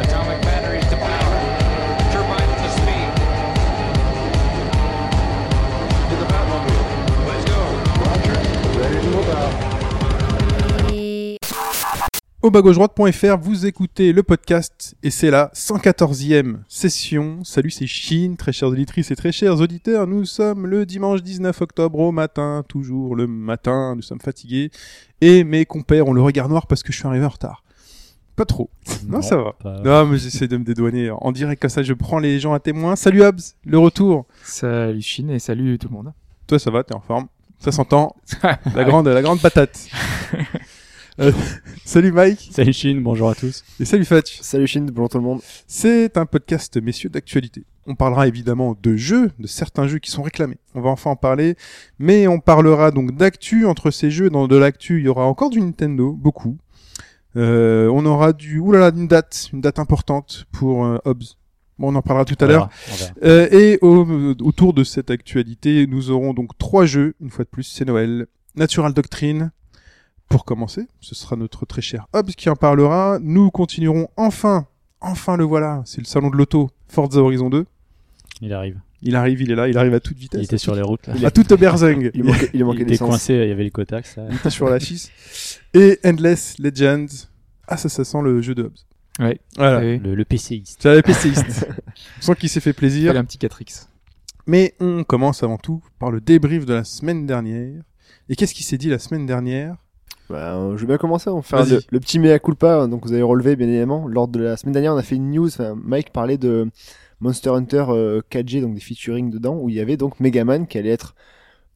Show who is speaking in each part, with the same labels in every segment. Speaker 1: Atomic batteries to power. Turbines to speed. To the Batmobile. Let's go.
Speaker 2: I-
Speaker 3: Au bas-gauche-droite.fr, vous écoutez le podcast et c'est la 114e session. Salut, c'est Chine, très chères auditrices et très chers auditeurs. Nous sommes le dimanche 19 octobre au matin, toujours le matin, nous sommes fatigués. Et mes compères ont le regard noir parce que je suis arrivé en retard. Pas trop. Non, ça va.
Speaker 4: pas-
Speaker 3: Non, mais j'essaie de me dédouaner. En direct, comme ça, je prends les gens à témoin. Salut, Hobbs, le retour.
Speaker 5: Salut Chine et salut tout le monde.
Speaker 3: Toi, ça va, t'es en forme. Ça s'entend. La grande, la grande patate. Euh, salut, Mike.
Speaker 4: Salut Chine, bonjour à tous.
Speaker 3: Et salut, Fatch.
Speaker 6: Salut Chine, bonjour tout le monde.
Speaker 3: C'est un podcast, messieurs, d'actualité. On parlera évidemment de jeux, de certains jeux qui sont réclamés. On va enfin en parler. Mais on parlera donc d'actu. Entre ces jeux, dans de l'actu, il y aura encore du Nintendo, beaucoup. Euh, on aura du... Oulala, une date, une date importante pour euh, Hobbs. Bon, on en parlera tout à l'heure.
Speaker 4: On verra.
Speaker 3: Euh, et au- autour de cette actualité, nous aurons donc trois jeux, une fois de plus, c'est Noël. Natural Doctrine, pour commencer, ce sera notre très cher Hobbs qui en parlera. Nous continuerons enfin, enfin le voilà, c'est le salon de l'auto, Forza Horizon 2.
Speaker 4: Il arrive.
Speaker 3: Il arrive, il est là, il arrive à toute vitesse.
Speaker 4: Il était sur les routes. Là.
Speaker 3: À toute berzingue.
Speaker 6: Il manquait, il
Speaker 4: Il
Speaker 6: manquait
Speaker 4: était
Speaker 6: d'essence.
Speaker 4: coincé, il y avait les Kotax. là.
Speaker 3: Il était sur la 6. Et Endless Legends. Ah, ça, ça sent le jeu de Hobbs.
Speaker 5: Ouais.
Speaker 3: Voilà.
Speaker 5: Allez,
Speaker 4: Le, le PCiste.
Speaker 3: J'avais PCiste. On sent qu'il s'est fait plaisir.
Speaker 5: fallait un petit 4X.
Speaker 3: Mais on commence avant tout par le débrief de la semaine dernière. Et qu'est-ce qui s'est dit la semaine dernière
Speaker 6: Bah, euh, je vais bien commencer, on va faire
Speaker 3: Vas-y.
Speaker 6: le, le petit mea culpa, hein, donc vous avez relevé bien évidemment. Lors de la semaine dernière, on a fait une news, enfin, Mike parlait de Monster Hunter euh, 4G, donc des featuring dedans, où il y avait donc Megaman qui allait être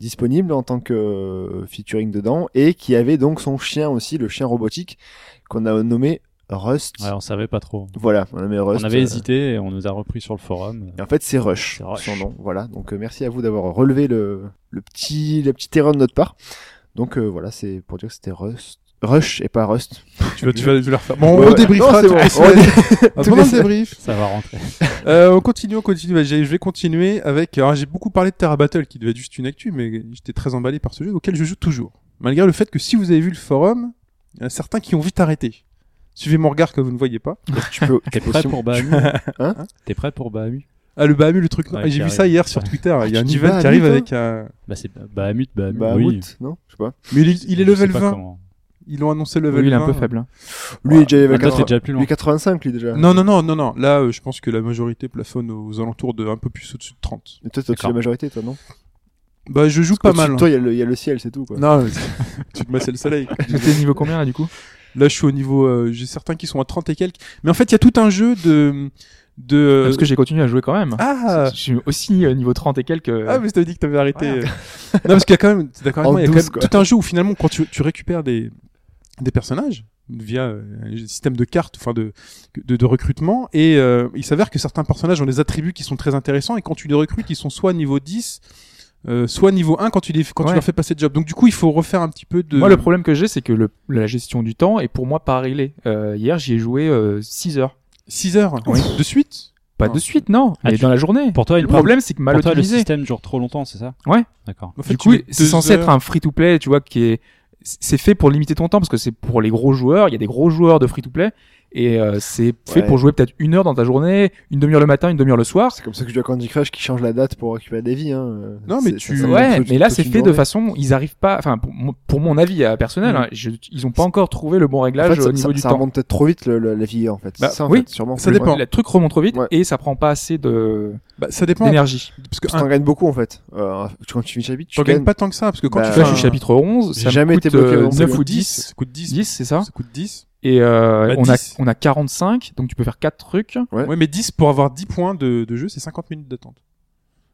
Speaker 6: disponible en tant que euh, featuring dedans, et qui avait donc son chien aussi, le chien robotique, qu'on a nommé Rust.
Speaker 4: Ouais, on savait pas trop.
Speaker 6: Voilà, on a nommé Rust.
Speaker 4: on avait
Speaker 6: euh,
Speaker 4: hésité et on nous a repris sur le forum.
Speaker 6: Et en fait, c'est Rush,
Speaker 4: C'est Rush.
Speaker 6: son nom. Voilà. Donc, euh, merci à vous d'avoir relevé le, le petit, la petite erreur de notre part. Donc, euh, voilà, c'est pour dire que c'était Rust. Rush et pas Rust.
Speaker 3: Tu vas, tu vas le refaire. Bon, on
Speaker 6: Ouais, ouais.
Speaker 3: débriefera.
Speaker 6: Non, c'est
Speaker 3: tout- Ah, c'est
Speaker 6: bon. On
Speaker 3: vrai.
Speaker 6: dé-
Speaker 3: Ah,
Speaker 6: tout
Speaker 3: pendant
Speaker 6: laisse.
Speaker 3: le débrief.
Speaker 4: Ça va rentrer.
Speaker 3: Euh, on continue, on continue. Vas-y, Je vais continuer avec. Alors, j'ai beaucoup parlé de Terra Battle, qui devait être juste une actu, mais j'étais très emballé par ce jeu auquel je joue toujours. Malgré le fait que si vous avez vu le forum, il y en a certains qui ont vite arrêté. Suivez mon regard que vous ne voyez pas.
Speaker 6: tu peux,
Speaker 4: T'es
Speaker 6: tu peux
Speaker 4: prêt
Speaker 6: aussi-
Speaker 4: pour Bahamu
Speaker 6: Hein
Speaker 4: T'es prêt pour Bahamu
Speaker 3: Ah, le Bahamut, le truc.
Speaker 4: Ouais,
Speaker 3: Ah, j'ai
Speaker 4: qui
Speaker 3: vu
Speaker 4: arrive.
Speaker 3: ça hier sur Twitter. Il y a un
Speaker 6: Ah, tu hein. dis
Speaker 3: event qui
Speaker 6: Bahamut,
Speaker 3: arrive
Speaker 6: toi
Speaker 3: avec un.
Speaker 4: Bah c'est Ba- Bahamut, Bahamut.
Speaker 6: Bah,
Speaker 4: oui.
Speaker 6: Mout, non? Je sais pas.
Speaker 3: Mais il, il est
Speaker 4: Je sais
Speaker 3: level
Speaker 4: pas
Speaker 3: 20.
Speaker 4: comment.
Speaker 3: Ils l'ont annoncé
Speaker 5: Oui,
Speaker 3: level
Speaker 5: il est un
Speaker 3: 20.
Speaker 5: peu faible. hein.
Speaker 6: Lui, il est Bah, déjà level
Speaker 4: Ah, toi,
Speaker 6: 80
Speaker 4: t'es déjà plus loin.
Speaker 6: lui, 85, lui, déjà.
Speaker 3: Non, non, non, non, non. Là, euh, je pense que la majorité plafonne aux alentours de un peu plus au-dessus de 30.
Speaker 6: Mais toi, t'es au-dessus de
Speaker 4: D'accord.
Speaker 6: la majorité, toi, non?
Speaker 3: Bah, je joue pas
Speaker 6: Parce
Speaker 3: mal.
Speaker 6: qu'au-dessus de Toi, il y, a le- il y a le ciel, c'est tout, quoi.
Speaker 3: Non, tu te masses le soleil.
Speaker 5: T'es niveau combien là du coup
Speaker 3: Là, je suis au niveau. euh, j'ai certains qui sont à 30 et quelques. Mais en fait, il y a tout un jeu de. de...
Speaker 5: Ah, Parce que j'ai continué à jouer quand même.
Speaker 3: Euh, Ah
Speaker 5: Je suis aussi euh, niveau 30 et quelques. euh,
Speaker 3: Ah, mais je t'avais dit que t'avais arrêté. euh. non, parce qu'il y a quand même. T'es d'accord avec
Speaker 6: En
Speaker 3: moi, il y a quand
Speaker 6: 12,
Speaker 3: même
Speaker 6: quoi.
Speaker 3: tout un jeu où finalement, quand tu, tu récupères des, des personnages via euh, un système de cartes, enfin de, de, de recrutement, et euh, il s'avère que certains personnages ont des attributs qui sont très intéressants, et quand tu les recrutes, ils sont soit niveau 10. euh, soit niveau 1 quand tu les quand tu
Speaker 5: Ouais.
Speaker 3: leur fais passer de job. Donc du coup, il faut refaire un petit peu de
Speaker 5: Moi, le problème que j'ai, c'est que le, la gestion du temps est pour moi pas réglée. Euh, hier, j'y ai joué 6 heures.
Speaker 3: 6 heures
Speaker 5: Oui.
Speaker 3: de suite.
Speaker 5: Pas
Speaker 3: Ah.
Speaker 5: de suite, non.
Speaker 4: Ah,
Speaker 5: mais
Speaker 4: tu-
Speaker 5: dans la journée.
Speaker 4: Pour toi,
Speaker 5: le
Speaker 4: il-
Speaker 5: problème, c'est que mal
Speaker 4: Pour toi, le
Speaker 5: utilisé.
Speaker 4: système dure trop longtemps, c'est ça
Speaker 5: Ouais.
Speaker 4: D'accord.
Speaker 3: En fait,
Speaker 5: Du
Speaker 3: tu
Speaker 5: coup,
Speaker 3: mets
Speaker 5: c'est
Speaker 3: deux
Speaker 5: censé
Speaker 3: heures.
Speaker 5: être un free-to-play, tu vois, qui est c'est fait pour limiter ton temps parce que c'est pour les gros joueurs. Il y a des gros joueurs de free-to-play et euh, c'est fait
Speaker 6: Ouais.
Speaker 5: pour jouer peut-être une heure dans ta journée, une demi-heure le matin, une demi-heure le soir.
Speaker 6: C'est comme ça que je joue à Candy Crush qui change la date pour récupérer des vies, hein.
Speaker 3: Non, mais
Speaker 6: C'est-
Speaker 3: tu-
Speaker 6: ça, ça
Speaker 5: Ouais,
Speaker 6: toute-
Speaker 5: mais là
Speaker 6: toute
Speaker 5: c'est
Speaker 6: une
Speaker 5: fait de
Speaker 6: journée.
Speaker 5: façon, ils arrivent pas, enfin pour, mon- pour mon avis euh, personnel,
Speaker 3: Mm.
Speaker 5: hein, je- ils ont pas encore trouvé le bon
Speaker 6: En
Speaker 5: réglage
Speaker 6: fait, ça,
Speaker 5: au niveau
Speaker 6: ça-
Speaker 5: du
Speaker 6: ça
Speaker 5: temps.
Speaker 6: remonte peut-être trop vite, le- le- la vie, en fait.
Speaker 3: Bah,
Speaker 6: C'est ça, en
Speaker 5: oui.
Speaker 6: fait, sûrement.
Speaker 3: Ça dépend.
Speaker 5: Le truc remonte trop vite
Speaker 6: Ouais.
Speaker 5: et ça prend pas assez de
Speaker 3: Bah, ça dépend
Speaker 5: d'énergie.
Speaker 3: parce que
Speaker 6: Parce que
Speaker 3: un,
Speaker 6: t'en gagnes beaucoup en fait. Euh, tu- quand tu finis le chapitre,
Speaker 3: Tu
Speaker 6: tu
Speaker 3: gagnes
Speaker 6: gagnes.
Speaker 3: pas tant que ça, parce que quand
Speaker 6: Bah,
Speaker 3: tu
Speaker 5: Tu
Speaker 3: fais
Speaker 5: vois,
Speaker 6: Enfin,
Speaker 5: je suis chapitre 11,
Speaker 6: j'ai
Speaker 5: ça
Speaker 6: jamais
Speaker 5: me coûte
Speaker 6: été bloqué
Speaker 5: euh,
Speaker 6: dans ce
Speaker 5: 9
Speaker 6: jeu.
Speaker 5: ou
Speaker 3: 10,
Speaker 5: 10
Speaker 3: ça coûte 10,
Speaker 5: 10, c'est ça
Speaker 3: ça coûte 10.
Speaker 5: Et euh,
Speaker 3: Bah,
Speaker 5: on a
Speaker 3: 10.
Speaker 5: on a 45, donc tu peux faire 4 trucs.
Speaker 3: Ouais, mais 10 pour avoir 10 points de, de jeu, c'est 50 minutes d'attente.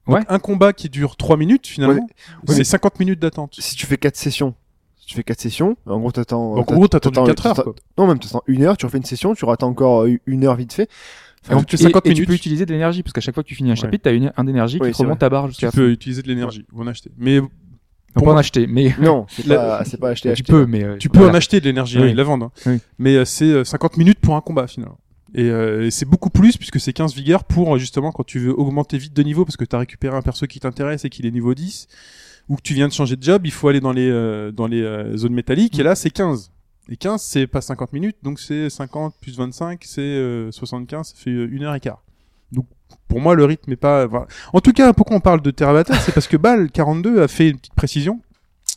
Speaker 5: Ouais.
Speaker 3: Donc, un combat qui dure 3 minutes, finalement,
Speaker 6: Ouais,
Speaker 3: c'est
Speaker 6: mais-
Speaker 3: 50 minutes d'attente.
Speaker 6: Si tu fais 4 sessions, si tu fais 4 sessions, en gros t'attends.
Speaker 3: Donc, en
Speaker 6: t'attends-
Speaker 3: gros, t'as attendu
Speaker 6: t'attends-
Speaker 3: 4 heures,
Speaker 6: t'attends-
Speaker 3: quoi.
Speaker 6: Non, même t'attends une heure, tu refais une session, tu rattends encore euh, une heure vite fait.
Speaker 3: Enfin,
Speaker 5: Et-
Speaker 3: tu fais 50
Speaker 5: et,
Speaker 3: minutes.
Speaker 5: tu peux utiliser de l'énergie parce qu'à chaque fois que tu finis un
Speaker 3: Ouais.
Speaker 5: chapitre, t'as une, un d'énergie
Speaker 6: Oui,
Speaker 5: qui te
Speaker 6: c'est
Speaker 5: remonte ta barre
Speaker 3: Tu
Speaker 5: jusqu'à. la
Speaker 3: peux utiliser de l'énergie, ou en acheter. Mais
Speaker 5: fin.
Speaker 3: pour
Speaker 5: Pas en
Speaker 3: moi-
Speaker 5: acheter, mais
Speaker 6: Non, c'est
Speaker 3: La-
Speaker 6: pas, c'est pas acheté.
Speaker 5: tu peux, mais euh,
Speaker 3: tu peux
Speaker 5: voilà.
Speaker 3: en acheter de l'énergie, hein,
Speaker 5: Oui.
Speaker 3: ils la vendent. hein.
Speaker 5: Oui.
Speaker 3: Mais euh, c'est euh, 50 minutes pour un combat, finalement. Et euh, c'est beaucoup plus puisque c'est 15 vigueur pour euh, justement quand tu veux augmenter vite de niveau parce que tu as récupéré un perso qui t'intéresse et qu'il est niveau 10 ou que tu viens de changer de job, il faut aller dans les euh, dans les euh, zones métalliques et là c'est 15. Et 15 c'est pas 50 minutes donc c'est 50 plus 25 c'est euh, 75 ça fait euh, une heure et quart. Donc pour moi le rythme est pas voilà. En tout cas pourquoi on parle de Teravatar c'est parce que Bal 42 a fait une petite précision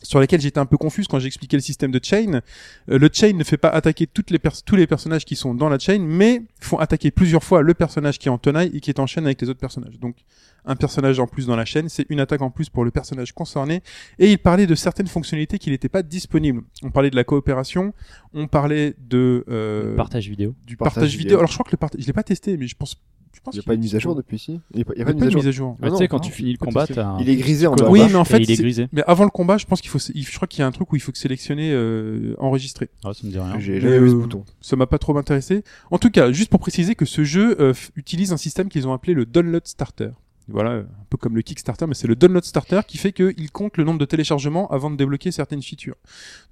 Speaker 3: sur laquelle j'étais un peu confuse quand j'expliquais le système de chain. Euh, le chain ne fait pas attaquer toutes les pers- tous les personnages qui sont dans la chain, mais font attaquer plusieurs fois le personnage qui est en tenaille et qui est en chaîne avec les autres personnages. Donc, un personnage en plus dans la chaîne, c'est une attaque en plus pour le personnage concerné. Et il parlait de certaines fonctionnalités qui n'étaient pas disponibles. On parlait de la coopération, on parlait de euh,
Speaker 4: Partage vidéo.
Speaker 3: du
Speaker 6: Partage
Speaker 3: partage,
Speaker 6: vidéo.
Speaker 3: vidéo. Alors, je crois que le partage, je l'ai pas testé, mais je pense, je pense
Speaker 6: Il n'y a
Speaker 3: qu'il
Speaker 6: pas
Speaker 3: est
Speaker 6: une mise à jour
Speaker 3: dispo.
Speaker 6: depuis si Il n'y a, pas- il y
Speaker 3: Il
Speaker 6: a pas
Speaker 3: y
Speaker 6: de mise à jour.
Speaker 3: jour.
Speaker 4: Bah,
Speaker 6: non,
Speaker 4: tu sais, quand
Speaker 6: non,
Speaker 4: tu finis le
Speaker 3: Ah pas de
Speaker 4: combat,
Speaker 3: souci.
Speaker 4: t'as un-
Speaker 6: Il est grisé en
Speaker 4: Et
Speaker 6: bas.
Speaker 3: Oui,
Speaker 6: à
Speaker 3: mais en fait,
Speaker 4: il est
Speaker 3: c'est-
Speaker 4: grisé.
Speaker 3: Mais avant le combat, je pense qu'il faut, il- je crois qu'il y a un truc où il faut que sélectionner euh, enregistrer.
Speaker 4: Ah, ça me dit rien.
Speaker 6: gauche. J'ai
Speaker 3: Mais,
Speaker 6: jamais vu ce
Speaker 3: euh,
Speaker 6: bouton.
Speaker 3: ça m'a pas trop intéressé. En tout cas, juste pour préciser que ce jeu euh, f- utilise un système qu'ils ont appelé le Download Starter. Voilà, euh, un peu comme le Kickstarter, mais c'est le Download Starter qui fait qu'il compte le nombre de téléchargements avant de débloquer certaines features.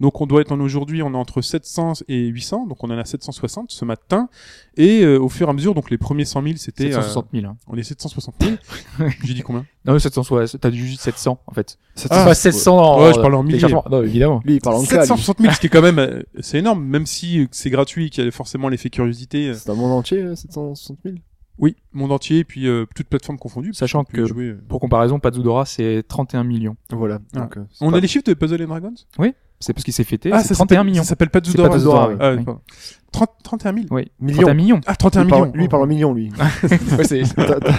Speaker 3: Donc on doit être en aujourd'hui, on est entre 700 et 800, donc on en a 760 ce matin. Et euh, au fur et à mesure, donc les premiers 100 000, c'était... euh,
Speaker 5: 760 000. hein.
Speaker 3: on est 760 000. J'ai dit combien
Speaker 5: Non, 760, t'as dit juste 700 en fait.
Speaker 3: Ah,
Speaker 5: pas 700 en.
Speaker 3: Ouais, je parlais en milliers.
Speaker 5: téléchargement. Non, évidemment.
Speaker 6: Lui, il parle en cas. lui.
Speaker 3: 760 000, ce qui est quand même, euh, c'est énorme, même si euh, c'est gratuit, qu'il y a forcément l'effet curiosité. euh,
Speaker 6: C'est un monde entier, euh, 760 000.
Speaker 3: Oui, monde entier, et puis euh, toutes plateformes confondues.
Speaker 5: Sachant
Speaker 3: puis
Speaker 5: que,
Speaker 3: jouer, euh.
Speaker 5: pour comparaison, Pazudora c'est 31 millions.
Speaker 6: Voilà.
Speaker 3: Ah.
Speaker 6: Donc, euh, c'est
Speaker 3: On
Speaker 6: pas- Eh,
Speaker 3: a les chiffres de Puzzle and Dragons
Speaker 5: C'est parce qu'il s'est fêté. c'est 31
Speaker 3: s'appelle-
Speaker 5: millions.
Speaker 3: Ah, Ça s'appelle pas
Speaker 6: C'est
Speaker 3: Zudora.
Speaker 6: pas Zudora,
Speaker 5: oui.
Speaker 3: Ah,
Speaker 5: Oui.
Speaker 3: pardon. 30 31 000.
Speaker 5: Oui,
Speaker 6: Millions.
Speaker 5: 31 millions.
Speaker 3: Ah, 31
Speaker 6: Lui, parle-
Speaker 3: millions.
Speaker 6: Lui, il parle en millions, lui.
Speaker 5: Ouais, c'est-
Speaker 6: Toi, toi- toi,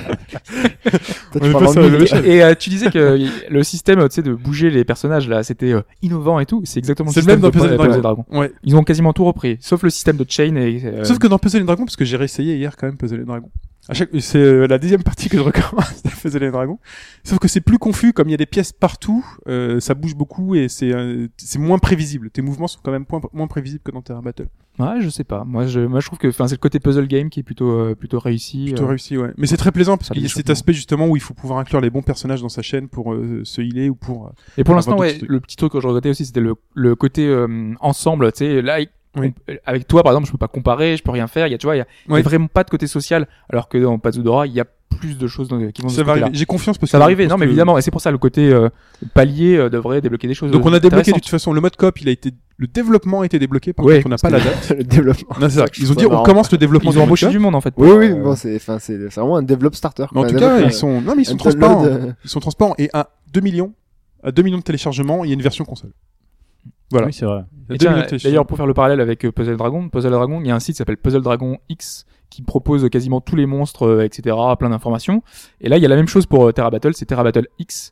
Speaker 3: On Ah, est
Speaker 6: tu parles
Speaker 3: pas
Speaker 6: en
Speaker 3: sur la
Speaker 6: millions.
Speaker 3: même chaîne.
Speaker 5: et euh, tu disais que y- le système tu sais, de bouger les personnages là, c'était euh, innovant et tout. C'est exactement
Speaker 3: C'est le
Speaker 5: système
Speaker 3: même dans
Speaker 5: de Puzzle
Speaker 3: Puzzle
Speaker 5: Puzzle
Speaker 3: and
Speaker 5: Dragon.
Speaker 3: Ouais.
Speaker 5: Ils ont quasiment tout repris, sauf le système de chain et. euh,
Speaker 3: Sauf que dans Puzzle and Dragons, parce que j'ai réessayé hier quand même Puzzle and Dragons. À chaque... C'est euh, la deuxième partie que je recommande de Puzzle and Dragons. Sauf que c'est plus confus, comme il y a des pièces partout, euh, ça bouge beaucoup et c'est euh, c'est moins prévisible. Tes mouvements sont quand même point- moins prévisibles que dans Terra Battle.
Speaker 5: Ouais, je sais pas. Moi, je, moi, je trouve que, enfin, c'est le côté puzzle game qui est plutôt, euh, plutôt réussi.
Speaker 3: Plutôt
Speaker 5: euh.
Speaker 3: réussi, ouais. Mais c'est très plaisant parce
Speaker 5: ça
Speaker 3: qu'il y a
Speaker 5: bouge
Speaker 3: cet
Speaker 5: rapidement.
Speaker 3: aspect justement où il faut pouvoir inclure les bons personnages dans sa chaîne pour euh, se healer ou pour... euh,
Speaker 5: Et pour
Speaker 3: Avant
Speaker 5: l'instant,
Speaker 3: d'autres
Speaker 5: ouais,
Speaker 3: trucs.
Speaker 5: le petit truc que je regrettais aussi, c'était le, le côté euh, ensemble. Tu sais, là, il-
Speaker 3: Oui.
Speaker 5: on- euh, avec toi, par exemple, je peux pas comparer, je peux rien faire. Il y a, tu vois, il y a, il y a
Speaker 3: Ouais.
Speaker 5: vraiment pas de côté social, alors que dans Pazudora, il y a plus de choses dans- qui vont de ce
Speaker 3: Ça va
Speaker 5: côté-là.
Speaker 3: arriver. J'ai confiance parce que...
Speaker 5: Ça va
Speaker 3: je
Speaker 5: arriver,
Speaker 3: pense
Speaker 5: non, mais
Speaker 3: que-
Speaker 5: évidemment. Et c'est pour ça le côté euh, palier euh, devrait débloquer des choses.
Speaker 3: Donc on a débloqué de
Speaker 5: intéressantes.
Speaker 3: toute façon le mode cop, il a été le développement a été débloqué par
Speaker 5: Ouais,
Speaker 3: contre on n'a pas la date.
Speaker 6: Le développement.
Speaker 3: Non, c'est ça. Ils ont
Speaker 6: C'est
Speaker 3: dit on
Speaker 6: marrant.
Speaker 3: commence le développement
Speaker 5: Ils
Speaker 3: du
Speaker 5: ont
Speaker 3: mode
Speaker 5: embauché
Speaker 3: cop.
Speaker 5: du monde en fait.
Speaker 6: Oui,
Speaker 5: pour,
Speaker 6: oui,
Speaker 5: euh,
Speaker 6: bon, c'est enfin, c'est- c'est vraiment un développe starter.
Speaker 3: Mais en
Speaker 6: quoi,
Speaker 3: tout
Speaker 6: un
Speaker 3: cas,
Speaker 6: développeur,
Speaker 3: ils sont non mais ils sont
Speaker 6: un download,
Speaker 3: transparents. hein.
Speaker 6: euh,
Speaker 3: Ils sont transparents et à 2 millions à 2 millions de téléchargements, il y a une version console. Voilà.
Speaker 4: Oui, c'est vrai.
Speaker 3: Il y a
Speaker 5: Et
Speaker 3: 2 millions
Speaker 5: tiens,
Speaker 3: de téléchargements.
Speaker 5: D'ailleurs, pour faire le parallèle avec euh, Puzzle Dragon, Puzzle Dragon, il y a un site qui s'appelle Puzzle Dragon X qui propose quasiment tous les monstres, euh, etc., plein d'informations. Et là, il y a la même chose pour euh, Terra Battle, c'est terrabattlex.com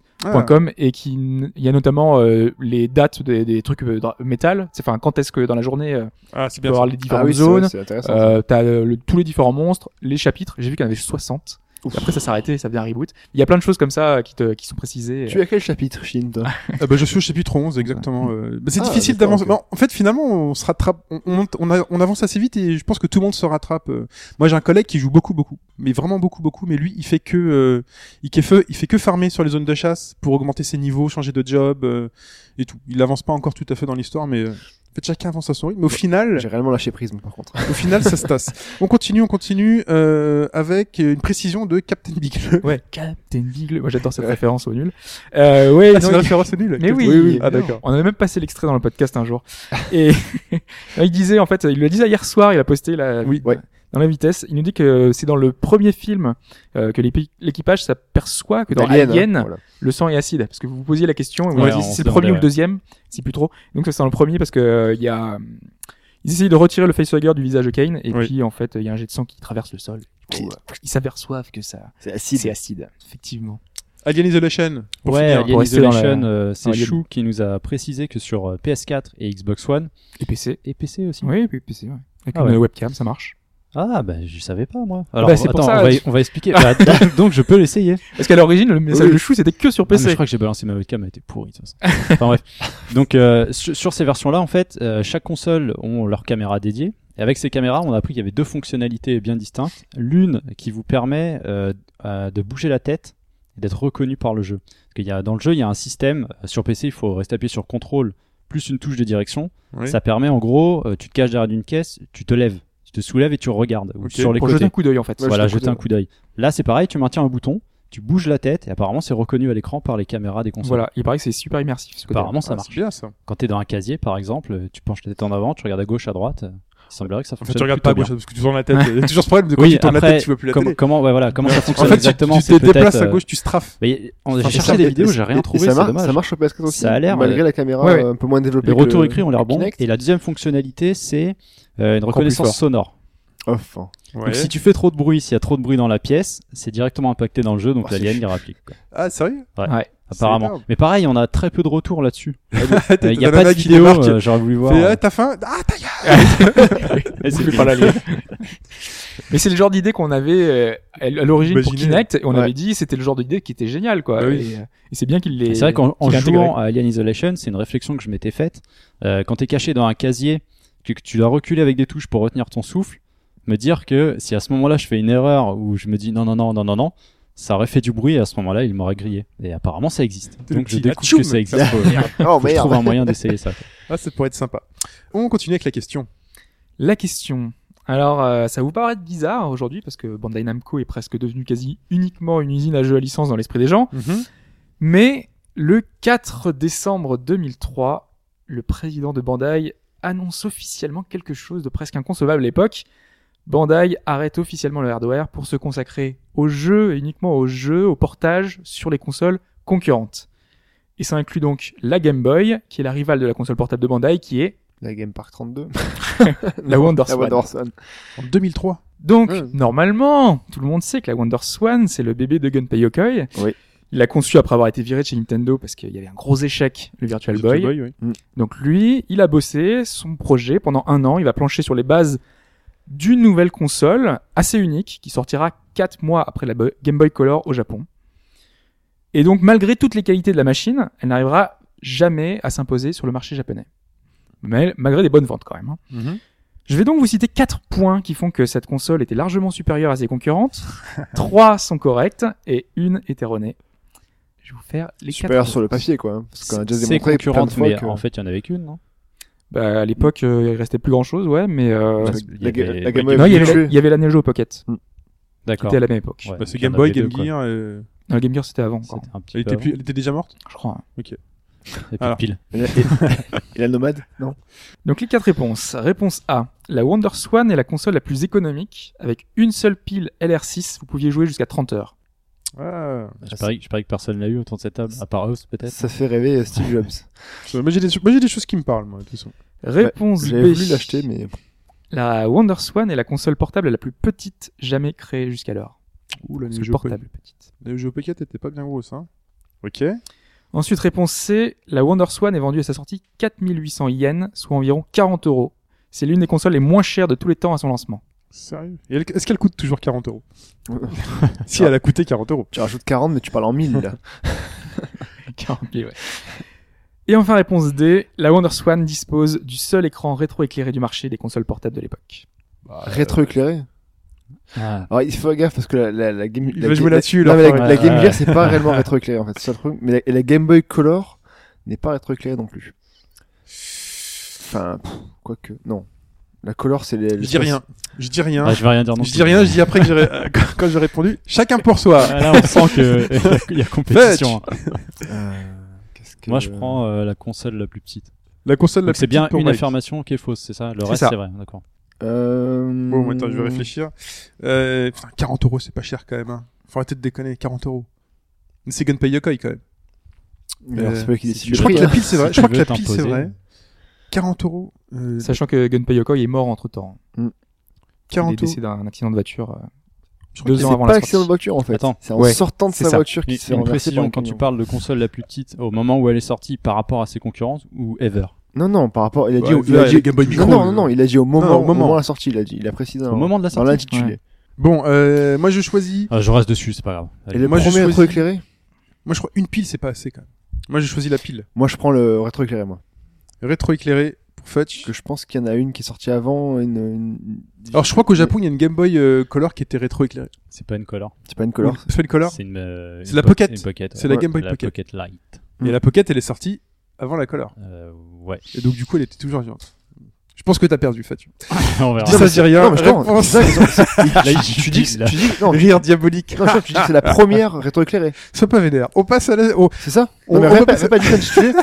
Speaker 3: Ah.
Speaker 5: et qui, il y a notamment euh, les dates des, des trucs euh, dra- métal. C'est enfin quand est-ce que dans la journée euh,
Speaker 3: Ah, c'est
Speaker 5: tu peux
Speaker 3: bien.
Speaker 5: avoir
Speaker 3: ça.
Speaker 5: les différentes
Speaker 6: Ah oui, c'est-
Speaker 5: zones.
Speaker 6: c'est intéressant. ça.
Speaker 5: Euh, t'as euh, le- tous les différents monstres, les chapitres. J'ai vu qu'il y en avait 60. Et après, ça s'arrêtait, ça faisait un reboot. Il y a plein de choses comme ça euh, qui, te, qui sont précisées.
Speaker 6: Tu es à quel chapitre, Shin toi
Speaker 3: Ah, bah, je suis au chapitre 11 exactement. euh, bah, c'est
Speaker 6: Ah,
Speaker 3: difficile
Speaker 6: d'accord,
Speaker 3: d'avancer.
Speaker 6: ok.
Speaker 3: Bah, en fait, finalement, on se rattrape on on, on a- on avance assez vite et je pense que tout le monde se rattrape. euh. Moi, j'ai un collègue qui joue beaucoup beaucoup, mais vraiment beaucoup beaucoup, mais lui, il fait que euh, il fait feu- il fait que farmer sur les zones de chasse pour augmenter ses niveaux, changer de job euh, et tout. Il avance pas encore tout à fait dans l'histoire mais euh, en fait, chacun avance à son rythme. Mais au final,
Speaker 6: J'ai réellement lâché prise, moi, par contre.
Speaker 3: Au final, ça se tasse. On continue, on continue euh, avec une précision de Captain Bigelow.
Speaker 5: Ouais, Captain Beagle. Moi, j'adore cette référence au nul. Euh, ouais,
Speaker 3: Ah, c'est
Speaker 5: non,
Speaker 3: une
Speaker 5: il-
Speaker 3: référence nulle.
Speaker 5: Mais oui,
Speaker 3: Ah d'accord.
Speaker 5: On avait même passé l'extrait dans le podcast un jour. Et il disait, en fait, il le disait hier soir, il a posté la,
Speaker 3: Oui.
Speaker 6: Ouais.
Speaker 5: dans la vitesse. Il nous dit que c'est dans le premier film euh, que l'épi- l'équipage s'aperçoit que dans Alien,
Speaker 6: Alien, hein, voilà.
Speaker 5: le sang est acide. Parce que vous vous posiez la question, et vous
Speaker 4: Ouais,
Speaker 5: avez dit
Speaker 4: on
Speaker 5: si
Speaker 4: se
Speaker 5: c'est le premier
Speaker 4: demandait,
Speaker 5: ou le
Speaker 4: ouais.
Speaker 5: deuxième, c'est plus trop. Donc ça c'est dans le premier parce que euh, il y a. Ils essayent de retirer le facehugger du visage de Kane, et
Speaker 3: Oui.
Speaker 5: puis en fait, il y a un jet de sang qui traverse le sol. Du coup, euh, Ils s'aperçoivent que ça,
Speaker 6: C'est
Speaker 5: c'est
Speaker 6: acide.
Speaker 5: acide, effectivement.
Speaker 3: Alien Isolation. Pour
Speaker 4: ouais,
Speaker 3: finir.
Speaker 5: pour
Speaker 4: Alien
Speaker 5: rester dans la-
Speaker 4: Isolation, euh, c'est
Speaker 5: Alien.
Speaker 4: Chou qui nous a précisé que sur euh, PS4 et Xbox One
Speaker 5: Et PC.
Speaker 4: et PC aussi.
Speaker 5: Oui, puis PC, ouais. Avec
Speaker 4: Ah
Speaker 5: une
Speaker 4: ouais.
Speaker 5: webcam, ça marche.
Speaker 4: Ah bah je savais pas moi. Alors
Speaker 5: bah, c'est pour
Speaker 4: attends,
Speaker 5: ça,
Speaker 4: on, va,
Speaker 5: tu-
Speaker 4: on va expliquer. Bah, donc, donc, je peux l'essayer.
Speaker 5: Parce qu'à l'origine, le message
Speaker 6: Oui.
Speaker 5: de chou, c'était que sur
Speaker 4: Ah, mais
Speaker 5: PC.
Speaker 4: je crois que j'ai balancé ma webcam, elle était pourrie. de toute façon. Enfin bref. Donc euh, sur, sur ces versions-là, en fait, euh, chaque console ont leur caméra dédiée. Et avec ces caméras, on a appris qu'il y avait deux fonctionnalités bien distinctes. L'une qui vous permet euh, euh, de bouger la tête et d'être reconnu par le jeu. Parce qu'il y a dans le jeu, il y a un système euh, sur PC, il faut rester appuyé sur contrôle plus une touche de direction.
Speaker 3: Oui.
Speaker 4: Ça permet en gros, euh, tu te caches derrière une caisse, tu te lèves. Tu te soulèves et tu regardes ou
Speaker 3: Ok,
Speaker 4: sur les
Speaker 5: Pour
Speaker 4: côtés.
Speaker 5: jeter un coup d'œil en fait.
Speaker 6: Ouais,
Speaker 4: voilà,
Speaker 6: jeter
Speaker 4: jeter
Speaker 6: un
Speaker 4: un coup d'œil. Là, c'est pareil, tu maintiens un bouton, tu bouges la tête et apparemment c'est reconnu à l'écran par les caméras des consoles.
Speaker 5: Voilà, il paraît que c'est super immersif. Ce côté
Speaker 4: Apparemment, ça
Speaker 3: Ah,
Speaker 4: marche.
Speaker 3: C'est bien ça.
Speaker 4: Quand t'es dans un casier, par exemple, tu penches la tête en avant, tu regardes à gauche, à droite. Il semblerait que ça
Speaker 3: En fait,
Speaker 4: fonctionne.
Speaker 3: tu regardes pas à
Speaker 4: plutôt
Speaker 3: gauche parce que tu tournes la tête. Il y a toujours ce problème de quand
Speaker 4: bien. oui,
Speaker 3: tu tournes
Speaker 4: après,
Speaker 3: la tête, tu vois plus la
Speaker 4: comment-
Speaker 3: tête.
Speaker 4: comment, ouais, voilà, comment ça fonctionne
Speaker 3: en fait, tu-
Speaker 4: exactement
Speaker 3: tu
Speaker 4: c'est
Speaker 3: te déplaces à
Speaker 4: peut-être, euh,
Speaker 3: gauche, tu strafes.
Speaker 4: mais on- J'ai
Speaker 6: Enfin, c'est
Speaker 4: cherché
Speaker 6: ça.
Speaker 4: des
Speaker 6: Et-
Speaker 4: vidéos,
Speaker 6: et-
Speaker 4: j'ai rien
Speaker 6: et
Speaker 4: trouvé.
Speaker 6: ça,
Speaker 4: C'est
Speaker 6: marche,
Speaker 4: dommage.
Speaker 6: ça marche sur PS4 aussi.
Speaker 4: Ça a l'air,
Speaker 6: Malgré
Speaker 4: ouais.
Speaker 6: la caméra
Speaker 5: Ouais, ouais.
Speaker 6: euh, un peu moins développée.
Speaker 4: Les
Speaker 6: que
Speaker 4: retours
Speaker 6: le-
Speaker 4: écrits ont
Speaker 6: que
Speaker 4: l'air bons.
Speaker 6: Kinect.
Speaker 4: Et la deuxième fonctionnalité, c'est euh, une
Speaker 5: plus
Speaker 4: reconnaissance
Speaker 5: fort.
Speaker 4: sonore.
Speaker 6: Off, hein.
Speaker 3: Ouais.
Speaker 4: Donc si tu fais trop de bruit, s'il y a trop de bruit dans la pièce, c'est directement impacté dans le jeu, donc
Speaker 6: Oh, c'est
Speaker 4: l'alien il réplique. quoi.
Speaker 3: Ah, sérieux
Speaker 4: Apparemment.
Speaker 3: énorme.
Speaker 4: Mais pareil, on a très peu de retours là-dessus.
Speaker 3: T'as
Speaker 4: Il n'y Euh, a
Speaker 3: la
Speaker 4: pas de
Speaker 3: nana qui
Speaker 4: vidéo,
Speaker 3: débarque.
Speaker 4: euh, j'aurais voulu voir.
Speaker 3: Fais,
Speaker 4: euh,
Speaker 3: ah, t'as faim Ah, t'as gueule
Speaker 4: et c'est
Speaker 5: Pas la ligne. Mais c'est le genre d'idée qu'on avait euh, à l'origine pour
Speaker 3: Imaginez.
Speaker 5: Kinect. Et on
Speaker 6: Ouais.
Speaker 5: avait dit c'était le genre d'idée qui était génial quoi.
Speaker 3: Bah oui.
Speaker 5: Et, euh, et c'est bien qu'il l'ait.
Speaker 4: C'est vrai qu'en en
Speaker 5: qu'il l'ait intégré.
Speaker 4: jouant à Alien Isolation, c'est une réflexion que je m'étais faite. Euh, quand t'es caché dans un casier, que, que tu dois reculer avec des touches pour retenir ton souffle, me dire que si à ce moment-là je fais une erreur ou je me dis non non non non non non, ça aurait fait du bruit et à ce moment-là il m'aurait grillé. Et apparemment ça existe.
Speaker 3: Le
Speaker 4: Donc je
Speaker 3: petit
Speaker 4: découvre
Speaker 3: atchoum.
Speaker 4: que ça existe. Faut-
Speaker 6: Oh
Speaker 4: faut que je trouve
Speaker 6: merde.
Speaker 4: un moyen d'essayer ça. quoi.
Speaker 3: Ah, ça pourrait être sympa. On continue avec la question.
Speaker 5: La question. Alors, euh, ça vous paraît bizarre aujourd'hui parce que Bandai Namco est presque devenu quasi uniquement une usine à jeux à licence dans l'esprit des gens.
Speaker 3: Mhm.
Speaker 5: Mais le 4 décembre 2003, le président de Bandai annonce officiellement quelque chose de presque inconcevable à l'époque. Bandai arrête officiellement le hardware pour se consacrer aux jeux et uniquement aux jeux, au portage sur les consoles concurrentes. Et ça inclut donc la Game Boy, qui est la rivale de la console portable de Bandai, qui est
Speaker 6: La Game Park 32.
Speaker 5: la Wonder
Speaker 6: La
Speaker 5: Swan.
Speaker 6: Wonder Swan.
Speaker 3: En 2003.
Speaker 5: Donc,
Speaker 6: Mm.
Speaker 5: normalement, tout le monde sait que la Wonder Swan, c'est le bébé de Gunpei Yokoi.
Speaker 6: Oui.
Speaker 5: Il l'a conçu après avoir été viré de chez Nintendo parce qu'il y avait un gros échec, le Virtual Boy.
Speaker 3: oui.
Speaker 5: Donc lui, il a bossé son projet pendant un an. Il va plancher sur les bases d'une nouvelle console assez unique qui sortira quatre mois après la Bo- Game Boy Color au Japon. Et donc malgré toutes les qualités de la machine, elle n'arrivera jamais à s'imposer sur le marché japonais. Mais malgré des bonnes ventes quand même. hein.
Speaker 6: Mm-hmm.
Speaker 5: Je vais donc vous citer quatre points qui font que cette console était largement supérieure à ses concurrentes. Trois sont correctes et une est erronée. Je vais vous faire les
Speaker 6: Supérieur
Speaker 5: quatre.
Speaker 6: sur le papier, quoi. hein. Parce qu'on a déjà
Speaker 4: C'est
Speaker 6: démontré plein de
Speaker 4: concurrente,
Speaker 6: fois
Speaker 4: mais
Speaker 6: que
Speaker 4: en fait il y en avait qu'une. non
Speaker 5: Bah, à l'époque, euh, il restait plus grand chose, ouais, mais euh,
Speaker 6: la-
Speaker 4: il y
Speaker 6: la
Speaker 4: avait-
Speaker 6: la Game Boy
Speaker 5: Non, il y avait,
Speaker 6: Virtue.
Speaker 5: il y avait la Neo Geo Pocket.
Speaker 4: Mm. D'accord.
Speaker 5: C'était à la même époque.
Speaker 4: Ouais,
Speaker 3: Bah, c'est
Speaker 4: donc il y en
Speaker 3: Game Boy,
Speaker 4: avait deux,
Speaker 3: Game
Speaker 4: quoi.
Speaker 3: Gear. euh,
Speaker 5: Non, le Game Gear, c'était avant, encore,
Speaker 4: C'était un petit
Speaker 3: Elle
Speaker 4: peu
Speaker 3: était,
Speaker 4: avant.
Speaker 3: plus- elle était déjà morte
Speaker 5: je crois.
Speaker 4: Et puis
Speaker 3: Alors.
Speaker 4: pile.
Speaker 6: euh. Et la nomade Non.
Speaker 5: Donc, les quatre réponses. Réponse A. La Wonder Swan est la console la plus économique. Avec une seule pile LR6, vous pouviez jouer jusqu'à 30 heures.
Speaker 3: Ah.
Speaker 4: Je parie, je parie que personne l'a eu autour de cette table, à part eux peut-être.
Speaker 6: Ça fait rêver euh, Steve Jobs.
Speaker 3: Moi, j'ai des, moi, j'ai des choses qui me parlent, moi, de toute façon.
Speaker 5: Réponse
Speaker 6: Bah, J'avais
Speaker 5: B.
Speaker 6: voulu l'acheter, mais
Speaker 5: La Wonder Swan est la console portable la plus petite jamais créée jusqu'alors.
Speaker 3: Ouh, la
Speaker 5: Parce
Speaker 3: Neo
Speaker 5: que
Speaker 3: Geo Pocket.
Speaker 5: portable, petite.
Speaker 3: La Neo Geo Pocket était pas bien grosse, hein. Ok.
Speaker 5: Ensuite, réponse C. La Wonder Swan est vendue à sa sortie 4800 yens, soit environ 40 euros. C'est l'une des consoles les moins chères de tous les temps à son lancement.
Speaker 3: Sérieux Et elle- Est-ce qu'elle coûte toujours 40 euros Si, elle a coûté 40 euros.
Speaker 6: tu rajoutes 40, mais tu parles en 1000 là.
Speaker 5: 40 pieds, ouais. Et enfin, réponse D, la Wonder Swan dispose du seul écran rétroéclairé du marché des consoles portables de l'époque.
Speaker 6: Rétroéclairé.
Speaker 4: Ah.
Speaker 6: Alors il faut faire gaffe parce que la, la, la Game
Speaker 3: Il
Speaker 6: la,
Speaker 3: va jouer
Speaker 6: la-
Speaker 3: là-dessus,
Speaker 6: non,
Speaker 3: là,
Speaker 6: mais la,
Speaker 3: pareil.
Speaker 6: la Game
Speaker 4: Ouais.
Speaker 6: Gear c'est pas réellement rétroéclairé en fait, c'est ça le truc. Mais la, et la Game Boy Color n'est pas rétroéclairée non plus. Enfin, pff, quoique, non. La Color c'est les.
Speaker 3: Je dis rien. Je dis rien.
Speaker 4: Ah, je vais rien dire non
Speaker 3: je
Speaker 4: plus.
Speaker 3: dis rien, je dis après que j'ai, ré- euh, quand- quand j'ai répondu, chacun pour soi.
Speaker 4: Ah, Là, on sent que il y a compétition. hein.
Speaker 6: Euh, qu'est-ce que-
Speaker 4: Moi, je prends euh, la console la plus petite.
Speaker 3: La console, la
Speaker 4: Donc, c'est
Speaker 3: plus
Speaker 4: bien
Speaker 3: petite pour
Speaker 4: une
Speaker 3: Mike.
Speaker 4: affirmation qui est fausse, c'est ça Le
Speaker 5: C'est
Speaker 4: reste,
Speaker 5: ça.
Speaker 4: c'est vrai, d'accord.
Speaker 6: Euh...
Speaker 3: Bon, attends, je vais réfléchir. Euh, putain, 40 euros, c'est pas cher quand même. Hein. Faut arrêter de déconner, 40 euros. Mais c'est Gunpei Yokoi quand même.
Speaker 6: Alors, c'est pas eux qui décident
Speaker 3: Je
Speaker 6: le
Speaker 3: crois
Speaker 6: prix,
Speaker 3: que la
Speaker 6: hein.
Speaker 3: pile, c'est vrai.
Speaker 4: Si
Speaker 3: Je
Speaker 4: tu
Speaker 3: crois que
Speaker 4: veux
Speaker 3: la pile, c'est
Speaker 4: t'imposer.
Speaker 3: vrai. 40 euros. euh,
Speaker 5: Sachant que Gunpei Yokoi est mort entre temps. Il est
Speaker 3: 40 euros.
Speaker 5: décédé d'un accident de voiture. euh.
Speaker 3: Je crois
Speaker 5: Deux
Speaker 3: que
Speaker 5: ans
Speaker 6: C'est
Speaker 5: avant
Speaker 6: pas
Speaker 5: la
Speaker 6: accident de
Speaker 5: sortie.
Speaker 6: voiture en fait.
Speaker 4: Attends.
Speaker 6: C'est en
Speaker 5: Ouais,
Speaker 6: sortant de
Speaker 5: c'est
Speaker 6: sa
Speaker 5: ça.
Speaker 6: voiture qu'il
Speaker 4: Une,
Speaker 6: se fait
Speaker 4: une
Speaker 6: renverser par
Speaker 4: précision
Speaker 6: un
Speaker 4: quand
Speaker 6: camion.
Speaker 4: tu parles de console la plus petite au moment où elle est sortie par rapport à ses concurrence ou ever.
Speaker 6: Non, non, par rapport. Il a dit.
Speaker 3: Ouais,
Speaker 6: au- il
Speaker 3: là,
Speaker 6: a
Speaker 3: Bah, il y a
Speaker 6: dit-
Speaker 3: Game Boy Micro,
Speaker 6: non, non,
Speaker 3: là.
Speaker 6: non, non, il a dit au moment,
Speaker 3: non, au
Speaker 6: au moment
Speaker 3: moment.
Speaker 6: de la sortie, il a dit. Il a précisé.
Speaker 4: Au moment de la
Speaker 6: Dans
Speaker 4: sortie.
Speaker 6: l'intitulé.
Speaker 5: Ouais.
Speaker 3: Bon, euh, moi je choisis.
Speaker 4: Ah, je reste dessus, c'est pas grave.
Speaker 6: Et
Speaker 4: Allez.
Speaker 6: le
Speaker 3: Moi, je
Speaker 6: premier
Speaker 3: choisis-
Speaker 6: rétroéclairé
Speaker 3: Moi je crois une pile, c'est pas assez quand même. Moi j'ai choisi la pile.
Speaker 6: Moi, je prends le rétroéclairé, moi.
Speaker 3: Rétroéclairé pour Fetch.
Speaker 6: Que je pense qu'il y en a une qui est sortie avant, une. une-
Speaker 3: Alors je crois qu'au Japon, il y a une Game Boy euh, Color qui était rétroéclairée.
Speaker 4: C'est pas une color.
Speaker 6: C'est pas une color.
Speaker 3: Ou- C'est pas une Color
Speaker 4: C'est une. euh,
Speaker 3: C'est
Speaker 4: une
Speaker 3: la
Speaker 4: po-
Speaker 3: Pocket.
Speaker 4: une pocket.
Speaker 3: C'est
Speaker 4: ouais.
Speaker 3: la Game Boy
Speaker 4: La
Speaker 3: Pocket.
Speaker 4: Pocket Light.
Speaker 3: Et la Pocket, elle est sortie avant la Color.
Speaker 4: Euh, ouais.
Speaker 3: Et donc du coup, elle était toujours vivante. Je pense que t'as perdu, Fatu.
Speaker 4: On verra.
Speaker 3: Ça, c'est rien.
Speaker 6: Non, mais je t'en-
Speaker 3: Réponse.
Speaker 6: non, ils ont-
Speaker 4: Là,
Speaker 6: tu dis que-
Speaker 4: là.
Speaker 6: tu dis que- non, mais-
Speaker 3: Rire diabolique.
Speaker 6: non, je- tu dis que c'est la première rétroéclairée.
Speaker 3: Sois pas vénère. On passe à la. au-
Speaker 6: C'est ça
Speaker 3: On-
Speaker 6: Non, mais
Speaker 3: on
Speaker 6: répète-
Speaker 3: repasse-
Speaker 6: répète bien l'intitulé.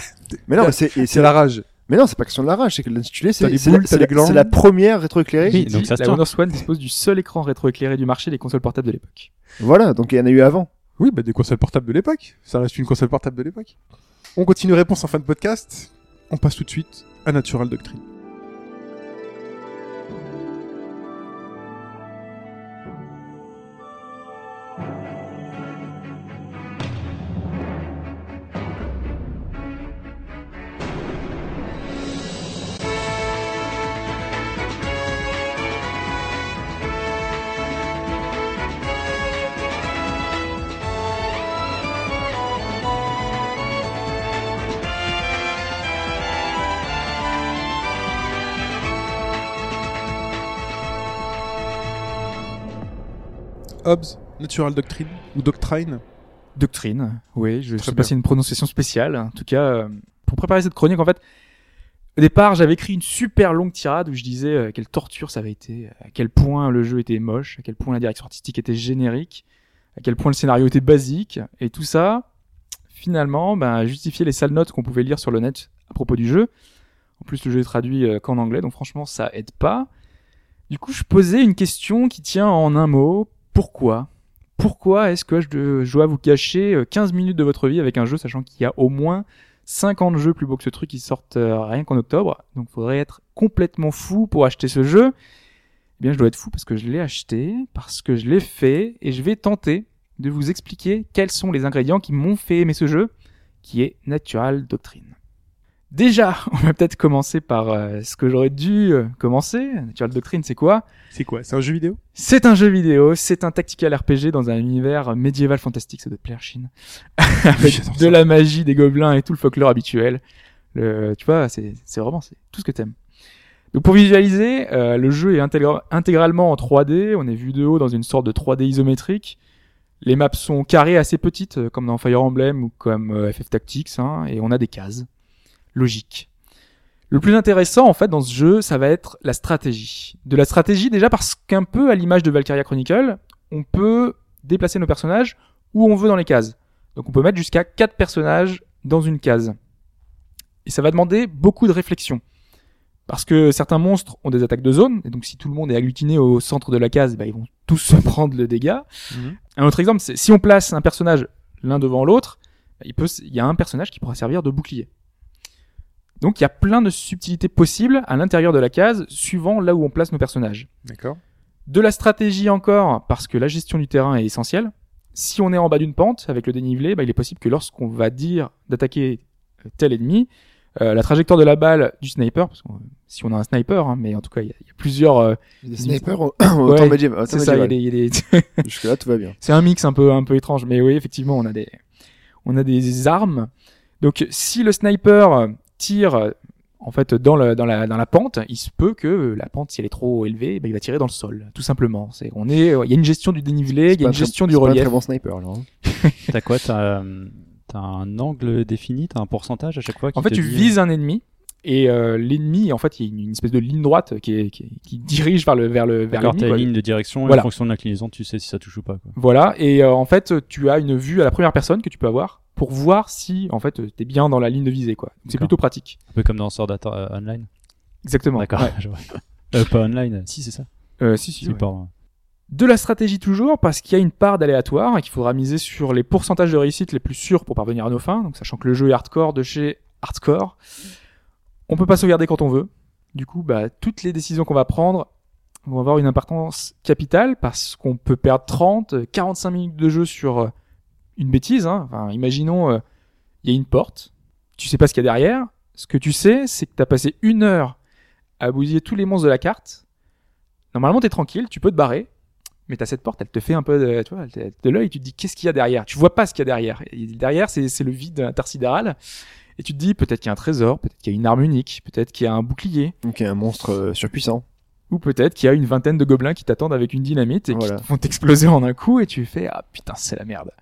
Speaker 6: Mais non, mais c'est et c'est-
Speaker 3: C'est la rage.
Speaker 6: Mais non, c'est pas question de la rage, c'est que l'intitulé,
Speaker 3: T'as
Speaker 6: c'est
Speaker 3: les
Speaker 6: c'est
Speaker 3: boules,
Speaker 6: la-
Speaker 3: t'as
Speaker 6: c'est
Speaker 3: les glandes.
Speaker 6: la, c'est la première rétroéclairée.
Speaker 4: Oui,
Speaker 5: Qui
Speaker 4: donc
Speaker 5: dit,
Speaker 4: ça se
Speaker 5: la
Speaker 4: tient.
Speaker 5: Honor Swan dispose du seul écran rétroéclairé du marché des consoles portables de l'époque.
Speaker 6: Voilà, donc il y en a eu avant.
Speaker 3: Oui, bah des consoles portables de l'époque. Ça reste une console portable de l'époque. On continue réponse en fin de podcast. On passe tout de suite à Natural Doctrine. Hobbes, Natural Doctrine ou Doctrine.
Speaker 5: Doctrine, oui, je
Speaker 3: Très
Speaker 5: sais
Speaker 3: bien.
Speaker 5: pas si c'est une prononciation spéciale. En tout cas, euh, pour préparer cette chronique, en fait, au départ, j'avais écrit une super longue tirade où je disais euh, quelle torture ça avait été, à quel point le jeu était moche, à quel point la direction artistique était générique, à quel point le scénario était basique, et tout ça, finalement, ben, justifiait les sales notes qu'on pouvait lire sur le net à propos du jeu. En plus, le jeu est traduit euh, qu'en anglais, donc franchement, ça aide pas. Du coup, je posais une question qui tient en un mot pourquoi pourquoi est-ce que je de- je dois vous cacher euh, 15 minutes de votre vie avec un jeu, sachant qu'il y a au moins 50 jeux plus beaux que ce truc qui sortent euh, rien qu'en octobre. Donc faudrait être complètement fou pour acheter ce jeu. Eh bien, je dois être fou parce que je l'ai acheté, parce que je l'ai fait, et je vais tenter de vous expliquer quels sont les ingrédients qui m'ont fait aimer ce jeu, qui est Natural Doctrine. Déjà, on va peut-être commencer par euh, ce que j'aurais dû euh, commencer. Natural Doctrine, c'est quoi
Speaker 3: C'est quoi C'est un jeu vidéo
Speaker 5: c'est un jeu vidéo, c'est un tactical RPG dans un univers médiéval fantastique, ça doit te plaire, Chine. Avec
Speaker 3: Ah J'adore
Speaker 5: de
Speaker 3: ça.
Speaker 5: la magie, des gobelins et tout le folklore habituel. Le, tu vois, c'est c'est vraiment c'est tout ce que t'aimes. Donc pour visualiser, euh, le jeu est intégra- intégralement en 3D, on est vu de haut dans une sorte de 3D isométrique. Les maps sont carrées assez petites, euh, comme dans Fire Emblem ou comme euh, FF Tactics, hein, et on a des cases. Logique. Le plus intéressant, en fait, dans ce jeu, ça va être la stratégie. De la stratégie, déjà parce qu'un peu à l'image de Valkyria Chronicle, on peut déplacer nos personnages où on veut dans les cases. Donc on peut mettre jusqu'à 4 personnages dans une case. Et ça va demander beaucoup de réflexion. Parce que certains monstres ont des attaques de zone, et donc si tout le monde est agglutiné au centre de la case, bah, ils vont tous se prendre le dégât.
Speaker 3: Mhm.
Speaker 5: Un autre exemple, c'est si on place un personnage l'un devant l'autre, bah, il, peut, s- il y a un personnage qui pourra servir de bouclier. Donc il y a plein de subtilités possibles à l'intérieur de la case, suivant là où on place nos personnages.
Speaker 3: D'accord.
Speaker 5: De la stratégie encore, parce que la gestion du terrain est essentielle. Si on est en bas d'une pente avec le dénivelé, bah, il est possible que lorsqu'on va dire d'attaquer euh, tel ennemi, euh, la trajectoire de la balle du sniper, parce que euh, si on a un sniper, hein, mais en tout cas il y, a- il y a plusieurs, euh,
Speaker 6: Des
Speaker 5: snipers
Speaker 6: snipers au au temps
Speaker 5: Ouais,
Speaker 6: médiéval.
Speaker 5: c'est ça, il y a des- il y a des,
Speaker 6: Jusque-là, tout va bien.
Speaker 5: c'est un mix un peu un peu étrange, mais oui, effectivement, on a des on a des armes. Donc si le sniper tire en fait dans la dans la dans la pente, il se peut que la pente si elle est trop élevée, ben, il va tirer dans le sol, tout simplement. C'est on est il y a une gestion du dénivelé,
Speaker 6: C'est
Speaker 5: il
Speaker 6: pas
Speaker 5: y a une
Speaker 6: un très-
Speaker 5: gestion du
Speaker 6: c'est pas un
Speaker 5: relief.
Speaker 6: très bon sniper, alors. hein.
Speaker 4: T'as quoi T'as euh, t'as un angle défini T'as un pourcentage à chaque fois qui
Speaker 5: En fait,
Speaker 4: te
Speaker 5: tu
Speaker 4: dit-
Speaker 5: vises un ennemi et euh, l'ennemi en fait, il y a une, une espèce de ligne droite qui est, qui, est- qui dirige vers le vers le vers
Speaker 4: D'accord,
Speaker 5: l'ennemi.
Speaker 4: t'as une
Speaker 5: quoi.
Speaker 4: ligne de direction et
Speaker 5: Voilà.
Speaker 4: en fonction de l'inclinaison, tu sais si ça touche ou pas. Quoi.
Speaker 5: Voilà, et euh, en fait, tu as une vue à la première personne que tu peux avoir pour voir si en fait t'es bien dans la ligne de visée quoi. C'est
Speaker 4: D'accord.
Speaker 5: plutôt pratique.
Speaker 4: Un peu comme dans Sword Art euh, Online.
Speaker 5: Exactement.
Speaker 4: D'accord,
Speaker 5: Ouais.
Speaker 4: je vois. Euh, pas online, euh, si c'est ça.
Speaker 5: Euh, si, si,
Speaker 4: Si,
Speaker 5: ouais.
Speaker 4: pardon.
Speaker 5: De la stratégie toujours, parce qu'il y a une part d'aléatoire et qu'il faudra miser sur les pourcentages de réussite les plus sûrs pour parvenir à nos fins, donc sachant que le jeu est hardcore de chez hardcore. On peut pas sauvegarder quand on veut. Du coup, bah, toutes les décisions qu'on va prendre vont avoir une importance capitale parce qu'on peut perdre 30, 45 minutes de jeu sur euh, une bêtise. hein. Enfin, imaginons, euh, il y a une porte, tu sais pas ce qu'il y a derrière. Ce que tu sais, c'est que t'as passé une heure à bousiller tous les monstres de la carte. Normalement, t'es tranquille, tu peux te barrer mais t'as cette porte, elle te fait un peu de, tu vois, elle te- de l'œil, tu te dis qu'est-ce qu'il y a derrière Tu vois pas ce qu'il y a derrière. Et derrière, c'est c'est le vide intersidéral. Et tu te dis peut-être qu'il y a un trésor, peut-être qu'il y a une arme unique, peut-être qu'il y a un bouclier,
Speaker 6: Donc il y a un monstre euh, surpuissant.
Speaker 5: ou peut-être qu'il y a une vingtaine de gobelins qui t'attendent avec une dynamite et
Speaker 6: Voilà.
Speaker 5: qui vont t'exploser en un coup. Et tu fais ah putain c'est la merde.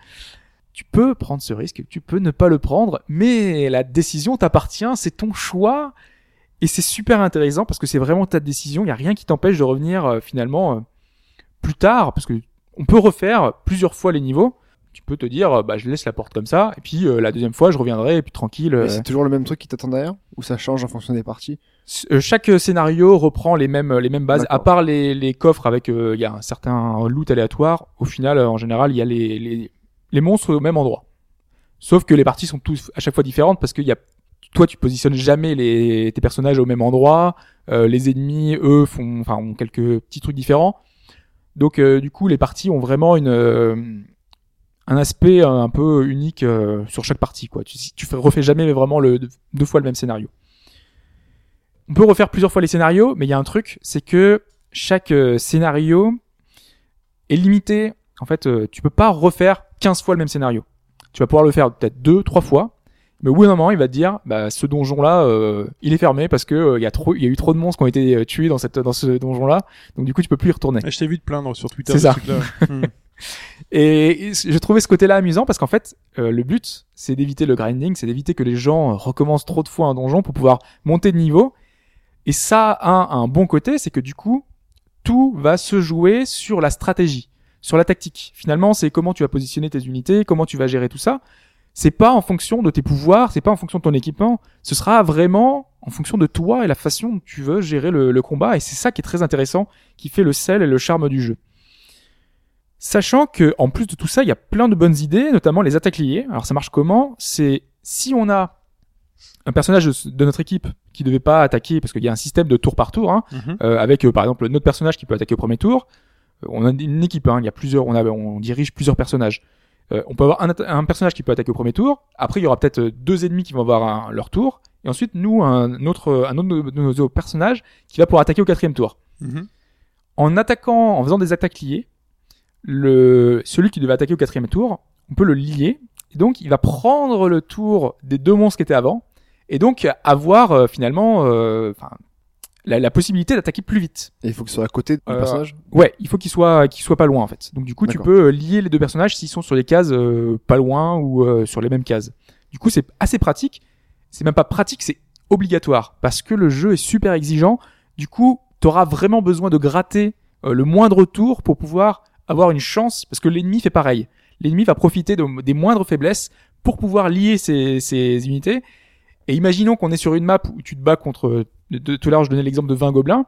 Speaker 5: Tu peux prendre ce risque, tu peux ne pas le prendre, mais la décision t'appartient, c'est ton choix. Et c'est super intéressant parce que c'est vraiment ta décision. Il n'y a rien qui t'empêche de revenir euh, finalement euh, plus tard parce que on peut refaire plusieurs fois les niveaux. Tu peux te dire, euh, bah, je laisse la porte comme ça et puis euh, la deuxième fois je reviendrai et puis tranquille. euh,
Speaker 6: Mais c'est toujours le même truc qui t'attend derrière Ou ça change en fonction des parties
Speaker 5: S- euh, chaque euh, scénario reprend les mêmes euh, les mêmes bases à
Speaker 6: D'accord.
Speaker 5: part les, les coffres avec euh, il y a un certain loot aléatoire au final euh, en général il y a les, les les monstres au même endroit sauf que les parties sont tous à chaque fois différentes parce qu'il y a toi tu positionnes jamais les tes personnages au même endroit euh, les ennemis eux font enfin ont quelques petits trucs différents donc euh, du coup les parties ont vraiment une euh, un aspect euh, un peu unique euh, sur chaque partie quoi tu tu fais- refais jamais vraiment le deux fois le même scénario on peut refaire plusieurs fois les scénarios, mais il y a un truc, c'est que chaque euh, scénario est limité. En fait, euh, tu peux pas refaire 15 fois le même scénario. Tu vas pouvoir le faire peut-être deux, trois fois. Mais au bout d'un moment, il va te dire, bah, ce donjon-là, euh, il est fermé parce que euh, il y a trop, il y a eu trop de monstres qui ont été euh, tués dans cette, dans ce donjon-là. Donc du coup, tu peux plus y retourner.
Speaker 3: Ah, Je t'ai vu te plaindre sur Twitter.
Speaker 5: C'est
Speaker 3: de
Speaker 5: ça.
Speaker 3: ce truc-là. Hmm.
Speaker 5: Et et j'ai trouvé ce côté-là amusant parce qu'en fait, euh, le but, c'est d'éviter le grinding, c'est d'éviter que les gens euh, recommencent trop de fois un donjon pour pouvoir monter de niveau. Et ça a un bon côté, c'est que du coup, tout va se jouer sur la stratégie, sur la tactique. Finalement, c'est comment tu vas positionner tes unités, comment tu vas gérer tout ça. C'est pas en fonction de tes pouvoirs, c'est pas en fonction de ton équipement. Ce sera vraiment en fonction de toi et la façon dont tu veux gérer le, le combat. Et c'est ça qui est très intéressant, qui fait le sel et le charme du jeu. Sachant que, en plus de tout ça, il y a plein de bonnes idées, notamment les attaques liées. Alors, ça marche comment? C'est, si on a un personnage de, de notre équipe qui devait pas attaquer, parce qu'il y a un système de tour par tour, hein,
Speaker 3: Mhm.
Speaker 5: euh, avec, euh, par exemple, notre personnage qui peut attaquer au premier tour. Euh, On a une équipe, hein, il y a plusieurs, on a, on dirige plusieurs personnages. Euh, on peut avoir un, atta- un personnage qui peut attaquer au premier tour. Après, il y aura peut-être euh, deux ennemis qui vont avoir un- leur tour. Et ensuite, nous, un autre, un autre de nos- de nos personnages qui va pouvoir attaquer au quatrième tour
Speaker 3: Mhm.
Speaker 5: en attaquant, en faisant des attaques liées, le, celui qui devait attaquer au quatrième tour, on peut le lier. Et donc, il va prendre le tour des deux monstres qui étaient avant. Et donc, avoir euh, finalement euh, enfin, la, la possibilité d'attaquer plus vite.
Speaker 6: Et il faut que ce soit à côté du
Speaker 5: Euh,
Speaker 6: personnage
Speaker 5: Ouais, il faut qu'il soit, qu'il soit pas loin en fait. Donc, du coup, tu
Speaker 6: D'accord.
Speaker 5: peux euh, lier les deux personnages s'ils sont sur des cases euh, pas loin ou euh, sur les mêmes cases. Du coup, c'est assez pratique. C'est même pas pratique, c'est obligatoire parce que le jeu est super exigeant. Du coup, t'auras vraiment besoin de gratter euh, le moindre tour pour pouvoir avoir une chance parce que l'ennemi fait pareil. L'ennemi va profiter de- des moindres faiblesses pour pouvoir lier ses, ses unités. Et imaginons qu'on est sur une map où tu te bats contre, de- de- tout à l'heure je donnais l'exemple de 20 gobelins.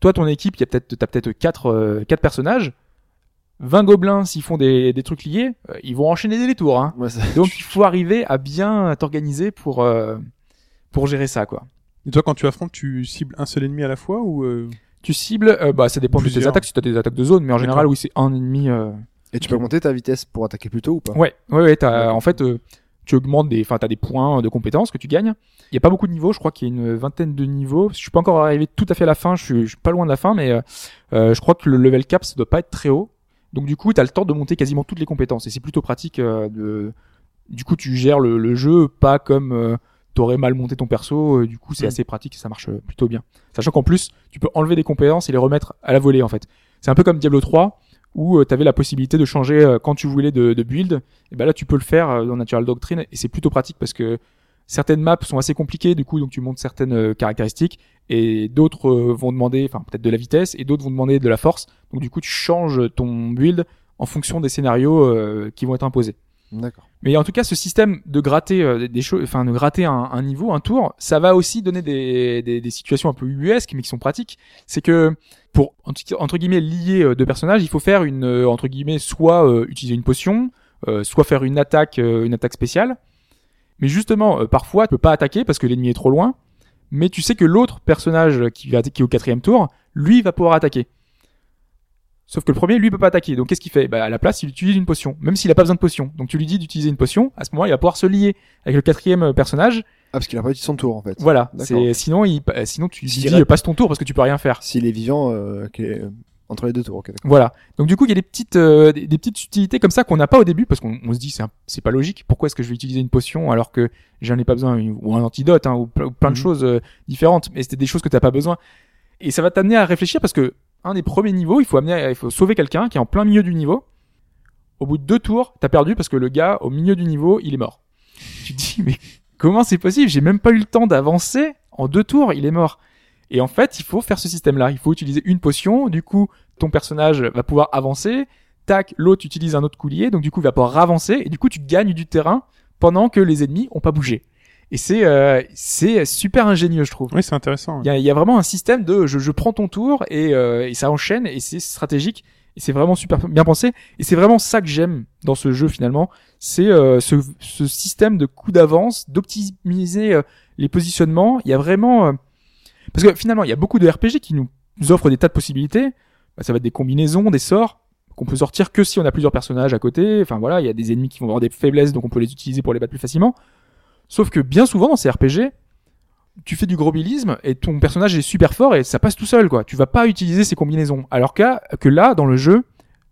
Speaker 5: Toi, ton équipe, il y a peut-être, t'as peut-être 4, personnages. 20 gobelins, s'ils font des, des trucs liés, euh, ils vont enchaîner des tours, hein.
Speaker 6: Ouais, ça-
Speaker 5: Donc il faut arriver à bien t'organiser pour euh, pour gérer ça quoi.
Speaker 3: Et toi, quand tu affrontes, tu cibles un seul ennemi à la fois ou euh,
Speaker 5: Tu cibles, euh, bah ça dépend de tes
Speaker 3: Plusieurs.
Speaker 5: attaques. Si t'as des attaques de zone, mais en général oui c'est un ennemi. Euh...
Speaker 6: Et tu peux augmenter ta vitesse pour attaquer plus tôt ou pas
Speaker 5: Ouais, ouais, ouais. T'as,
Speaker 6: D'accord.
Speaker 5: en fait, euh, tu augmentes des, enfin t'as des points de compétences que tu gagnes. Il y a pas beaucoup de niveaux, je crois qu'il y a une vingtaine de niveaux. Je suis pas encore arrivé tout à fait à la fin. Je suis, je suis pas loin de la fin, mais euh, euh, je crois que le level cap ça doit pas être très haut. Donc du coup t'as le temps de monter quasiment toutes les compétences et c'est plutôt pratique. euh, de... Du coup tu gères le, le jeu pas comme euh, t'aurais mal monté ton perso. euh, du coup c'est
Speaker 3: Mm.
Speaker 5: assez pratique et ça marche euh, plutôt bien. Sachant qu'en plus tu peux enlever des compétences et les remettre à la volée en fait. C'est un peu comme Diablo 3 où tu avais la possibilité de changer euh, quand tu voulais de, de build. Et ben là, tu peux le faire euh, dans Natural Doctrine et c'est plutôt pratique parce que certaines maps sont assez compliquées, du coup, donc tu montes certaines euh, caractéristiques et d'autres euh, vont demander, enfin peut-être de la vitesse et d'autres vont demander de la force. Donc du coup, tu changes ton build en fonction des scénarios euh, qui vont être imposés.
Speaker 6: D'accord.
Speaker 5: Mais en tout cas, ce système de gratter euh, des- des choses, enfin de gratter un, un niveau, un tour, ça va aussi donner des, des, des situations un peu ubuesques, mais qui sont pratiques. C'est que pour entre entre guillemets lier euh, deux personnages, il faut faire une euh, entre guillemets soit euh, utiliser une potion, euh, soit faire une attaque, euh, une attaque spéciale. Mais justement, euh, parfois, tu peux pas attaquer parce que l'ennemi est trop loin. Mais tu sais que l'autre personnage qui va attaquer au quatrième tour, lui va pouvoir attaquer. Sauf que le premier, lui, peut pas attaquer. Donc, qu'est-ce qu'il fait bah, À la place, il utilise une potion, même s'il a pas besoin de potion. Donc, tu lui dis d'utiliser une potion. À ce moment, il va pouvoir se lier avec le quatrième euh, personnage.
Speaker 6: Ah, parce qu'il a pas utilisé son tour en fait.
Speaker 5: Voilà.
Speaker 6: D'accord.
Speaker 5: C'est sinon, il, euh, sinon tu lui
Speaker 6: Je
Speaker 5: dis
Speaker 6: dirais-
Speaker 5: euh, passe ton tour parce que tu peux rien faire.
Speaker 6: S'il est vivant, euh, qu'il est, euh, entre les deux tours. ok, d'accord.
Speaker 5: Voilà. Donc du coup, il y a des petites, euh, des, des petites subtilités comme ça qu'on n'a pas au début parce qu'on on se dit c'est un- c'est pas logique. Pourquoi est-ce que je vais utiliser une potion alors que j'en ai pas besoin une- ou un antidote hein, ou, ple- ou plein de
Speaker 3: Mhm.
Speaker 5: choses euh, différentes. Mais c'était des choses que t'as pas besoin. Et ça va t'amener à réfléchir parce que un des premiers niveaux, il faut amener, il faut sauver quelqu'un qui est en plein milieu du niveau. Au bout de deux tours, t'as perdu parce que le gars au milieu du niveau, il est mort. Tu te dis mais comment c'est possible J'ai même pas eu le temps d'avancer. en deux tours, il est mort. Et en fait, il faut faire ce système-là. Il faut utiliser une potion, du coup, ton personnage va pouvoir avancer, tac, l'autre utilise un autre coulier, donc du coup, il va pouvoir avancer, et du coup, tu gagnes du terrain pendant que les ennemis ont pas bougé. Et c'est euh, c'est super ingénieux, je trouve.
Speaker 3: Oui, c'est intéressant. hein. ouais.
Speaker 5: Il y a, il y a vraiment un système de je, je prends ton tour et, euh, et ça enchaîne et c'est stratégique et c'est vraiment super bien pensé et c'est vraiment ça que j'aime dans ce jeu finalement c'est euh, ce, ce système de coups d'avance d'optimiser euh, les positionnements il y a vraiment euh, parce que finalement il y a beaucoup de RPG qui nous offrent des tas de possibilités Bah, ça va être des combinaisons des sorts qu'on peut sortir que si on a plusieurs personnages à côté enfin voilà il y a des ennemis qui vont avoir des faiblesses donc on peut les utiliser pour les battre plus facilement sauf que bien souvent dans ces RPG tu fais du grobilisme et ton personnage est super fort et ça passe tout seul quoi. Tu vas pas utiliser ces combinaisons. Alors qu'à- que là dans le jeu,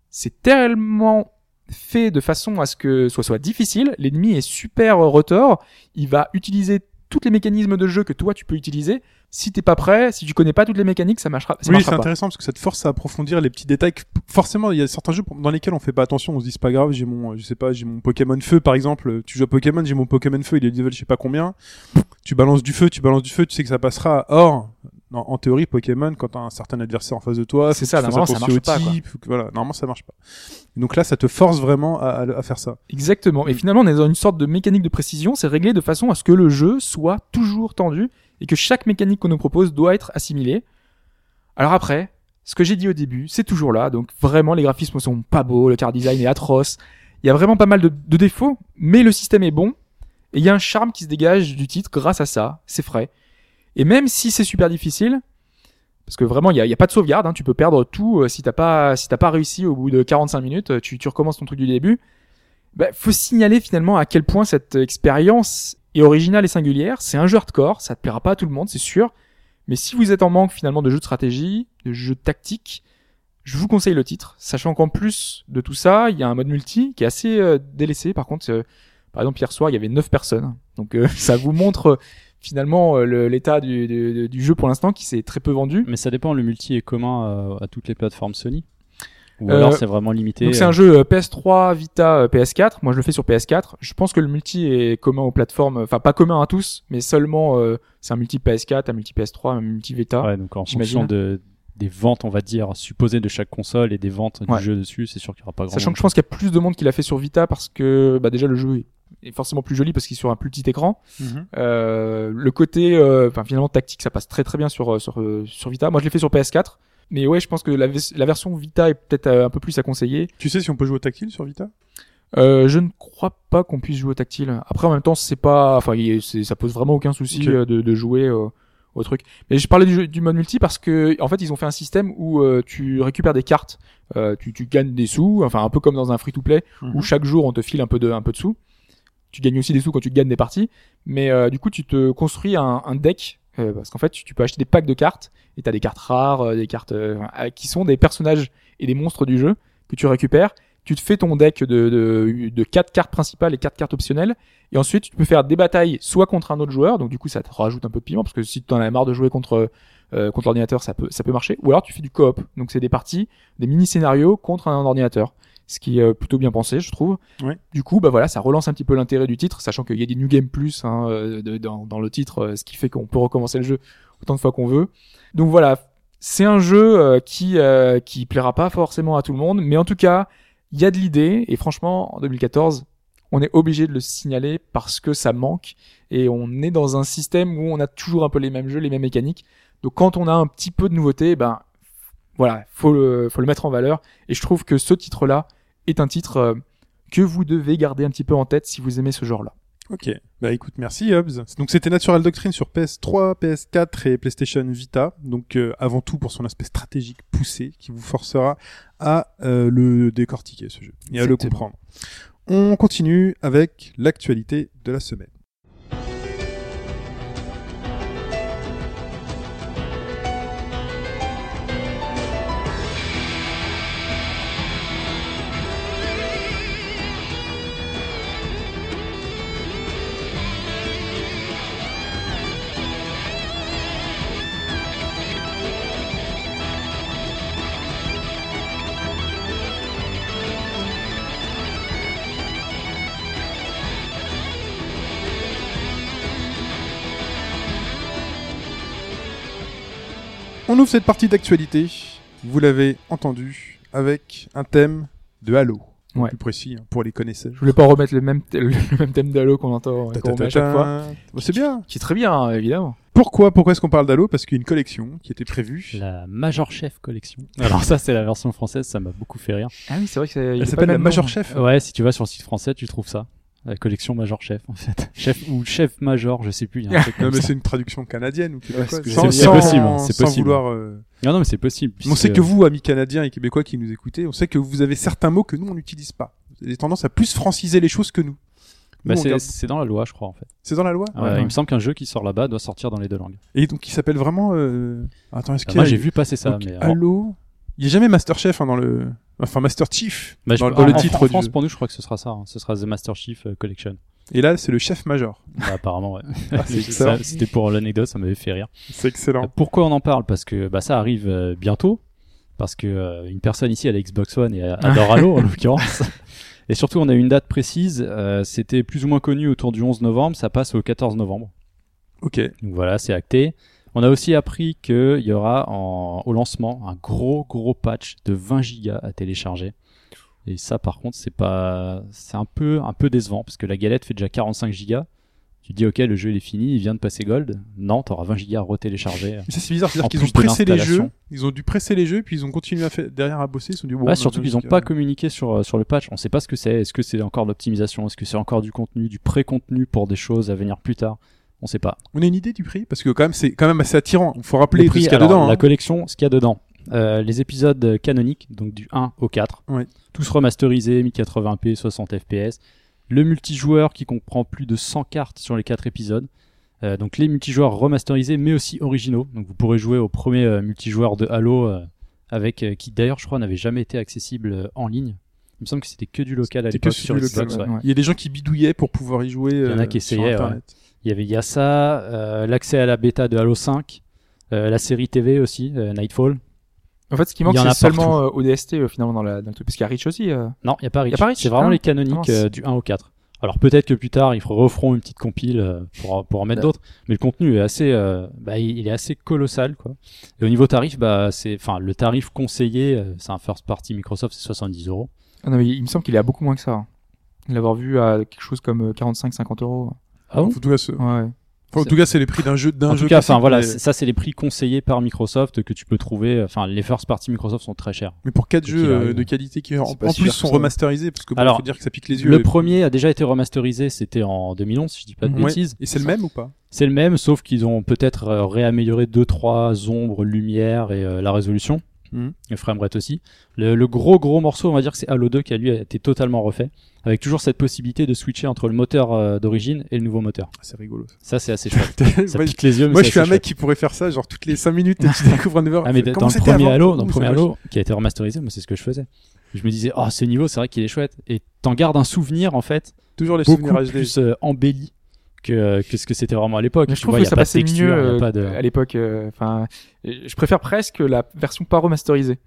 Speaker 5: c'est tellement fait de façon à ce que soit soit difficile, l'ennemi est super euh, retors, il va utiliser tous les mécanismes de jeu que toi tu peux utiliser. Si t'es pas prêt, si tu connais pas toutes les mécaniques, ça marchera, ça
Speaker 3: oui, c'est
Speaker 5: marchera pas.
Speaker 3: intéressant parce que ça te force à approfondir les petits détails. que- forcément, il y a certains jeux pour- dans lesquels on fait pas attention, on se dit c'est pas grave, j'ai mon, euh, je sais pas, j'ai mon Pokémon Feu par exemple. Euh, Tu joues à Pokémon, j'ai mon Pokémon Feu, il est level je sais pas combien. Tu balances du feu, tu balances du feu, tu sais que ça passera. Or, en, en théorie, Pokémon, quand t'as un certain adversaire en face de toi,
Speaker 5: C'est ça, normalement, ça marche pas, quoi.
Speaker 3: type, voilà, normalement ça marche pas. Donc là, ça te force vraiment à, à- à faire ça.
Speaker 5: Exactement. Et finalement, on est dans une sorte de mécanique de précision, c'est réglé de façon à ce que le jeu soit toujours tendu et que chaque mécanique qu'on nous propose doit être assimilée. Alors après, ce que j'ai dit au début, c'est toujours là, donc vraiment les graphismes sont pas beaux, le car design est atroce, il y a vraiment pas mal de, de défauts, mais le système est bon, et il y a un charme qui se dégage du titre grâce à ça, c'est frais. Et même si c'est super difficile, parce que vraiment il y a, il y a pas de sauvegarde, hein, tu peux perdre tout euh, si t'as pas si t'as pas réussi au bout de 45 minutes, euh, tu, tu recommences ton truc du début. Bah, faut signaler finalement à quel point cette expérience est originale et singulière. C'est un jeu hardcore, ça ne plaira pas à tout le monde, c'est sûr. Mais si vous êtes en manque finalement de jeux de stratégie, de jeux tactiques, je vous conseille le titre. Sachant qu'en plus de tout ça, il y a un mode multi qui est assez euh, délaissé. Par contre, euh, par exemple, hier soir, il y avait 9 personnes. Donc euh, ça vous montre euh, finalement euh, le- l'état du, du- du jeu pour l'instant qui s'est très peu vendu.
Speaker 4: Mais ça dépend, le multi est commun euh, à toutes les plateformes Sony. Ou
Speaker 5: Euh,
Speaker 4: alors c'est vraiment limité.
Speaker 5: Donc c'est
Speaker 4: euh,
Speaker 5: un jeu euh, PS3, Vita, euh, PS4. Moi, je le fais sur PS4. Je pense que le multi est commun aux plateformes, enfin pas commun à tous, mais seulement euh, c'est un multi PS4, un multi PS3, un multi Vita.
Speaker 4: Ouais, donc en
Speaker 5: j'imagine.
Speaker 4: fonction de, des ventes, on va dire, supposées de chaque console et des ventes
Speaker 5: Ouais.
Speaker 4: du jeu dessus, c'est sûr qu'il n'y aura pas grand
Speaker 5: Sachant
Speaker 4: monde.
Speaker 5: que je pense qu'il y a plus de monde qui l'a fait sur Vita parce que bah, déjà le jeu est forcément plus joli parce qu'il est sur un plus petit écran. Euh, le côté euh, enfin finalement tactique ça passe très très bien sur euh, sur euh, sur Vita. Moi je l'ai fait sur PS4. Mais ouais, je pense que la, ves- la version Vita est peut-être euh, un peu plus à conseiller.
Speaker 3: Tu sais si on peut jouer au tactile sur Vita
Speaker 5: Euh, je ne crois pas qu'on puisse jouer au tactile. Après, en même temps, c'est pas, enfin, il est- c'est- ça pose vraiment aucun souci
Speaker 3: Ok.
Speaker 5: euh, de, de jouer euh, au truc. Mais je parlais du, jeu- du mode multi parce que, en fait, ils ont fait un système où euh, tu récupères des cartes, euh, tu, tu gagnes des sous, enfin, un peu comme dans un free-to-play
Speaker 3: Mhm.
Speaker 5: où chaque jour on te file un peu de, un peu de sous. Tu gagnes aussi des sous quand tu gagnes des parties, mais euh, du coup, tu te construis un, un deck. euh, parce qu'en fait, tu, tu peux acheter des packs de cartes et t'as des cartes rares, euh, des cartes euh, euh, qui sont des personnages et des monstres du jeu que tu récupères tu te fais ton deck de, de, de quatre cartes principales et quatre cartes optionnelles. Et ensuite, tu peux faire des batailles soit contre un autre joueur. Donc, du coup, ça te rajoute un peu de piment parce que si tu en as marre de jouer contre, euh, contre l'ordinateur, ça peut, ça peut marcher. Ou alors, tu fais du coop. Donc, c'est des parties, des mini-scénarios contre un ordinateur. Ce qui est euh, plutôt bien pensé, je trouve.
Speaker 3: Ouais.
Speaker 5: Du coup, bah voilà, ça relance un petit peu l'intérêt du titre, sachant qu'il y a des New Game Plus hein, euh, de- dans, dans le titre, euh, ce qui fait qu'on peut recommencer le jeu autant de fois qu'on veut. Donc voilà, c'est un jeu euh, qui euh, qui plaira pas forcément à tout le monde, mais en tout cas, il y a de l'idée et franchement en 2014 on est obligé de le signaler parce que ça manque et on est dans un système où on a toujours un peu les mêmes jeux, les mêmes mécaniques. Donc quand on a un petit peu de nouveauté, ben voilà, faut le, faut le mettre en valeur et je trouve que ce titre-là est un titre euh, que vous devez garder un petit peu en tête si vous aimez ce genre-là.
Speaker 3: Ok. Bah écoute, merci Hobbs. Donc c'était Natural Doctrine sur PS3, PS4 et PlayStation Vita. Donc euh, avant tout pour son aspect stratégique poussé qui vous forcera à euh, le décortiquer ce jeu et à le
Speaker 5: Exactement.
Speaker 3: comprendre. On continue avec l'actualité de la semaine. On ouvre cette partie d'actualité, vous l'avez entendu, avec un thème de Halo.
Speaker 5: Ouais.
Speaker 3: Plus précis, hein, pour les connaisseurs.
Speaker 5: Je voulais pas remettre le même, th- le même thème d'Halo qu'on entend qu'on remet à chaque fois.
Speaker 3: Bon, Bah, C'est bien.
Speaker 5: Qui est très bien, hein, évidemment.
Speaker 3: Pourquoi, pourquoi est-ce qu'on parle d'Halo Parce qu'il y a une collection qui était prévue.
Speaker 4: La Major Chef Collection. Alors ça, c'est la version française, ça m'a beaucoup fait rire.
Speaker 5: Ah oui, c'est vrai que c'est. il a
Speaker 3: Elle
Speaker 5: pas
Speaker 3: s'appelle
Speaker 5: le
Speaker 3: la
Speaker 5: même
Speaker 3: Major
Speaker 5: nom.
Speaker 3: Chef.
Speaker 4: Ouais, si tu vas sur le site français, tu trouves ça. La collection Major Chef, en fait. Chef ou Chef Major, je sais plus. hein. il y a un truc
Speaker 3: Non,
Speaker 4: comme
Speaker 3: mais
Speaker 4: ça.
Speaker 3: c'est une traduction canadienne ou québécoise.
Speaker 6: ce que
Speaker 3: Sans-
Speaker 4: j'allais dire.
Speaker 3: sans-
Speaker 4: C'est possible, hein, c'est
Speaker 3: sans
Speaker 4: possible.
Speaker 3: vouloir, euh,
Speaker 4: non, non, mais c'est euh, possible.
Speaker 3: On
Speaker 4: puisque-
Speaker 3: sait que vous, amis canadiens et québécois qui nous écoutez, on sait que vous avez certains mots que nous, on n'utilise pas. Vous avez tendance à plus franciser les choses que nous. Nous,
Speaker 4: Bah,
Speaker 3: on
Speaker 4: c'est
Speaker 3: garde-
Speaker 4: c'est dans la loi, je crois, en fait.
Speaker 3: C'est dans la loi
Speaker 4: Ouais,
Speaker 5: ouais.
Speaker 4: Il me semble qu'un jeu qui sort là-bas doit sortir dans les deux langues.
Speaker 3: Et donc, il s'appelle vraiment... euh, Attends, est-ce
Speaker 4: Bah,
Speaker 3: qu'il y a-
Speaker 4: moi, j'ai vu passer ça,
Speaker 3: Donc,
Speaker 4: mais... euh, alors,
Speaker 3: Halo Il n'y a jamais Master Chef hein, dans le... Enfin, Master Chief
Speaker 4: bah, je-
Speaker 3: dans le,
Speaker 4: en-
Speaker 3: dans le
Speaker 4: en-
Speaker 3: titre
Speaker 4: En
Speaker 3: du
Speaker 4: France,
Speaker 3: jeu.
Speaker 4: pour nous, je crois que ce sera ça. hein. Ce sera The Master Chief euh, Collection.
Speaker 3: Et là, c'est le chef major.
Speaker 4: Bah, apparemment, ouais.
Speaker 3: Ah, c'est
Speaker 4: Ça,
Speaker 3: excellent.
Speaker 4: C'était pour l'anecdote, ça m'avait fait rire.
Speaker 3: C'est excellent.
Speaker 4: Pourquoi on en parle Parce que bah, ça arrive euh, bientôt. Parce que euh, une personne ici à la Xbox One et à- adore Halo en l'occurrence. Et surtout, on a une date précise. euh, C'était plus ou moins connu autour du 11 novembre. Ça passe au 14 novembre.
Speaker 3: Ok.
Speaker 4: Donc voilà, c'est acté. On a aussi appris qu'il y aura en- au lancement un gros gros patch de 20 gigas à télécharger. Et ça, par contre, c'est pas, c'est un peu un peu décevant parce que la galette fait déjà 45 gigas. Tu te dis ok, le jeu il est fini, il vient de passer gold. Non, t'auras 20 gigas à retélécharger.
Speaker 3: Mais ça, c'est bizarre. C'est-à-dire
Speaker 4: En
Speaker 3: qu'ils
Speaker 4: plus
Speaker 3: ont
Speaker 4: de
Speaker 3: pressé les
Speaker 4: l'installation.
Speaker 3: jeux. Ils ont dû presser les jeux, puis ils ont continué à faire derrière à bosser. Ils se sont dit, bon,
Speaker 4: Ah,
Speaker 3: on a
Speaker 4: surtout
Speaker 3: besoin
Speaker 4: qu'ils
Speaker 3: jusqu'à-
Speaker 4: n'ont pas communiqué sur, euh, sur le patch. On ne sait pas ce que c'est. Est-ce que c'est encore de l'optimisation Est-ce que c'est encore du contenu, du pré-contenu pour des choses à venir plus tard On ne sait pas.
Speaker 3: On a une idée du prix Parce que quand même, c'est quand même assez attirant. Il faut
Speaker 4: Les
Speaker 3: rappeler tout
Speaker 4: prix,
Speaker 3: ce qu'il y a
Speaker 4: alors,
Speaker 3: dedans.
Speaker 4: la
Speaker 3: hein.
Speaker 4: collection, ce qu'il y a dedans. Euh, les épisodes canoniques, donc du 1 au 4,
Speaker 3: Ouais.
Speaker 4: tous remasterisés, 1080p, 60 fps. Le multijoueur qui comprend plus de 100 cartes sur les 4 épisodes. Euh, donc les multijoueurs remasterisés, mais aussi originaux. Donc vous pourrez jouer au premier euh, multijoueur de Halo, euh, avec euh, qui d'ailleurs je crois n'avait jamais été accessible euh, en ligne. Il me semble que c'était que du local à
Speaker 3: C'était que
Speaker 4: l'époque
Speaker 3: sur
Speaker 4: sur
Speaker 3: du
Speaker 4: Xbox.
Speaker 3: local,
Speaker 4: ouais.
Speaker 5: ouais.
Speaker 3: Il y a des gens qui bidouillaient pour pouvoir y jouer.
Speaker 4: y en a
Speaker 3: euh,
Speaker 4: qui
Speaker 3: sur
Speaker 4: essayaient,
Speaker 3: Internet.
Speaker 4: Il y avait il y a ça, euh, l'accès à la bêta de Halo 5, euh, la série TV aussi, euh, Nightfall.
Speaker 5: En fait, ce qui
Speaker 4: Il
Speaker 5: manque,
Speaker 4: y en
Speaker 5: c'est
Speaker 4: a
Speaker 5: seulement euh, ODST euh, finalement dans, la, dans le truc. Parce qu'il y a Rich aussi. euh.
Speaker 4: Non, il n'y a pas
Speaker 5: Y
Speaker 4: Reach.
Speaker 5: a pas Reach
Speaker 4: C'est vraiment
Speaker 5: Ah,
Speaker 4: les canoniques
Speaker 5: mince.
Speaker 4: euh, du 1 au 4. Alors peut-être que plus tard, ils referont une petite compile euh, pour, pour en mettre
Speaker 6: Ouais.
Speaker 4: d'autres, mais le contenu est assez, euh, bah, il il est assez colossal, quoi. Et au niveau tarif, bah, c'est, enfin, le tarif conseillé, euh, c'est un first party Microsoft, c'est 70 euros.
Speaker 5: Ah non, mais il me semble qu'il est à beaucoup moins que ça. hein. L'avoir vu à quelque chose comme 45-50 euros.
Speaker 4: Ah
Speaker 3: En tout cas, c'est-
Speaker 5: Ouais.
Speaker 3: enfin, en tout cas, c'est les prix d'un jeu. d'un
Speaker 4: En
Speaker 3: jeu
Speaker 4: tout cas,
Speaker 3: classique, euh,
Speaker 4: enfin voilà,
Speaker 3: mais-
Speaker 4: c'est- ça c'est les prix conseillés par Microsoft que tu peux trouver. euh, Enfin, les first party Microsoft sont très chers.
Speaker 3: Mais pour quatre
Speaker 4: Quoi
Speaker 3: jeux
Speaker 4: qu'il
Speaker 3: euh,
Speaker 4: arrive.
Speaker 3: de qualité qui en,
Speaker 6: C'est
Speaker 3: en
Speaker 6: pas si
Speaker 3: plus
Speaker 6: cher que
Speaker 3: sont
Speaker 6: ça.
Speaker 3: remasterisés parce que bon,
Speaker 4: Alors,
Speaker 3: faut dire que ça pique les yeux. euh,
Speaker 4: Le
Speaker 3: Et-
Speaker 4: premier a déjà été remasterisé, c'était en 2011, si je dis pas de
Speaker 3: Ouais.
Speaker 4: bêtises.
Speaker 3: Et c'est le même ou pas
Speaker 4: C'est le même, sauf qu'ils ont peut-être euh, réamélioré deux trois ombres, lumière et euh, la résolution.
Speaker 3: Mhm.
Speaker 4: Le framerate aussi. Le, le gros gros morceau, on va dire que c'est Halo 2 qui a lui a été totalement refait, avec toujours cette possibilité de switcher entre le moteur euh, d'origine et le nouveau moteur.
Speaker 3: C'est rigolo.
Speaker 4: Ça Ah, c'est assez chouette. ça
Speaker 3: moi,
Speaker 4: pique les yeux. Mais
Speaker 3: moi, je
Speaker 4: c'est
Speaker 3: suis un
Speaker 4: assez
Speaker 3: mec
Speaker 4: chouette.
Speaker 3: qui pourrait faire ça, genre toutes les 5 minutes, et tu découvres un nouveau.
Speaker 4: Ah mais d-
Speaker 3: Comment
Speaker 4: dans le
Speaker 3: c'était
Speaker 4: premier
Speaker 3: avant
Speaker 4: Halo, dans le
Speaker 3: Ouh,
Speaker 4: premier
Speaker 3: ça
Speaker 4: Halo qui a été remasterisé, moi c'est ce que je faisais. Je me disais, oh ce niveau, c'est vrai qu'il est chouette. Et t'en gardes un souvenir en fait,
Speaker 3: marche. Toujours les
Speaker 4: beaucoup
Speaker 3: souvenirs HD.
Speaker 4: plus euh, embelli que, euh, que ce que c'était vraiment à l'époque.
Speaker 5: Mais je
Speaker 4: Tu
Speaker 5: trouve
Speaker 4: vois,
Speaker 5: que
Speaker 4: y a
Speaker 5: ça
Speaker 4: pas de
Speaker 5: passait
Speaker 4: texture, y
Speaker 5: mieux
Speaker 4: a
Speaker 5: euh,
Speaker 4: pas de-
Speaker 5: à l'époque. euh, Enfin, euh, je préfère presque la version pas remasterisée.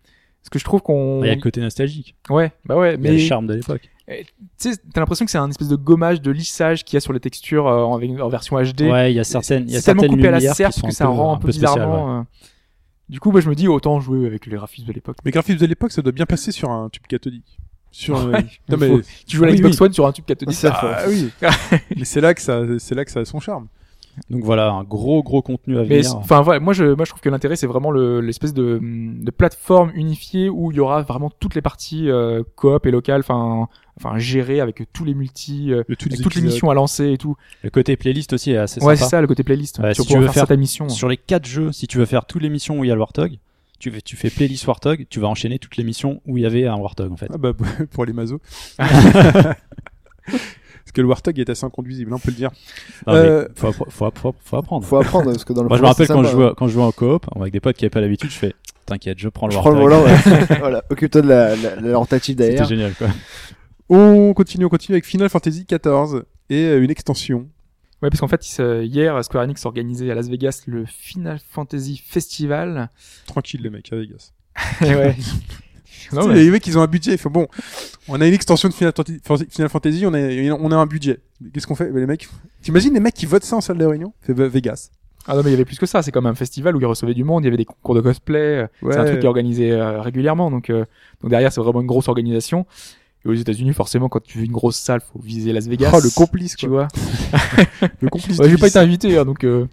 Speaker 5: Parce que je trouve qu'on.
Speaker 4: Il Bah, y a le côté nostalgique,
Speaker 5: Ouais, bah ouais,
Speaker 4: il y a le
Speaker 5: mais
Speaker 4: charme de l'époque.
Speaker 5: tu sais, t'as l'impression que c'est un espèce de gommage, de lissage qu'il y a sur les textures euh, en, en version HD.
Speaker 4: Ouais, il y a certaines, il y a
Speaker 5: c'est tellement
Speaker 4: certaines
Speaker 5: coupé à la
Speaker 4: lumières qui
Speaker 5: serpe
Speaker 4: sont
Speaker 5: que ça
Speaker 4: peu-
Speaker 5: rend un peu,
Speaker 4: spéciales,
Speaker 5: bizarrement.
Speaker 4: ouais.
Speaker 5: euh. Du coup, moi, je me dis autant jouer avec les graphismes de l'époque.
Speaker 3: Mais graphisme de l'époque, ça doit bien passer sur un tube cathodique. Sur. euh,
Speaker 5: Ouais.
Speaker 3: Non, mais...
Speaker 5: Faut- Tu joues à la
Speaker 3: Oui,
Speaker 5: Xbox One sur un tube cathodique.
Speaker 6: Ça, faut-
Speaker 3: Ah oui. mais c'est là que ça, c'est là que ça a son charme.
Speaker 4: Donc voilà, un gros gros contenu à
Speaker 5: Mais
Speaker 4: venir.
Speaker 5: enfin voilà, moi je moi je trouve que l'intérêt c'est vraiment le- l'espèce de, de plateforme unifiée où il y aura vraiment toutes les parties euh, coop et locales, enfin enfin gérées avec tous les multi, euh,
Speaker 3: Le toutes
Speaker 5: avec toutes les missions à lancer et tout.
Speaker 4: Le côté playlist aussi est assez
Speaker 5: ouais, c'est
Speaker 4: sympa.
Speaker 5: ça le côté playlist.
Speaker 4: Ouais,
Speaker 5: tu
Speaker 4: si
Speaker 5: pourras
Speaker 4: tu veux
Speaker 5: faire,
Speaker 4: faire-
Speaker 5: ta mission.
Speaker 4: Sur les quatre jeux, si tu veux faire toutes les missions où il y a le Warthog, tu, fais- tu fais playlist Warthog, tu vas enchaîner toutes les missions où il y avait un Warthog en fait.
Speaker 3: Ah bah pour les mazos. Parce que le Warthog est assez inconduisible, hein, on peut le dire.
Speaker 5: Ah,
Speaker 4: Non, mais
Speaker 3: Euh,
Speaker 4: faut, appre- faut, appre- faut apprendre.
Speaker 6: Faut apprendre parce que dans le
Speaker 4: Moi je me
Speaker 6: premier,
Speaker 4: rappelle
Speaker 6: c'est
Speaker 4: quand je
Speaker 6: sympa.
Speaker 4: jouais quand je jouais en coop avec des potes qui n'avaient pas l'habitude, je fais t'inquiète, je prends le
Speaker 6: Je prends
Speaker 4: Warthog.
Speaker 6: le volant, ouais. voilà. Occupe-toi de la, la, la rotative
Speaker 4: C'était
Speaker 6: derrière.
Speaker 4: génial quoi.
Speaker 3: On continue, on continue avec Final Fantasy XIV et euh, une extension.
Speaker 5: Ouais, parce qu'en fait il se- hier Square Enix organisait à Las Vegas le Final Fantasy Festival.
Speaker 3: Tranquille les mecs à Vegas.
Speaker 5: Et ouais. Non,
Speaker 3: Tu sais,
Speaker 5: mais-
Speaker 3: Les mecs ils ont un budget, ils font bon, on a une extension de Final Fantasy, Final Fantasy, on a, on a un budget. Qu'est-ce qu'on fait Ben, Les mecs, t'imagines les mecs qui votent ça en salle de réunion C'est Ve- Vegas.
Speaker 5: Ah non, mais il y avait plus que ça. C'est comme un festival où ils recevaient du monde. Il y avait des concours de cosplay. euh, C'est un
Speaker 3: Ouais.
Speaker 5: truc qui est organisé euh, régulièrement. Donc, euh, donc derrière, c'est vraiment une grosse organisation. Et aux États-Unis, forcément, quand tu veux une grosse salle, faut viser Las Vegas.
Speaker 3: Oh, le complice,
Speaker 5: tu
Speaker 3: quoi.
Speaker 5: vois.
Speaker 3: Le complice.
Speaker 5: Ouais,
Speaker 3: du
Speaker 5: j'ai pas
Speaker 3: vice.
Speaker 5: été invité, hein, donc euh,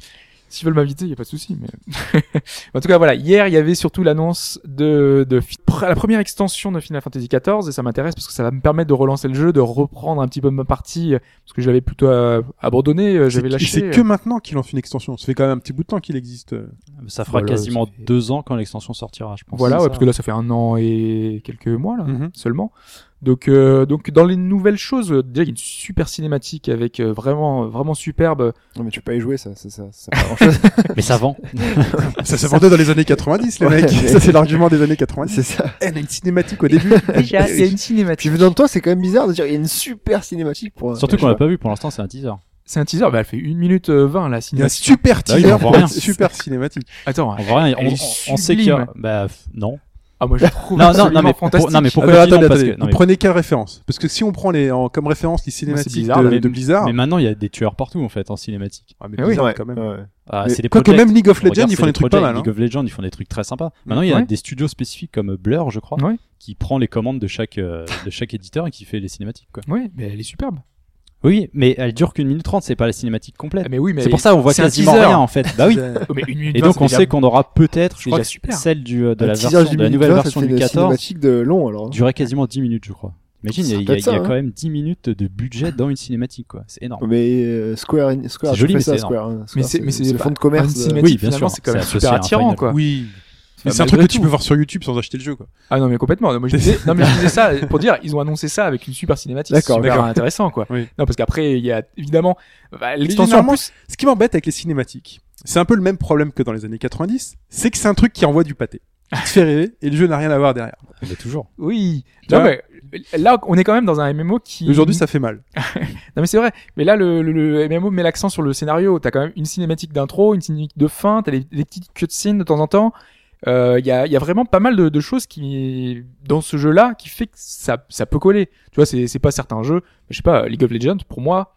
Speaker 5: s'ils veulent m'inviter, il y a pas de souci. Mais en tout cas, voilà. Hier, il y avait surtout l'annonce de, de fi- pr- la première extension de Final Fantasy XIV, et ça m'intéresse parce que ça va me permettre de relancer le jeu, de reprendre un petit peu ma partie euh, parce que je l'avais plutôt euh, abandonné, euh,
Speaker 3: C'est
Speaker 5: j'avais
Speaker 3: que-
Speaker 5: lâché.
Speaker 3: C'est que maintenant qu'il lance une extension. Ça fait quand même un petit bout de temps qu'il existe. euh.
Speaker 4: Ça fera
Speaker 5: Voilà,
Speaker 4: quasiment
Speaker 5: ça fait-
Speaker 4: deux ans quand l'extension sortira, je pense.
Speaker 5: Voilà,
Speaker 4: C'est
Speaker 5: ouais,
Speaker 4: ça. Mm.
Speaker 5: parce que là, ça fait un an et quelques mois là,
Speaker 3: Mhm.
Speaker 5: seulement. Donc, euh, donc dans les nouvelles choses, euh, déjà il y a une super cinématique avec euh, vraiment, vraiment superbe.
Speaker 6: Non, mais tu peux pas y jouer, ça, ça, ça, ça pas grand-chose.
Speaker 4: Mais ça vend.
Speaker 3: Ah, Ça s'est vendu dans les années 90, les
Speaker 6: Ouais,
Speaker 3: mecs.
Speaker 6: mais-
Speaker 3: Ça, c'est l'argument des années 90.
Speaker 6: c'est ça.
Speaker 3: Eh, Elle a une cinématique au début.
Speaker 5: Déjà,
Speaker 6: c'est une Puis
Speaker 5: cinématique.
Speaker 6: venant de toi, c'est quand même bizarre de dire, il y a une super cinématique pour. un-
Speaker 4: Surtout
Speaker 6: je
Speaker 4: qu'on
Speaker 6: sais
Speaker 4: l'a pas vu pour l'instant, c'est un teaser.
Speaker 5: C'est un teaser, bah, elle fait 1 minute euh, 20 la
Speaker 3: Il y a un
Speaker 5: cinématique.
Speaker 3: super
Speaker 4: Bah oui,
Speaker 3: teaser
Speaker 4: on voit
Speaker 3: pour une
Speaker 4: rien.
Speaker 3: super cinématique.
Speaker 5: Attends,
Speaker 4: On voit rien.
Speaker 5: Elle
Speaker 4: On,
Speaker 5: est
Speaker 4: on- on sait qu'il y a.
Speaker 5: sublime.
Speaker 4: Bah f- non.
Speaker 5: Ah, moi je trouve
Speaker 4: Non, non,
Speaker 5: absolument
Speaker 4: non, mais pour-
Speaker 5: fantastique.
Speaker 4: non, mais pourquoi
Speaker 3: Alors,
Speaker 4: je dis non
Speaker 3: Ah, attendez,
Speaker 4: parce
Speaker 3: attendez.
Speaker 4: que- non,
Speaker 3: Vous
Speaker 4: mais-
Speaker 3: prenez quelle référence Parce que si on prend les, en, comme référence les cinématiques
Speaker 5: bizarre,
Speaker 3: de,
Speaker 5: mais-
Speaker 3: de Blizzard,
Speaker 4: Mais maintenant, il y a des tueurs partout en fait en cinématique.
Speaker 3: ah, mais
Speaker 5: Ah oui,
Speaker 6: pas.
Speaker 3: Blizzard,
Speaker 6: Ouais,
Speaker 3: quand même.
Speaker 6: ouais.
Speaker 4: Ah,
Speaker 3: Mais
Speaker 4: c'est des
Speaker 3: quoique
Speaker 4: projects.
Speaker 3: même League of Legends,
Speaker 4: Regarde,
Speaker 3: ils
Speaker 4: c'est
Speaker 3: font des trucs pas
Speaker 4: projects.
Speaker 3: mal. hein.
Speaker 4: League of Legends, ils font des trucs très sympas. Maintenant, il y a
Speaker 5: Ouais.
Speaker 4: des studios spécifiques comme Blur, je crois,
Speaker 5: Ouais.
Speaker 4: qui prend les commandes de chaque euh, de chaque éditeur et qui fait les cinématiques. Quoi.
Speaker 5: Oui, mais elle est superbe.
Speaker 4: Oui, mais elle dure qu'une minute trente, c'est pas la cinématique complète.
Speaker 5: Ah, mais oui, mais
Speaker 4: C'est pour ça on voit
Speaker 5: c'est un
Speaker 4: quasiment
Speaker 5: teaser.
Speaker 4: rien en fait. Bah oui.
Speaker 5: Oh, mais une minute
Speaker 4: Et
Speaker 5: 20,
Speaker 4: donc
Speaker 5: c'est
Speaker 4: on
Speaker 5: déjà-
Speaker 4: sait qu'on aura peut-être, je
Speaker 5: déjà
Speaker 4: crois,
Speaker 5: super.
Speaker 4: celle du, euh, de
Speaker 6: Un
Speaker 4: la
Speaker 6: teaser
Speaker 4: version,
Speaker 6: du
Speaker 4: de la nouvelle
Speaker 6: 20, ça
Speaker 4: version
Speaker 6: fait
Speaker 4: du
Speaker 6: une
Speaker 4: 14
Speaker 6: cinématique de long, alors.
Speaker 4: durait quasiment 10 minutes, je crois. Imagine, il y a, il y
Speaker 6: Ça
Speaker 4: a-
Speaker 6: peut être ça,
Speaker 4: il y a
Speaker 6: hein.
Speaker 4: quand même 10 minutes de budget dans une cinématique, quoi. C'est énorme.
Speaker 6: Mais euh, Square, en- Square
Speaker 4: C'est
Speaker 6: tu
Speaker 4: joli,
Speaker 6: fais
Speaker 4: mais
Speaker 6: ça,
Speaker 4: c'est
Speaker 6: Square. hein.
Speaker 5: Mais
Speaker 6: Square,
Speaker 5: c'est mais
Speaker 6: c'est le fond de commerce. euh,
Speaker 5: une
Speaker 6: de-
Speaker 5: cinématique,
Speaker 4: euh. Oui, bien
Speaker 5: finalement,
Speaker 4: sûr.
Speaker 5: c'est quand même
Speaker 4: C'est associé
Speaker 5: super
Speaker 4: à un
Speaker 5: attirant
Speaker 4: final.
Speaker 5: quoi.
Speaker 3: Oui. Mais
Speaker 4: Ah,
Speaker 5: Bah,
Speaker 3: c'est un
Speaker 5: malgré
Speaker 3: truc que tu
Speaker 5: tout.
Speaker 3: peux voir sur YouTube sans acheter le jeu. Quoi.
Speaker 5: Ah non mais complètement. Non, moi, je disais, non, mais je disais ça pour dire ils ont annoncé ça avec une super cinématique.
Speaker 6: D'accord,
Speaker 5: D'accord, super
Speaker 6: d'accord.
Speaker 5: intéressant quoi.
Speaker 3: Oui.
Speaker 5: Non parce qu'après il y a évidemment bah,
Speaker 3: Mais
Speaker 5: l'extension en
Speaker 3: généralement,
Speaker 5: plus.
Speaker 3: Ce qui m'embête avec les cinématiques, c'est un peu le même problème que dans les années 90, c'est que c'est un truc qui envoie du pâté. Qui te fait rêver et le jeu n'a rien à voir derrière.
Speaker 4: Mais toujours.
Speaker 5: Oui. Non mais là on est quand même dans un MMO qui
Speaker 3: Aujourd'hui, ça fait mal.
Speaker 5: Non mais c'est vrai, mais là le, le, le MMO met l'accent sur le scénario, t'as quand même une cinématique d'intro, une cinématique de fin, t'as des, des petites cutscenes de temps en temps, il euh, y, a, y a vraiment pas mal de, de choses qui dans ce jeu-là qui fait que ça, ça peut coller. Tu vois, c'est c'est pas certains jeux, je sais pas, League of Legends, pour moi,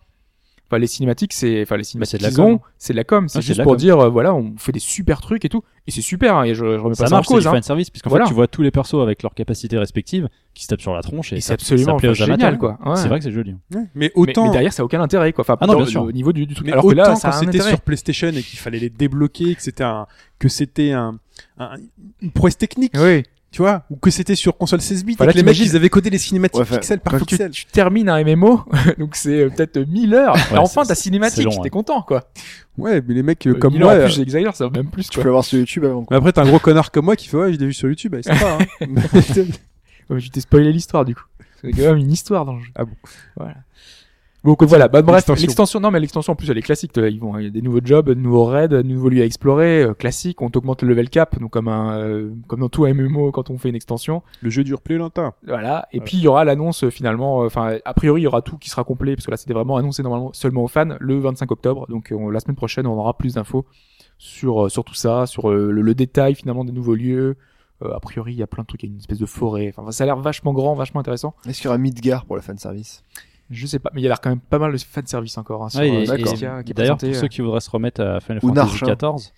Speaker 5: enfin les cinématiques, c'est enfin les cinématiques
Speaker 4: Bah, de la
Speaker 5: qu'ils ont,
Speaker 4: com. Ah,
Speaker 5: c'est de la com, c'est
Speaker 4: c'est de
Speaker 5: juste
Speaker 4: la
Speaker 5: pour
Speaker 4: com.
Speaker 5: dire euh, voilà, on fait des super trucs et tout, et c'est super, hein, et je, je remets pas
Speaker 4: Ça
Speaker 5: ça
Speaker 4: marche, c'est
Speaker 5: en
Speaker 4: du
Speaker 5: cause, hein.
Speaker 4: fan service, puisqu'en
Speaker 5: Voilà.
Speaker 4: fait, tu vois tous les persos avec leurs capacités respectives qui se tapent sur la tronche et,
Speaker 5: et
Speaker 4: ça-
Speaker 5: c'est absolument
Speaker 4: ça plaît aux
Speaker 5: enfin,
Speaker 4: amateurs.
Speaker 5: génial quoi. Ouais.
Speaker 4: C'est vrai que c'est joli. hein.
Speaker 3: Mais
Speaker 5: Mais,
Speaker 3: autant,
Speaker 5: mais derrière, ça a aucun intérêt quoi. Enfin,
Speaker 4: Ah non,
Speaker 5: dans-
Speaker 4: bien sûr.
Speaker 5: au niveau du, du truc.
Speaker 3: mais
Speaker 5: Alors que là,
Speaker 3: autant
Speaker 5: ça a
Speaker 3: quand
Speaker 5: un
Speaker 3: c'était
Speaker 5: intérêt.
Speaker 3: sur PlayStation et qu'il fallait les débloquer, que c'était un, que c'était un, un- une prouesse technique,
Speaker 5: Oui.
Speaker 3: tu vois, ou que c'était sur console 16 bits,
Speaker 5: Enfin, là,
Speaker 3: et que les mecs,
Speaker 5: t'imagines-
Speaker 3: ils avaient codé les cinématiques
Speaker 6: Ouais, enfin,
Speaker 3: pixel par
Speaker 5: quand tu,
Speaker 3: pixel.
Speaker 5: tu termines un MMO, donc c'est euh, peut-être 1000 heures, et
Speaker 4: Ouais,
Speaker 5: enfin
Speaker 4: c'est-
Speaker 5: ta
Speaker 4: c'est
Speaker 5: cinématique,
Speaker 4: long,
Speaker 5: t'es
Speaker 4: ouais.
Speaker 5: content quoi.
Speaker 3: Ouais, mais les mecs, euh,
Speaker 5: Euh,
Speaker 3: comme
Speaker 5: 1000
Speaker 3: moi,
Speaker 5: heures en
Speaker 3: euh,
Speaker 5: plus j'exagère, ça va même plus
Speaker 6: Tu
Speaker 5: quoi.
Speaker 6: peux l'avoir sur YouTube avant. quoi.
Speaker 3: mais après, t'as un gros connard comme moi qui fait, ouais, je l'ai vu sur YouTube, et c'est pas, hein.
Speaker 5: Ouais, mais je t'ai spoilé l'histoire du coup. C'est quand même une histoire dans le jeu.
Speaker 3: Ah bon.
Speaker 5: Voilà. Donc voilà, bah, bref,
Speaker 3: L'extension.
Speaker 5: l'extension, non mais l'extension en plus elle est classique, t'as- ils vont, il y a des nouveaux jobs, de nouveaux raids, de nouveaux lieux à explorer, euh, classique, on t'augmente le level cap, donc comme un, euh, comme dans tout MMO quand on fait une extension,
Speaker 3: Le jeu dure plus longtemps.
Speaker 5: voilà, et
Speaker 3: Voilà.
Speaker 5: puis il y aura l'annonce euh, finalement, euh, enfin a priori il y aura tout qui sera complet, parce que là c'était vraiment annoncé normalement seulement aux fans, le 25 octobre, donc euh, on- la semaine prochaine on aura plus d'infos sur, euh, sur tout ça, sur euh, le, le détail finalement des nouveaux lieux, Euh, a priori il y a plein de trucs, il y a une espèce de forêt, enfin ça a l'air vachement grand, vachement intéressant.
Speaker 6: Est-ce qu'il y aura Midgar pour le fan service
Speaker 5: Je sais pas, mais il y a l'air quand même pas mal de fanservice encore. Hein, sur,
Speaker 4: Ouais,
Speaker 5: euh,
Speaker 4: et-
Speaker 5: sur
Speaker 6: d'accord.
Speaker 5: ce qu'il y a-
Speaker 4: et
Speaker 5: qui est
Speaker 4: D'ailleurs,
Speaker 5: présenté,
Speaker 4: pour
Speaker 5: euh.
Speaker 4: ceux qui voudraient se remettre à Final
Speaker 6: Ou hein.
Speaker 4: Fantasy
Speaker 6: Narcha.
Speaker 4: XIV,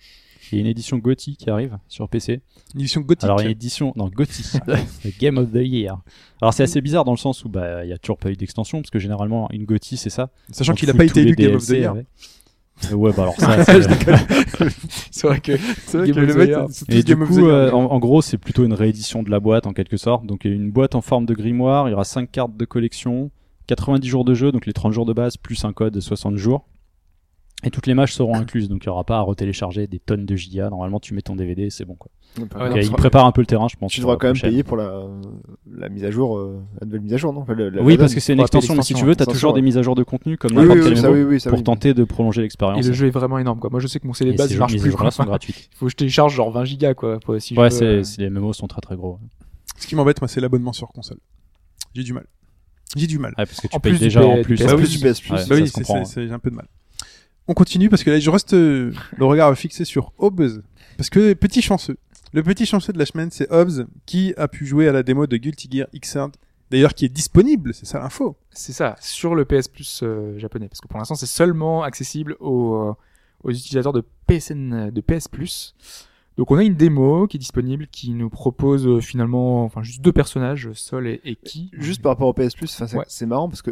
Speaker 4: il y a une édition Gotti qui arrive sur PC.
Speaker 3: Une édition gothique.
Speaker 4: Alors, il y a une édition, non, Gotti, le Game of the Year. Alors, c'est assez bizarre dans le sens où bah, il n'y a toujours pas eu d'extension, parce que généralement, une Gotti, c'est ça.
Speaker 3: Sachant
Speaker 4: On
Speaker 3: qu'il a
Speaker 4: fout
Speaker 3: pas
Speaker 4: tous
Speaker 3: été
Speaker 4: les
Speaker 3: élu Game of the
Speaker 4: DLC
Speaker 3: Year.
Speaker 4: avec. Euh, Ouais, bah alors ça, c'est-
Speaker 5: C'est vrai que.
Speaker 3: C'est vrai
Speaker 5: Game
Speaker 3: que
Speaker 5: of
Speaker 3: le
Speaker 5: the
Speaker 3: mec,
Speaker 5: Year.
Speaker 3: c'est tous
Speaker 4: Et du
Speaker 3: Game of the
Speaker 4: coup,
Speaker 3: Year.
Speaker 4: euh, en, en gros, c'est plutôt une réédition de la boîte en quelque sorte. Donc, il y a une boîte en forme de grimoire, il y aura 5 cartes de collection, 90 jours de jeu, donc les 30 jours de base, plus un code de 60 jours. Et toutes les matchs seront incluses, donc il n'y aura pas à retélécharger des tonnes de gigas. Normalement, tu mets ton DVD, c'est bon. Quoi.
Speaker 5: Ouais,
Speaker 4: Donc,
Speaker 5: non,
Speaker 4: euh,
Speaker 5: ce
Speaker 4: il
Speaker 5: sera-
Speaker 4: prépare un peu le terrain, je pense.
Speaker 6: Tu
Speaker 4: pour
Speaker 6: devras
Speaker 4: la
Speaker 6: quand même
Speaker 4: prochaine.
Speaker 6: payer pour la, euh, la mise à jour, euh, la nouvelle mise à jour, non Enfin, le- la-
Speaker 4: Oui,
Speaker 6: la
Speaker 4: parce
Speaker 6: donne.
Speaker 4: que c'est une
Speaker 5: Faut appeler
Speaker 4: extension, mais si tu
Speaker 5: l'extension,
Speaker 4: veux, tu as
Speaker 6: l'extension,
Speaker 4: toujours des
Speaker 6: ouais.
Speaker 4: mises à jour de contenu comme
Speaker 6: Oui,
Speaker 4: n'importe
Speaker 6: oui,
Speaker 4: quel
Speaker 6: oui, ça,
Speaker 4: MMO,
Speaker 6: oui, oui, ça,
Speaker 4: pour
Speaker 6: oui.
Speaker 4: tenter de prolonger l'expérience.
Speaker 5: euh, Et le jeu est vraiment énorme quoi. Moi je sais que mon CD
Speaker 4: Et
Speaker 5: de base
Speaker 4: ces
Speaker 5: il marche
Speaker 4: mises à
Speaker 5: plus
Speaker 4: jour
Speaker 5: quoi.
Speaker 4: sont gratuites.
Speaker 5: Faut que je télécharge genre 20 gigas quoi. pour- si je
Speaker 4: Ouais,
Speaker 5: veux,
Speaker 4: c'est
Speaker 5: euh,
Speaker 4: c'est- les MMO sont très très gros.
Speaker 3: Ce qui m'embête, moi, c'est l'abonnement sur console. J'ai du mal. J'ai du mal.
Speaker 4: Ouais, Ah, parce que tu
Speaker 5: En
Speaker 4: payes
Speaker 5: plus du
Speaker 4: déjà en
Speaker 5: P-
Speaker 4: plus.
Speaker 5: du
Speaker 3: Bah
Speaker 4: en
Speaker 3: oui,
Speaker 4: plus.
Speaker 6: du PS Plus.
Speaker 4: Ouais,
Speaker 6: Bah
Speaker 4: ça
Speaker 3: oui,
Speaker 4: se
Speaker 3: c'est-
Speaker 4: comprend.
Speaker 3: c'est- c'est- j'ai un peu de mal. On continue parce que là, je reste euh, le regard fixé sur Hobbes. Parce que petit chanceux. Le petit chanceux de la semaine, c'est Hobbes qui a pu jouer à la démo de Guilty Gear Xrd. D'ailleurs, qui est disponible, c'est ça l'info.
Speaker 5: C'est ça, sur le PS Plus euh, japonais. Parce que pour l'instant c'est seulement accessible au, euh, aux utilisateurs de PSN, euh, de PS Plus. Donc on a une démo qui est disponible, qui nous propose euh, finalement, enfin juste deux personnages, Sol et, et Ki.
Speaker 6: Euh, Juste par rapport au PS Plus, enfin, c'est
Speaker 5: Ouais.
Speaker 6: c'est marrant parce que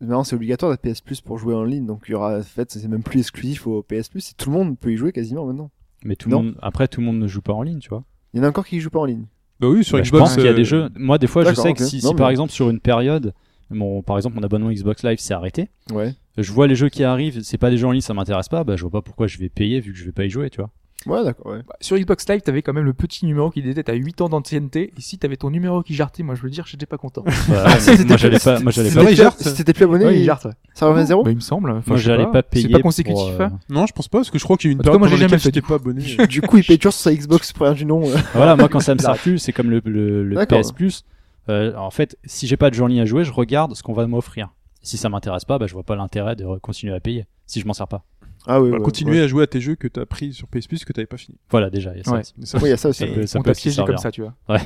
Speaker 6: maintenant c'est obligatoire d'être PS Plus pour jouer en ligne, donc il y aura, en fait, c'est même plus exclusif au PS Plus, et tout le monde peut y jouer quasiment maintenant.
Speaker 4: Mais tout le
Speaker 6: Non.
Speaker 4: monde, après, tout le monde ne joue pas en ligne, tu vois.
Speaker 6: Il y en a encore qui y jouent pas en ligne.
Speaker 3: Bah oui, sur
Speaker 4: Bah, je
Speaker 3: Xbox.
Speaker 4: pense qu'il y a
Speaker 3: euh,
Speaker 4: des jeux. Moi, des fois, je
Speaker 6: D'accord,
Speaker 4: sais que
Speaker 6: ok.
Speaker 4: si,
Speaker 6: Non,
Speaker 4: si
Speaker 6: mais-
Speaker 4: par exemple sur une période, mon, par exemple, mon abonnement Xbox Live s'est arrêté,
Speaker 6: Ouais.
Speaker 4: je vois les jeux qui arrivent, c'est pas des jeux en ligne, ça m'intéresse pas, bah je vois pas pourquoi je vais payer vu que je vais pas y jouer, tu vois.
Speaker 6: Ouais, d'accord, ouais.
Speaker 5: Bah, Sur Xbox Live, t'avais quand même le petit numéro qui était à 8 ans d'ancienneté, et si t'avais ton numéro qui jartait, moi je veux dire, j'étais pas content.
Speaker 4: Bah,
Speaker 6: Ah,
Speaker 4: moi, j'allais pas, moi, j'allais
Speaker 3: C'est
Speaker 4: pas,
Speaker 3: vrai, il jarte
Speaker 6: Si t'étais plus abonné,
Speaker 5: Ouais,
Speaker 6: il-
Speaker 5: il jarte, ouais.
Speaker 6: ça revient à Ah, zéro
Speaker 5: Bah, il me semble. Enfin,
Speaker 4: moi,
Speaker 5: je sais
Speaker 4: j'allais pas payer.
Speaker 5: C'est pas
Speaker 4: pour,
Speaker 5: consécutif,
Speaker 4: euh,
Speaker 5: hein.
Speaker 3: Non, je pense pas, parce que je crois qu'il y a une
Speaker 5: En tout cas,
Speaker 3: période
Speaker 5: moi,
Speaker 3: pendant
Speaker 5: j'ai jamais
Speaker 3: laquelle
Speaker 5: fait
Speaker 3: j'étais
Speaker 5: du
Speaker 3: pas abonné.
Speaker 6: Du coup, il paye toujours sur sa Xbox première du nom. euh.
Speaker 4: bah, Voilà, moi quand ça me sert plus, c'est comme le, le, le
Speaker 6: D'accord.
Speaker 4: PS Plus. Euh, en fait, si j'ai pas de jeu en ligne à jouer, je regarde ce qu'on va m'offrir. Si ça m'intéresse pas, bah, je vois pas l'intérêt de continuer à payer si je m'en sers pas.
Speaker 6: Ah oui,
Speaker 3: Voilà,
Speaker 6: ouais,
Speaker 3: continuer
Speaker 6: ouais.
Speaker 3: Bah, à jouer à tes jeux que t'as pris sur PS Plus que t'avais pas fini.
Speaker 4: Voilà, déjà, il y a ça
Speaker 5: Ouais.
Speaker 4: aussi.
Speaker 3: Mais ça,
Speaker 6: Ouais, il y a ça aussi.
Speaker 4: Ça peut- ça
Speaker 5: on
Speaker 4: peut
Speaker 5: t'a
Speaker 4: aussi
Speaker 5: piégé comme
Speaker 4: servir.
Speaker 5: ça, tu vois.
Speaker 4: Ouais.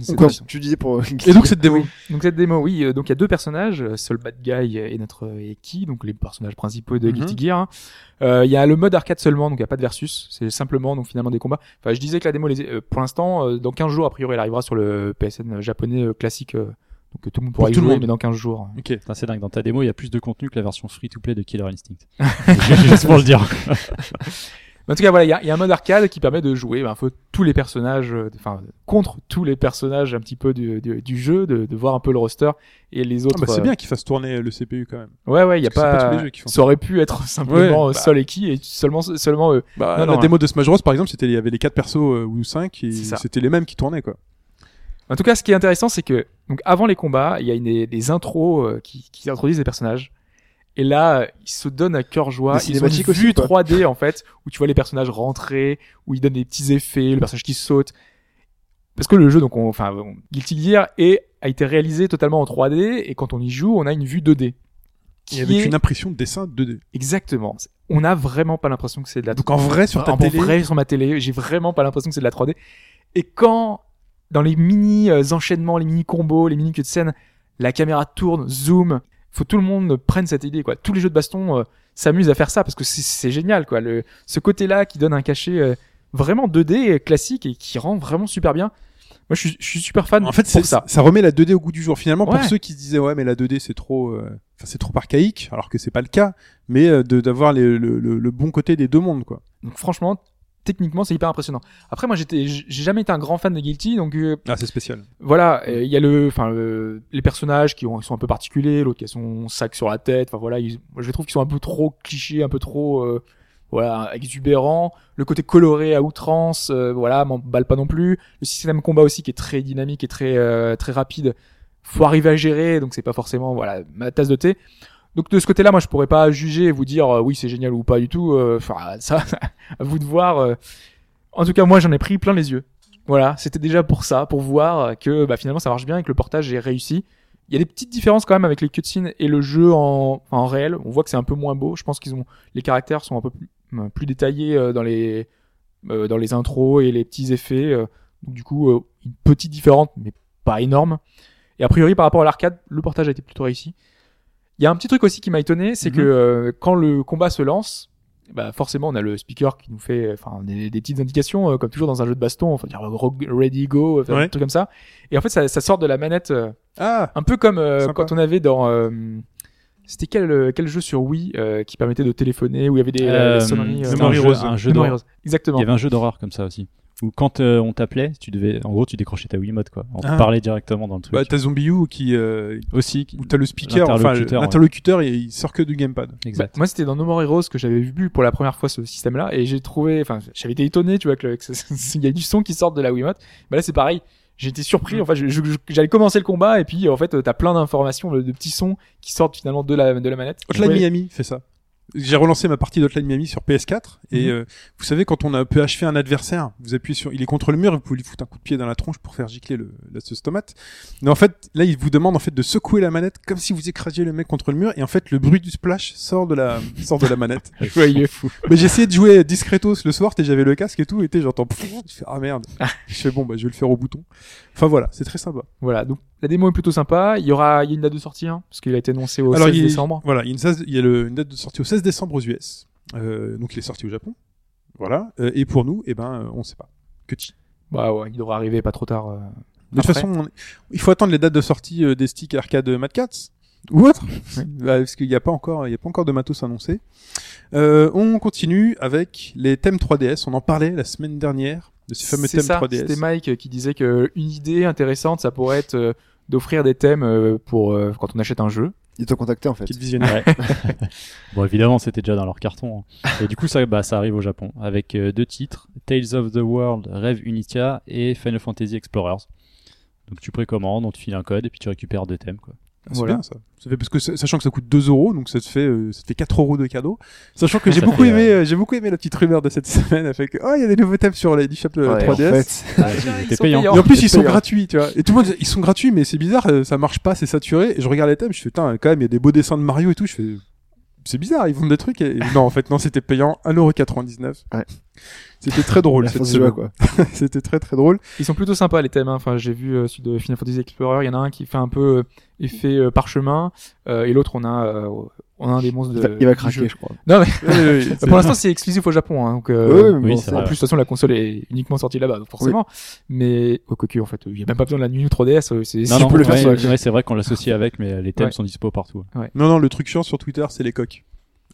Speaker 5: C'est
Speaker 6: Quoi,
Speaker 5: pas sûr.
Speaker 6: tu disais pour.
Speaker 3: Et donc cette démo.
Speaker 5: Oui. Donc cette démo, oui, euh, donc il y a deux personnages, euh, Soul Bad Guy et notre euh, et Ki, donc les personnages principaux de
Speaker 3: Mhm.
Speaker 5: Guilty Gear. hein. Euh, Il y a le mode arcade seulement, donc il n'y a pas de versus, c'est simplement donc finalement des combats. Enfin, je disais que la démo, les- euh, pour l'instant, euh, dans 15 jours, a priori, elle arrivera sur le PSN japonais euh, classique, euh, donc que tout le monde pourra
Speaker 3: Pour
Speaker 5: y
Speaker 3: tout le
Speaker 5: jouer,
Speaker 3: monde.
Speaker 5: mais dans 15 jours.
Speaker 3: Ok.
Speaker 4: Putain, C'est dingue, dans ta démo, il y a plus de contenu que la version free-to-play de Killer Instinct. Juste pour le dire.
Speaker 5: Mais en tout cas, voilà, il y a- il y, a un mode arcade qui permet de jouer ben, faut tous les personnages, euh, enfin contre tous les personnages un petit peu du, du, du jeu, de, de voir un peu le roster et les
Speaker 3: Ah
Speaker 5: autres.
Speaker 3: bah, c'est
Speaker 5: euh,
Speaker 3: bien qu'ils fassent tourner le CPU quand même.
Speaker 5: Ouais, ouais, il y a
Speaker 3: Parce que
Speaker 5: pas.
Speaker 3: c'est pas tous les jeux qui font
Speaker 5: ça aurait pu être simplement euh, Sol et qui et seulement seulement euh,
Speaker 3: Bah,
Speaker 5: Non,
Speaker 3: la
Speaker 5: non,
Speaker 3: démo de Smash Bros par exemple, c'était il y avait les quatre persos euh, ou 5 et
Speaker 5: C'est ça.
Speaker 3: c'était les mêmes qui tournaient quoi.
Speaker 5: En tout cas, ce qui est intéressant, c'est que donc avant les combats, il y a une, des- des intros euh, qui, qui introduisent les personnages. Et là, euh, ils se donnent à cœur joie.
Speaker 6: Des
Speaker 5: Ils ont
Speaker 6: cinématiques
Speaker 5: une vue
Speaker 6: aussi, quoi.
Speaker 5: 3D en fait, où tu vois les personnages rentrer, où ils donnent des petits effets, le personnage qui saute. Parce que le jeu, donc, on- enfin, on- Guilty Gear est, a été réalisé totalement en 3D, et quand on y joue, on a une vue 2D.
Speaker 3: Et
Speaker 5: Qui
Speaker 3: avec
Speaker 5: est-
Speaker 3: une impression de dessin 2D.
Speaker 5: Exactement. On n'a vraiment pas l'impression que c'est de la
Speaker 3: Donc en vrai sur ta
Speaker 5: Bah, Ah, en
Speaker 3: télé,
Speaker 5: vrai sur ma télé, j'ai vraiment pas l'impression que c'est de la 3D. Et quand dans les mini euh, enchaînements, les mini combos, les mini cutscenes, la caméra tourne, zoom, faut que tout le monde prenne cette idée quoi. Tous les jeux de baston euh, s'amusent à faire ça parce que c'est- c'est génial quoi. Le, ce côté-là qui donne un cachet euh, vraiment 2D classique et qui rend vraiment super bien. Moi je suis, je suis super fan
Speaker 3: en fait c'est
Speaker 5: pour
Speaker 3: ça.
Speaker 5: ça.
Speaker 3: ça remet la 2D au goût du jour finalement pour
Speaker 5: Ouais.
Speaker 3: ceux qui se disaient ouais mais la 2D c'est trop euh, enfin c'est trop archaïque alors que c'est pas le cas mais euh, de d'avoir les- le, le- le bon côté des deux mondes quoi.
Speaker 5: Donc franchement techniquement c'est hyper impressionnant. Après moi j'étais j'ai jamais été un grand fan des Guilty donc euh,
Speaker 3: Ah c'est spécial.
Speaker 5: Voilà, euh, il y a le, enfin le- les personnages qui ont, ils sont un peu particuliers, l'autre qui a son sac sur la tête, enfin voilà, ils- moi, je trouve qu'ils sont un peu trop clichés, un peu trop euh, voilà exubérants. Le côté coloré à outrance, euh, voilà, m'emballe pas non plus. Le système combat aussi qui est très dynamique et très euh, très rapide, faut arriver à gérer, donc c'est pas forcément voilà ma tasse de thé. Donc de ce côté-là, moi je pourrais pas juger et vous dire euh, oui c'est génial ou pas du tout. euh, Enfin ça, à vous de voir. euh. En tout cas moi j'en ai pris plein les yeux. Voilà, c'était déjà pour ça, pour voir que bah, finalement ça marche bien et que le portage est réussi. Il y a des petites différences quand même avec les cutscenes et le jeu en, en réel. On voit que c'est un peu moins beau. Je pense qu'ils ont les caractères sont un peu plus, plus détaillés euh, dans les euh, dans les intros et les petits effets. euh. Donc, du coup, euh, une petite différence, mais pas énorme. Et a priori, par rapport à l'arcade, le portage a été plutôt réussi. Il y a un petit truc aussi qui m'a étonné, c'est que
Speaker 3: Mhm.
Speaker 5: euh, quand le combat se lance, bah forcément on a le speaker qui nous fait euh, enfin des, des petites indications euh, comme toujours dans un jeu de baston, enfin dire rock- ready go, euh, enfin,
Speaker 3: Ouais.
Speaker 5: un truc comme ça. Et en fait, ça, ça sort de la manette. euh,
Speaker 3: Ah
Speaker 5: un peu comme euh,
Speaker 3: Sympa.
Speaker 5: quand on avait dans. euh, c'était quel, euh, quel jeu sur Wii euh, qui permettait de téléphoner où il y avait des, euh,
Speaker 4: Euh,
Speaker 5: des sonneries
Speaker 4: c'était
Speaker 5: euh,
Speaker 4: un
Speaker 3: Memory
Speaker 4: jeu-
Speaker 3: Rose.
Speaker 4: un jeu
Speaker 5: Memory
Speaker 4: d'horreur.
Speaker 5: Rose. Exactement.
Speaker 4: Il y avait un jeu d'horreur comme ça aussi. Où quand euh, on t'appelait, tu devais, en gros, tu décrochais ta Wiimote, quoi. On te
Speaker 3: Ah.
Speaker 4: parlait directement dans le truc.
Speaker 3: bah t'as Zombie U qui euh,
Speaker 4: aussi, qui-
Speaker 3: où t'as le speaker enfin le-
Speaker 4: L'interlocuteur, ouais.
Speaker 3: l'interlocuteur il, il sort que du gamepad.
Speaker 5: Bah,
Speaker 4: exact.
Speaker 5: moi, c'était dans No More Heroes que j'avais vu pour la première fois ce système-là, et j'ai trouvé, enfin, j'avais été étonné, tu vois, que le- que ce- il y a du son qui sort de la Wiimote. Bah là, c'est pareil. J'étais surpris. En fait, je- je- je- j'allais commencer le combat, et puis en fait, euh, t'as plein d'informations, de, de petits sons qui sortent finalement de la de la manette.
Speaker 3: Hotline
Speaker 5: Ouais.
Speaker 3: Miami fait ça. J'ai relancé ma partie d'Hotline Miami sur PS4 et
Speaker 5: Mhm.
Speaker 3: euh, vous savez quand on a peut achever un adversaire, vous appuyez sur, il est contre le mur, vous pouvez lui foutre un coup de pied dans la tronche pour faire gicler le, la sauce tomate. Mais en fait, là, il vous demande en fait de secouer la manette comme si vous écrasiez le mec contre le mur et en fait le bruit du splash sort de la sort de la manette.
Speaker 5: Joyeux.
Speaker 3: Mais j'essayais de jouer discretos le soir et j'avais le casque et tout et t'es, j'entends pfff, je fais ah merde. je fais bon bah je vais le faire au bouton. Enfin voilà, c'est très sympa.
Speaker 5: Voilà. Donc la démo est plutôt sympa. Il y aura, il y a une date de sortie, hein, parce qu'il a été annoncé au 16
Speaker 3: il y a-
Speaker 5: décembre.
Speaker 3: Voilà, il y a, une, 16 il y a le- une date de sortie au 16 décembre aux US. Euh, donc il est sorti au Japon. Voilà. Euh, et pour nous, eh ben, euh, on sait pas. Que chi.
Speaker 5: Bah ouais, il devrait arriver pas trop tard. euh.
Speaker 3: De toute
Speaker 5: Après.
Speaker 3: façon, on- il faut attendre les dates de sortie euh, des sticks arcade Mad Cats ou autres, Bah, parce qu'il n'y a pas encore, il y a pas encore de matos annoncé. Euh, on continue avec les thèmes 3DS. On en parlait la semaine dernière de ces fameux
Speaker 5: C'est
Speaker 3: thèmes
Speaker 5: ça,
Speaker 3: 3DS.
Speaker 5: c'était Mike qui disait que une idée intéressante, ça pourrait être euh, d'offrir des thèmes euh, pour euh, quand on achète un jeu.
Speaker 6: Ils t'ont contacté en fait.
Speaker 3: Petite visionnaire.
Speaker 4: Bon, évidemment, c'était déjà dans leur carton. hein. Et du coup, ça, bah, ça arrive au Japon avec euh, deux titres Tales of the World, Rêve Unitia et Final Fantasy Explorers. Donc tu précommandes, on te file un code et puis tu récupères deux thèmes. Quoi.
Speaker 3: Ah, C'est
Speaker 5: Voilà.
Speaker 3: bien ça. ça fait, parce que ça- sachant que ça coûte 2 euros, donc ça te fait, euh, ça te fait 4 euros de cadeau. Sachant que j'ai
Speaker 4: Ça
Speaker 3: beaucoup
Speaker 4: fait,
Speaker 3: aimé, euh, j'ai beaucoup aimé la petite rumeur de cette semaine. Elle fait que, oh, il y a des nouveaux thèmes sur les eShop euh,
Speaker 6: Ouais,
Speaker 3: 3DS.
Speaker 6: en fait.
Speaker 4: ils
Speaker 5: Ah, ils
Speaker 4: étaient
Speaker 5: sont
Speaker 4: payants.
Speaker 5: payants.
Speaker 3: Et en plus,
Speaker 6: c'est
Speaker 3: ils sont
Speaker 6: payant.
Speaker 3: gratuits, tu vois. Et tout le monde, dit, ils sont gratuits, mais c'est bizarre, euh, ça marche pas, c'est saturé. Et je regarde les thèmes, je fais, putain, quand même, il y a des beaux dessins de Mario et tout. Je fais, c'est bizarre, ils vendent des trucs. Et... Non, en fait, non, c'était payant 1,99€.
Speaker 6: Ouais.
Speaker 3: C'était très drôle,
Speaker 6: La
Speaker 3: cette
Speaker 6: force du jeu,
Speaker 4: euh,
Speaker 3: semaine.
Speaker 6: quoi.
Speaker 3: C'était très très drôle.
Speaker 5: Ils sont plutôt sympas les thèmes. hein. Enfin, j'ai vu euh, celui de Final Fantasy Explorer, il y en a un qui fait un peu euh, effet euh, parchemin, euh, et l'autre on a euh, on a un des monstres
Speaker 6: Il va,
Speaker 5: de.
Speaker 6: il va
Speaker 5: du
Speaker 6: craquer,
Speaker 5: jeu.
Speaker 6: je crois.
Speaker 3: Oui, oui, oui, c'est-
Speaker 5: Pour l'instant, c'est exclusif au Japon, hein, donc. euh,
Speaker 6: Ouais, ouais, mais
Speaker 4: oui,
Speaker 6: bon,
Speaker 4: c'est
Speaker 5: En
Speaker 4: vrai.
Speaker 5: plus, de toute façon, la console est uniquement sortie là-bas, donc forcément. Mais, oh, quoique, en fait, il n'y a même pas besoin de la New 3DS. euh, C'est,
Speaker 4: Non,
Speaker 6: tu
Speaker 4: non,
Speaker 6: peux le faire
Speaker 4: ouais,
Speaker 6: sur la-
Speaker 4: ouais, c'est vrai qu'on l'associe avec, mais les thèmes
Speaker 5: Ouais.
Speaker 4: sont dispo partout.
Speaker 3: Non, non, le truc chiant sur Twitter, c'est les coques.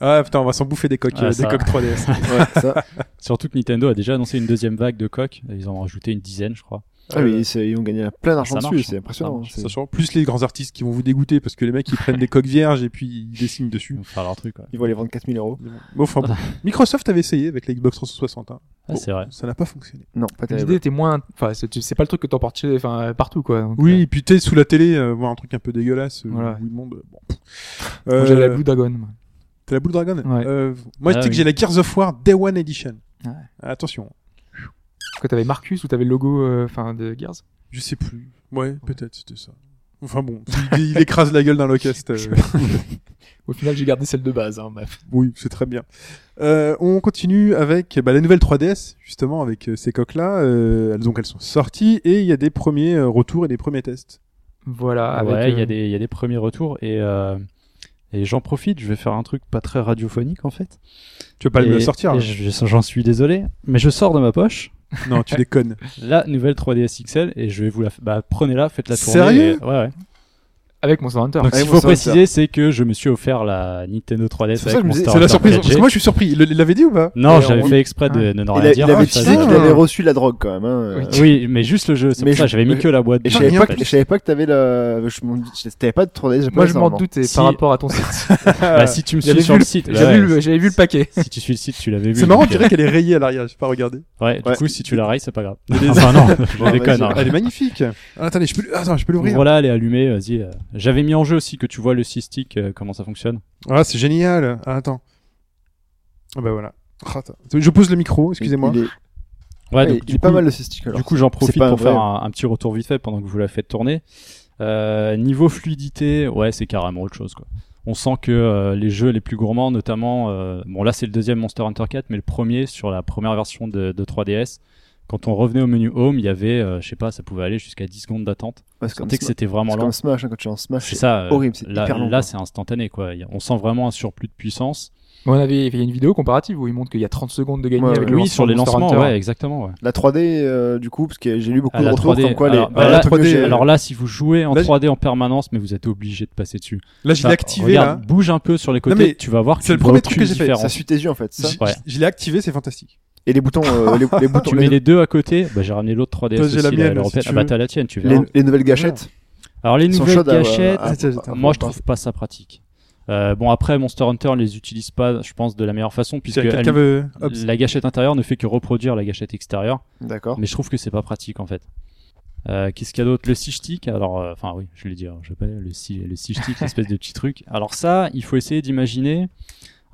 Speaker 3: Ah putain, on va s'en bouffer des coques,
Speaker 4: Ah,
Speaker 3: euh, des
Speaker 4: ça.
Speaker 3: coques 3DS.
Speaker 6: Ouais, ça.
Speaker 4: Surtout que Nintendo a déjà annoncé une deuxième vague de coques. et Ils en ont rajouté une dizaine, je crois.
Speaker 6: Ah, mais ils, se- ils ont gagné plein d'argent
Speaker 4: Ça
Speaker 6: dessus,
Speaker 4: marche,
Speaker 6: c'est
Speaker 4: hein. Ça
Speaker 6: impressionnant.
Speaker 4: marche,
Speaker 6: c'est-
Speaker 3: Sachant plus les grands artistes qui vont vous dégoûter parce que les mecs ils prennent des coques vierges et puis ils dessinent dessus.
Speaker 4: Ils vont faire leur truc. ouais.
Speaker 6: Ils vont les vendre 4000 euros.
Speaker 3: Bon, enfin, bon. Microsoft avait essayé avec la Xbox 360, hein.
Speaker 4: Ah,
Speaker 3: Bon.
Speaker 4: c'est vrai.
Speaker 3: ça n'a pas fonctionné.
Speaker 6: Non, pas
Speaker 5: L'idée
Speaker 6: terrible.
Speaker 5: était moins, enfin, c'est, c'est pas le truc que t'emportes chez- enfin, partout, quoi. Donc,
Speaker 3: Oui, et puis tu sais, sous la télé, euh, voir un truc un peu dégueulasse euh,
Speaker 5: Voilà.
Speaker 3: où le monde. Bon.
Speaker 5: euh,
Speaker 3: Euh,
Speaker 5: moi, j'avais la Blue Dragon. moi.
Speaker 3: T'as la Blue Dragon
Speaker 5: Ouais.
Speaker 3: Euh, Moi, je
Speaker 4: Ah
Speaker 3: sais que
Speaker 4: oui.
Speaker 3: j'ai la Gears of War Day One Edition.
Speaker 5: Ouais.
Speaker 3: Attention,
Speaker 5: Quand t'avais Marcus ou t'avais le logo, euh, enfin, de Gears.
Speaker 3: je sais plus. Ouais, peut-être c'était ça. Enfin bon, il, il écrase la gueule d'un locust. euh,
Speaker 5: Au final, j'ai gardé celle de base, hein, bref.
Speaker 3: oui, c'est très bien. Euh, on continue avec bah, la nouvelle 3DS, justement, avec euh, ces coques-là. Euh, elles- donc elles sont sorties et il y a des premiers euh, retours et des premiers tests.
Speaker 5: Voilà.
Speaker 6: Ah,
Speaker 5: avec,
Speaker 4: ouais, il y,
Speaker 5: euh,
Speaker 4: a des- il y a des premiers retours et, euh, et j'en profite. Je vais faire un truc pas très radiophonique en fait.
Speaker 3: Tu veux pas
Speaker 4: Et-
Speaker 3: le sortir hein.
Speaker 4: et
Speaker 6: hein.
Speaker 3: là
Speaker 4: je- J'en suis désolé, mais je sors de ma poche
Speaker 3: Non, tu déconnes.
Speaker 4: la nouvelle 3DS XL et je vais vous la. f- Bah, prenez-la, faites-la tourner.
Speaker 3: Sérieux
Speaker 4: et- Ouais, ouais.
Speaker 5: Avec Monster Hunter.
Speaker 4: Donc, ce
Speaker 6: allez,
Speaker 4: qu'il
Speaker 6: moi,
Speaker 4: faut
Speaker 6: Ah, ça va, ça.
Speaker 4: préciser, c'est que je me suis offert la Nintendo 3DS
Speaker 6: C'est pour ça
Speaker 4: avec
Speaker 6: que je me disais,
Speaker 4: Monster
Speaker 3: C'est la
Speaker 4: Hunter
Speaker 3: surprise. Parce
Speaker 4: 4G.
Speaker 3: que moi, je suis surpris. Il l'avait dit ou pas
Speaker 4: Non,
Speaker 5: Ouais,
Speaker 4: j'avais
Speaker 5: on-
Speaker 4: fait exprès de ne
Speaker 5: Il
Speaker 4: rien
Speaker 6: Ah. Il, a- il
Speaker 4: dire. hein,
Speaker 6: avait
Speaker 4: je
Speaker 6: dit
Speaker 4: savais-
Speaker 6: qu'il avait reçu la drogue quand même. hein.
Speaker 5: Oui.
Speaker 4: Ah. Oui, mais juste le jeu. C'est
Speaker 6: Mais
Speaker 4: pour ça,
Speaker 6: je-
Speaker 4: j'avais mis que la boîte.
Speaker 6: Et je
Speaker 4: de-
Speaker 6: savais
Speaker 4: en
Speaker 6: pas,
Speaker 4: fait.
Speaker 6: que- je savais pas que t'avais la. Je m'en- je- T'avais pas de 3DS
Speaker 5: Moi,
Speaker 6: japonaise.
Speaker 5: je m'en
Speaker 6: normalement.
Speaker 5: doutais
Speaker 4: Si.
Speaker 5: par rapport à ton site.
Speaker 4: Bah, si tu me
Speaker 5: J'avais
Speaker 4: suis sur
Speaker 5: vu
Speaker 4: le site. bah ouais,
Speaker 5: J'avais vu, le- j'avais vu le paquet.
Speaker 4: Si tu suis le site, tu l'avais vu.
Speaker 3: C'est marrant, on
Speaker 4: donc, euh,
Speaker 3: dirait qu'elle est rayée à l'arrière, j'ai pas regardé.
Speaker 4: Ouais,
Speaker 6: Ouais.
Speaker 4: du coup, si tu la rayes, c'est pas grave. Enfin, non, je
Speaker 6: Ah,
Speaker 4: déconne.
Speaker 6: vas-y.
Speaker 4: hein.
Speaker 3: Elle est magnifique. Ah, attendez, je peux, l- attends, je peux l'ouvrir.
Speaker 4: Voilà, elle est allumée, vas-y. euh. J'avais mis en jeu aussi que tu vois le C-Stick, euh, comment ça fonctionne.
Speaker 3: Ah, c'est génial. Ah, attends. Ah, bah voilà. Ah, attends. Je pose le micro, excusez-moi.
Speaker 6: Il est,
Speaker 4: Ouais,
Speaker 6: ouais,
Speaker 4: donc,
Speaker 6: il
Speaker 4: du
Speaker 6: est pas
Speaker 4: coup,
Speaker 6: mal le cystique alors.
Speaker 4: Du coup, j'en
Speaker 6: C'est
Speaker 4: profite
Speaker 6: pas
Speaker 4: pour
Speaker 6: vrai.
Speaker 4: faire un, un petit retour vite fait pendant que vous la faites tourner. Euh, niveau fluidité, ouais, c'est carrément autre chose. Quoi. On sent que euh, les jeux les plus gourmands, notamment, euh, bon là c'est le deuxième Monster Hunter 4, mais le premier sur la première version de, de 3DS, quand on revenait au menu Home, il y avait, euh, je sais pas, ça pouvait aller jusqu'à 10 secondes d'attente.
Speaker 6: Ouais, c'est
Speaker 4: On
Speaker 6: comme,
Speaker 4: sentait que
Speaker 6: Sma-
Speaker 4: c'était vraiment
Speaker 6: c'est
Speaker 4: lent.
Speaker 6: comme Smash, hein, quand tu es en Smash.
Speaker 4: C'est ça. euh,
Speaker 6: horrible, c'est
Speaker 4: là,
Speaker 6: hyper long,
Speaker 4: là,
Speaker 6: quoi.
Speaker 4: c'est instantané quoi. Y- On sent vraiment un surplus de puissance.
Speaker 5: Mais on avait, il y a une vidéo comparative où il montre qu'il y a 30 secondes de gagner
Speaker 6: Ouais,
Speaker 5: avec
Speaker 6: ouais.
Speaker 5: le
Speaker 4: oui,
Speaker 5: lancement
Speaker 4: sur
Speaker 5: de
Speaker 4: les
Speaker 5: Monster
Speaker 4: lancements,
Speaker 5: Hunter.
Speaker 4: ouais, exactement. Ouais.
Speaker 6: La 3D, euh, du coup, parce que j'ai lu beaucoup
Speaker 4: Ah,
Speaker 6: de
Speaker 4: la
Speaker 6: retours
Speaker 4: 3D,
Speaker 6: comme quoi les.
Speaker 4: alors, bah,
Speaker 6: Ouais,
Speaker 4: la
Speaker 6: truc que
Speaker 3: 3D,
Speaker 6: j'ai-
Speaker 4: Alors là, si vous jouez en
Speaker 3: Là, j'ai-
Speaker 4: 3D en permanence, mais vous êtes obligé de passer dessus.
Speaker 3: Là, je
Speaker 4: Ça,
Speaker 3: l'ai activé,
Speaker 4: Ah, regarde,
Speaker 3: là.
Speaker 4: bouge un peu sur les côtés,
Speaker 3: mais
Speaker 4: tu vas voir que
Speaker 3: c'est le
Speaker 4: tu
Speaker 3: premier
Speaker 4: vois
Speaker 3: truc
Speaker 4: aucune
Speaker 3: que j'ai fait,
Speaker 4: différence.
Speaker 6: Ça suit tes yeux en fait. ça.
Speaker 3: Je,
Speaker 4: Ouais.
Speaker 3: je- je l'ai activé, c'est fantastique.
Speaker 6: Et les boutons, euh, les, les boutons,
Speaker 4: Tu mets
Speaker 6: les,
Speaker 4: les deux à côté. Bah, j'ai ramené l'autre 3DS
Speaker 3: Toi,
Speaker 4: aussi,
Speaker 3: j'ai la
Speaker 4: la-
Speaker 3: mienne,
Speaker 4: l'européenne.
Speaker 3: si tu
Speaker 4: Ah bah
Speaker 3: veux.
Speaker 4: t'as la tienne, tu
Speaker 6: les-
Speaker 4: verras.
Speaker 6: les nouvelles gâchettes.
Speaker 4: Alors les
Speaker 6: Ils sont
Speaker 4: nouvelles
Speaker 6: chaudes à-
Speaker 4: gâchettes,
Speaker 3: Ah,
Speaker 6: à- à-
Speaker 4: Ah, moi je trouve pas ça pratique. Euh, bon après Monster Hunter on les utilise pas, je pense, de la meilleure façon puisque
Speaker 3: Quelqu'un
Speaker 4: elle-
Speaker 3: veut- hop.
Speaker 4: la gâchette intérieure ne fait que reproduire la gâchette extérieure.
Speaker 6: D'accord.
Speaker 4: Mais je trouve que c'est pas pratique en fait. Euh, Qu'est-ce qu'il y a d'autre Le stick alors, euh, enfin oui, je l'ai dit, hein, je connais le si- le stick espèce de petit truc. Alors ça, il faut essayer d'imaginer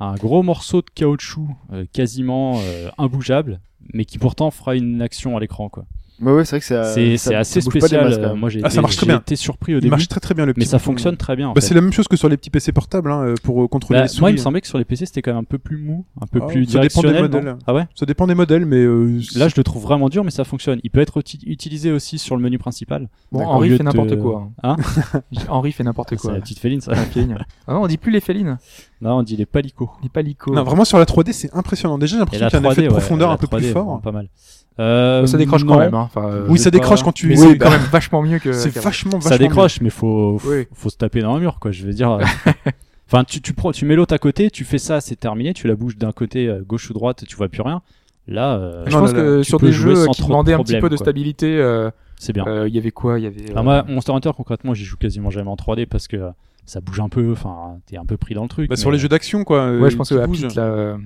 Speaker 4: un gros morceau de caoutchouc euh, quasiment euh, imbougeable, mais qui pourtant fera une action à l'écran quoi.
Speaker 6: Ouais, ouais, c'est vrai que ça.
Speaker 4: c'est
Speaker 6: ça-
Speaker 4: c'est
Speaker 6: ça
Speaker 4: assez
Speaker 6: bouge pas des
Speaker 4: spécial.
Speaker 6: hein.
Speaker 4: euh,
Speaker 6: masses, quand même.
Speaker 4: Moi, j'ai
Speaker 3: Ah,
Speaker 4: été,
Speaker 3: ça marche très
Speaker 4: j'ai
Speaker 3: bien.
Speaker 4: été surpris au
Speaker 3: Il
Speaker 4: début,
Speaker 3: marche très très bien le petit.
Speaker 4: mais ça fonctionne très bien. en
Speaker 3: Bah,
Speaker 4: fait.
Speaker 3: c'est la même chose que sur les petits PC portables hein, pour euh, contrôler
Speaker 4: Bah,
Speaker 3: les
Speaker 4: moi, il
Speaker 3: souris.
Speaker 4: me semblait que sur les PC, c'était quand même un peu plus mou, un peu
Speaker 3: Ah,
Speaker 4: plus
Speaker 3: ça dépend des
Speaker 4: directionnel. non
Speaker 3: modèles.
Speaker 4: ah ouais.
Speaker 3: Ça dépend des modèles, mais euh,
Speaker 4: Là, je le trouve vraiment dur, mais ça fonctionne. Il peut être uti- utilisé aussi sur le menu principal.
Speaker 5: Bon,
Speaker 4: Au
Speaker 5: Henri
Speaker 4: lieu
Speaker 5: fait
Speaker 4: de-
Speaker 5: n'importe quoi.
Speaker 4: Hein
Speaker 5: J- Henri fait n'importe
Speaker 4: C'est
Speaker 5: quoi.
Speaker 4: la petite féline, ça.
Speaker 5: Ah, féline. Ah non, on dit plus les félines,
Speaker 4: Non, on dit les palicots.
Speaker 5: les palicots.
Speaker 3: non, vraiment sur la 3D, c'est impressionnant. Déjà, j'ai
Speaker 4: Et
Speaker 3: l'impression
Speaker 4: la
Speaker 3: qu'il y a
Speaker 4: 3D,
Speaker 3: un effet de
Speaker 4: ouais,
Speaker 3: profondeur
Speaker 4: la
Speaker 3: un peu
Speaker 4: 3D,
Speaker 3: plus
Speaker 4: vraiment
Speaker 3: fort.
Speaker 4: Pas mal. Euh,
Speaker 5: ça décroche quand
Speaker 4: non.
Speaker 5: même. Hein. Enfin, euh,
Speaker 3: Oui,
Speaker 5: je
Speaker 3: ça
Speaker 5: sais
Speaker 3: décroche
Speaker 5: pas.
Speaker 3: quand tu
Speaker 5: Mais euh,
Speaker 3: essaies,
Speaker 5: c'est
Speaker 3: bah,
Speaker 5: quand même vachement mieux que.
Speaker 3: C'est
Speaker 5: qu'avant.
Speaker 3: vachement, vachement.
Speaker 4: Ça décroche, mais faut, faut,
Speaker 5: Oui.
Speaker 4: faut se taper dans un mur, quoi. Je veux dire. euh, Enfin, tu, tu prends, tu mets l'autre à côté, tu fais ça, c'est terminé. Tu la bouges d'un côté euh, gauche ou droite, tu vois plus rien. Là, euh,
Speaker 5: Je
Speaker 3: Non,
Speaker 5: pense
Speaker 3: là, là,
Speaker 5: que
Speaker 4: tu
Speaker 5: sur
Speaker 4: peux
Speaker 5: des
Speaker 4: jouer
Speaker 5: jeux
Speaker 4: sans
Speaker 5: qui
Speaker 4: trop de
Speaker 5: demandaient un petit
Speaker 4: problème,
Speaker 5: peu de
Speaker 4: quoi.
Speaker 5: stabilité, euh,
Speaker 4: c'est bien.
Speaker 5: euh, il y avait quoi Il y avait. euh,
Speaker 4: Alors moi, Monster Hunter, concrètement, j'y joue quasiment jamais en 3D parce que euh, ça bouge un peu. Enfin, t'es un peu pris dans le truc.
Speaker 3: Bah,
Speaker 4: mais,
Speaker 3: sur les
Speaker 4: euh,
Speaker 3: jeux d'action, quoi. euh,
Speaker 5: Ouais, je pense que
Speaker 3: qui
Speaker 5: la
Speaker 3: bougent.
Speaker 5: petite là. euh,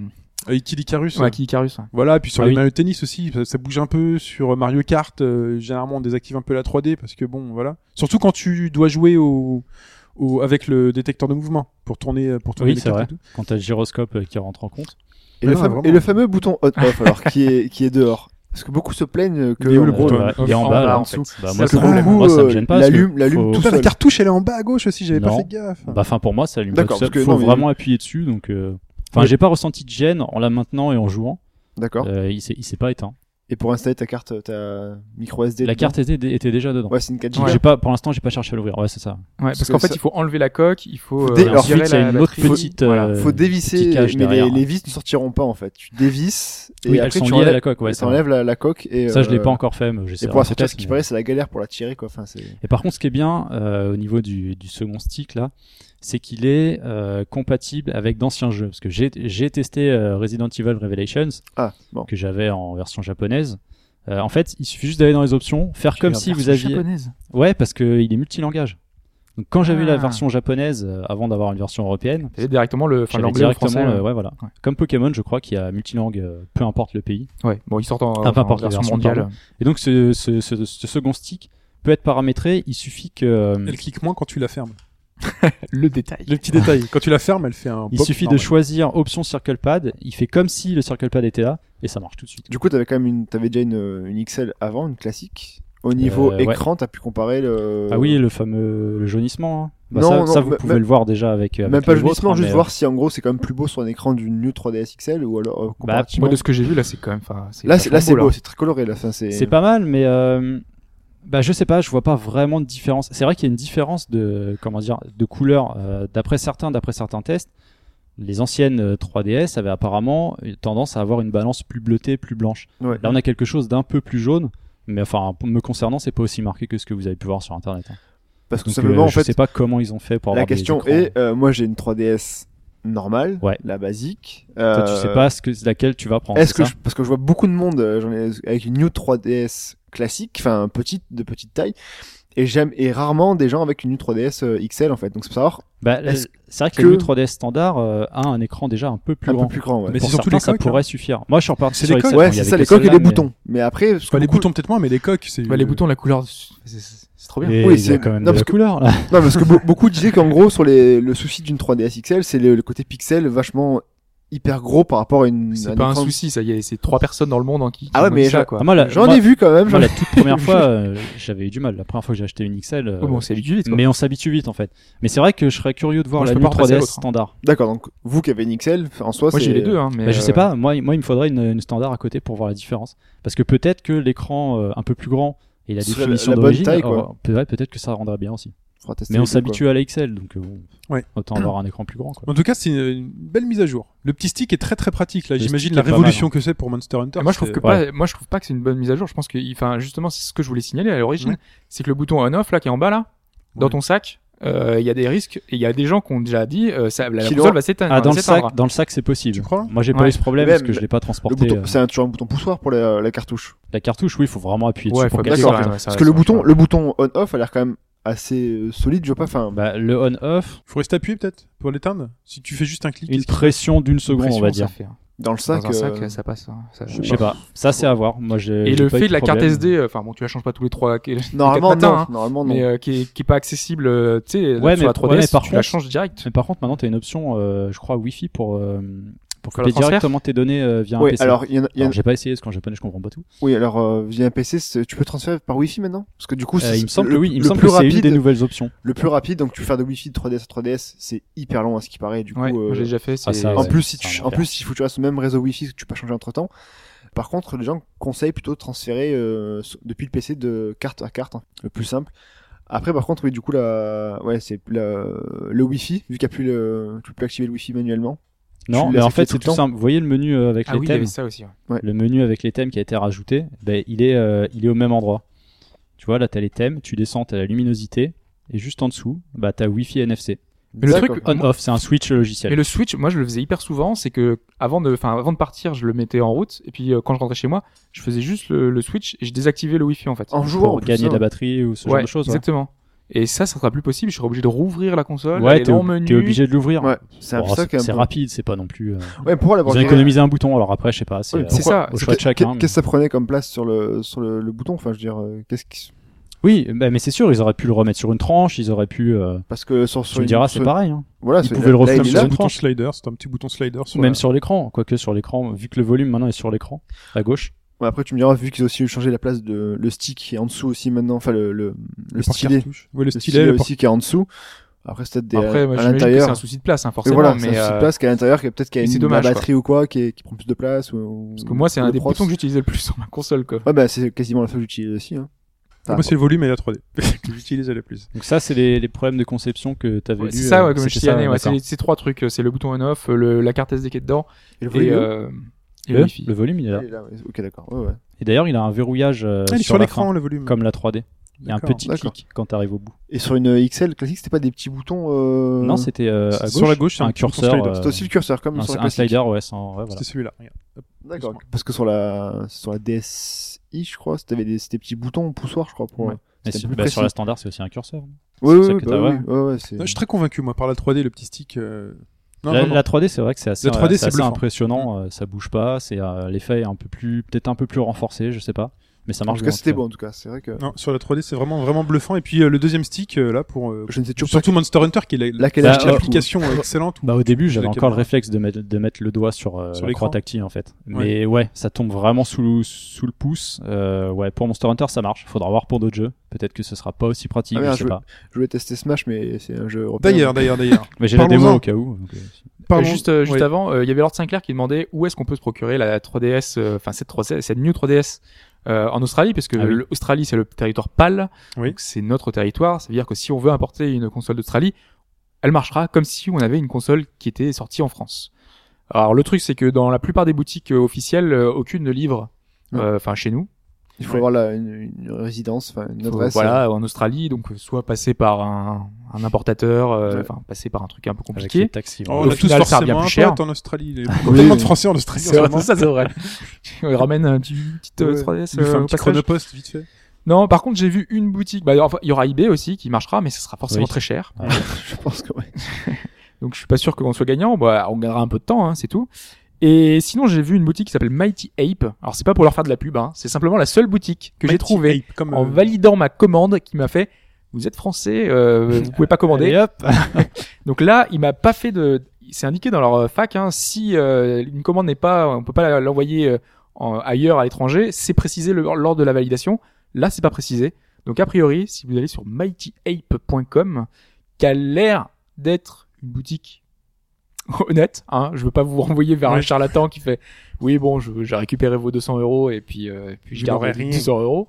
Speaker 3: Euh, Kid Icarus.
Speaker 5: Ouais, qui Icarus. ouais.
Speaker 3: Voilà, et puis sur
Speaker 4: Ah
Speaker 3: les
Speaker 4: oui.
Speaker 3: maillots de tennis aussi, ça, ça bouge un peu. Sur Mario Kart, euh, généralement, on désactive un peu la 3D parce que bon, voilà. Surtout quand tu dois jouer au, au- avec le détecteur de mouvement pour tourner, euh, pour tourner
Speaker 4: Oui,
Speaker 3: les
Speaker 4: c'est
Speaker 3: cartes
Speaker 4: vrai.
Speaker 3: et tout.
Speaker 4: Quand t'as le gyroscope euh, qui rentre en compte.
Speaker 6: Et,
Speaker 3: Non,
Speaker 6: le
Speaker 3: non,
Speaker 6: fameux,
Speaker 3: vraiment.
Speaker 6: et le fameux bouton on-off, alors, qui est, qui est dehors. Parce que beaucoup se plaignent que.
Speaker 3: Il est où, le
Speaker 4: Euh,
Speaker 3: bouton
Speaker 4: ouais, il est en
Speaker 5: En
Speaker 4: bas,
Speaker 5: bas,
Speaker 4: là,
Speaker 5: en
Speaker 4: en fait.
Speaker 5: dessous.
Speaker 4: Bah, moi,
Speaker 5: C'est ça euh,
Speaker 4: ça,
Speaker 5: le
Speaker 4: me-
Speaker 6: problème.
Speaker 4: moi, ça me gêne pas. parce que
Speaker 6: L'allume- l'allume
Speaker 4: faut-
Speaker 6: tout
Speaker 3: Putain, la
Speaker 6: seul.
Speaker 3: cartouche, elle est en bas à gauche aussi, j'avais pas
Speaker 4: Non.
Speaker 3: fait gaffe.
Speaker 4: Bah, enfin, pour moi, ça allume
Speaker 6: D'accord,
Speaker 4: pas de
Speaker 6: parce que
Speaker 4: seul. Faut
Speaker 6: non, mais-
Speaker 4: vraiment appuyer dessus. Donc, euh, enfin,
Speaker 6: Oui.
Speaker 4: j'ai pas ressenti de gêne en la maintenant et en jouant.
Speaker 6: D'accord.
Speaker 4: Euh, il s'est, il s'est pas éteint.
Speaker 6: Et pour installer ta carte, ta micro SD.
Speaker 4: La
Speaker 6: dedans.
Speaker 4: carte était, était déjà dedans.
Speaker 6: Ouais, c'est une 4
Speaker 4: Donc,
Speaker 5: Ouais.
Speaker 4: J'ai pas, pour l'instant, j'ai pas cherché à l'ouvrir. Ouais, c'est ça.
Speaker 5: Ouais, parce
Speaker 6: Parce
Speaker 5: qu'en
Speaker 6: que
Speaker 5: fait,
Speaker 6: ça-
Speaker 5: il faut enlever la coque, il faut.
Speaker 6: Faut
Speaker 5: euh,
Speaker 6: dé-
Speaker 4: Et
Speaker 6: alors,
Speaker 5: virer
Speaker 4: ensuite, il y a
Speaker 5: la
Speaker 4: une autre
Speaker 5: batterie.
Speaker 4: petite.
Speaker 5: Voilà.
Speaker 4: euh,
Speaker 6: Faut dévisser,
Speaker 4: petit cache
Speaker 6: mais les,
Speaker 4: derrière.
Speaker 6: les vis ne sortiront pas en fait. Tu dévisses et
Speaker 4: oui,
Speaker 6: après
Speaker 4: elles sont
Speaker 6: tu
Speaker 4: liées à
Speaker 6: enlèves,
Speaker 4: la coque. Ouais,
Speaker 6: et
Speaker 4: ça,
Speaker 6: t'enlèves la, la coque et.
Speaker 4: ça, je l'ai
Speaker 6: euh,
Speaker 4: pas encore fait. mais
Speaker 6: Et
Speaker 4: j'essaierai
Speaker 6: pour la
Speaker 4: en
Speaker 6: sortir,
Speaker 4: podcast,
Speaker 6: ce qui
Speaker 4: mais-
Speaker 6: paraît, c'est la galère pour la tirer quoi. Enfin, c'est.
Speaker 4: Et par contre, ce qui est bien euh, au niveau du, du second stick là, c'est qu'il est euh, compatible avec d'anciens jeux. Parce que j'ai j'ai testé euh, Resident Evil Revelations
Speaker 6: Ah, bon.
Speaker 4: que j'avais en version japonaise. Euh, en fait, il suffit juste d'aller dans les options, faire comme si vous aviez.
Speaker 5: Japonaise.
Speaker 4: Ouais, parce que il est multilangage. Donc quand j'avais
Speaker 5: Ah.
Speaker 4: la version japonaise euh, avant d'avoir une version européenne,
Speaker 5: T'avais directement le, enfin
Speaker 4: j'avais
Speaker 5: l'anglais ou le
Speaker 4: directement,
Speaker 5: français.
Speaker 4: euh, ouais voilà.
Speaker 5: Ouais.
Speaker 4: Comme Pokémon, je crois qu'il y a multilangue, euh, peu importe le pays.
Speaker 5: Ouais. Bon, ils sortent en,
Speaker 4: Ah, peu
Speaker 5: en
Speaker 4: importe,
Speaker 5: version
Speaker 4: version
Speaker 5: mondiale.
Speaker 4: pardon. Et donc ce, ce, ce, ce second stick peut être paramétré. Il suffit que euh,
Speaker 3: Elle clique moins quand tu la fermes.
Speaker 5: Le détail.
Speaker 3: Le petit détail, quand tu la fermes, elle fait un.
Speaker 4: Il
Speaker 3: pop
Speaker 4: suffit de
Speaker 3: normal.
Speaker 4: choisir option Circle Pad, il fait comme si le Circle Pad était là, et ça marche tout de suite.
Speaker 6: Du coup, t'avais quand même une, t'avais déjà une, une XL avant, une classique. Au niveau
Speaker 4: Euh, ouais.
Speaker 6: écran, t'as pu comparer le.
Speaker 4: Ah oui, le fameux le jaunissement. hein. Bah
Speaker 6: Euh. Non,
Speaker 4: ça,
Speaker 6: non,
Speaker 4: ça, vous
Speaker 6: mais-
Speaker 4: pouvez
Speaker 6: mais-
Speaker 4: le voir déjà avec. avec
Speaker 6: Même pas
Speaker 4: le vôtre,
Speaker 6: jaunissement,
Speaker 4: hein,
Speaker 6: juste
Speaker 4: mais,
Speaker 6: voir si en gros c'est quand même plus beau sur un écran d'une New 3DS XL ou alors euh,
Speaker 4: Bah,
Speaker 6: comparativement.
Speaker 5: Moi, de ce que j'ai vu, là, c'est quand même. enfin,
Speaker 6: là, c'est, là,
Speaker 5: vachement
Speaker 6: c'est beau,
Speaker 5: là.
Speaker 6: c'est très coloré. Là, Enfin, c'est...
Speaker 4: euh, hein. C'est pas mal, mais euh, bah je sais pas, je vois pas vraiment de différence. C'est vrai qu'il y a une différence de comment dire de couleur euh, d'après certains, d'après certains tests. Les anciennes euh, 3DS avaient apparemment une tendance à avoir une balance plus bleutée, plus blanche.
Speaker 6: Ouais.
Speaker 4: Là, on a quelque chose d'un peu plus jaune, mais enfin, pour me concernant, c'est pas aussi marqué que ce que vous avez pu voir sur Internet. hein.
Speaker 6: Parce que
Speaker 4: Donc,
Speaker 6: simplement,
Speaker 4: euh,
Speaker 6: en
Speaker 4: je sais
Speaker 6: fait,
Speaker 4: pas comment ils ont fait pour
Speaker 6: la
Speaker 4: avoir des
Speaker 6: question
Speaker 4: écrans.
Speaker 6: est euh, moi j'ai une 3DS normale,
Speaker 4: Ouais.
Speaker 6: la basique.
Speaker 4: Toi,
Speaker 6: euh,
Speaker 4: tu sais pas ce que, laquelle tu vas prendre.
Speaker 6: Est-ce
Speaker 4: c'est
Speaker 6: que
Speaker 4: ça
Speaker 6: je- parce que je vois beaucoup de monde euh, j'en ai- avec une New 3DS classique, enfin petite de petite taille, et j'aime et rarement des gens avec une New 3DS euh, XL en fait. Donc c'est pour savoir
Speaker 4: Bah, la-
Speaker 6: est-ce
Speaker 4: c'est vrai que,
Speaker 6: que-
Speaker 4: le 3DS standard euh, a un écran déjà un peu plus
Speaker 6: un
Speaker 4: grand.
Speaker 6: peu plus grand. Ouais,
Speaker 3: Mais
Speaker 4: Pour
Speaker 3: c'est surtout
Speaker 4: certains,
Speaker 3: les
Speaker 4: ça
Speaker 3: coques, hein.
Speaker 4: pourrait suffire. Moi, je suis reparti
Speaker 3: C'est
Speaker 4: sur
Speaker 3: les
Speaker 4: XL,
Speaker 3: coques.
Speaker 4: bon,
Speaker 6: Ouais,
Speaker 4: il y
Speaker 6: c'est
Speaker 4: avait
Speaker 6: ça
Speaker 4: que
Speaker 6: les coques et
Speaker 4: celle-là,
Speaker 6: les
Speaker 4: mais-
Speaker 6: boutons. Mais après, parce
Speaker 3: Enfin,
Speaker 6: que
Speaker 3: les
Speaker 6: beaucoup-
Speaker 3: boutons peut-être moins, mais les coques, c'est.
Speaker 5: Bah, les boutons, la couleur, c'est c'est- c'est trop bien.
Speaker 4: Mais
Speaker 6: Oui,
Speaker 4: il y
Speaker 6: c'est-
Speaker 4: a quand même
Speaker 6: non,
Speaker 4: de
Speaker 6: parce
Speaker 4: la
Speaker 6: que-
Speaker 4: couleur. là.
Speaker 6: Non, parce que be- beaucoup disaient qu'en gros, sur les, le souci d'une 3DS XL, c'est le, le côté pixel vachement hyper gros par rapport à une.
Speaker 5: C'est
Speaker 6: un
Speaker 5: pas un
Speaker 6: écran-
Speaker 5: souci, ça y est, c'est trois personnes dans le monde en qui. qui
Speaker 6: Ah ouais,
Speaker 5: ont
Speaker 6: mais
Speaker 5: dit ça,
Speaker 6: je-
Speaker 5: quoi.
Speaker 4: Ah, moi, la,
Speaker 6: J'en
Speaker 4: moi-
Speaker 6: ai vu quand même.
Speaker 4: moi,
Speaker 6: j'en-
Speaker 4: la toute première fois, euh, j'avais eu du mal. La première fois que j'ai acheté une XL, euh,
Speaker 5: Oui, bon, c'est vite, quoi.
Speaker 4: mais on s'habitue vite en fait. Mais c'est vrai que je serais curieux de voir
Speaker 5: Moi, je
Speaker 4: la
Speaker 5: peux
Speaker 4: new
Speaker 5: pas en passer à
Speaker 4: 3DS
Speaker 5: l'autre, hein.
Speaker 4: standard.
Speaker 6: D'accord, donc vous qui avez une XL, en soi,
Speaker 5: Moi,
Speaker 6: c'est.
Speaker 5: j'ai les deux, hein. Mais
Speaker 4: Bah, je
Speaker 5: euh,
Speaker 4: sais pas. Moi, il- moi, il me faudrait une, une standard à côté pour voir la différence. Parce que peut-être que l'écran euh, un peu plus grand et la
Speaker 6: Serait la-
Speaker 4: définition
Speaker 6: la bonne
Speaker 4: d'origine,
Speaker 6: taille, quoi.
Speaker 4: oh, peut- ouais, peut-être que ça rendrait bien aussi.
Speaker 6: Faudra tester
Speaker 4: Mais on
Speaker 6: les deux,
Speaker 4: s'habitue à la XL, donc euh, bon,
Speaker 3: Ouais.
Speaker 4: autant avoir un écran plus grand. Quoi.
Speaker 3: En tout cas, c'est une- une belle mise à jour. Le petit stick est très très pratique. Là,
Speaker 4: Le
Speaker 3: j'imagine
Speaker 4: stick
Speaker 3: la
Speaker 4: est pas mal,
Speaker 3: révolution
Speaker 4: hein.
Speaker 3: que c'est pour Monster Hunter.
Speaker 5: Moi je trouve
Speaker 3: c'est-
Speaker 5: que pas, moi je trouve pas que c'est une bonne mise à jour. Je pense que, enfin justement, c'est ce que je voulais signaler à l'origine,
Speaker 3: Ouais.
Speaker 5: c'est que le bouton on/off là qui est en bas là, dans
Speaker 3: Ouais.
Speaker 5: ton sac, euh, il y a des risques et il y a des gens qui ont déjà dit, euh, ça, la, la
Speaker 6: Qui
Speaker 5: console
Speaker 6: l'ont-
Speaker 5: va s'éteindre.
Speaker 4: Ah, dans
Speaker 5: va
Speaker 4: le
Speaker 5: s'éteindre.
Speaker 4: sac, dans le sac, c'est possible.
Speaker 3: Tu crois
Speaker 4: Moi, j'ai
Speaker 5: Ouais.
Speaker 4: pas eu ce problème
Speaker 6: Mais
Speaker 4: parce
Speaker 6: même
Speaker 4: que je l'ai pas transporté.
Speaker 6: Eh ben, Le bouton,
Speaker 4: euh,
Speaker 6: c'est un- toujours un bouton poussoir pour la, la cartouche.
Speaker 4: la cartouche, oui, il faut vraiment appuyer
Speaker 5: Ouais,
Speaker 4: dessus.
Speaker 5: faut
Speaker 4: pour
Speaker 5: bien
Speaker 4: qu'elle
Speaker 6: d'accord,
Speaker 5: sûr,
Speaker 4: sorte.
Speaker 5: ouais, ça-
Speaker 6: Parce que
Speaker 5: ça-
Speaker 6: le bouton,
Speaker 5: ça-
Speaker 6: le bouton on/off a l'air quand même assez euh, solide, je vois pas. Enfin,
Speaker 4: Bah, le on/off,
Speaker 3: Faut rester appuyé peut-être pour l'éteindre. Si tu fais juste un clic.
Speaker 4: une
Speaker 3: qu'est-ce qui-
Speaker 4: pression d'une seconde,
Speaker 5: Pression,
Speaker 4: on va
Speaker 5: ça
Speaker 4: dire.
Speaker 5: fait, hein.
Speaker 6: dans le sac.
Speaker 5: Dans un sac,
Speaker 6: euh,
Speaker 5: ça passe. hein, ça-
Speaker 4: Je sais pas. Ça, c'est à voir. Moi, j'ai.
Speaker 5: Et
Speaker 4: Euh, j'ai
Speaker 5: le
Speaker 4: pas eu
Speaker 5: fait de la carte
Speaker 4: problème.
Speaker 5: SD, euh, enfin bon, tu la changes pas tous les trois, les quatre
Speaker 6: Normalement,
Speaker 5: matins,
Speaker 6: non.
Speaker 5: hein,
Speaker 6: Normalement, non.
Speaker 5: mais euh, qui, est, qui est pas accessible, euh, tu sais,
Speaker 4: Ouais,
Speaker 5: sur
Speaker 4: mais-
Speaker 5: la 3DS,
Speaker 4: ouais, mais par
Speaker 5: tu la
Speaker 4: contre-
Speaker 5: changes direct.
Speaker 4: Mais par contre, maintenant, t'as une option, euh, je crois, Wi-Fi pour euh, pour
Speaker 5: Sur le
Speaker 4: couper
Speaker 5: transfert
Speaker 4: directement tes données euh, via un
Speaker 6: Oui,
Speaker 4: PC.
Speaker 6: alors, il y en a- il y en a-
Speaker 4: Alors, j'ai pas essayé parce qu'en japonais je comprends pas tout.
Speaker 6: oui, alors euh, via un PC, c'est- tu peux transférer par Wi-Fi maintenant Parce que du coup,
Speaker 4: Euh,
Speaker 6: c'est
Speaker 4: il me semble
Speaker 6: le,
Speaker 4: que oui, il me
Speaker 6: le
Speaker 4: semble
Speaker 6: plus
Speaker 4: que c'est une
Speaker 6: rapide,
Speaker 4: des nouvelles options.
Speaker 6: le plus rapide. Donc tu peux faire de Wi-Fi de 3DS à 3DS, c'est hyper long à ce qui paraît. Du coup,
Speaker 5: Ouais, moi,
Speaker 6: euh,
Speaker 5: j'ai déjà fait.
Speaker 4: Ah,
Speaker 5: c'est-
Speaker 4: ça,
Speaker 6: en
Speaker 4: ouais.
Speaker 6: plus, si
Speaker 4: c'est un
Speaker 6: tu, en
Speaker 4: enfer.
Speaker 6: plus, si faut que tu restes au même réseau Wi-Fi, que tu peux changer entre temps. Par contre, les gens conseillent plutôt de transférer euh, so- depuis le PC de carte à carte, hein, le plus simple. Après, par contre, oui, du coup, la... ouais, c'est la- le Wi-Fi, vu qu'il y a plus le... tu peux plus activer le Wi-Fi manuellement.
Speaker 4: Non,
Speaker 6: l'as
Speaker 4: mais en
Speaker 6: accepté
Speaker 4: fait
Speaker 6: tout
Speaker 4: c'est
Speaker 6: le
Speaker 4: tout
Speaker 6: temps.
Speaker 4: simple. Vous voyez le menu euh, avec
Speaker 5: Ah
Speaker 4: les
Speaker 5: oui, il y
Speaker 4: thèmes
Speaker 5: avait ça aussi. ouais.
Speaker 4: le menu avec les thèmes qui a été rajouté, ben, il, est, euh, il est au même endroit. Tu vois, là, tu as les thèmes, tu descends, tu as la luminosité, et juste en dessous, bah, tu as Wi-Fi NFC.
Speaker 5: Mais le truc,
Speaker 6: D'accord.
Speaker 5: moi-
Speaker 4: On-off, c'est un switch logiciel.
Speaker 5: Mais le Switch, moi je le faisais hyper souvent, c'est que avant de, enfin avant de partir, je le mettais en route et puis euh, quand je rentrais chez moi, je faisais juste le, le Switch et je désactivais le Wi-Fi en fait.
Speaker 6: en jouant,
Speaker 4: Pour
Speaker 6: en plus,
Speaker 4: gagner
Speaker 6: hein.
Speaker 4: de la batterie ou ce genre de choses. ouais.
Speaker 5: exactement. Et ça, ça sera plus possible. Je serai obligé de rouvrir la console,
Speaker 4: Ouais,
Speaker 5: aller
Speaker 4: t'es
Speaker 5: dans
Speaker 4: ob-
Speaker 5: menu.
Speaker 4: t'es obligé de l'ouvrir.
Speaker 6: Ouais, c'est un
Speaker 4: Bon,
Speaker 6: peu ça
Speaker 4: c'est
Speaker 6: quand même.
Speaker 4: c'est
Speaker 6: pour-
Speaker 4: rapide, c'est pas non plus. euh,
Speaker 6: Ouais, pour
Speaker 4: Ils
Speaker 6: l'avoir
Speaker 4: ont
Speaker 6: viré-
Speaker 4: économisé un bouton, alors après, je sais pas. C'est
Speaker 6: Oui,
Speaker 4: euh,
Speaker 5: C'est ça.
Speaker 4: au
Speaker 5: c'est-
Speaker 4: choix de chacun.
Speaker 6: Qu'est-ce
Speaker 4: hein, mais-
Speaker 6: que ça prenait comme place sur le, sur le, le bouton Enfin, je veux dire, euh, qu'est-ce qui...
Speaker 4: Oui, bah, mais c'est sûr, ils auraient pu le remettre sur une tranche, ils auraient pu. euh,
Speaker 6: Parce que sur, sur
Speaker 4: Tu me
Speaker 6: une-
Speaker 4: diras,
Speaker 6: sur-
Speaker 4: c'est pareil. hein.
Speaker 6: Voilà,
Speaker 4: Ils
Speaker 6: sur-
Speaker 4: pouvaient le
Speaker 6: là, il
Speaker 4: refaire
Speaker 6: est
Speaker 4: sur
Speaker 3: C'est
Speaker 6: là.
Speaker 3: un
Speaker 4: une
Speaker 3: bouton
Speaker 4: tranche.
Speaker 3: slider, c'est un petit bouton slider sur
Speaker 4: Même
Speaker 3: la-
Speaker 4: sur l'écran, quoique sur l'écran, vu que le volume maintenant est sur l'écran, à gauche.
Speaker 6: Ouais, après, tu me diras, vu qu'ils ont aussi changé la place de le stick qui est en dessous aussi maintenant, enfin le, le, le
Speaker 3: le
Speaker 6: stylet,
Speaker 3: porte-cartouche. Ouais, le
Speaker 6: le
Speaker 3: stylet, le porte-
Speaker 6: aussi qui est en dessous. Après, c'est peut-être des-
Speaker 5: Après, moi,
Speaker 6: à
Speaker 5: j'imagine que c'est
Speaker 6: l'intérieur.
Speaker 5: un souci de place, hein,
Speaker 6: Mais
Speaker 5: forcément.
Speaker 6: voilà, c'est un
Speaker 5: mais
Speaker 6: souci de
Speaker 5: euh,
Speaker 6: place qui est à l'intérieur, qui a peut-être qu'il y a
Speaker 5: mais c'est
Speaker 6: une
Speaker 5: dommage,
Speaker 6: la batterie ou quoi, qui, est- qui prend plus de place. Ou,
Speaker 5: parce que moi, c'est
Speaker 6: ou
Speaker 5: un
Speaker 6: le
Speaker 5: des
Speaker 6: props.
Speaker 5: boutons que j'utilisais le plus sur ma console. Quoi.
Speaker 6: Ouais, bah c'est quasiment la seule que j'utilise aussi. Hein.
Speaker 3: Moi, c'est le volume et la 3D que j'utilise le plus.
Speaker 4: Donc, ça, c'est les, les problèmes de conception que euh, tu avais
Speaker 5: Ouais, c'est ça, ouais, comme je t'ai dit, ouais, c'est
Speaker 4: le,
Speaker 5: les- ces trois trucs. euh, C'est le bouton on/off, le- la carte SD qui est dedans
Speaker 6: Et le
Speaker 5: et,
Speaker 6: volume
Speaker 5: euh, et le Wi-Fi. Euh,
Speaker 4: le volume, il est là.
Speaker 6: il est là, ouais. Ok, d'accord. Ouais, ouais.
Speaker 4: Et d'ailleurs, il a un verrouillage euh,
Speaker 3: Ah, il est
Speaker 4: sur,
Speaker 3: sur
Speaker 4: la
Speaker 3: l'écran,
Speaker 4: fin,
Speaker 3: le volume.
Speaker 4: comme la 3D. Il y a un
Speaker 3: D'accord.
Speaker 4: petit
Speaker 6: d'accord.
Speaker 4: clic quand tu arrives au bout.
Speaker 6: Et sur une XL classique, c'était pas des petits boutons. Euh...
Speaker 4: Non, c'était euh, à
Speaker 3: c'est
Speaker 4: gauche.
Speaker 3: sur la gauche, c'est un
Speaker 4: un
Speaker 3: petit bouton
Speaker 4: curseur. euh,
Speaker 3: slider.
Speaker 6: C'était aussi le curseur, comme
Speaker 4: un,
Speaker 6: sur la
Speaker 4: un
Speaker 6: classique.
Speaker 4: slider, ouais, sans, ouais, voilà.
Speaker 3: C'était celui-là. regarde. Hop,
Speaker 6: D'accord.
Speaker 3: doucement.
Speaker 6: Parce que sur la sur la DSi, je crois, c'était des c'était petits boutons poussoirs, je crois, pour. euh,
Speaker 4: Ouais. Mais
Speaker 6: c'était
Speaker 4: sur,
Speaker 6: plus
Speaker 4: bah, sur la
Speaker 6: précis.
Speaker 4: standard, c'est aussi un curseur.
Speaker 6: Oui,
Speaker 4: C'est
Speaker 6: oui,
Speaker 4: ça
Speaker 6: oui,
Speaker 4: que
Speaker 6: bah
Speaker 4: t'as,
Speaker 6: oui,
Speaker 4: ouais.
Speaker 6: ouais, ouais, c'est.
Speaker 3: Non, Je suis très convaincu, moi, par la 3D, le petit stick. euh, Non,
Speaker 4: la,
Speaker 3: vraiment.
Speaker 4: la 3D, c'est vrai que c'est assez,
Speaker 3: La 3D,
Speaker 4: euh, c'est
Speaker 3: c'est
Speaker 4: assez
Speaker 3: bluffant.
Speaker 4: impressionnant. euh, ça bouge pas. C'est euh, l'effet est un peu plus, peut-être un peu plus renforcé, je sais pas. Mais ça
Speaker 6: En
Speaker 4: marche.
Speaker 6: tout
Speaker 4: bien,
Speaker 6: cas, c'était bon. En tout cas, c'est vrai que
Speaker 3: Non, sur la 3D, c'est vraiment, vraiment bluffant. Et puis, euh, le deuxième stick, euh, là, pour. euh,
Speaker 6: je ne sais toujours pas
Speaker 3: Surtout Monster Hunter, qui est la-
Speaker 6: laquelle
Speaker 4: Bah,
Speaker 6: est
Speaker 4: euh,
Speaker 6: la-
Speaker 3: l'application euh, excellente. où-
Speaker 4: Bah, au début, j'avais
Speaker 3: la
Speaker 4: encore le
Speaker 3: caméra.
Speaker 4: réflexe de mettre, de mettre le doigt sur, euh,
Speaker 3: Sur
Speaker 4: la
Speaker 3: l'écran.
Speaker 4: croix tactile en fait.
Speaker 3: Ouais.
Speaker 4: Mais ouais, ça tombe vraiment sous, sous le pouce. Euh, ouais, pour Monster Hunter, ça marche. Faudra voir pour d'autres jeux. Peut-être que ce sera pas aussi pratique,
Speaker 6: Ah, merde,
Speaker 4: je sais
Speaker 6: je-
Speaker 4: pas.
Speaker 6: Je voulais tester Smash, mais c'est un jeu européen.
Speaker 3: D'ailleurs, d'ailleurs, d'ailleurs.
Speaker 4: Mais j'ai la
Speaker 3: Parlons-en.
Speaker 4: démo au cas où. donc, euh,
Speaker 3: Pardon.
Speaker 5: Juste, euh, juste
Speaker 3: Oui.
Speaker 5: avant, euh, il y avait Lord Sinclair qui demandait où est-ce qu'on peut se procurer la 3DS, euh, enfin cette 3DS, cette New 3DS euh, en Australie, parce que
Speaker 4: Ah oui.
Speaker 5: l'Australie c'est le territoire PAL,
Speaker 3: Oui.
Speaker 5: donc c'est notre territoire. Ça veut dire que si on veut importer une console d'Australie, elle marchera comme si on avait une console qui était sortie en France. Alors le truc c'est que dans la plupart des boutiques euh, officielles, euh, aucune ne livre,
Speaker 6: Ouais.
Speaker 5: euh, enfin chez nous.
Speaker 6: Il faut avoir la- une, une résidence, enfin une
Speaker 5: Faut-
Speaker 6: adresse.
Speaker 5: voilà, en Australie, donc euh, soit passer par un, un importateur, euh,
Speaker 6: Ouais.
Speaker 5: enfin passer par un truc un peu
Speaker 4: avec
Speaker 5: compliqué.
Speaker 4: les taxis.
Speaker 3: Oh,
Speaker 5: Au
Speaker 3: on a tous
Speaker 5: final, ça revient
Speaker 3: forcément
Speaker 5: plus
Speaker 3: un
Speaker 5: cher.
Speaker 3: pote en Australie. Il y a tellement de Français en Australie. en ce moment.
Speaker 5: ça c'est vrai. Il ramène un petit, petite euh,
Speaker 6: Ouais.
Speaker 5: 3DS
Speaker 3: Il lui fait
Speaker 5: euh,
Speaker 3: un
Speaker 5: au
Speaker 3: petit
Speaker 5: passage.
Speaker 3: chronopost, vite fait.
Speaker 5: Non, par contre, j'ai vu une boutique. Bah, enfin, il y aura eBay aussi qui marchera, mais ce sera forcément
Speaker 4: Oui.
Speaker 5: très cher.
Speaker 6: Je pense que ouais.
Speaker 5: Donc, je suis pas sûr qu'on soit gagnant. Bah, on gagnera un peu de temps, hein, c'est tout. Et sinon, j'ai vu une boutique qui s'appelle Mighty Ape. Alors, c'est pas pour leur faire de la pub, hein. C'est simplement la seule boutique que j'ai
Speaker 3: Mighty
Speaker 5: trouvée
Speaker 3: Ape, comme,
Speaker 5: en
Speaker 3: euh,
Speaker 5: validant ma commande qui m'a fait. Vous êtes français, euh, vous pouvez pas commander.
Speaker 4: Allez, hop.
Speaker 5: Donc là, il m'a pas fait de. C'est indiqué dans leur euh, fac, hein, si euh, une commande n'est pas, on peut pas l'envoyer euh, en- ailleurs à l'étranger. C'est précisé le- lors de la validation. Là, c'est pas précisé. Donc a priori, si vous allez sur mightyape.com, qui a l'air d'être une boutique honnête, hein, je veux pas vous renvoyer vers un
Speaker 3: Ouais.
Speaker 5: charlatan qui fait, oui bon, je- j'ai récupéré vos 200 euros et puis, euh, et puis je
Speaker 3: Vous
Speaker 5: garde
Speaker 3: n'aurez
Speaker 5: les
Speaker 3: rien.
Speaker 5: 200 euros.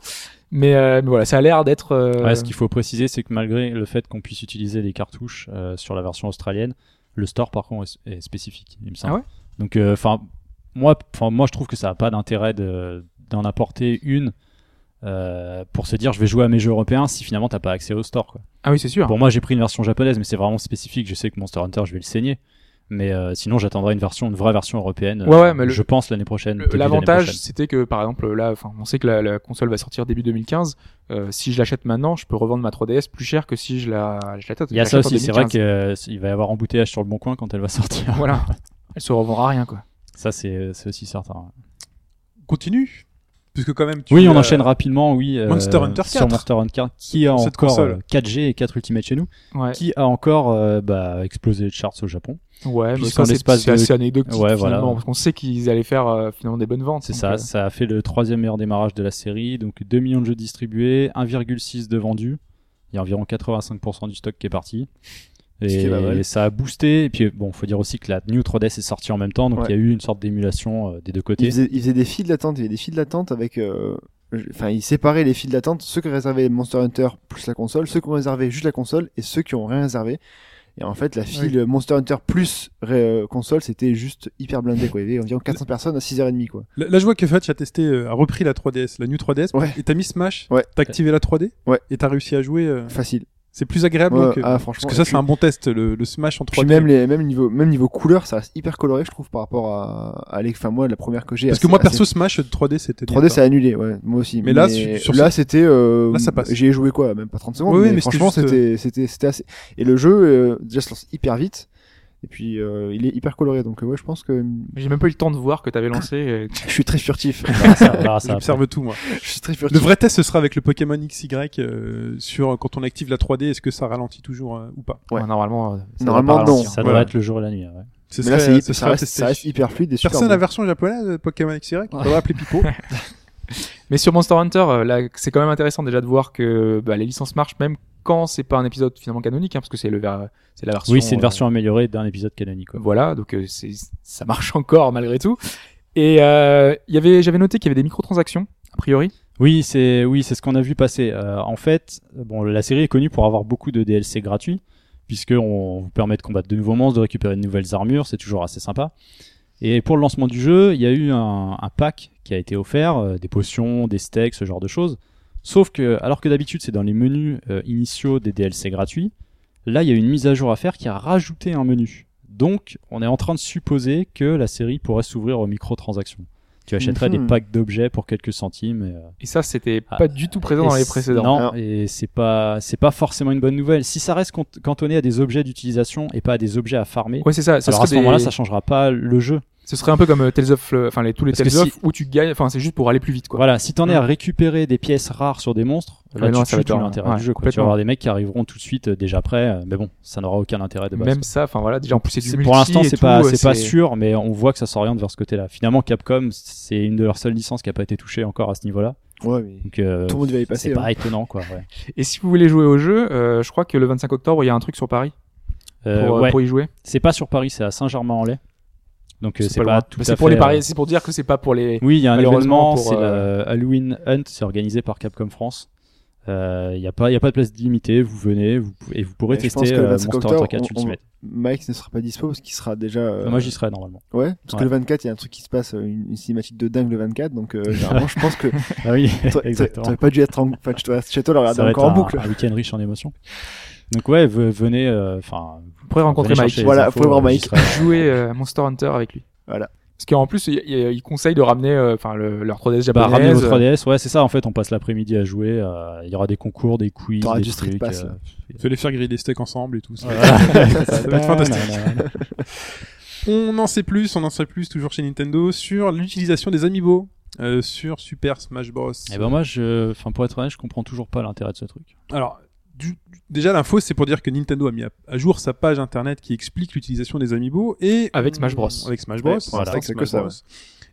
Speaker 5: Mais, euh, mais voilà, ça a l'air d'être. euh,
Speaker 4: Ouais, ce qu'il faut préciser, c'est que malgré le fait qu'on puisse utiliser les cartouches euh, sur la version australienne, le store par contre est, est spécifique, il me semble.
Speaker 5: Ah ouais
Speaker 4: Donc, euh, enfin, moi, enfin, moi, je trouve que ça n'a pas d'intérêt de- d'en apporter une euh, pour se dire je vais jouer à mes jeux européens si finalement t'as pas accès au store. Quoi.
Speaker 5: Ah oui, c'est sûr.
Speaker 4: Pour moi, j'ai pris une version japonaise, mais c'est vraiment spécifique. Je sais que Monster Hunter, je vais le saigner. Mais euh, sinon, j'attendrai une version, une vraie version européenne. euh,
Speaker 5: Ouais, ouais, mais le-
Speaker 4: je pense l'année prochaine.
Speaker 5: Le-
Speaker 4: début d'année
Speaker 5: Euh, L'avantage,
Speaker 4: prochaine.
Speaker 5: c'était que par exemple là, enfin, on sait que la, la console va sortir début 2015. Euh, si je l'achète maintenant, je peux revendre ma 3DS plus cher que si je la, je l'achète.
Speaker 4: Il y a
Speaker 5: je
Speaker 4: ça
Speaker 5: l'achète en
Speaker 4: aussi. C'est vrai
Speaker 5: 2015.
Speaker 4: qu'il va y avoir embouteillage sur le bon coin quand elle va sortir.
Speaker 5: Voilà, elle se revendra rien quoi.
Speaker 4: Ça, c'est c'est aussi certain.
Speaker 3: Continue. Puisque quand même, tu
Speaker 4: Oui, on
Speaker 3: as-
Speaker 4: enchaîne rapidement, oui. euh,
Speaker 3: Monster Hunter
Speaker 4: Sur
Speaker 3: 4.
Speaker 4: Monster Hunter 4, qui a
Speaker 3: Cette
Speaker 4: encore
Speaker 3: console.
Speaker 4: euh, 4G et 4 Ultimate chez nous,
Speaker 5: Ouais,
Speaker 4: qui a encore euh, bah, explosé les charts au Japon.
Speaker 5: ouais mais
Speaker 4: puisqu'en
Speaker 5: ça, c'est
Speaker 4: l'espace
Speaker 5: c'est
Speaker 4: de-
Speaker 5: assez anecdotique
Speaker 4: Ouais, voilà.
Speaker 5: finalement, parce qu'on sait qu'ils allaient faire euh, finalement des bonnes ventes.
Speaker 4: C'est
Speaker 5: donc,
Speaker 4: ça,
Speaker 5: euh,
Speaker 4: ça a fait le troisième meilleur démarrage de la série, donc 2 millions de jeux distribués, 1,6 de vendus, il y a environ 85% du stock qui est parti.
Speaker 6: Ce qui
Speaker 4: Et,
Speaker 6: est pas mal.
Speaker 4: et ça a boosté, et puis bon, faut dire aussi que la New 3DS est sortie en même temps, donc
Speaker 6: Ouais.
Speaker 4: il y a eu une sorte d'émulation euh, des deux
Speaker 6: Il
Speaker 4: côtés.
Speaker 6: faisait, il faisait des files d'attente, il y avait des files d'attente avec. euh, je- Enfin, il séparait les files d'attente, ceux qui réservaient Monster Hunter plus la console, ceux qui ont réservé juste la console et ceux qui ont rien réservé. Et en fait, la file Monster Hunter plus ré- euh, console, c'était juste hyper blindé quoi. Il y avait environ 400 personnes à 6h30 quoi.
Speaker 3: Là, là, je vois que Fetch a testé, euh, a repris la 3DS, la New 3DS,
Speaker 6: Ouais.
Speaker 3: et t'as mis Smash,
Speaker 6: Ouais.
Speaker 3: t'as activé la 3D,
Speaker 6: Ouais.
Speaker 3: et t'as réussi à jouer. euh,
Speaker 6: Facile.
Speaker 3: C'est plus agréable
Speaker 6: Ouais,
Speaker 3: que.
Speaker 6: ah,
Speaker 3: Parce
Speaker 6: franchement.
Speaker 3: que ça,
Speaker 6: et
Speaker 3: c'est
Speaker 6: puis-
Speaker 3: un bon test, le, le Smash en 3D.
Speaker 6: Puis même les même niveau même niveau couleur, ça reste hyper coloré, je trouve, par rapport à, à les, enfin moi la première que j'ai.
Speaker 3: Parce
Speaker 6: assez-
Speaker 3: que moi,
Speaker 6: assez-
Speaker 3: perso, Smash 3D, c'était.
Speaker 6: 3D,
Speaker 3: ça
Speaker 6: ça a annulé, ouais, moi aussi.
Speaker 3: Mais là, sur- sur
Speaker 6: là, c'était. euh,
Speaker 3: Là, ça passe.
Speaker 6: J'y ai joué quoi, même pas 30 secondes.
Speaker 3: Oui, oui,
Speaker 6: mais,
Speaker 3: mais c'était
Speaker 6: franchement,
Speaker 3: juste, euh,
Speaker 6: c'était, c'était, c'était assez. Et le jeu, euh, déjà, se lance hyper vite. Et puis, euh, il est hyper coloré. Donc, euh, ouais, je pense que
Speaker 5: J'ai même pas eu le temps de voir que t'avais lancé. et-
Speaker 6: je suis très furtif.
Speaker 4: Ça, on verra ça après.
Speaker 3: J'observe tout, moi.
Speaker 6: je suis très furtif.
Speaker 3: Le vrai test, ce sera avec le Pokémon XY euh, sur quand on active la 3D, est-ce que ça ralentit toujours euh, ou pas
Speaker 6: Ouais.
Speaker 5: Ouais, Normalement, euh, ça
Speaker 6: Normalement,
Speaker 5: doit pas
Speaker 6: non.
Speaker 5: ralentir.
Speaker 4: Ça
Speaker 3: Voilà.
Speaker 4: doit être le jour et la nuit. ouais.
Speaker 3: Ce
Speaker 6: Mais là,
Speaker 3: serait-
Speaker 6: c'est,
Speaker 3: ce
Speaker 6: ça,
Speaker 3: serait à
Speaker 6: reste,
Speaker 3: tester.
Speaker 6: ça reste hyper fluide et super.
Speaker 3: Personne
Speaker 6: bon.
Speaker 3: la version japonaise de Pokémon XY, on va appeler Pipo.
Speaker 5: Mais sur Monster Hunter, euh, là, c'est quand même intéressant déjà de voir que bah, les licences marchent même quand c'est pas un épisode finalement canonique, hein, parce que c'est le ver- c'est la version.
Speaker 4: Oui, c'est une
Speaker 5: euh,
Speaker 4: version améliorée d'un épisode canonique. quoi.
Speaker 5: Voilà, donc euh, c'est ça marche encore malgré tout. Et euh, il y avait, j'avais noté qu'il y avait des microtransactions a priori.
Speaker 4: Oui, c'est oui, c'est ce qu'on a vu passer. Euh, en fait, bon, la série est connue pour avoir beaucoup de DLC gratuits, puisque on vous permet de combattre de nouveaux monstres, de récupérer de nouvelles armures, c'est toujours assez sympa. Et pour le lancement du jeu, il y a eu un, un pack qui a été offert, euh, des potions, des steaks, ce genre de choses. Sauf que, alors que d'habitude c'est dans les menus euh, initiaux des DLC gratuits, là il y a une mise à jour à faire qui a rajouté un menu. Donc, on est en train de supposer que la série pourrait s'ouvrir aux microtransactions. Tu achèterais
Speaker 6: Mhm.
Speaker 4: des packs d'objets pour quelques centimes. Et, euh,
Speaker 5: Et ça, c'était
Speaker 4: Ah,
Speaker 5: pas du tout présent dans
Speaker 4: et
Speaker 5: les
Speaker 4: c-
Speaker 5: précédents.
Speaker 4: Non,
Speaker 6: Alors-
Speaker 4: et c'est pas, c'est pas forcément une bonne nouvelle. Si ça reste cont- cantonné à des objets d'utilisation et pas à des objets à farmer,
Speaker 5: Ouais, c'est ça. ça
Speaker 4: alors à ce
Speaker 5: serait des-
Speaker 4: moment-là, ça changera pas le jeu.
Speaker 5: Ce serait un peu comme euh, Tales of, euh, enfin les, tous les
Speaker 4: Parce que
Speaker 5: Tales of
Speaker 4: si-
Speaker 5: où tu gagnes, enfin c'est juste pour aller plus vite quoi.
Speaker 4: Voilà, si t'en es
Speaker 5: Mm.
Speaker 4: à récupérer des pièces rares sur des monstres, là
Speaker 5: Ouais,
Speaker 4: tu
Speaker 5: non, ça
Speaker 4: tues
Speaker 5: va être
Speaker 4: tout
Speaker 5: un-
Speaker 4: l'intérêt
Speaker 5: ouais,
Speaker 4: du jeu. quoi. Tu
Speaker 5: complètement.
Speaker 4: vas avoir des mecs qui arriveront tout de suite euh, déjà prêts, euh, mais bon, ça n'aura aucun intérêt de base.
Speaker 5: Même ça, enfin voilà, déjà en plus c'est du
Speaker 4: C'est-
Speaker 5: multi
Speaker 4: pour l'instant,
Speaker 5: et
Speaker 4: c'est
Speaker 5: tout,
Speaker 4: pas,
Speaker 5: euh,
Speaker 4: c'est pas sûr, mais on voit que ça s'oriente vers ce côté-là. Finalement, Capcom, c'est une de leurs seules licences qui a pas été touchée encore à ce niveau-là.
Speaker 6: Ouais, mais
Speaker 4: Donc, euh,
Speaker 6: tout le monde va y passer.
Speaker 4: c'est
Speaker 6: hein.
Speaker 4: pas étonnant, quoi. ouais.
Speaker 5: Et si vous voulez jouer au jeu, euh, je crois que le 25 octobre, il y a un truc sur Paris pour,
Speaker 4: Euh,
Speaker 5: euh,
Speaker 4: ouais.
Speaker 5: pour y jouer.
Speaker 4: C'est pas sur Paris, c'est à Saint-Germain-en-Laye. Donc euh, c'est
Speaker 5: loin.
Speaker 4: pas, tout
Speaker 5: Mais
Speaker 4: à
Speaker 5: C'est pour
Speaker 4: fait,
Speaker 5: les
Speaker 4: euh,
Speaker 5: paris, c'est pour dire que c'est pas pour les.
Speaker 4: Oui, il y a un
Speaker 5: Malheureusement,
Speaker 4: événement,
Speaker 5: pour,
Speaker 4: c'est
Speaker 5: euh,
Speaker 4: le Halloween Hunt, c'est organisé par Capcom France. Euh, Il n'y a, pas- il y a pas de place limitée, vous venez vous, pouvez- et vous pourrez
Speaker 6: Et je pense
Speaker 4: tester
Speaker 6: que le
Speaker 4: euh,
Speaker 6: 25
Speaker 4: Monster
Speaker 6: octobre,
Speaker 4: Hunter 4
Speaker 6: on- on-
Speaker 4: Ultimate.
Speaker 6: Mike ne sera pas dispo parce qu'il sera déjà. euh,
Speaker 4: Moi j'y serai normalement.
Speaker 6: Ouais, parce que
Speaker 4: Ouais.
Speaker 6: le 24, il y a un truc qui se passe, euh, une, une cinématique de dingue le 24. Donc, euh, généralement, je pense que
Speaker 4: Ah oui,
Speaker 6: Toi- toi-
Speaker 4: exactement.
Speaker 6: T'aurais pas dû être en... enfin, tu dois être chez toi le regarder
Speaker 4: Ça va être
Speaker 6: encore
Speaker 4: un,
Speaker 6: en boucle.
Speaker 4: un week-end riche en émotions. Donc ouais, ve- venez, euh, enfin,
Speaker 5: Vous pourrez rencontrer
Speaker 4: venez
Speaker 5: Mike.
Speaker 4: chercher les
Speaker 6: Voilà,
Speaker 4: infos,
Speaker 6: faut voir
Speaker 4: euh, j'y
Speaker 6: Mike.
Speaker 4: serai.
Speaker 5: jouer euh, Monster Hunter avec lui.
Speaker 6: Voilà.
Speaker 5: Parce qu'en plus, il, il- il conseille de ramener euh, enfin le- leur 3DS
Speaker 4: Bah,
Speaker 5: japonaise.
Speaker 4: ramenez votre 3DS, ouais, c'est ça. En fait, on passe l'après-midi à jouer. euh, Il y aura des concours, des quiz,
Speaker 6: T'auras
Speaker 4: des
Speaker 6: du Street
Speaker 4: trucs. euh.
Speaker 6: Pass, là.
Speaker 3: Je vais les faire griller des steaks ensemble et tout. ça.
Speaker 4: ça
Speaker 3: va être fantastique. On en sait plus, on en sait plus toujours chez Nintendo sur l'utilisation des amiibo euh, sur Super Smash Bros.
Speaker 4: Et ben moi, je, enfin pour être honnête, je comprends toujours pas l'intérêt de ce truc.
Speaker 3: Alors, du- déjà l'info, c'est pour dire que Nintendo a mis à, à jour sa page internet qui explique l'utilisation des amiibo et Mm,
Speaker 5: Avec Smash Bros.
Speaker 3: Avec Smash Bros.
Speaker 6: Ouais, pour
Speaker 4: l'instant,
Speaker 3: avec
Speaker 6: c'est
Speaker 3: Smash
Speaker 6: que ça,
Speaker 3: Bros.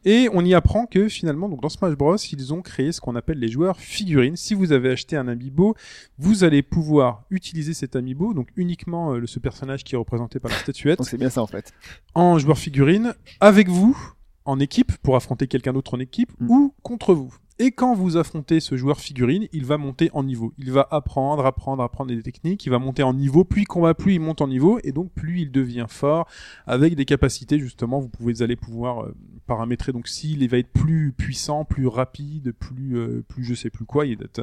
Speaker 3: Et on y apprend que finalement, donc dans Smash Bros, ils ont créé ce qu'on appelle les joueurs figurines. Si vous avez acheté un amiibo, vous allez pouvoir utiliser cet amiibo, donc uniquement euh, le- ce personnage qui est représenté par la statuette,
Speaker 6: Donc c'est bien ça en fait.
Speaker 3: en joueur figurine avec vous en équipe pour affronter quelqu'un d'autre en équipe
Speaker 6: Mm.
Speaker 3: ou contre vous. Et quand vous affrontez ce joueur figurine, il va monter en niveau. Il va apprendre, apprendre, apprendre des techniques. Il va monter en niveau, puis combat, plus il monte en niveau, et donc plus il devient fort avec des capacités justement. Vous pouvez aller pouvoir euh, paramétrer. Donc s'il va être plus puissant, plus rapide, plus, euh, plus je sais plus quoi, il est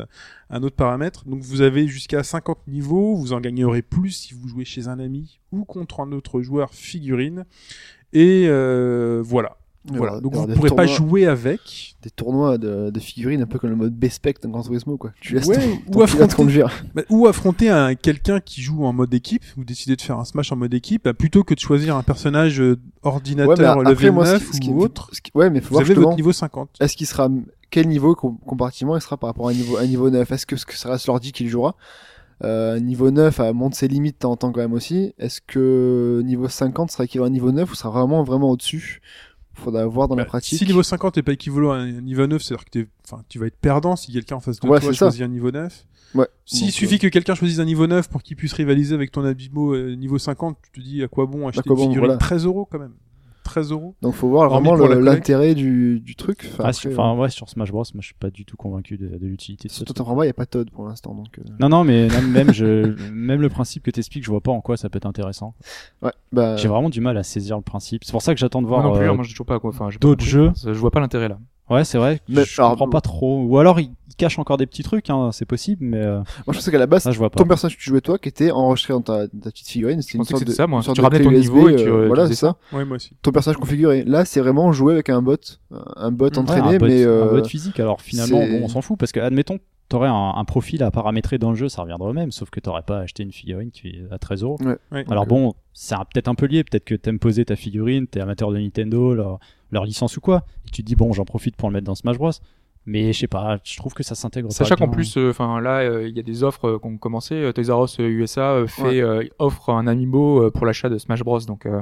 Speaker 3: un autre paramètre. Donc vous avez jusqu'à 50 niveaux. Vous en gagnerez plus si vous jouez chez un ami ou contre un autre joueur figurine. Et euh, voilà.
Speaker 6: Il y
Speaker 3: Voilà.
Speaker 6: aura-
Speaker 3: Donc
Speaker 6: il y
Speaker 3: vous
Speaker 6: aura
Speaker 3: ne
Speaker 6: des
Speaker 3: pourrez pas
Speaker 6: tournois-
Speaker 3: jouer avec.
Speaker 6: Des tournois de, de figurines, un peu comme le mode Bespec dans Grand Turismo, quoi. Tu laisses
Speaker 3: Ouais,
Speaker 6: ton,
Speaker 3: ou
Speaker 6: ton pilote
Speaker 3: affronter-
Speaker 6: conduire.
Speaker 3: Bah, ou affronter un quelqu'un qui joue en mode équipe, ou décider de faire un smash en mode équipe, bah, plutôt que de choisir un personnage euh,
Speaker 6: Ouais, mais
Speaker 3: ordinateur
Speaker 6: après,
Speaker 3: level
Speaker 6: moi, ce qui-
Speaker 3: 9
Speaker 6: ce qui
Speaker 3: ou
Speaker 6: me fait-
Speaker 3: autre.
Speaker 6: ce qui- Ouais, mais faut
Speaker 3: Vous
Speaker 6: voir
Speaker 3: avez
Speaker 6: justement,
Speaker 3: votre niveau 50.
Speaker 6: est-ce qu'il sera, quel niveau, com- compartiment il sera par rapport à un niveau, à un niveau 9? Est-ce que ce que sera ce l'ordi qui le jouera? Euh, niveau 9 euh, monte ses limites de temps en temps quand même aussi. Est-ce que niveau 50 sera équivalent à niveau 9 ou sera vraiment, vraiment au-dessus? Faudra voir dans la
Speaker 3: Bah,
Speaker 6: pratique.
Speaker 3: Si niveau 50 n'est pas équivalent à un niveau 9, c'est-à-dire que t'es- enfin, tu vas être perdant si quelqu'un en face de
Speaker 6: Ouais,
Speaker 3: toi
Speaker 6: c'est ça.
Speaker 3: choisit un niveau 9.
Speaker 6: Ouais.
Speaker 3: S'il
Speaker 6: Donc, euh,
Speaker 3: suffit que quelqu'un choisisse un niveau 9 pour qu'il puisse rivaliser avec ton Abimo euh, niveau 50, tu te dis à quoi bon acheter
Speaker 6: quoi bon,
Speaker 3: une figurine
Speaker 6: voilà.
Speaker 3: 13 euros quand même. 13 euros.
Speaker 6: Donc faut voir
Speaker 3: Hormis
Speaker 6: vraiment
Speaker 3: pour
Speaker 6: le-
Speaker 3: la collecte.
Speaker 6: l'intérêt du, du truc. Enfin,
Speaker 4: Ah,
Speaker 6: après, euh,
Speaker 4: sur- Enfin, ouais, sur Smash Bros, moi je suis pas du tout convaincu de, de l'utilité de ça.
Speaker 6: surtout en combat, il n'y a pas Todd pour l'instant. Donc, euh,
Speaker 4: Non, non, mais même, même, je, même le principe que t'expliques, je vois pas en quoi ça peut être intéressant.
Speaker 6: ouais, bah,
Speaker 4: J'ai vraiment du mal à saisir le principe. C'est pour ça que j'attends de
Speaker 5: Moi
Speaker 4: voir.
Speaker 5: non plus,
Speaker 4: euh,
Speaker 5: hein, moi j'ai toujours pas quoi. Enfin, j'ai pas
Speaker 4: d'autres
Speaker 5: compris.
Speaker 4: jeux.
Speaker 5: Ça, Je vois pas l'intérêt là.
Speaker 4: Ouais, c'est vrai.
Speaker 6: Mais,
Speaker 4: je
Speaker 6: alors,
Speaker 4: comprends pas trop. Ou alors il, il cache encore des petits trucs, hein, c'est possible, mais euh,
Speaker 6: moi je pensais qu'à la base,
Speaker 5: Ah,
Speaker 4: ça je vois pas.
Speaker 6: ton personnage que tu jouais toi qui était enregistré dans ta, ta petite figurine, c'était
Speaker 5: Je
Speaker 6: une
Speaker 5: pensais que
Speaker 6: sorte de
Speaker 5: c'était ça, moi.
Speaker 6: une sorte
Speaker 5: Tu
Speaker 6: de
Speaker 5: ramenais ton
Speaker 6: clé
Speaker 5: niveau
Speaker 6: USB,
Speaker 5: et tu, euh,
Speaker 6: euh,
Speaker 5: tu
Speaker 6: voilà,
Speaker 5: faisais
Speaker 6: c'est ça.
Speaker 3: Ouais, moi aussi.
Speaker 6: Ton personnage configuré. Là, c'est vraiment jouer avec un bot, un- un
Speaker 5: Mm.
Speaker 6: bot
Speaker 3: un
Speaker 4: Ouais,
Speaker 6: entraîné,
Speaker 4: un bot-
Speaker 6: mais
Speaker 4: un
Speaker 6: euh,
Speaker 4: bot physique. Alors finalement,
Speaker 6: c'est-
Speaker 4: bon, on s'en fout parce que admettons, t'aurais un, un profil à paramétrer dans le jeu, ça reviendrait au même, sauf que t'aurais pas acheté une figurine qui est à 13 euros.
Speaker 6: Ouais.
Speaker 3: Ouais.
Speaker 4: Alors
Speaker 6: Donc, euh,
Speaker 4: bon, c'est un- peut-être un peu lié, peut-être que t'aimes poser ta figurine, t'es amateur de Nintendo, leur, leur licence ou quoi, et tu te dis bon, j'en profite pour le mettre dans Smash Bros. Mais je sais pas, je trouve que ça s'intègre.
Speaker 5: Sachant
Speaker 4: pas
Speaker 5: qu'en
Speaker 4: bien.
Speaker 5: plus, enfin là, euh, il y a des offres euh, qui ont commencé. Euh, Toys R Us euh, USA euh, fait
Speaker 6: Ouais.
Speaker 5: euh, offre un amiibo euh, pour l'achat de Smash Bros. Donc euh,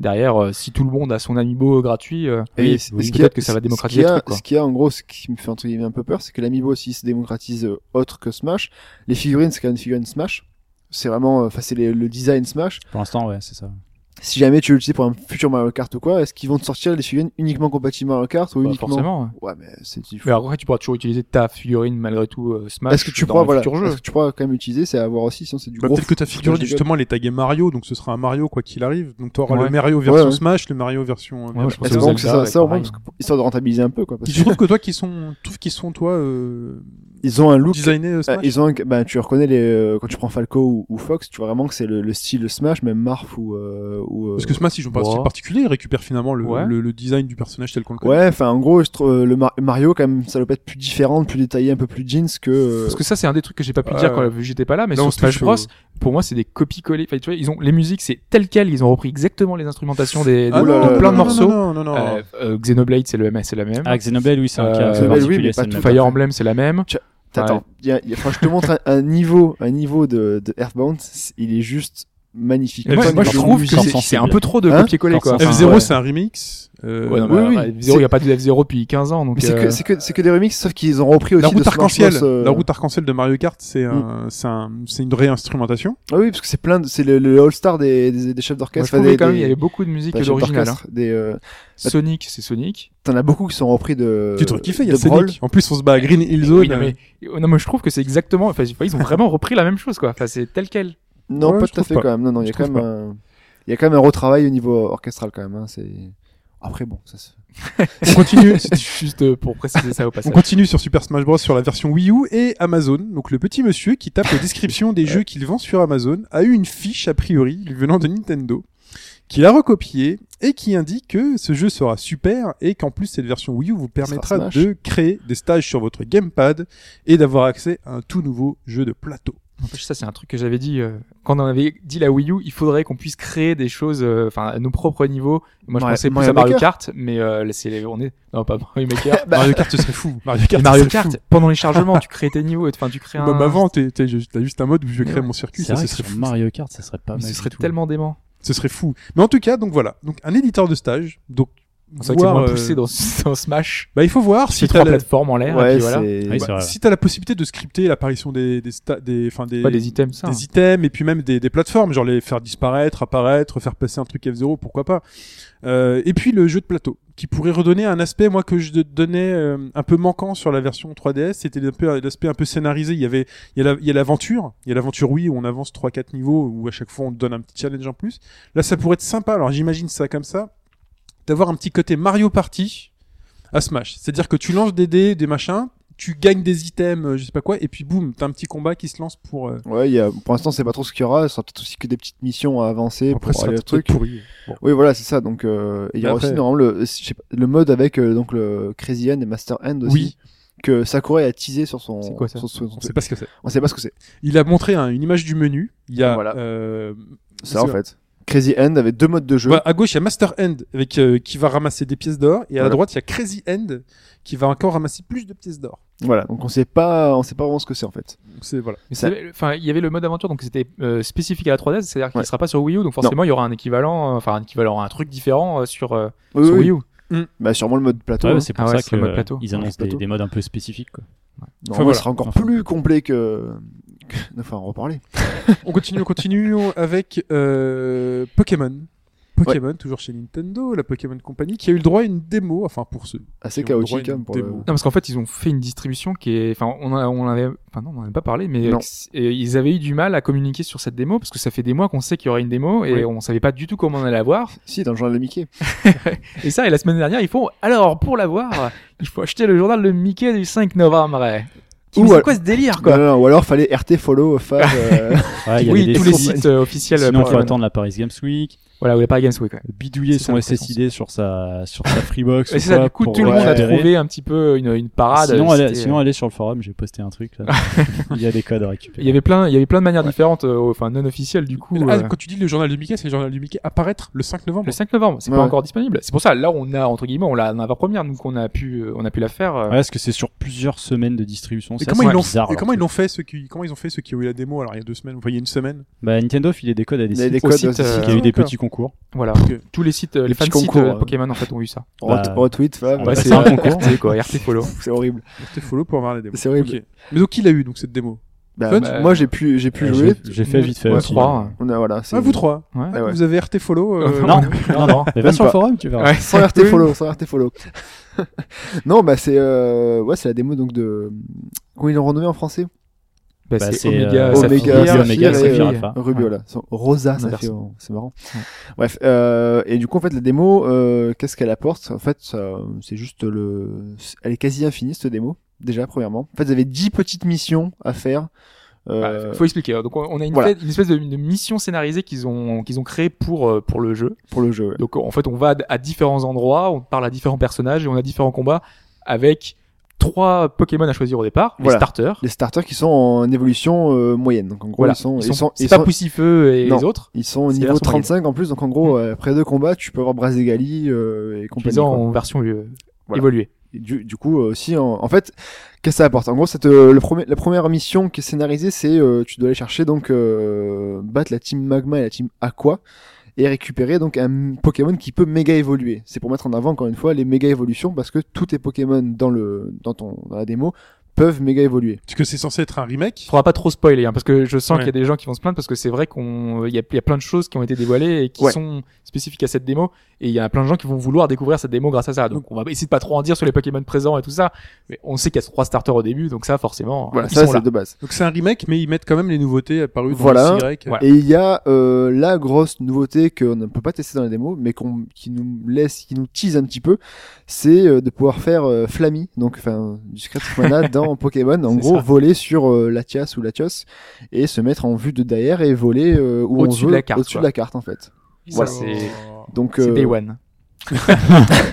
Speaker 5: derrière, euh, si tout le monde a son amiibo gratuit, euh,
Speaker 6: et
Speaker 5: oui,
Speaker 6: ce-
Speaker 5: oui,
Speaker 6: ce qu'il y a-
Speaker 5: peut-être que ça va
Speaker 6: ce- ce
Speaker 5: démocratiser
Speaker 6: qu'il y
Speaker 5: le
Speaker 6: a-
Speaker 5: truc. Quoi.
Speaker 6: Ce qu'il y a en gros, ce qui me fait entre guillemets un peu peur, c'est que l'amiibo aussi se démocratise euh, autre que Smash. Les figurines, c'est quand même une figurine Smash. C'est vraiment, euh, enfin, c'est les- le design Smash.
Speaker 4: Pour l'instant, ouais, c'est ça.
Speaker 6: Si jamais tu veux l'utiliser pour un futur Mario Kart ou quoi, est-ce qu'ils vont te sortir les figurines uniquement compatibles Mario Kart ou
Speaker 5: Bah,
Speaker 6: uniquement
Speaker 5: forcément. ouais.
Speaker 6: Ouais, mais c'est il faut-
Speaker 5: Mais après, tu pourras toujours utiliser ta figurine malgré tout euh, Smash.
Speaker 6: Est-ce que tu
Speaker 5: dans
Speaker 6: pourras
Speaker 5: le
Speaker 6: voilà,
Speaker 5: futur jeu.
Speaker 6: est-ce que tu pourras quand même utiliser, c'est à voir aussi sinon c'est du
Speaker 3: Bah,
Speaker 6: gros.
Speaker 3: Peut-être que ta figurine,
Speaker 6: foutage de
Speaker 3: justement, elle est taguée Mario, donc ce sera un Mario quoi qu'il arrive. Donc tu auras
Speaker 5: Ouais.
Speaker 3: le Mario version
Speaker 6: ouais.
Speaker 3: Smash, le Mario version. euh,
Speaker 5: Ouais, je pense
Speaker 6: Est-ce
Speaker 5: que
Speaker 6: que
Speaker 5: Zelda,
Speaker 6: c'est ça,
Speaker 5: ouais,
Speaker 6: ça au moins
Speaker 5: pareil.
Speaker 6: parce que, histoire de rentabiliser un peu quoi parce
Speaker 3: Je
Speaker 6: que
Speaker 3: trouve que toi, qui sont, trouve qu'ils sont toi euh,
Speaker 6: ils ont un look
Speaker 3: designés euh,
Speaker 6: euh,
Speaker 3: Smash.
Speaker 6: ils ont un- bah tu reconnais les euh, quand tu prends Falco ou, ou Fox, tu vois vraiment que c'est le, le style Smash même Marf ou euh, ou euh,
Speaker 3: Parce que Smash, ils jouent pas un
Speaker 5: Ouais.
Speaker 3: style particulier, ils récupèrent finalement le,
Speaker 5: Ouais.
Speaker 3: le, le design du personnage tel qu'on le connaît.
Speaker 6: Ouais, enfin en gros, je trouve, euh, le Mar- Mario quand même salopette plus différente, plus détaillée, un peu plus jeans que euh,
Speaker 5: Parce que ça, c'est un des trucs que j'ai pas pu
Speaker 3: Ouais.
Speaker 5: dire quand vu que j'étais pas là, mais
Speaker 3: Là, on
Speaker 5: sur
Speaker 3: se
Speaker 5: Smash
Speaker 3: touche au-
Speaker 5: Bros, pour moi, c'est des copies-collées. Enfin, tu vois, ils ont, les musiques, c'est tel quel, ils ont repris exactement les instrumentations des,
Speaker 3: Ah
Speaker 5: de
Speaker 6: non,
Speaker 5: plein
Speaker 6: non,
Speaker 5: de
Speaker 6: non, non,
Speaker 5: morceaux.
Speaker 3: Non, non, non.
Speaker 5: Euh, euh, Xenoblade, c'est le même, c'est la même.
Speaker 4: Ah, Xenoblade, oui, c'est un
Speaker 5: Euh,
Speaker 4: cas.
Speaker 5: Xenoblade,
Speaker 6: oui, mais
Speaker 4: particulier, c'est
Speaker 6: pas
Speaker 4: le
Speaker 6: tout
Speaker 4: même.
Speaker 6: à fait.
Speaker 5: Fire Emblem, c'est la même.
Speaker 6: Attends, y a- y a- enfin, je te montre un, un niveau, un niveau de, de Earthbound, c'est- il est juste magnifique.
Speaker 5: Et
Speaker 4: Ouais,
Speaker 5: moi,
Speaker 4: mais
Speaker 5: moi,
Speaker 4: par
Speaker 5: je
Speaker 4: contre,
Speaker 5: trouve que
Speaker 4: corps
Speaker 5: c'est- c'est un
Speaker 4: sensible.
Speaker 5: peu trop de
Speaker 6: Hein
Speaker 5: copier-coller, quoi.
Speaker 4: Corps
Speaker 5: Enfin,
Speaker 3: F0,
Speaker 5: ouais.
Speaker 3: c'est un remix. Euh,
Speaker 5: Ouais, non,
Speaker 6: Oui,
Speaker 5: mais
Speaker 6: oui.
Speaker 5: F0, il n'y a pas de F0 depuis 15 ans, donc.
Speaker 6: Mais c'est
Speaker 5: euh,
Speaker 6: que c'est que c'est que des remixes, sauf qu'ils ont repris aussi
Speaker 3: La
Speaker 6: de
Speaker 3: route
Speaker 6: Smash
Speaker 3: arc-en-ciel,
Speaker 6: Bros, euh,
Speaker 3: la route arc-en-ciel de Mario Kart, c'est un, c'est un, c'est une réinstrumentation.
Speaker 6: Ah oui, parce que c'est plein, de- c'est le, le All-Star des, des, des chefs
Speaker 5: moi,
Speaker 6: d'orchestre.
Speaker 5: je trouvais
Speaker 6: des-
Speaker 5: quand même,
Speaker 6: des-
Speaker 5: il y avait beaucoup de musique
Speaker 6: pas des chefs
Speaker 5: originale. hein.
Speaker 6: d'orchestre, Des, euh,
Speaker 5: Sonic, c'est Sonic.
Speaker 6: t'en as beaucoup qui sont repris de.
Speaker 3: Tu te kiffes, il y a
Speaker 6: Euh, de Brawl.
Speaker 3: Sonic. En plus, on se bat à Green Hill
Speaker 5: Oui,
Speaker 3: Zone.
Speaker 5: non, mais, oh, non, mais je trouve que c'est exactement, enfin, ils ont vraiment repris la même chose, quoi. Enfin, c'est tel quel.
Speaker 6: Non,
Speaker 3: Ouais,
Speaker 6: pas
Speaker 3: je
Speaker 6: tout à
Speaker 3: trouve
Speaker 6: fait
Speaker 3: pas.
Speaker 6: quand même. Non, non, il y a
Speaker 3: Je
Speaker 6: quand
Speaker 3: trouve
Speaker 6: même un, il y a quand même un retravail au niveau orchestral quand même. Hein, c'est après bon, ça se.
Speaker 3: On continue.
Speaker 5: C'était juste euh, pour préciser ça au
Speaker 3: On
Speaker 5: passage.
Speaker 3: continue sur Super Smash Bros sur la version Wii U et Amazon. Donc le petit monsieur qui tape les descriptions des jeux qu'il vend sur Amazon a eu une fiche a priori lui venant de Nintendo qu'il a recopiée et qui indique que ce jeu sera super et qu'en plus cette version Wii U vous permettra
Speaker 6: Smash.
Speaker 3: de créer des stages sur votre gamepad et d'avoir accès à un tout nouveau jeu de plateau.
Speaker 5: En plus, ça, c'est un truc que j'avais dit euh, quand on avait dit la Wii U. Il faudrait qu'on puisse créer des choses, euh, enfin, à nos propres niveaux. Moi, je
Speaker 6: Mario-
Speaker 5: pensais plus
Speaker 6: Mario
Speaker 5: à Mario
Speaker 6: Maker.
Speaker 5: Kart, mais euh, là, c'est les on est- Non, pas Mario Maker.
Speaker 6: Bah.
Speaker 3: Mario Kart ce serait fou. Mario
Speaker 5: Et
Speaker 3: Kart.
Speaker 5: Mario
Speaker 3: ce serait
Speaker 5: Kart.
Speaker 3: fou.
Speaker 5: Pendant les chargements, tu crées tes niveaux. et- Enfin, tu crées un.
Speaker 3: Même avant, t'es- t'es- t'as juste un mode où je crée
Speaker 5: Ouais.
Speaker 3: mon circuit,
Speaker 4: C'est
Speaker 3: ça,
Speaker 4: vrai
Speaker 3: ce
Speaker 4: que
Speaker 3: serait
Speaker 4: sur
Speaker 3: fou.
Speaker 4: Mario Kart, ça serait pas
Speaker 5: Ah,
Speaker 4: mal
Speaker 5: Mais ce
Speaker 4: du
Speaker 5: serait
Speaker 4: tout.
Speaker 5: tellement dément.
Speaker 3: Ce serait fou. Mais en tout cas, donc voilà. Donc un éditeur de stage. Donc
Speaker 5: C'est vrai que c'est
Speaker 3: voir,
Speaker 5: moins
Speaker 3: euh,
Speaker 5: poussé dans, dans Smash.
Speaker 3: Bah il faut voir
Speaker 5: C'est
Speaker 3: si
Speaker 5: trois
Speaker 3: t'as la-
Speaker 5: plateformes en l'air. et
Speaker 6: Ouais,
Speaker 5: puis voilà.
Speaker 6: c'est.
Speaker 4: Ah oui, c'est
Speaker 3: Bah,
Speaker 4: vrai.
Speaker 3: si t'as la possibilité de scripter l'apparition des des sta- des enfin des,
Speaker 5: Pas des items, ça. hein.
Speaker 3: des items et puis même des, des plateformes genre les faire disparaître apparaître faire passer un truc F0 pourquoi pas Euh, et puis le jeu de plateau qui pourrait redonner un aspect moi que je donnais euh, un peu manquant sur la version 3DS c'était un peu l'aspect un peu scénarisé il y avait il y a la- il y a l'aventure il y a l'aventure oui où on avance 3 4 niveaux où à chaque fois on te donne un petit challenge en plus là ça pourrait être sympa alors j'imagine ça comme ça d'avoir un petit côté Mario Party à Smash c'est-à-dire que tu lances des dés des machins tu gagnes des items, euh, je sais pas quoi, et puis boum, t'as un petit combat qui se lance pour. euh,
Speaker 6: Ouais, il y a, pour l'instant, c'est pas trop ce qu'il y aura. Ce sera peut-être aussi que des petites missions à avancer
Speaker 3: après,
Speaker 6: pour
Speaker 3: ça
Speaker 6: aller
Speaker 3: va
Speaker 6: au
Speaker 3: être
Speaker 6: truc.
Speaker 3: pourri. Bon.
Speaker 6: Oui, voilà, c'est ça. Donc, euh, il y
Speaker 3: Mais
Speaker 6: aura
Speaker 3: après-
Speaker 6: aussi normalement le, je sais pas, le mode avec euh, donc le Crazy End et Master End aussi.
Speaker 3: Oui.
Speaker 6: Que Sakurai a teasé sur son.
Speaker 5: C'est quoi ça
Speaker 6: sur son-
Speaker 3: On sait pas ce que c'est.
Speaker 6: on sait pas ce que c'est.
Speaker 3: Il a montré un- une image du menu. Il y a
Speaker 6: Voilà.
Speaker 3: euh,
Speaker 6: Ça, en fait. Crazy End avait deux modes de jeu.
Speaker 3: bah, à gauche, il y a Master End avec euh, qui va ramasser des pièces d'or, et à la
Speaker 6: Voilà.
Speaker 3: droite, il y a Crazy End qui va encore ramasser plus de pièces d'or.
Speaker 6: Voilà. Donc, on sait pas, on sait pas vraiment ce que c'est en fait.
Speaker 3: Donc C'est voilà.
Speaker 5: Mais
Speaker 6: Ça-
Speaker 5: c'est- Enfin, il y avait le mode aventure, donc c'était euh, spécifique à la 3DS, c'est-à-dire qu'il
Speaker 6: Ouais.
Speaker 5: sera pas sur Wii U, donc forcément il y aura un équivalent, euh, enfin un équivalent, un truc différent euh, sur, euh,
Speaker 6: Oui,
Speaker 5: sur
Speaker 6: oui.
Speaker 5: Wii U.
Speaker 6: Bah, sûrement le mode plateau.
Speaker 4: Ouais,
Speaker 6: hein.
Speaker 4: c'est pour
Speaker 5: Ah ouais,
Speaker 4: ça
Speaker 5: c'est le mode
Speaker 4: qu'ils
Speaker 5: plateau.
Speaker 4: ils annoncent
Speaker 6: Ouais,
Speaker 4: des, des modes un peu spécifiques. Quoi.
Speaker 6: Normalement,
Speaker 3: Enfin, voilà.
Speaker 6: il sera encore
Speaker 4: Enfin.
Speaker 6: plus complet que. que- Enfin, on va en reparler.
Speaker 3: On continue, on continue avec euh, Pokémon. Pokémon, toujours chez Nintendo, la Pokémon Company, qui a eu le droit à une démo, enfin pour ceux.
Speaker 6: Assez
Speaker 3: Ils ont le droit à
Speaker 6: chaotique.
Speaker 3: une
Speaker 6: hein, pour le-
Speaker 3: démo.
Speaker 5: Non, parce qu'en fait, ils ont fait une distribution qui est. Enfin, on, en a- on en avait. Enfin, non, on en avait pas parlé, mais
Speaker 6: Non.
Speaker 5: et ils avaient eu du mal à communiquer sur cette démo, parce que ça fait des mois qu'on sait qu'il y aurait une démo, et
Speaker 3: Oui.
Speaker 5: on savait pas du tout comment on allait la voir.
Speaker 6: Si, dans le journal de Mickey.
Speaker 5: Et ça, et la semaine dernière, ils font. Alors, pour la voir, il faut acheter le journal de Mickey du 5 novembre. Qui-
Speaker 6: Ou
Speaker 5: mais C'est
Speaker 6: alors-
Speaker 5: quoi ce délire, quoi
Speaker 6: Non, non, non, ou alors, fallait RT, follow, fan. euh,
Speaker 4: Ouais, Ah, il y avait
Speaker 5: Oui,
Speaker 4: des
Speaker 5: tous les
Speaker 4: sources.
Speaker 5: sites euh, officiels.
Speaker 4: Sinon, il faut
Speaker 5: Pokémon.
Speaker 4: attendre la Paris Games Week,
Speaker 5: Voilà, ouais, Paris Games Week. ouais.
Speaker 4: bidouiller
Speaker 5: C'est ça,
Speaker 4: son
Speaker 5: la prétention.
Speaker 4: SSID sur sa, sur sa Freebox.
Speaker 5: Et
Speaker 4: ou
Speaker 5: c'est ça,
Speaker 4: quoi,
Speaker 5: du coup,
Speaker 4: pour
Speaker 5: tout le monde a
Speaker 4: récupérer.
Speaker 5: trouvé un petit peu une, une parade. euh,
Speaker 4: Sinon, allez,
Speaker 5: C'était,
Speaker 4: sinon, allez sur le forum, j'ai posté un truc. Là. il y a des codes à récupérer.
Speaker 5: Il y avait plein, il y avait plein de manières différentes, euh, enfin non officielles du coup.
Speaker 3: Ah,
Speaker 5: euh,
Speaker 3: quand tu dis le journal du Mickey, c'est le journal du Mickey apparaître le 5
Speaker 4: Ah
Speaker 3: novembre.
Speaker 5: le 5 novembre, c'est
Speaker 6: Ouais.
Speaker 5: pas encore disponible. C'est pour ça, là on a entre guillemets, on l'a en avant-première, nous qu'on a pu, euh, on a pu la faire. euh,
Speaker 4: Ouais, parce que c'est sur plusieurs semaines de distribution.
Speaker 3: Et
Speaker 4: C'est
Speaker 3: comment, ils
Speaker 4: assez
Speaker 3: l'ont,
Speaker 4: bizarre. hein,
Speaker 3: et
Speaker 4: leur
Speaker 3: comment ils
Speaker 4: truc.
Speaker 3: l'ont fait ceux qui, comment ils ont fait ceux qui ont eu la démo alors il y a deux semaines, enfin il y a une semaine.
Speaker 4: Bah, Nintendo filait des codes à des
Speaker 6: Il y a
Speaker 4: sites.
Speaker 6: des
Speaker 5: au
Speaker 6: codes.
Speaker 5: site,
Speaker 6: aussi,
Speaker 5: euh,
Speaker 4: Il y a eu des
Speaker 3: D'accord.
Speaker 4: petits concours.
Speaker 5: Voilà,
Speaker 3: Ok.
Speaker 5: tous les sites, euh, les
Speaker 6: Les
Speaker 5: fans
Speaker 6: petits
Speaker 5: de sites
Speaker 6: concours,
Speaker 5: euh,
Speaker 6: hein.
Speaker 5: Pokémon en fait ont eu ça.
Speaker 4: Bah,
Speaker 6: ret- Retweet, fan.
Speaker 4: bah,
Speaker 5: Ouais,
Speaker 4: c'est
Speaker 5: c'est
Speaker 4: un
Speaker 5: euh,
Speaker 4: concours.
Speaker 5: RT quoi, RT Follow.
Speaker 6: C'est horrible.
Speaker 3: C'était follow pour avoir la démo.
Speaker 6: C'est horrible.
Speaker 3: Ok. Mais donc qui l'a eu donc cette démo
Speaker 6: Bah,
Speaker 3: Toi,
Speaker 5: tu-
Speaker 6: moi, j'ai pu, j'ai pu
Speaker 4: Euh,
Speaker 6: jouer.
Speaker 4: j'ai- J'ai fait vite fait.
Speaker 5: Ouais,
Speaker 4: aussi.
Speaker 5: trois. hein.
Speaker 6: On a, voilà. c'est-
Speaker 3: Ah vous trois.
Speaker 5: Ouais.
Speaker 6: Ah ouais.
Speaker 3: Vous avez RT follow. euh,
Speaker 4: Non, non, non. Mais va
Speaker 6: Même
Speaker 4: sur le
Speaker 6: pas.
Speaker 4: forum, tu verras.
Speaker 5: Ouais,
Speaker 6: sans RT follow, sans RT follow. non, bah c'est euh, ouais, c'est la démo donc de comment ils l'ont renommé en français
Speaker 5: Bah,
Speaker 4: Bah,
Speaker 5: c'est
Speaker 4: c'est,
Speaker 5: Omega,
Speaker 4: euh,
Speaker 5: Saphir,
Speaker 6: Omega,
Speaker 5: Saphir,
Speaker 6: Saphir,
Speaker 5: Omega,
Speaker 6: et-
Speaker 5: Saphir,
Speaker 4: et-
Speaker 5: Alpha.
Speaker 6: Ruby voilà, sans- Rosa, ça
Speaker 5: Ah, Inverse.
Speaker 6: fait oh, c'est marrant.
Speaker 5: Ouais.
Speaker 6: Bref, euh, et du coup en fait la démo, euh, qu'est-ce qu'elle apporte En fait, ça- c'est juste le, elle est quasi infinie cette démo déjà premièrement. En fait, vous avez 10 petites missions à faire.
Speaker 5: Bah,
Speaker 6: Euh,
Speaker 5: faut expliquer. hein. Donc on on a une,
Speaker 6: voilà.
Speaker 5: fête- une espèce de, de mission scénarisée qu'ils ont qu'ils ont créée pour euh, pour le jeu.
Speaker 6: pour le jeu. ouais.
Speaker 5: Donc en fait, on va à différents endroits, on parle à différents personnages et on a différents combats avec trois Pokémon à choisir au départ,
Speaker 6: Voilà.
Speaker 5: les starters.
Speaker 6: Les starters qui sont en évolution euh, moyenne. Donc en gros,
Speaker 5: Voilà.
Speaker 6: ils sont
Speaker 5: Ils sont-
Speaker 6: ils
Speaker 5: c'est pas Poussifeu et
Speaker 6: Non.
Speaker 5: les autres.
Speaker 6: Ils sont au
Speaker 5: C'est
Speaker 6: niveau
Speaker 5: version
Speaker 6: 35 en plus, donc en gros, euh, après deux combats, tu peux avoir Brazegali euh, et compagnie.
Speaker 5: Mm. Ils ont
Speaker 6: quoi.
Speaker 5: en version euh,
Speaker 6: Voilà.
Speaker 5: évoluée.
Speaker 6: Et Du, du coup, euh, si en, en fait, qu'est-ce que ça apporte En gros, cette, euh, le premier, la première mission qui est scénarisée, c'est euh, tu dois aller chercher donc euh, battre la team Magma et la team Aqua et récupérer donc un Pokémon qui peut méga évoluer. C'est pour mettre en avant encore une fois les méga évolutions parce que tous tes Pokémon dans le dans ton dans la démo peuvent méga évoluer.
Speaker 3: Parce que c'est censé être un remake.
Speaker 5: Faudra pas trop spoiler, hein, parce que je sens
Speaker 3: Ouais.
Speaker 5: qu'il y a des gens qui vont se plaindre parce que c'est vrai qu'on il y a, il y a plein de choses qui ont été dévoilées et qui
Speaker 6: Ouais.
Speaker 5: sont spécifiques à cette démo et il y a plein de gens qui vont vouloir découvrir cette démo grâce à ça. Donc on va essayer de pas trop en dire sur les Pokémon présents et tout ça, mais on sait qu'il y a trois starters au début, donc ça forcément hein,
Speaker 6: Voilà,
Speaker 5: ils
Speaker 6: ça
Speaker 5: sont là.
Speaker 6: c'est de base.
Speaker 3: Donc c'est un remake, mais ils mettent quand même les nouveautés apparues dans
Speaker 6: Voilà.
Speaker 3: le CY.
Speaker 5: Voilà.
Speaker 6: Et il y a euh, la grosse nouveauté qu'on ne peut pas tester dans la démo, mais qu'on qui nous laisse, qui nous tease un petit peu, c'est euh, de pouvoir faire euh, Flammy, donc enfin du Scratch Mana dans Pokémon, en
Speaker 5: C'est
Speaker 6: gros
Speaker 5: ça.
Speaker 6: voler sur euh, Latias ou Latios et se mettre en vue de derrière et voler euh, où
Speaker 5: Au-dessus
Speaker 6: on
Speaker 5: de
Speaker 6: veut,
Speaker 5: la carte,
Speaker 6: au-dessus
Speaker 5: quoi.
Speaker 6: de la carte en fait. Voilà.
Speaker 5: Ça, c'est
Speaker 6: Donc
Speaker 5: c'est
Speaker 6: euh,
Speaker 5: Day One.
Speaker 3: Oh.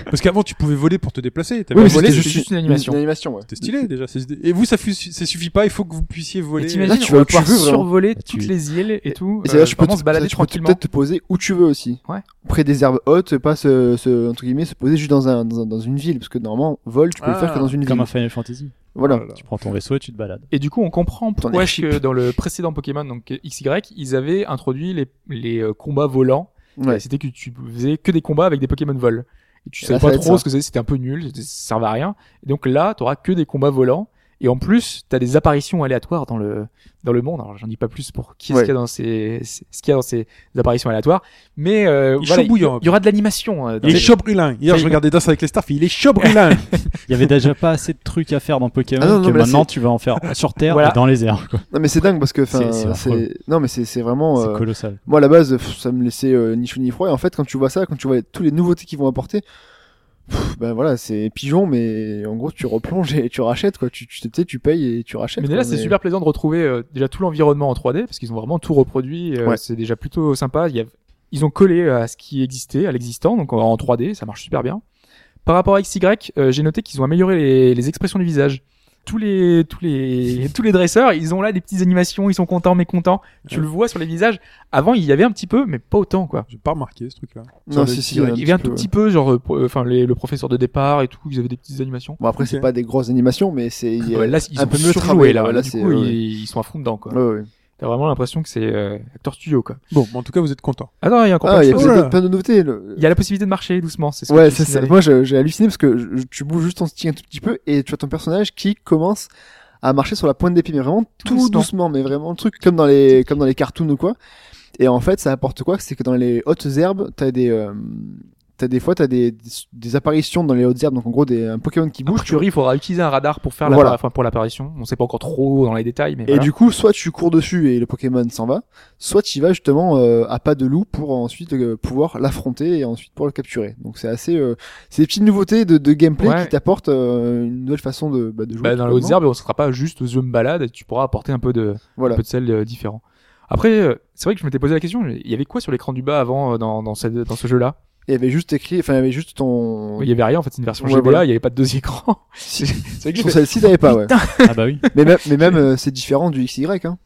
Speaker 3: Parce qu'avant tu pouvais voler pour te déplacer. T'avais
Speaker 6: oui,
Speaker 5: Bah,
Speaker 6: mais
Speaker 3: pas
Speaker 5: c'était
Speaker 3: volé.
Speaker 6: c'était
Speaker 5: juste une animation.
Speaker 6: Une animation, ouais.
Speaker 3: C'était stylé déjà. c'est- Et vous ça, fu- ça suffit pas, il faut que vous puissiez
Speaker 5: Et
Speaker 3: voler.
Speaker 5: t'imagines,
Speaker 6: Là, tu
Speaker 5: on
Speaker 6: vas
Speaker 5: va
Speaker 6: où tu
Speaker 5: pouvoir
Speaker 6: veux, vraiment.
Speaker 5: survoler
Speaker 4: Là, tu-
Speaker 5: toutes les îles et tout.
Speaker 6: Et c'est là
Speaker 5: euh,
Speaker 6: je peux,
Speaker 5: vraiment
Speaker 6: te-
Speaker 5: se balader
Speaker 6: tu peux
Speaker 5: tranquillement.
Speaker 6: peut-être te poser où tu veux aussi.
Speaker 5: Ouais.
Speaker 6: Près des herbes hautes, pas se, se- entre guillemets, se poser juste dans, un, dans, un- dans une ville. Parce que normalement, vol, tu peux le
Speaker 3: Ah,
Speaker 6: faire que dans une
Speaker 4: Comme
Speaker 6: ville.
Speaker 4: un Final Fantasy.
Speaker 6: Voilà.
Speaker 4: Tu prends ton vaisseau et tu te balades.
Speaker 5: Et du coup, on comprend pourquoi est-ce
Speaker 6: airship.
Speaker 5: que dans le précédent Pokémon, donc euh, XY, ils avaient introduit les, les euh, combats volants.
Speaker 6: Ouais.
Speaker 5: Et C'était que tu faisais que des combats avec des Pokémon vol. Et tu
Speaker 6: Et
Speaker 5: savais
Speaker 6: là, ça
Speaker 5: pas
Speaker 6: va être
Speaker 5: trop
Speaker 6: ça.
Speaker 5: ce que c'était, c'était un peu nul, c'était- ça servait à rien. Et donc là, t'auras que des combats volants. Et en plus, t'as des apparitions aléatoires dans le dans le monde. Alors, j'en dis pas plus pour qui est-ce
Speaker 6: Ouais.
Speaker 5: qu'il y a dans ces ces- ce qu'il y a dans ces apparitions aléatoires. Mais euh,
Speaker 3: Il est
Speaker 5: voilà,
Speaker 3: chaud bouillant,
Speaker 5: il y aura de l'animation. euh, dans
Speaker 3: Il est
Speaker 5: les-
Speaker 3: chaud brûlant. Hier, je regardais Danse avec les stars, il est chaud brûlant.
Speaker 4: Il y avait déjà pas assez de trucs à faire dans Pokémon
Speaker 6: Ah non, non,
Speaker 4: que
Speaker 6: mais là,
Speaker 4: maintenant tu vas en faire sur Terre
Speaker 5: Voilà.
Speaker 4: et dans les airs. quoi.
Speaker 6: Non mais c'est dingue parce que enfin
Speaker 4: C'est- c'est affreux.
Speaker 6: c'est non mais c'est c'est vraiment
Speaker 4: C'est
Speaker 6: euh,
Speaker 4: colossal.
Speaker 6: moi à la base pff, ça me laissait euh, ni chaud ni froid et en fait quand tu vois ça quand tu vois tous les nouveautés qu'ils vont apporter pff, ben voilà, c'est pigeon, mais en gros, tu replonges et tu rachètes, quoi. Tu, tu tu sais, tu payes et tu rachètes.
Speaker 5: Mais là,
Speaker 6: quoi,
Speaker 5: c'est super plaisant de retrouver euh, déjà tout l'environnement en 3D parce qu'ils ont vraiment tout reproduit. euh,
Speaker 6: Ouais.
Speaker 5: C'est déjà plutôt sympa. Il y a- Ils ont collé euh, à ce qui existait, à l'existant, donc en- en 3D, ça marche super bien. Par rapport à XY, euh, j'ai noté qu'ils ont amélioré les, les expressions du visage. Tous les, tous les, tous les dresseurs, ils ont là des petites animations, ils sont contents, mécontents. Tu le vois sur les visages. Avant, il y avait un petit peu, mais pas autant, quoi.
Speaker 3: J'ai pas remarqué ce truc-là.
Speaker 6: Non,
Speaker 3: Sur le
Speaker 6: si, si,
Speaker 3: direct.
Speaker 6: un
Speaker 5: Il y avait un
Speaker 6: petit
Speaker 5: tout
Speaker 6: peu,
Speaker 5: petit peu, genre, euh, pro- euh, enfin, les- le professeur de départ et tout, ils avaient des petites animations.
Speaker 6: Bon, après, c'est
Speaker 3: Ok.
Speaker 6: pas des grosses animations, mais c'est. il y a-
Speaker 5: Ouais, là, ils
Speaker 6: un
Speaker 5: sont
Speaker 6: peu mieux
Speaker 5: surjoués,
Speaker 6: travaillé,
Speaker 5: là.
Speaker 6: ouais,
Speaker 5: là
Speaker 6: là,
Speaker 5: du
Speaker 6: c'est-
Speaker 5: coup,
Speaker 6: ouais.
Speaker 5: ils, ils sont à fond dedans, quoi.
Speaker 6: Ouais, ouais.
Speaker 5: T'as vraiment l'impression que c'est euh, Actor Studio, quoi.
Speaker 3: Bon, mais en tout cas, vous êtes content.
Speaker 5: Attends, il y a encore
Speaker 6: Ah,
Speaker 5: plein
Speaker 6: il
Speaker 5: de
Speaker 6: y a
Speaker 5: choses.
Speaker 3: Oh là là.
Speaker 6: plein de- plein de nouveautés. le-
Speaker 5: Il y a la possibilité de marcher doucement, c'est ce que
Speaker 6: Ouais,
Speaker 5: tu
Speaker 6: c'est ça.
Speaker 5: signalais.
Speaker 6: Moi, je- j'ai halluciné parce que je- tu bouges juste ton stick un tout petit peu et tu vois ton personnage qui commence à marcher sur la pointe des pieds, mais vraiment tout
Speaker 5: doucement.
Speaker 6: doucement, mais vraiment le truc comme dans les comme dans les cartoons ou quoi. Et en fait, ça apporte quoi C'est que dans les hautes herbes, t'as des euh, t'as des fois t'as des, des des apparitions dans les hautes herbes, donc en gros des un Pokémon qui
Speaker 5: A
Speaker 6: bouge. tu
Speaker 5: priori, il faudra utiliser un radar pour faire la
Speaker 6: Voilà.
Speaker 5: enfin, pour l'apparition. On sait pas encore trop dans les détails, mais
Speaker 6: Et
Speaker 5: voilà.
Speaker 6: du coup, soit tu cours dessus et le Pokémon s'en va, soit tu y vas justement euh, à pas de loup pour ensuite euh, pouvoir l'affronter et ensuite pouvoir le capturer. Donc c'est assez, euh, c'est des petites nouveautés de, de gameplay
Speaker 5: Ouais.
Speaker 6: qui t'apportent euh, une nouvelle façon de, bah, de jouer.
Speaker 5: Bah, dans les
Speaker 6: finalement.
Speaker 5: hautes herbes, on ne sera pas juste aux yeux me balade, et tu pourras apporter un peu de,
Speaker 6: Voilà.
Speaker 5: un peu de sel euh, différent. Après, euh, c'est vrai que je m'étais posé la question, il y avait quoi sur l'écran du bas avant euh, dans, dans, cette- dans ce jeu-là
Speaker 6: Il y avait juste écrit, enfin il y avait juste ton.
Speaker 5: Il y avait rien, en fait, c'est une version
Speaker 6: Ouais,
Speaker 5: GBA,
Speaker 6: voilà.
Speaker 5: il y avait pas de deuxième écran.
Speaker 6: Si.
Speaker 5: C'est vrai que je
Speaker 6: Sur
Speaker 5: fais-
Speaker 6: celle-ci, t'avais pas, ouais.
Speaker 4: Ah bah oui.
Speaker 6: mais même, mais même euh, c'est différent du XY. Hein.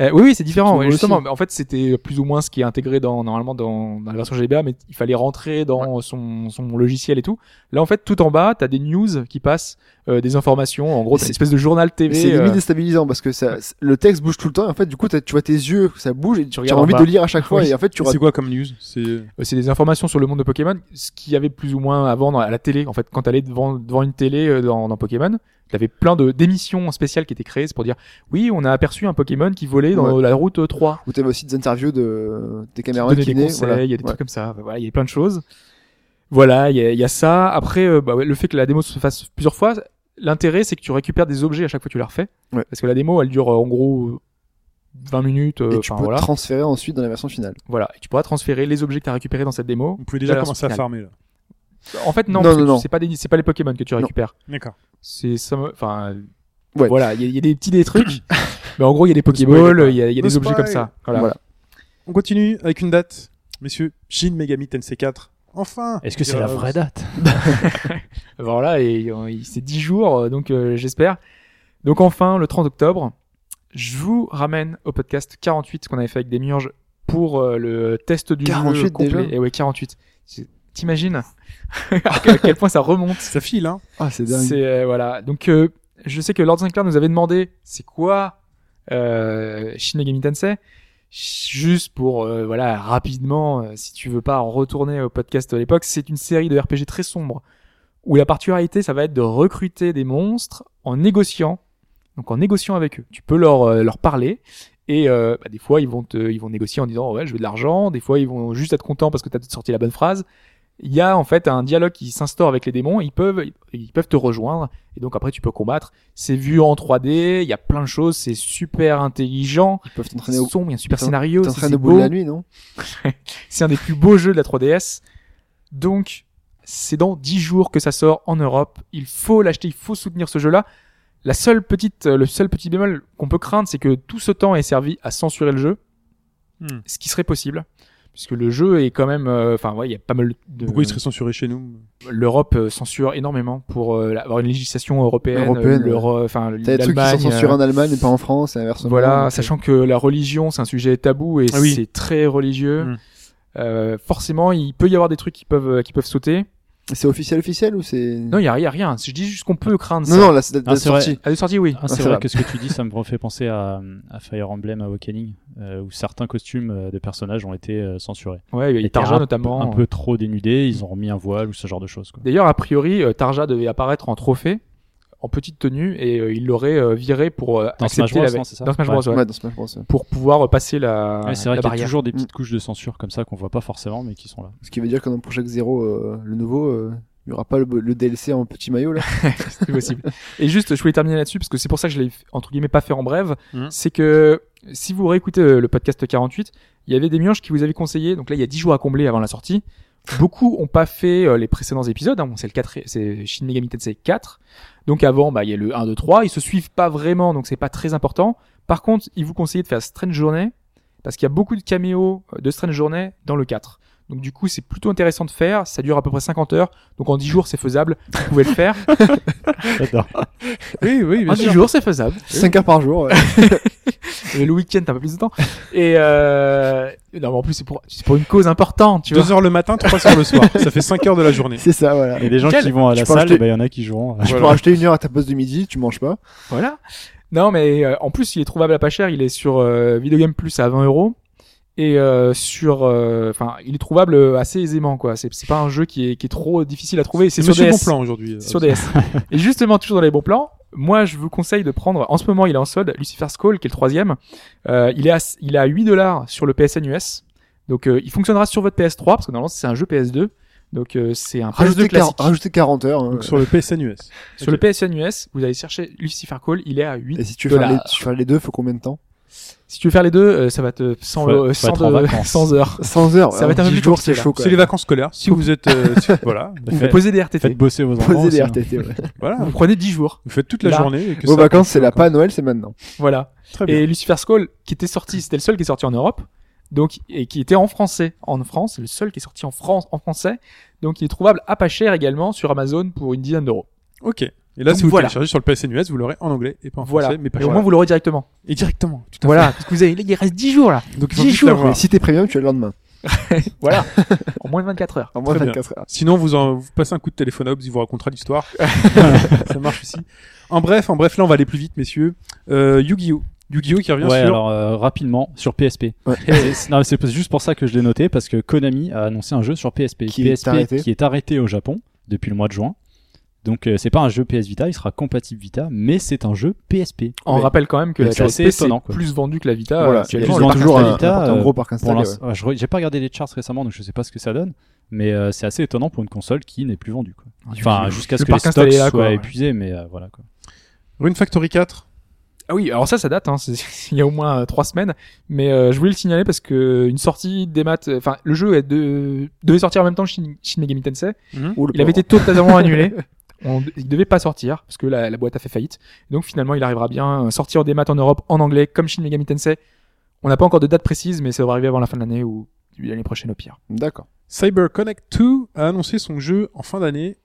Speaker 5: Euh, oui, oui, c'est différent.
Speaker 6: Tout
Speaker 5: ouais,
Speaker 6: aussi.
Speaker 5: justement, Mais en fait, c'était plus ou moins ce qui est intégré dans normalement dans, dans la version GBA, mais il fallait rentrer dans son, son logiciel et tout. Là, en fait, tout en bas, t'as des news qui passent, euh, des informations. En gros, t'as
Speaker 6: C'est-
Speaker 5: une espèce de journal TV.
Speaker 6: C'est
Speaker 5: euh,
Speaker 6: limite déstabilisant parce que ça, c'est- le texte bouge tout le temps. Et en fait, du coup, t'as- tu vois tes yeux, ça bouge et tu as
Speaker 5: regardes en
Speaker 6: envie
Speaker 5: bas.
Speaker 6: de lire à chaque fois.
Speaker 5: Oui.
Speaker 6: Et en fait, tu
Speaker 3: C'est quoi comme news C'est
Speaker 5: Euh, c'est des informations sur le monde de Pokémon, ce qu'il y avait plus ou moins avant dans- à la télé. En fait, quand t'allais devant, devant une télé euh, dans, dans Pokémon, t'avais plein de d'émissions spéciales qui étaient créées c'est pour dire oui, on a aperçu un Pokémon qui volait dans la route euh, 3.
Speaker 6: Ou t'avais aussi des interviews de des
Speaker 5: qui
Speaker 6: caméras
Speaker 5: donnait des conseils, il y a des trucs comme ça. Voilà, il y a plein de choses. Voilà, il y a, il y a ça. Après, euh, bah ouais, le fait que la démo se fasse plusieurs fois, l'intérêt c'est que tu récupères des objets à chaque fois que tu la refais.
Speaker 6: Ouais.
Speaker 5: Parce que la démo, elle dure euh, en gros euh, 20 minutes. euh,
Speaker 6: Et tu
Speaker 5: enfin,
Speaker 6: peux
Speaker 5: voilà.
Speaker 6: transférer ensuite dans la version finale.
Speaker 5: voilà. Et tu pourras transférer les objets que tu as récupérés dans cette démo.
Speaker 3: On pouvait déjà
Speaker 5: D'ailleurs,
Speaker 3: commencer à
Speaker 5: final.
Speaker 3: farmer là.
Speaker 5: En fait, non,
Speaker 6: Non,
Speaker 5: parce
Speaker 6: non,
Speaker 5: que
Speaker 6: non.
Speaker 5: c'est pas des- c'est pas les Pokémon que tu récupères.
Speaker 3: D'accord.
Speaker 5: C'est ça, me- enfin. euh,
Speaker 6: Ouais.
Speaker 5: Voilà, il y, a- il y a des petits des trucs. Mais en gros, il y a des
Speaker 3: spoil
Speaker 5: Pokéballs,
Speaker 3: pas.
Speaker 5: il y a, il y a
Speaker 3: Ne
Speaker 5: des objets
Speaker 3: spoil.
Speaker 5: comme ça. Voilà.
Speaker 6: Voilà.
Speaker 3: On continue avec une date, messieurs. Shin Megami Tensei 4. Enfin.
Speaker 4: Est-ce que c'est la
Speaker 3: Euh,
Speaker 4: vraie date
Speaker 5: Voilà, et euh, il- c'est 10 jours, euh, donc euh, j'espère. Donc enfin, le 30 octobre, je vous ramène au podcast 48 qu'on avait fait avec Demiurge pour euh, le test du
Speaker 6: 48
Speaker 5: jeu complet.
Speaker 6: déjà
Speaker 5: Et ouais, 48. C'est- T'imagines à quel point ça remonte
Speaker 3: Ça file, hein
Speaker 6: Ah, c'est
Speaker 5: C'est euh, voilà. Donc euh, je sais que Lord Sinclair nous avait demandé c'est quoi euh, Shin Megami Tensei juste pour euh, voilà rapidement euh, si tu veux pas en retourner au podcast de l'époque, c'est une série de RPG très sombre où la particularité ça va être de recruter des monstres en négociant. Donc en négociant avec eux, tu peux leur euh, leur parler et euh, bah, des fois ils vont te, ils vont négocier en disant ouais je veux de l'argent, des fois ils vont juste être contents parce que tu as sorti la bonne phrase. Il y a en fait un dialogue qui s'instaure avec les démons, ils peuvent ils peuvent te rejoindre et donc après tu peux combattre. C'est vu en 3D, il y a plein de choses, c'est super intelligent,
Speaker 6: Ils peuvent t'entraîner
Speaker 5: c'est
Speaker 6: au
Speaker 5: sombre, il y a un super
Speaker 6: T'es en-
Speaker 5: scénario,
Speaker 6: t'es en
Speaker 5: c'est
Speaker 6: train
Speaker 5: c'est
Speaker 6: de bout de
Speaker 5: beau,
Speaker 6: la nuit, non
Speaker 5: c'est un des plus beaux jeux de la 3DS. Donc c'est dans 10 jours que ça sort en Europe, il faut l'acheter, il faut soutenir ce jeu-là. La seule petite euh, le seul petit bémol qu'on peut craindre, c'est que tout ce temps ait servi à censurer le jeu,
Speaker 3: Hmm.
Speaker 5: ce qui serait possible puisque le jeu est quand même euh, enfin ouais, il y a pas mal de
Speaker 3: Pourquoi ils seraient censurés chez nous
Speaker 5: l'Europe euh, censure énormément pour euh, avoir une législation européenne,
Speaker 6: Européenne,
Speaker 5: euh, l'Euro- enfin
Speaker 6: T'as des trucs qui
Speaker 5: l'Allemagne.
Speaker 6: sont censurés
Speaker 5: euh,
Speaker 6: en Allemagne et pas en France, et inversement.
Speaker 5: voilà,
Speaker 6: Donc, euh,
Speaker 5: sachant que la religion c'est un sujet tabou et
Speaker 3: Ah oui.
Speaker 5: c'est très religieux.
Speaker 3: Mm.
Speaker 5: Euh, forcément, il peut y avoir des trucs qui peuvent qui peuvent sauter.
Speaker 6: euh, C'est officiel officiel ou c'est.
Speaker 5: Non, il y a rien, rien. Je dis juste qu'on peut craindre
Speaker 6: non,
Speaker 5: ça.
Speaker 6: non, là, c'est la-
Speaker 4: Ah,
Speaker 6: la
Speaker 4: c'est vrai.
Speaker 6: sortie.
Speaker 5: À la sortie, oui.
Speaker 4: Ah, c'est
Speaker 6: ça
Speaker 4: vrai
Speaker 6: va.
Speaker 4: que ce que tu dis, ça me refait penser à, à Fire Emblem Awakening, euh, où certains costumes euh, de personnages ont été euh, censurés.
Speaker 5: Ouais, il y a
Speaker 4: Étaient
Speaker 5: Tarja
Speaker 4: un-
Speaker 5: notamment. euh.
Speaker 4: Un peu trop dénudés, ils ont remis un voile ou ce genre de choses. Quoi.
Speaker 5: D'ailleurs, a priori, euh, Tarja devait apparaître en trophée, en petite tenue, et euh, il l'aurait euh, viré pour euh,
Speaker 4: Dans Smash
Speaker 5: accepter
Speaker 4: Bros,
Speaker 5: la-
Speaker 4: non, c'est ça
Speaker 5: dans Smash
Speaker 4: Ouais.
Speaker 5: Bros, ouais.
Speaker 6: Ouais, dans Smash Bros. ouais.
Speaker 5: pour pouvoir euh, passer la,
Speaker 4: Ouais, c'est vrai qu'il
Speaker 5: la
Speaker 4: y a
Speaker 5: barrière.
Speaker 4: toujours des
Speaker 6: Mm.
Speaker 4: petites couches de censure comme ça qu'on voit pas forcément, mais qui sont là.
Speaker 6: Ce qui veut dire que dans Project Zero, euh, le nouveau, euh, il y aura pas le, le DLC en petit maillot, là.
Speaker 5: C'est possible. Et juste, je voulais terminer là-dessus parce que c'est pour ça que je l'ai entre guillemets pas fait en brève.
Speaker 3: Mhm.
Speaker 5: C'est que si vous réécoutez euh, le podcast 48, il y avait des mianges qui vous avaient conseillé. Donc là, il y a 10 jours à combler avant la sortie. Beaucoup ont pas fait euh, les précédents épisodes. Hein. Bon, c'est le 4, c'est Shin Megami Tensei 4. Donc avant, bah, il y a le 1, 2, 3. Ils se suivent pas vraiment, donc c'est pas très important. Par contre, ils vous conseillent de faire Strange Journey parce qu'il y a beaucoup de caméos euh, de Strange Journey dans le 4. Donc du coup, c'est plutôt intéressant de faire. Ça dure à peu près 50 heures. Donc en 10 jours, c'est faisable. Vous pouvez le faire.
Speaker 4: J'adore.
Speaker 3: Oui, oui, bien
Speaker 5: en 10
Speaker 3: sûr.
Speaker 5: jours, Ah, c'est faisable.
Speaker 6: 5 heures par jour. ouais.
Speaker 5: Et le week-end, t'as un peu plus de temps. Et euh... non, mais en plus, c'est pour, c'est pour une cause importante, tu vois.
Speaker 3: 2 heures le matin, 3 heures le soir. Ça fait 5 heures de la journée.
Speaker 6: C'est ça, voilà.
Speaker 4: Il y a des gens
Speaker 5: Quel-
Speaker 4: qui vont à la
Speaker 6: je pense
Speaker 4: salle,
Speaker 6: que-
Speaker 4: et ben, il y en a qui joueront. à-
Speaker 6: Tu peux
Speaker 3: Voilà.
Speaker 6: acheter une heure à ta pause de midi, tu manges pas.
Speaker 5: Voilà. Non, mais euh, en plus, il est trouvable à pas cher. Il est sur euh, Video Game Plus à 20 euros. Et euh, sur, euh, enfin, il est trouvable euh, assez aisément, quoi. C'est c'est pas un jeu qui est, qui est trop difficile à trouver. C'est
Speaker 3: C'est
Speaker 5: sur
Speaker 3: Monsieur
Speaker 5: DS.
Speaker 3: Bon Plan aujourd'hui. euh,
Speaker 5: C'est sur DS. Et justement, toujours dans les bons plans, moi, je vous conseille de prendre. En ce moment, il est en solde. Lucifer's Call, qui est le troisième. Euh, il est à, il est à 8 dollars sur le PSN US. Donc, euh, il fonctionnera sur votre PS3 parce que normalement, c'est un jeu PS2. Donc, euh, c'est un PS2
Speaker 6: Rajouter,
Speaker 5: classique.
Speaker 6: 40 rajouter 40 heures. hein.
Speaker 3: Donc sur le PSN US.
Speaker 5: Sur le PSN US, vous allez chercher Lucifer Call. Il est à 8
Speaker 6: Et si tu veux faire les,
Speaker 5: dollars.
Speaker 6: si tu veux faire les deux, faut combien de temps
Speaker 5: Si tu veux faire les deux, euh, ça va te sans,
Speaker 4: Faut-
Speaker 5: le-
Speaker 4: faut
Speaker 5: sans
Speaker 4: être en
Speaker 5: de-
Speaker 4: vacances.
Speaker 5: sans heures.
Speaker 6: 100 heures.
Speaker 5: Ça va
Speaker 6: en
Speaker 5: être un peu
Speaker 6: 10
Speaker 5: plus
Speaker 6: jours, c'est
Speaker 5: compliqué,
Speaker 6: chaud quand
Speaker 3: C'est les
Speaker 6: même.
Speaker 3: vacances scolaires. Si vous êtes, euh, si- voilà,
Speaker 5: Vous
Speaker 4: Faites-
Speaker 5: posez des RTT.
Speaker 4: Faites bosser vos enfants.
Speaker 6: Poser des
Speaker 4: sinon.
Speaker 6: RTT. ouais.
Speaker 3: voilà,
Speaker 5: Vous prenez 10 jours.
Speaker 3: vous faites toute la
Speaker 5: Là.
Speaker 3: journée. Et que
Speaker 6: Vos
Speaker 3: ça-
Speaker 6: vacances, c'est la pas Noël, c'est maintenant.
Speaker 5: Voilà.
Speaker 3: Très bien.
Speaker 5: Et Lucifer's Call, qui était sorti, c'était le seul qui est sorti en Europe. Donc, et qui était en français. En France, c'est le seul qui est sorti en France, en français. Donc, il est trouvable à pas cher également sur Amazon pour une dizaine d'euros.
Speaker 3: Ok. Et là,
Speaker 5: Donc
Speaker 3: si vous
Speaker 5: voilà.
Speaker 3: téléchargez sur le PSN US, vous l'aurez en anglais et pas en
Speaker 5: Voilà.
Speaker 3: français, mais pas
Speaker 5: et au moins, vous l'aurez directement.
Speaker 3: Et directement. Tout à
Speaker 5: Voilà. Parce que vous avez, il reste 10 jours, là.
Speaker 3: fait. Donc il faut
Speaker 5: 10
Speaker 3: vite
Speaker 5: jours,
Speaker 3: l'avoir.
Speaker 6: Mais si t'es premium, tu as le lendemain.
Speaker 5: Voilà. en moins de 24 heures.
Speaker 6: En moins
Speaker 3: Très bien.
Speaker 6: 24 heures.
Speaker 3: Sinon, vous, en, vous passez un coup de téléphone à Hobbs, il vous racontera l'histoire. ça marche aussi. En bref, en bref, là, on va aller plus vite, messieurs. Euh, Yu-Gi-Oh! Yu-Gi-Oh! qui revient
Speaker 4: ouais,
Speaker 3: sur.
Speaker 4: alors euh, rapidement sur PSP.
Speaker 6: Ouais.
Speaker 4: Et c'est- non, mais c'est juste pour ça que je l'ai noté parce que Konami a annoncé un jeu sur PSP,
Speaker 6: Qui est
Speaker 4: PSP
Speaker 6: arrêté.
Speaker 4: qui est arrêté au Japon depuis le mois de juin. Donc euh, c'est pas un jeu PS Vita, il sera compatible Vita, mais c'est un jeu PSP.
Speaker 5: On
Speaker 4: Ouais.
Speaker 5: rappelle quand même que
Speaker 4: Mais
Speaker 5: la
Speaker 4: c'est assez
Speaker 5: PSP, c'est
Speaker 4: étonnant, quoi.
Speaker 5: plus vendue que la Vita.
Speaker 6: Voilà.
Speaker 5: actuellement.
Speaker 6: Il y a
Speaker 4: le parc
Speaker 6: toujours un,
Speaker 4: Vita,
Speaker 6: un
Speaker 4: euh,
Speaker 6: gros parc
Speaker 4: Pour
Speaker 6: installé. ouais.
Speaker 4: l'instant, ouais, je re- j'ai pas regardé les charts récemment, donc je sais pas ce que ça donne, mais euh, c'est assez étonnant pour une console qui n'est plus vendue. Quoi. euh, Enfin, jusqu'à ce
Speaker 5: Ah, le
Speaker 4: que les
Speaker 5: parc installé
Speaker 4: stocks
Speaker 5: est là,
Speaker 4: soient
Speaker 5: quoi, ouais.
Speaker 4: épuisés, mais euh, voilà. Quoi.
Speaker 3: Rune Factory 4.
Speaker 5: Ah oui, alors ça, ça date, hein, c'est- il y a au moins euh, trois semaines, mais euh, je voulais le signaler parce que une sortie des maths, euh, enfin le jeu est de... devait sortir en même temps que Shin, Shin Megami Tensei,
Speaker 6: Ouh, le
Speaker 5: il
Speaker 6: pauvre.
Speaker 5: avait été totalement annulé, On... il devait pas sortir parce que la, la boîte a fait faillite, donc finalement il arrivera bien à sortir des maths en Europe en anglais comme Shin Megami Tensei, on n'a pas encore de date précise mais ça devrait arriver avant la fin de l'année ou début de l'année prochaine au pire.
Speaker 6: D'accord.
Speaker 3: Cyber Connect 2 a annoncé son jeu en fin d'année.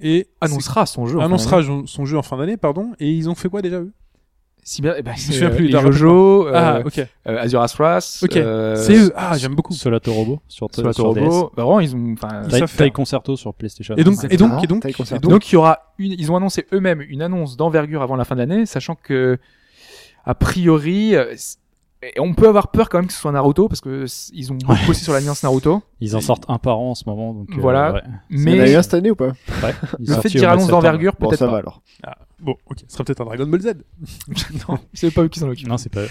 Speaker 3: Et
Speaker 5: Annoncera son jeu.
Speaker 3: c'est-
Speaker 5: en fin
Speaker 3: annoncera son- son jeu en fin d'année, pardon. Et ils ont fait quoi déjà eux
Speaker 5: d'année. Si bien, eh ben,
Speaker 3: me
Speaker 5: c'est
Speaker 3: souviens
Speaker 5: euh,
Speaker 3: plus,
Speaker 5: les
Speaker 3: t'as rappelé
Speaker 5: Jojo, euh,
Speaker 3: Ah, ok.
Speaker 5: euh, Azure Astras,
Speaker 3: Ok.
Speaker 5: euh,
Speaker 3: C'est eux. Ah, j'aime beaucoup.
Speaker 4: Solato Robo sur,
Speaker 5: Solato
Speaker 4: sur DS.
Speaker 5: Robo, Bah, vraiment ils ont, enfin,
Speaker 3: Ils
Speaker 4: Taille-
Speaker 3: savent faire.
Speaker 4: Taille Concerto sur PlayStation.
Speaker 3: Et donc,
Speaker 4: Ouais.
Speaker 3: et donc,
Speaker 6: Ah,
Speaker 3: et donc,
Speaker 6: taille
Speaker 3: et
Speaker 6: concert.
Speaker 3: donc,
Speaker 5: Donc il y aura une, ils ont annoncé eux-mêmes une annonce d'envergure avant la fin de l'année, sachant que a priori euh, c- et on peut avoir peur quand même que ce soit Naruto parce que c- ils ont beaucoup
Speaker 4: Ouais.
Speaker 5: bossé sur l'alliance Naruto,
Speaker 4: ils en sortent un par an en ce moment, donc euh,
Speaker 5: Voilà.
Speaker 4: ouais.
Speaker 6: Il y en a eu
Speaker 5: mais
Speaker 6: un cette année ou pas
Speaker 4: Ouais, ils
Speaker 5: le
Speaker 4: sont
Speaker 5: fait de
Speaker 4: sortis au
Speaker 5: dire
Speaker 4: mois de
Speaker 5: annonce
Speaker 4: septembre.
Speaker 5: d'envers-
Speaker 6: Bon,
Speaker 5: peut-être
Speaker 6: ça
Speaker 5: pas.
Speaker 6: va alors.
Speaker 3: bon, ok, ce sera peut-être un Dragon Ball Z.
Speaker 5: non, c'est pas eux qui s'en occupent.
Speaker 4: Non, c'est pas.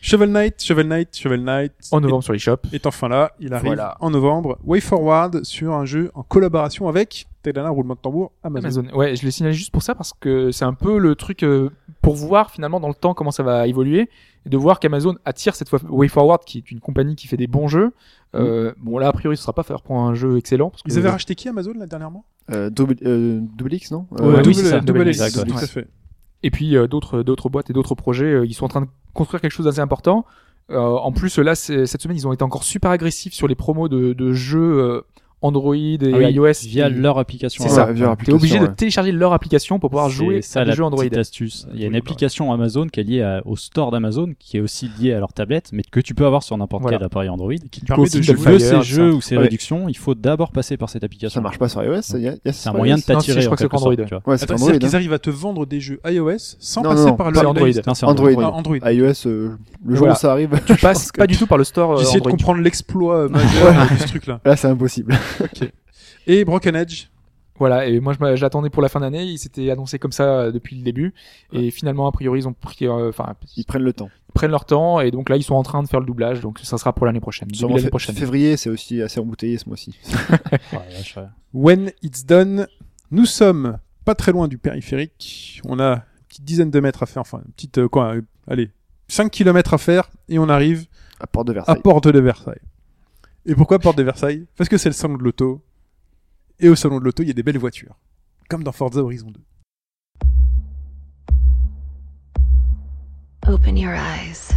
Speaker 3: Shovel Knight, Shovel Knight, Shovel Knight.
Speaker 5: En novembre sur les shops.
Speaker 3: Est, est enfin là, il arrive
Speaker 5: Voilà.
Speaker 3: en novembre. Way Forward sur un jeu en collaboration avec Tadana roulement de tambour Amazon.
Speaker 5: Amazon. Ouais, je l'ai signalé juste pour ça parce que c'est un peu le truc euh, pour voir finalement dans le temps comment ça va évoluer et de voir qu'Amazon attire cette fois WayForward qui est une compagnie qui fait des bons jeux. Euh, Bon là a priori ce sera pas faire pour un jeu excellent parce que
Speaker 3: Ils avaient racheté qui Amazon là dernièrement
Speaker 6: Euh, double, euh, double X, non
Speaker 5: Ouais,
Speaker 6: Euh,
Speaker 5: oui,
Speaker 3: double,
Speaker 5: c'est ça,
Speaker 3: double
Speaker 5: Double
Speaker 3: X,
Speaker 4: X,
Speaker 3: tout
Speaker 5: ouais.
Speaker 3: à fait.
Speaker 5: Et puis euh, d'autres d'autres boîtes et d'autres projets, euh, ils sont en train de construire quelque chose d'assez important. Euh, en plus, euh, là, c'est- cette semaine, ils ont été encore super agressifs sur les promos de, de jeux euh, Android et
Speaker 4: Ah oui,
Speaker 5: iOS.
Speaker 4: via
Speaker 5: Ils-
Speaker 4: leur application.
Speaker 5: C'est
Speaker 6: ouais,
Speaker 5: ça.
Speaker 6: via
Speaker 5: T'es
Speaker 6: application,
Speaker 5: obligé de
Speaker 6: ouais.
Speaker 5: télécharger leur application pour pouvoir
Speaker 4: C'est
Speaker 5: jouer
Speaker 4: ça,
Speaker 5: à des
Speaker 4: la
Speaker 5: jeux Android.
Speaker 4: petite astuce. Il y a une
Speaker 5: Voilà.
Speaker 4: application Amazon qui est liée à- au store d'Amazon, qui est aussi liée à leur tablette, mais que tu peux avoir sur n'importe
Speaker 5: Voilà.
Speaker 4: quel appareil Android.
Speaker 3: Qui
Speaker 4: Pour
Speaker 3: permet
Speaker 4: si
Speaker 3: de
Speaker 4: tu
Speaker 3: jouer.
Speaker 5: Fire,
Speaker 4: veux
Speaker 5: tout
Speaker 4: ces jeux ou ces
Speaker 6: Ouais.
Speaker 4: réductions, il faut d'abord passer par cette
Speaker 6: Ça
Speaker 4: application.
Speaker 6: marche pas sur iOS ça y a- y a-
Speaker 4: C'est un
Speaker 6: pas
Speaker 4: moyen
Speaker 6: iOS.
Speaker 4: de
Speaker 5: Non, si,
Speaker 4: t'attirer.
Speaker 5: je crois
Speaker 4: en
Speaker 5: que c'est
Speaker 4: quelque
Speaker 5: Android,
Speaker 4: sorte, tu vois.
Speaker 6: Ouais, c'est
Speaker 3: Attends, c'est-à-dire
Speaker 6: Android. hein.
Speaker 3: qu'ils arrivent à te vendre des jeux iOS sans
Speaker 6: Non,
Speaker 3: passer
Speaker 6: non,
Speaker 3: par
Speaker 6: pas
Speaker 3: le
Speaker 5: Android.
Speaker 4: Non, c'est
Speaker 6: Android.
Speaker 3: Ah, Android.
Speaker 6: Ah, iOS, euh, le jour
Speaker 5: Voilà.
Speaker 6: où ça arrive,
Speaker 5: Tu passes pas du tout par le store euh,
Speaker 3: J'essaie de
Speaker 5: Android.
Speaker 3: comprendre l'exploit euh, majeur de ce truc-là.
Speaker 6: là c'est impossible.
Speaker 3: Et Broken Edge.
Speaker 5: Voilà, et moi je m'a- je l'attendais pour la fin d'année, il s'était annoncé comme ça euh, depuis le début, et finalement a priori ils ont pris, euh, enfin ils
Speaker 6: Ils prennent le temps.
Speaker 5: prennent leur temps, et donc là ils sont en train de faire le doublage, donc ça sera pour l'année prochaine, début
Speaker 6: Sûrement
Speaker 5: d'année
Speaker 6: fé-
Speaker 5: prochaine.
Speaker 6: Février, c'est aussi assez embouteillé ce mois-ci.
Speaker 4: Ouais, la vache, ouais.
Speaker 3: When it's done, nous sommes pas très loin du périphérique. On a une petite dizaine de mètres à faire, enfin, une petite, euh, quoi, euh, allez, 5 kilomètres à faire et on arrive
Speaker 6: À Port de
Speaker 3: à
Speaker 6: Versailles.
Speaker 3: Porte de Versailles. Et pourquoi Porte de Versailles Parce que c'est le salon de l'auto Et au salon de l'auto, il y a des belles voitures. Comme dans Forza Horizon 2.
Speaker 7: Open your eyes.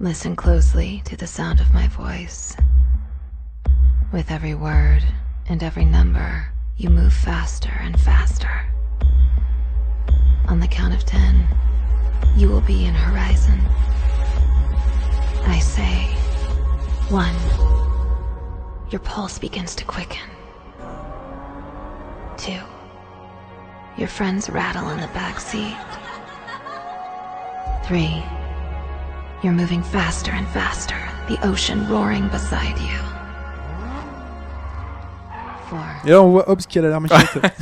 Speaker 7: Listen closely to the sound of my voice. With every word and every number, you move faster and faster. On the count of ten, you will be in horizon. I say, one. Your pulse begins to quicken. Two. Your friends rattle in the back seat. Three. You're moving faster and faster, the ocean roaring beside you. Four.
Speaker 3: Et là, on voit Hobbs qui a l'alarme éclair.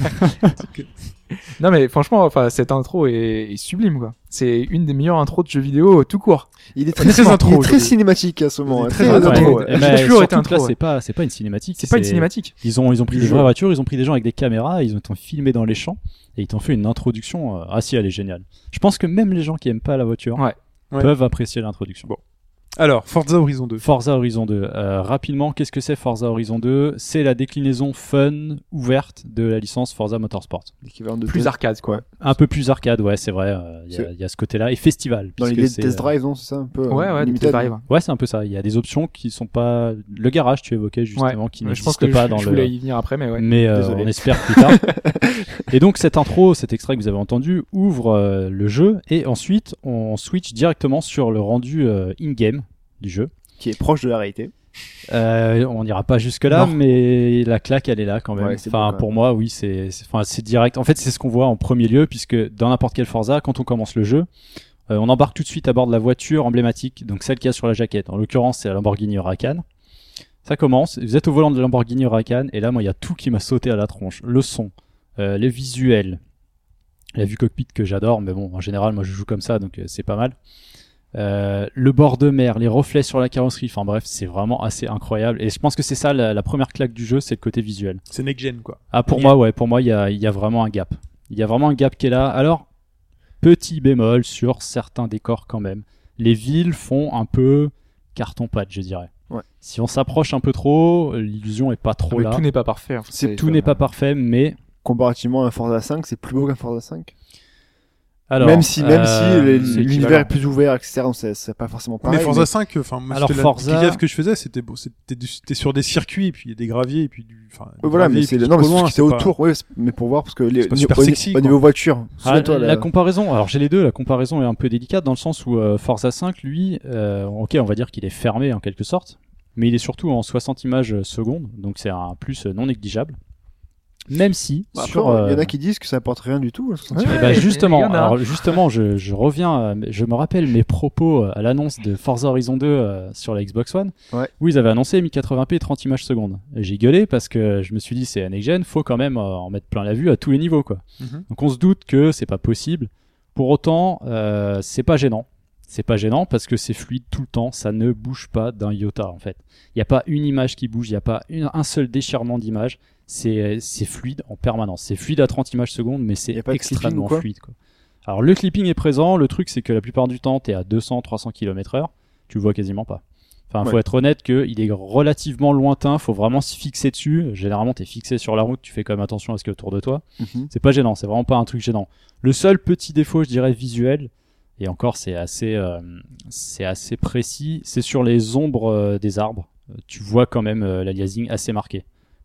Speaker 5: Non mais franchement, enfin cette intro est, est sublime quoi. C'est une des meilleures intros de jeux vidéo euh, tout court.
Speaker 6: Il est
Speaker 5: Mais
Speaker 6: très,
Speaker 5: ces
Speaker 6: il est
Speaker 5: intros,
Speaker 6: très
Speaker 5: je-
Speaker 6: cinématique à ce moment.
Speaker 3: est
Speaker 6: hein,
Speaker 3: très
Speaker 6: très
Speaker 3: intro,
Speaker 6: intro,
Speaker 5: ouais.
Speaker 6: ouais.
Speaker 5: J'ai
Speaker 4: mais
Speaker 5: toujours été
Speaker 4: surtout que
Speaker 5: intro,
Speaker 4: là,
Speaker 5: ouais.
Speaker 4: c'est pas, c'est pas une cinématique.
Speaker 5: C'est pas une cinématique.
Speaker 4: Ils ont, ils ont pris
Speaker 6: Ils
Speaker 4: des vraies
Speaker 6: jouent.
Speaker 4: voitures, ils ont pris des gens avec des caméras, ils ont été filmés dans les champs et ils t'ont fait une introduction. euh, ah si, elle est géniale. Je pense que même les gens qui aiment pas la voiture
Speaker 5: Ouais.
Speaker 3: Ouais.
Speaker 4: peuvent apprécier l'introduction.
Speaker 3: Alors, Forza Horizon 2.
Speaker 4: Forza Horizon 2. euh, rapidement, qu'est-ce que c'est Forza Horizon 2 C'est la déclinaison fun ouverte de la licence Forza Motorsport.
Speaker 6: L'équivalent de
Speaker 5: Plus
Speaker 6: test-
Speaker 5: arcade quoi.
Speaker 4: Un peu plus arcade, ouais, c'est vrai. Il y, a ce côté-là et festival.
Speaker 6: Dans les
Speaker 4: puisque c'est,
Speaker 6: test
Speaker 4: euh,
Speaker 6: drive, non, c'est ça un peu. euh,
Speaker 5: Ouais ouais,
Speaker 6: limited.
Speaker 5: Limited Drive.
Speaker 4: Ouais, c'est un peu ça. Il y a des options qui sont pas le garage tu évoquais justement qui
Speaker 5: Mais je pense que
Speaker 4: n'existe pas
Speaker 5: je,
Speaker 4: dans
Speaker 5: je
Speaker 4: le.
Speaker 5: voulais y venir après mais ouais.
Speaker 4: mais euh,
Speaker 6: Désolé.
Speaker 4: on espère plus tard. et donc cette intro, cet extrait que vous avez entendu ouvre euh, le jeu et ensuite on switch directement sur le rendu euh, in-game du jeu.
Speaker 6: Qui est proche de la réalité.
Speaker 4: Euh, on n'ira pas jusque là,
Speaker 6: Non.
Speaker 4: mais la claque elle est là quand même.
Speaker 6: Ouais, c'est
Speaker 4: enfin
Speaker 6: bon, quand
Speaker 4: pour moi oui c'est c'est- enfin c'est direct. En fait c'est ce qu'on voit en premier lieu puisque dans n'importe quel Forza quand on commence le jeu. euh, on embarque tout de suite à bord de la voiture emblématique, donc celle qu'il y a sur la jaquette. En l'occurrence, c'est la Lamborghini Huracan. Ça commence, vous êtes au volant de la Lamborghini Huracan, et là, moi, il y a tout qui m'a sauté à la tronche. Le son, euh, les visuels, la vue cockpit que j'adore, mais bon, en général, moi, je joue comme ça, donc euh, c'est pas mal. Euh, le bord de mer, les reflets sur la carrosserie, enfin bref, c'est vraiment assez incroyable. Et je pense que c'est ça la, la première claque du jeu, c'est le côté visuel.
Speaker 3: C'est Next Gen, quoi.
Speaker 4: Ah, pour
Speaker 3: Il y
Speaker 4: moi, ouais, pour moi, il y a, il y a vraiment un gap. Il y a vraiment un gap qui est là. Alors, petit bémol sur certains décors quand même. Les villes font un peu carton-pâte, je dirais.
Speaker 6: Ouais. Ah,
Speaker 4: Si on s'approche un peu trop, l'illusion est pas trop
Speaker 5: Mais
Speaker 4: là.
Speaker 5: tout n'est pas parfait. en fait.
Speaker 4: C'est- Tout n'est pas parfait, mais
Speaker 6: Comparativement à un Forza 5, c'est plus beau qu'un Forza 5.
Speaker 4: alors.
Speaker 6: même si, même si
Speaker 4: euh,
Speaker 6: les-
Speaker 5: c'est
Speaker 6: l'univers
Speaker 5: équivalent.
Speaker 6: est plus ouvert, etc., on sait- c'est pas forcément pareil.
Speaker 3: mais Forza 5, enfin, moi,
Speaker 4: Alors,
Speaker 3: c'était la
Speaker 4: Forza-
Speaker 3: petite gaffe que je faisais, c'était beau, c'était du- c'était sur des circuits, et puis il y a des graviers, et puis du, enfin,
Speaker 6: Oui, voilà, mais c'est non, mais c'est ce qui était
Speaker 3: autour.
Speaker 6: autour, ouais, c'est- mais pour voir parce que les,
Speaker 3: C'est pas super
Speaker 6: au,
Speaker 3: sexy,
Speaker 6: au
Speaker 3: quoi.
Speaker 6: niveau voiture,
Speaker 4: Ah,
Speaker 6: souviens-toi
Speaker 4: la
Speaker 6: la-
Speaker 4: comparaison, alors j'ai les deux, la comparaison est un peu délicate dans le sens où euh, Forza 5, lui, euh, ok, on va dire qu'il est fermé en quelque sorte, mais il est surtout en 60 images euh, secondes, donc c'est un plus euh, non négligeable. Même si,
Speaker 6: Bah, après,
Speaker 4: sur,
Speaker 6: il y en
Speaker 4: euh,
Speaker 6: a qui disent que ça apporte rien du tout. hein, le sentiment.
Speaker 5: Ouais,
Speaker 4: eh ben, justement,
Speaker 5: il y en a.
Speaker 4: alors justement, je, je reviens, euh, je me rappelle mes propos euh, à l'annonce de Forza Horizon 2 euh, sur la Xbox One,
Speaker 6: Ouais.
Speaker 4: où ils avaient annoncé 1080p et 30 images secondes. Et J'ai gueulé parce que je me suis dit c'est next gen, faut quand même euh, en mettre plein la vue à tous les niveaux, quoi.
Speaker 3: Mhm.
Speaker 4: Donc on se doute que c'est pas possible. Pour autant, euh, c'est pas gênant. C'est pas gênant parce que c'est fluide tout le temps, ça ne bouge pas d'un iota en fait. Il n'y a pas une image qui bouge, il n'y a pas une- un seul déchirement d'image. C'est c'est fluide en permanence. C'est fluide à 30 images secondes, mais
Speaker 6: Y
Speaker 4: c'est
Speaker 6: a pas de clipping
Speaker 4: extrêmement
Speaker 6: ou quoi
Speaker 4: fluide. Quoi. Alors le clipping est présent, le truc c'est que la plupart du temps, tu es à 200-300 km/h, tu le vois quasiment pas. Enfin, faut
Speaker 6: Ouais.
Speaker 4: être honnête qu'il est relativement lointain, faut vraiment se fixer dessus. Généralement, tu es fixé sur la route, tu fais quand même attention à ce qui est autour de toi.
Speaker 6: Mhm.
Speaker 4: C'est pas gênant, c'est vraiment pas un truc gênant. Le seul petit défaut, je dirais, visuel, et encore c'est assez, euh, c'est assez précis, c'est sur les ombres euh, des arbres. Euh, Tu vois quand même euh, l'aliasing assez marqué.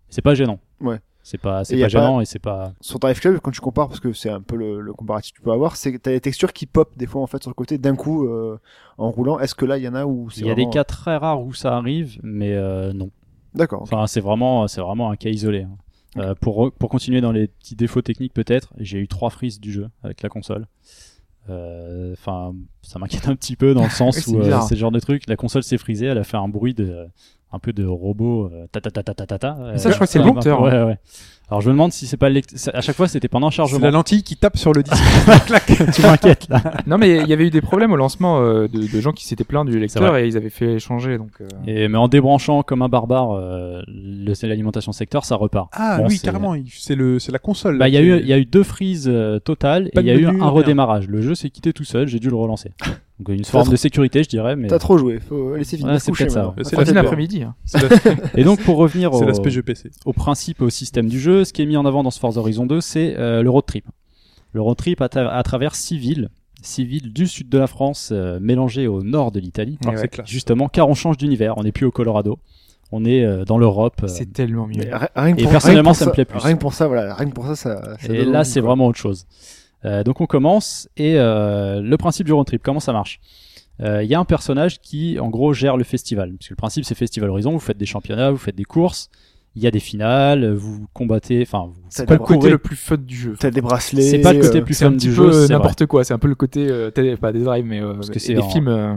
Speaker 4: C'est pas gênant.
Speaker 6: Ouais.
Speaker 4: C'est pas, c'est
Speaker 6: Et y
Speaker 4: pas
Speaker 6: a
Speaker 4: gênant et c'est pas.
Speaker 6: Sur Drive Club, quand tu compares, parce que c'est un peu le, le comparatif que tu peux avoir, c'est que t'as les textures qui pop des fois en fait sur le côté d'un coup euh, en roulant. Est-ce que là il y en a où c'est
Speaker 4: Il y a
Speaker 6: vraiment- euh,
Speaker 4: des cas très rares où ça arrive, mais euh, non.
Speaker 6: D'accord.
Speaker 4: Enfin, c'est vraiment, c'est vraiment un cas isolé. hein. Euh, pour, re- pour continuer dans les petits défauts techniques peut-être, j'ai eu trois frises du jeu avec la console. Euh, Enfin, ça m'inquiète un petit peu dans le sens
Speaker 5: C'est
Speaker 4: où euh,
Speaker 5: bizarre.
Speaker 4: c'est le genre de truc. La console s'est frisée, elle a fait un bruit de euh, un peu de robot euh, ta ta ta ta ta ta ta.
Speaker 5: ça,
Speaker 4: euh,
Speaker 5: je crois que c'est le hein.
Speaker 4: un-
Speaker 5: moteur,
Speaker 4: Ouais, ouais. Alors je me demande si c'est pas le lect- ça- à chaque fois c'était pendant le
Speaker 3: C'est
Speaker 4: chargement.
Speaker 3: la lentille qui tape sur le disque.
Speaker 4: tu m'inquiètes là.
Speaker 5: Non mais il y avait eu des problèmes au lancement euh, de, de gens qui s'étaient plaints du lecteur et ils avaient fait changer donc. euh,
Speaker 4: Et, mais en débranchant comme un barbare euh, le- c'est l'alimentation secteur, ça repart.
Speaker 3: Ah
Speaker 4: Bon,
Speaker 3: oui,
Speaker 4: c'est-
Speaker 3: carrément, il- c'est le, c'est la console.
Speaker 4: Bah,
Speaker 3: là,
Speaker 4: il y, a
Speaker 3: qui-
Speaker 4: eu- il y a eu deux frises euh, totales et
Speaker 3: Pas
Speaker 4: il
Speaker 3: de
Speaker 4: y a eu
Speaker 3: menu,
Speaker 4: un
Speaker 3: rien.
Speaker 4: redémarrage. Le jeu s'est quitté tout seul, j'ai dû le relancer. Donc, une forme
Speaker 6: trop-
Speaker 4: de sécurité, je dirais. Mais...
Speaker 6: T'as trop joué, faut laisser finir
Speaker 4: Ouais,
Speaker 6: se
Speaker 4: c'est
Speaker 6: coucher.
Speaker 4: peut-être ça.
Speaker 6: maintenant.
Speaker 3: C'est
Speaker 5: C'est
Speaker 3: la
Speaker 5: la fin
Speaker 3: peur.
Speaker 5: d'après-midi. hein.
Speaker 3: C'est la-
Speaker 4: Et donc, pour revenir
Speaker 3: c'est
Speaker 4: au,
Speaker 3: l'aspect jeu PC.
Speaker 4: au principe, au système du jeu, ce qui est mis en avant dans ce Forza Horizon 2, c'est euh, le road trip. Le road trip à, ta- à travers six villes, six villes du sud de la France euh, mélangées au nord de l'Italie.
Speaker 3: Alors, Ah,
Speaker 5: Et
Speaker 3: c'est
Speaker 5: ouais.
Speaker 3: classe.
Speaker 4: Justement, car on change d'univers, on n'est plus au Colorado, on est euh, dans l'europe. euh,
Speaker 5: C'est tellement mieux.
Speaker 6: Mais r- rien que
Speaker 4: Et
Speaker 6: pour-
Speaker 4: personnellement,
Speaker 6: rien que
Speaker 4: ça
Speaker 6: pour
Speaker 4: me plaît plus.
Speaker 6: Rien que pour ça, voilà, rien que pour ça, ça. ça
Speaker 4: et
Speaker 6: donne
Speaker 4: là,
Speaker 6: envie,
Speaker 4: c'est
Speaker 6: quoi.
Speaker 4: vraiment autre chose. Euh, donc on commence et euh, le principe du road trip, comment ça marche Euh, Il y a un personnage qui, en gros, gère le festival. Parce que le principe, c'est Festival Horizon, vous faites des championnats, vous faites des courses, il y a des finales, vous combattez, enfin, vous-
Speaker 6: T'as
Speaker 5: C'est pas
Speaker 6: des
Speaker 5: le
Speaker 6: bra-
Speaker 5: côté
Speaker 4: courir.
Speaker 5: le plus fun du jeu.
Speaker 6: T'as des bracelets.
Speaker 4: c'est pas le côté
Speaker 6: euh,
Speaker 4: plus
Speaker 5: C'est un
Speaker 4: fun
Speaker 5: petit
Speaker 4: du
Speaker 5: peu
Speaker 4: jeu, c'est vrai.
Speaker 5: n'importe quoi. C'est un peu le côté euh, télé- pas des drives, mais euh,
Speaker 4: Parce que c'est
Speaker 5: les
Speaker 4: en-
Speaker 5: films euh,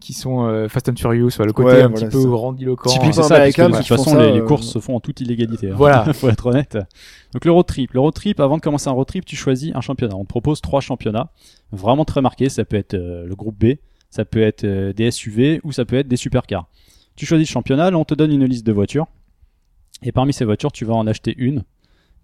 Speaker 5: qui sont euh, Fast and Furious, voilà, le côté
Speaker 6: Ouais,
Speaker 5: un
Speaker 6: voilà,
Speaker 5: petit peu
Speaker 6: c'est ça.
Speaker 5: grandiloquent.
Speaker 6: Typiquement,
Speaker 4: Oui, c'est
Speaker 6: Enfin,
Speaker 4: ça, parce que
Speaker 6: américains
Speaker 4: de toute
Speaker 6: qui font
Speaker 4: façon,
Speaker 6: ça,
Speaker 4: les, les
Speaker 6: euh,
Speaker 4: courses se font en toute illégalité. hein.
Speaker 5: Voilà.
Speaker 4: faut être honnête. Donc le road trip. Le road trip, avant de commencer un road trip, tu choisis un championnat. On te propose trois championnats vraiment très marqués. Ça peut être euh, le groupe B, ça peut être euh, des SUV ou ça peut être des supercars. Tu choisis le championnat, là on te donne une liste de voitures. Et parmi ces voitures, tu vas en acheter une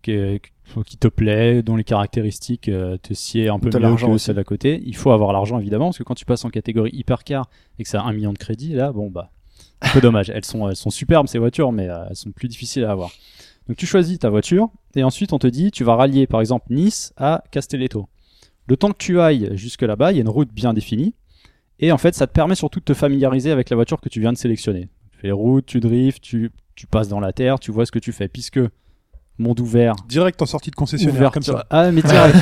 Speaker 4: que- qui te plaît, dont les caractéristiques euh, te sied un peu
Speaker 6: T'as
Speaker 4: mieux
Speaker 6: l'argent
Speaker 4: que
Speaker 6: aussi.
Speaker 4: celle d'à côté. Il faut avoir l'argent évidemment, parce que quand tu passes en catégorie hypercar et que ça a un million de crédits, là, bon bah, un peu dommage. Elles sont, elles sont superbes ces voitures, mais euh, elles sont plus difficiles à avoir. Donc tu choisis ta voiture et ensuite on te dit tu vas rallier par exemple Nice à Castelletto. Le temps que tu ailles jusque là-bas, il y a une route bien définie et en fait ça te permet surtout de te familiariser avec la voiture que tu viens de sélectionner. Tu fais les routes, tu drifts, tu, tu passes dans la terre, tu vois ce que tu fais puisque monde ouvert.
Speaker 3: Direct en sortie de concessionnaire,
Speaker 4: ouvert
Speaker 3: comme
Speaker 4: sur-
Speaker 3: ça.
Speaker 4: Ah mais direct.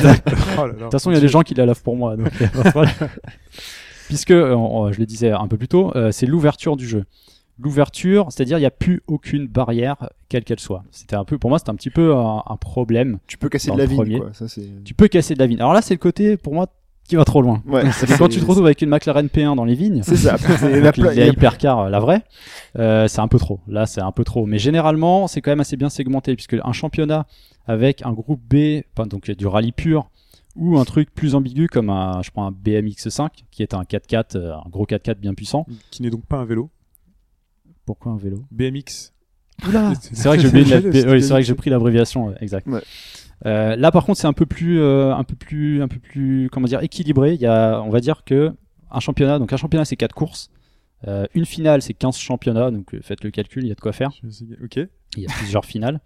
Speaker 3: Oh là là.
Speaker 4: De toute façon, il y a des gens qui la lavent pour moi. donc, euh, voilà. Puisque, euh, on- je le disais un peu plus tôt, euh, c'est l'ouverture du jeu. L'ouverture, c'est-à-dire il n'y a plus aucune barrière, quelle qu'elle soit. C'était un peu, pour moi, c'était un petit peu un, un problème.
Speaker 6: Tu peux casser
Speaker 4: dans
Speaker 6: de la
Speaker 4: le
Speaker 6: vie,
Speaker 4: premier.
Speaker 6: quoi. Ça, c'est.
Speaker 4: Tu peux casser de la vigne. Alors là, c'est le côté, pour moi, qui va trop loin.
Speaker 6: Ouais.
Speaker 4: Parce que quand tu te retrouves avec une McLaren P1 dans les vignes,
Speaker 6: C'est ça. C'est la
Speaker 4: donc
Speaker 6: pla-
Speaker 4: la,
Speaker 6: il y a-
Speaker 4: hypercar, euh, la vraie, euh, c'est un peu trop. Là, c'est un peu trop. Mais généralement, c'est quand même assez bien segmenté, puisque un championnat avec un groupe B, enfin, donc du rallye pur, ou un truc plus ambigu comme un, je prends un BMX5, qui est un 4x4, euh, un gros 4x4 bien puissant.
Speaker 3: Qui n'est donc pas un vélo.
Speaker 4: Pourquoi un vélo
Speaker 3: BMX. Ah.
Speaker 4: C'est vrai que j'ai oublié de la-
Speaker 3: C'était
Speaker 4: oui, c'est vrai que j'ai pris l'abréviation, euh, exact.
Speaker 6: Ouais.
Speaker 4: Euh, là, par contre, c'est un peu plus, euh, un peu plus, un peu plus, comment dire, équilibré. Il y a, on va dire que un championnat, donc un championnat, c'est 4 courses. Euh, une finale, c'est 15 championnats, donc euh, faites le calcul, il y a de quoi faire.
Speaker 3: Ok.
Speaker 4: Il y a plusieurs finales.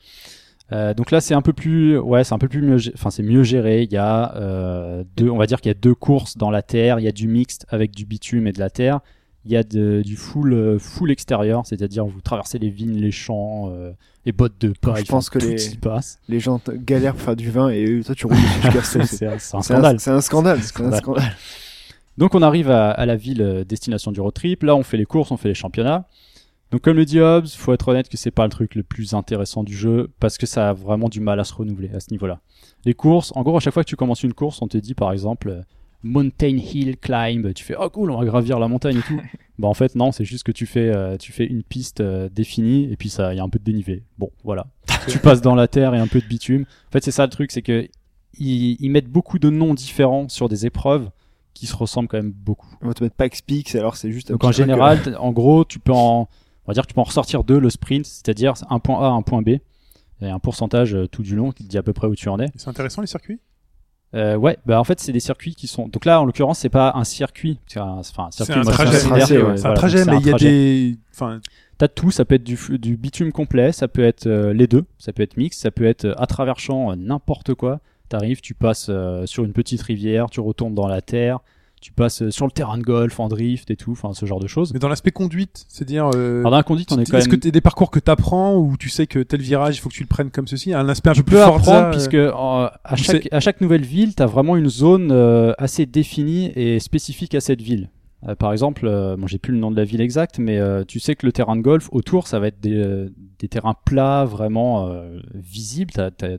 Speaker 4: Euh, donc là, c'est un peu plus, ouais, c'est un peu plus mieux, gé- enfin c'est mieux géré. Il y a euh, deux, on va dire qu'il y a deux courses dans la terre. Il y a du mixte avec du bitume et de la terre. Il y a de- du full euh, full extérieur, c'est-à-dire vous traversez les vignes, les champs, euh, les bottes de paille.
Speaker 6: Je pense
Speaker 4: enfin,
Speaker 6: que
Speaker 4: tout
Speaker 6: les-
Speaker 4: s'y passe.
Speaker 6: Les gens te- galèrent pour faire du vin et eux, toi, tu roules dessus jusqu'à ça.
Speaker 4: C'est un, c'est un
Speaker 6: c'est
Speaker 4: scandale.
Speaker 6: C'est un scandale. C'est un scandale.
Speaker 4: Donc on arrive à, à la ville euh, destination du road trip. Là, on fait les courses, on fait les championnats. Donc comme le dit Hobbs, faut être honnête que c'est pas le truc le plus intéressant du jeu parce que ça a vraiment du mal à se renouveler à ce niveau-là. Les courses, en gros, à chaque fois que tu commences une course, on te dit par exemple euh, Mountain Hill Climb, tu fais oh cool, on va gravir la montagne et tout. bah en fait non, c'est juste que tu fais euh, tu fais une piste euh, définie et puis ça il y a un peu de dénivelé. Bon, voilà. tu passes dans la terre et un peu de bitume. En fait, c'est ça le truc, c'est que ils, ils mettent beaucoup de noms différents sur des épreuves qui se ressemblent quand même beaucoup.
Speaker 6: On va te mettre Pax Pix, alors c'est juste. un
Speaker 4: Donc
Speaker 6: petit
Speaker 4: en
Speaker 6: truc,
Speaker 4: général, t- en gros, tu peux en, on va dire que tu peux en ressortir deux le sprint, c'est-à-dire un point A, un point B, et un pourcentage euh, tout du long qui te dit à peu près où tu en es.
Speaker 3: C'est intéressant les circuits
Speaker 4: Euh, ouais, bah en fait c'est des circuits qui sont. Donc là en l'occurrence c'est pas un circuit, c'est un, enfin, un circuit.
Speaker 3: un
Speaker 4: moi, je
Speaker 3: trajet.
Speaker 4: considère
Speaker 6: Tracé,
Speaker 4: que,
Speaker 6: ouais.
Speaker 4: voilà,
Speaker 3: C'est un
Speaker 4: donc
Speaker 3: trajet,
Speaker 4: c'est
Speaker 3: mais
Speaker 4: un
Speaker 3: il y a
Speaker 4: trajet.
Speaker 3: des. Enfin,
Speaker 4: T'as de tout, ça peut être du, f- du bitume complet, ça peut être euh, les deux, ça peut être mix, ça peut être euh, à travers champ, euh, n'importe quoi. T'arrives, tu passes euh, sur une petite rivière, tu retournes dans la terre, tu passes euh, sur le terrain de golf, en drift et tout, enfin ce genre de choses.
Speaker 3: mais dans l'aspect conduite, c'est-à-dire. euh,
Speaker 4: Alors dans la conduite, on est
Speaker 3: Est-ce
Speaker 4: quand même.
Speaker 3: que t'as des parcours que t'apprends ou tu sais que tel virage il faut que tu le prennes comme ceci Un aspect un peu
Speaker 4: tu
Speaker 3: plus
Speaker 4: peux
Speaker 3: Forza,
Speaker 4: apprendre
Speaker 3: euh,
Speaker 4: puisque euh, à,
Speaker 3: ou
Speaker 4: chaque, à chaque nouvelle ville, tu as vraiment une zone euh, assez définie et spécifique à cette ville. Euh, par exemple, euh, bon, j'ai plus le nom de la ville exacte, mais euh, tu sais que le terrain de golf autour, ça va être des, euh, des terrains plats, vraiment euh, visibles. Tu as,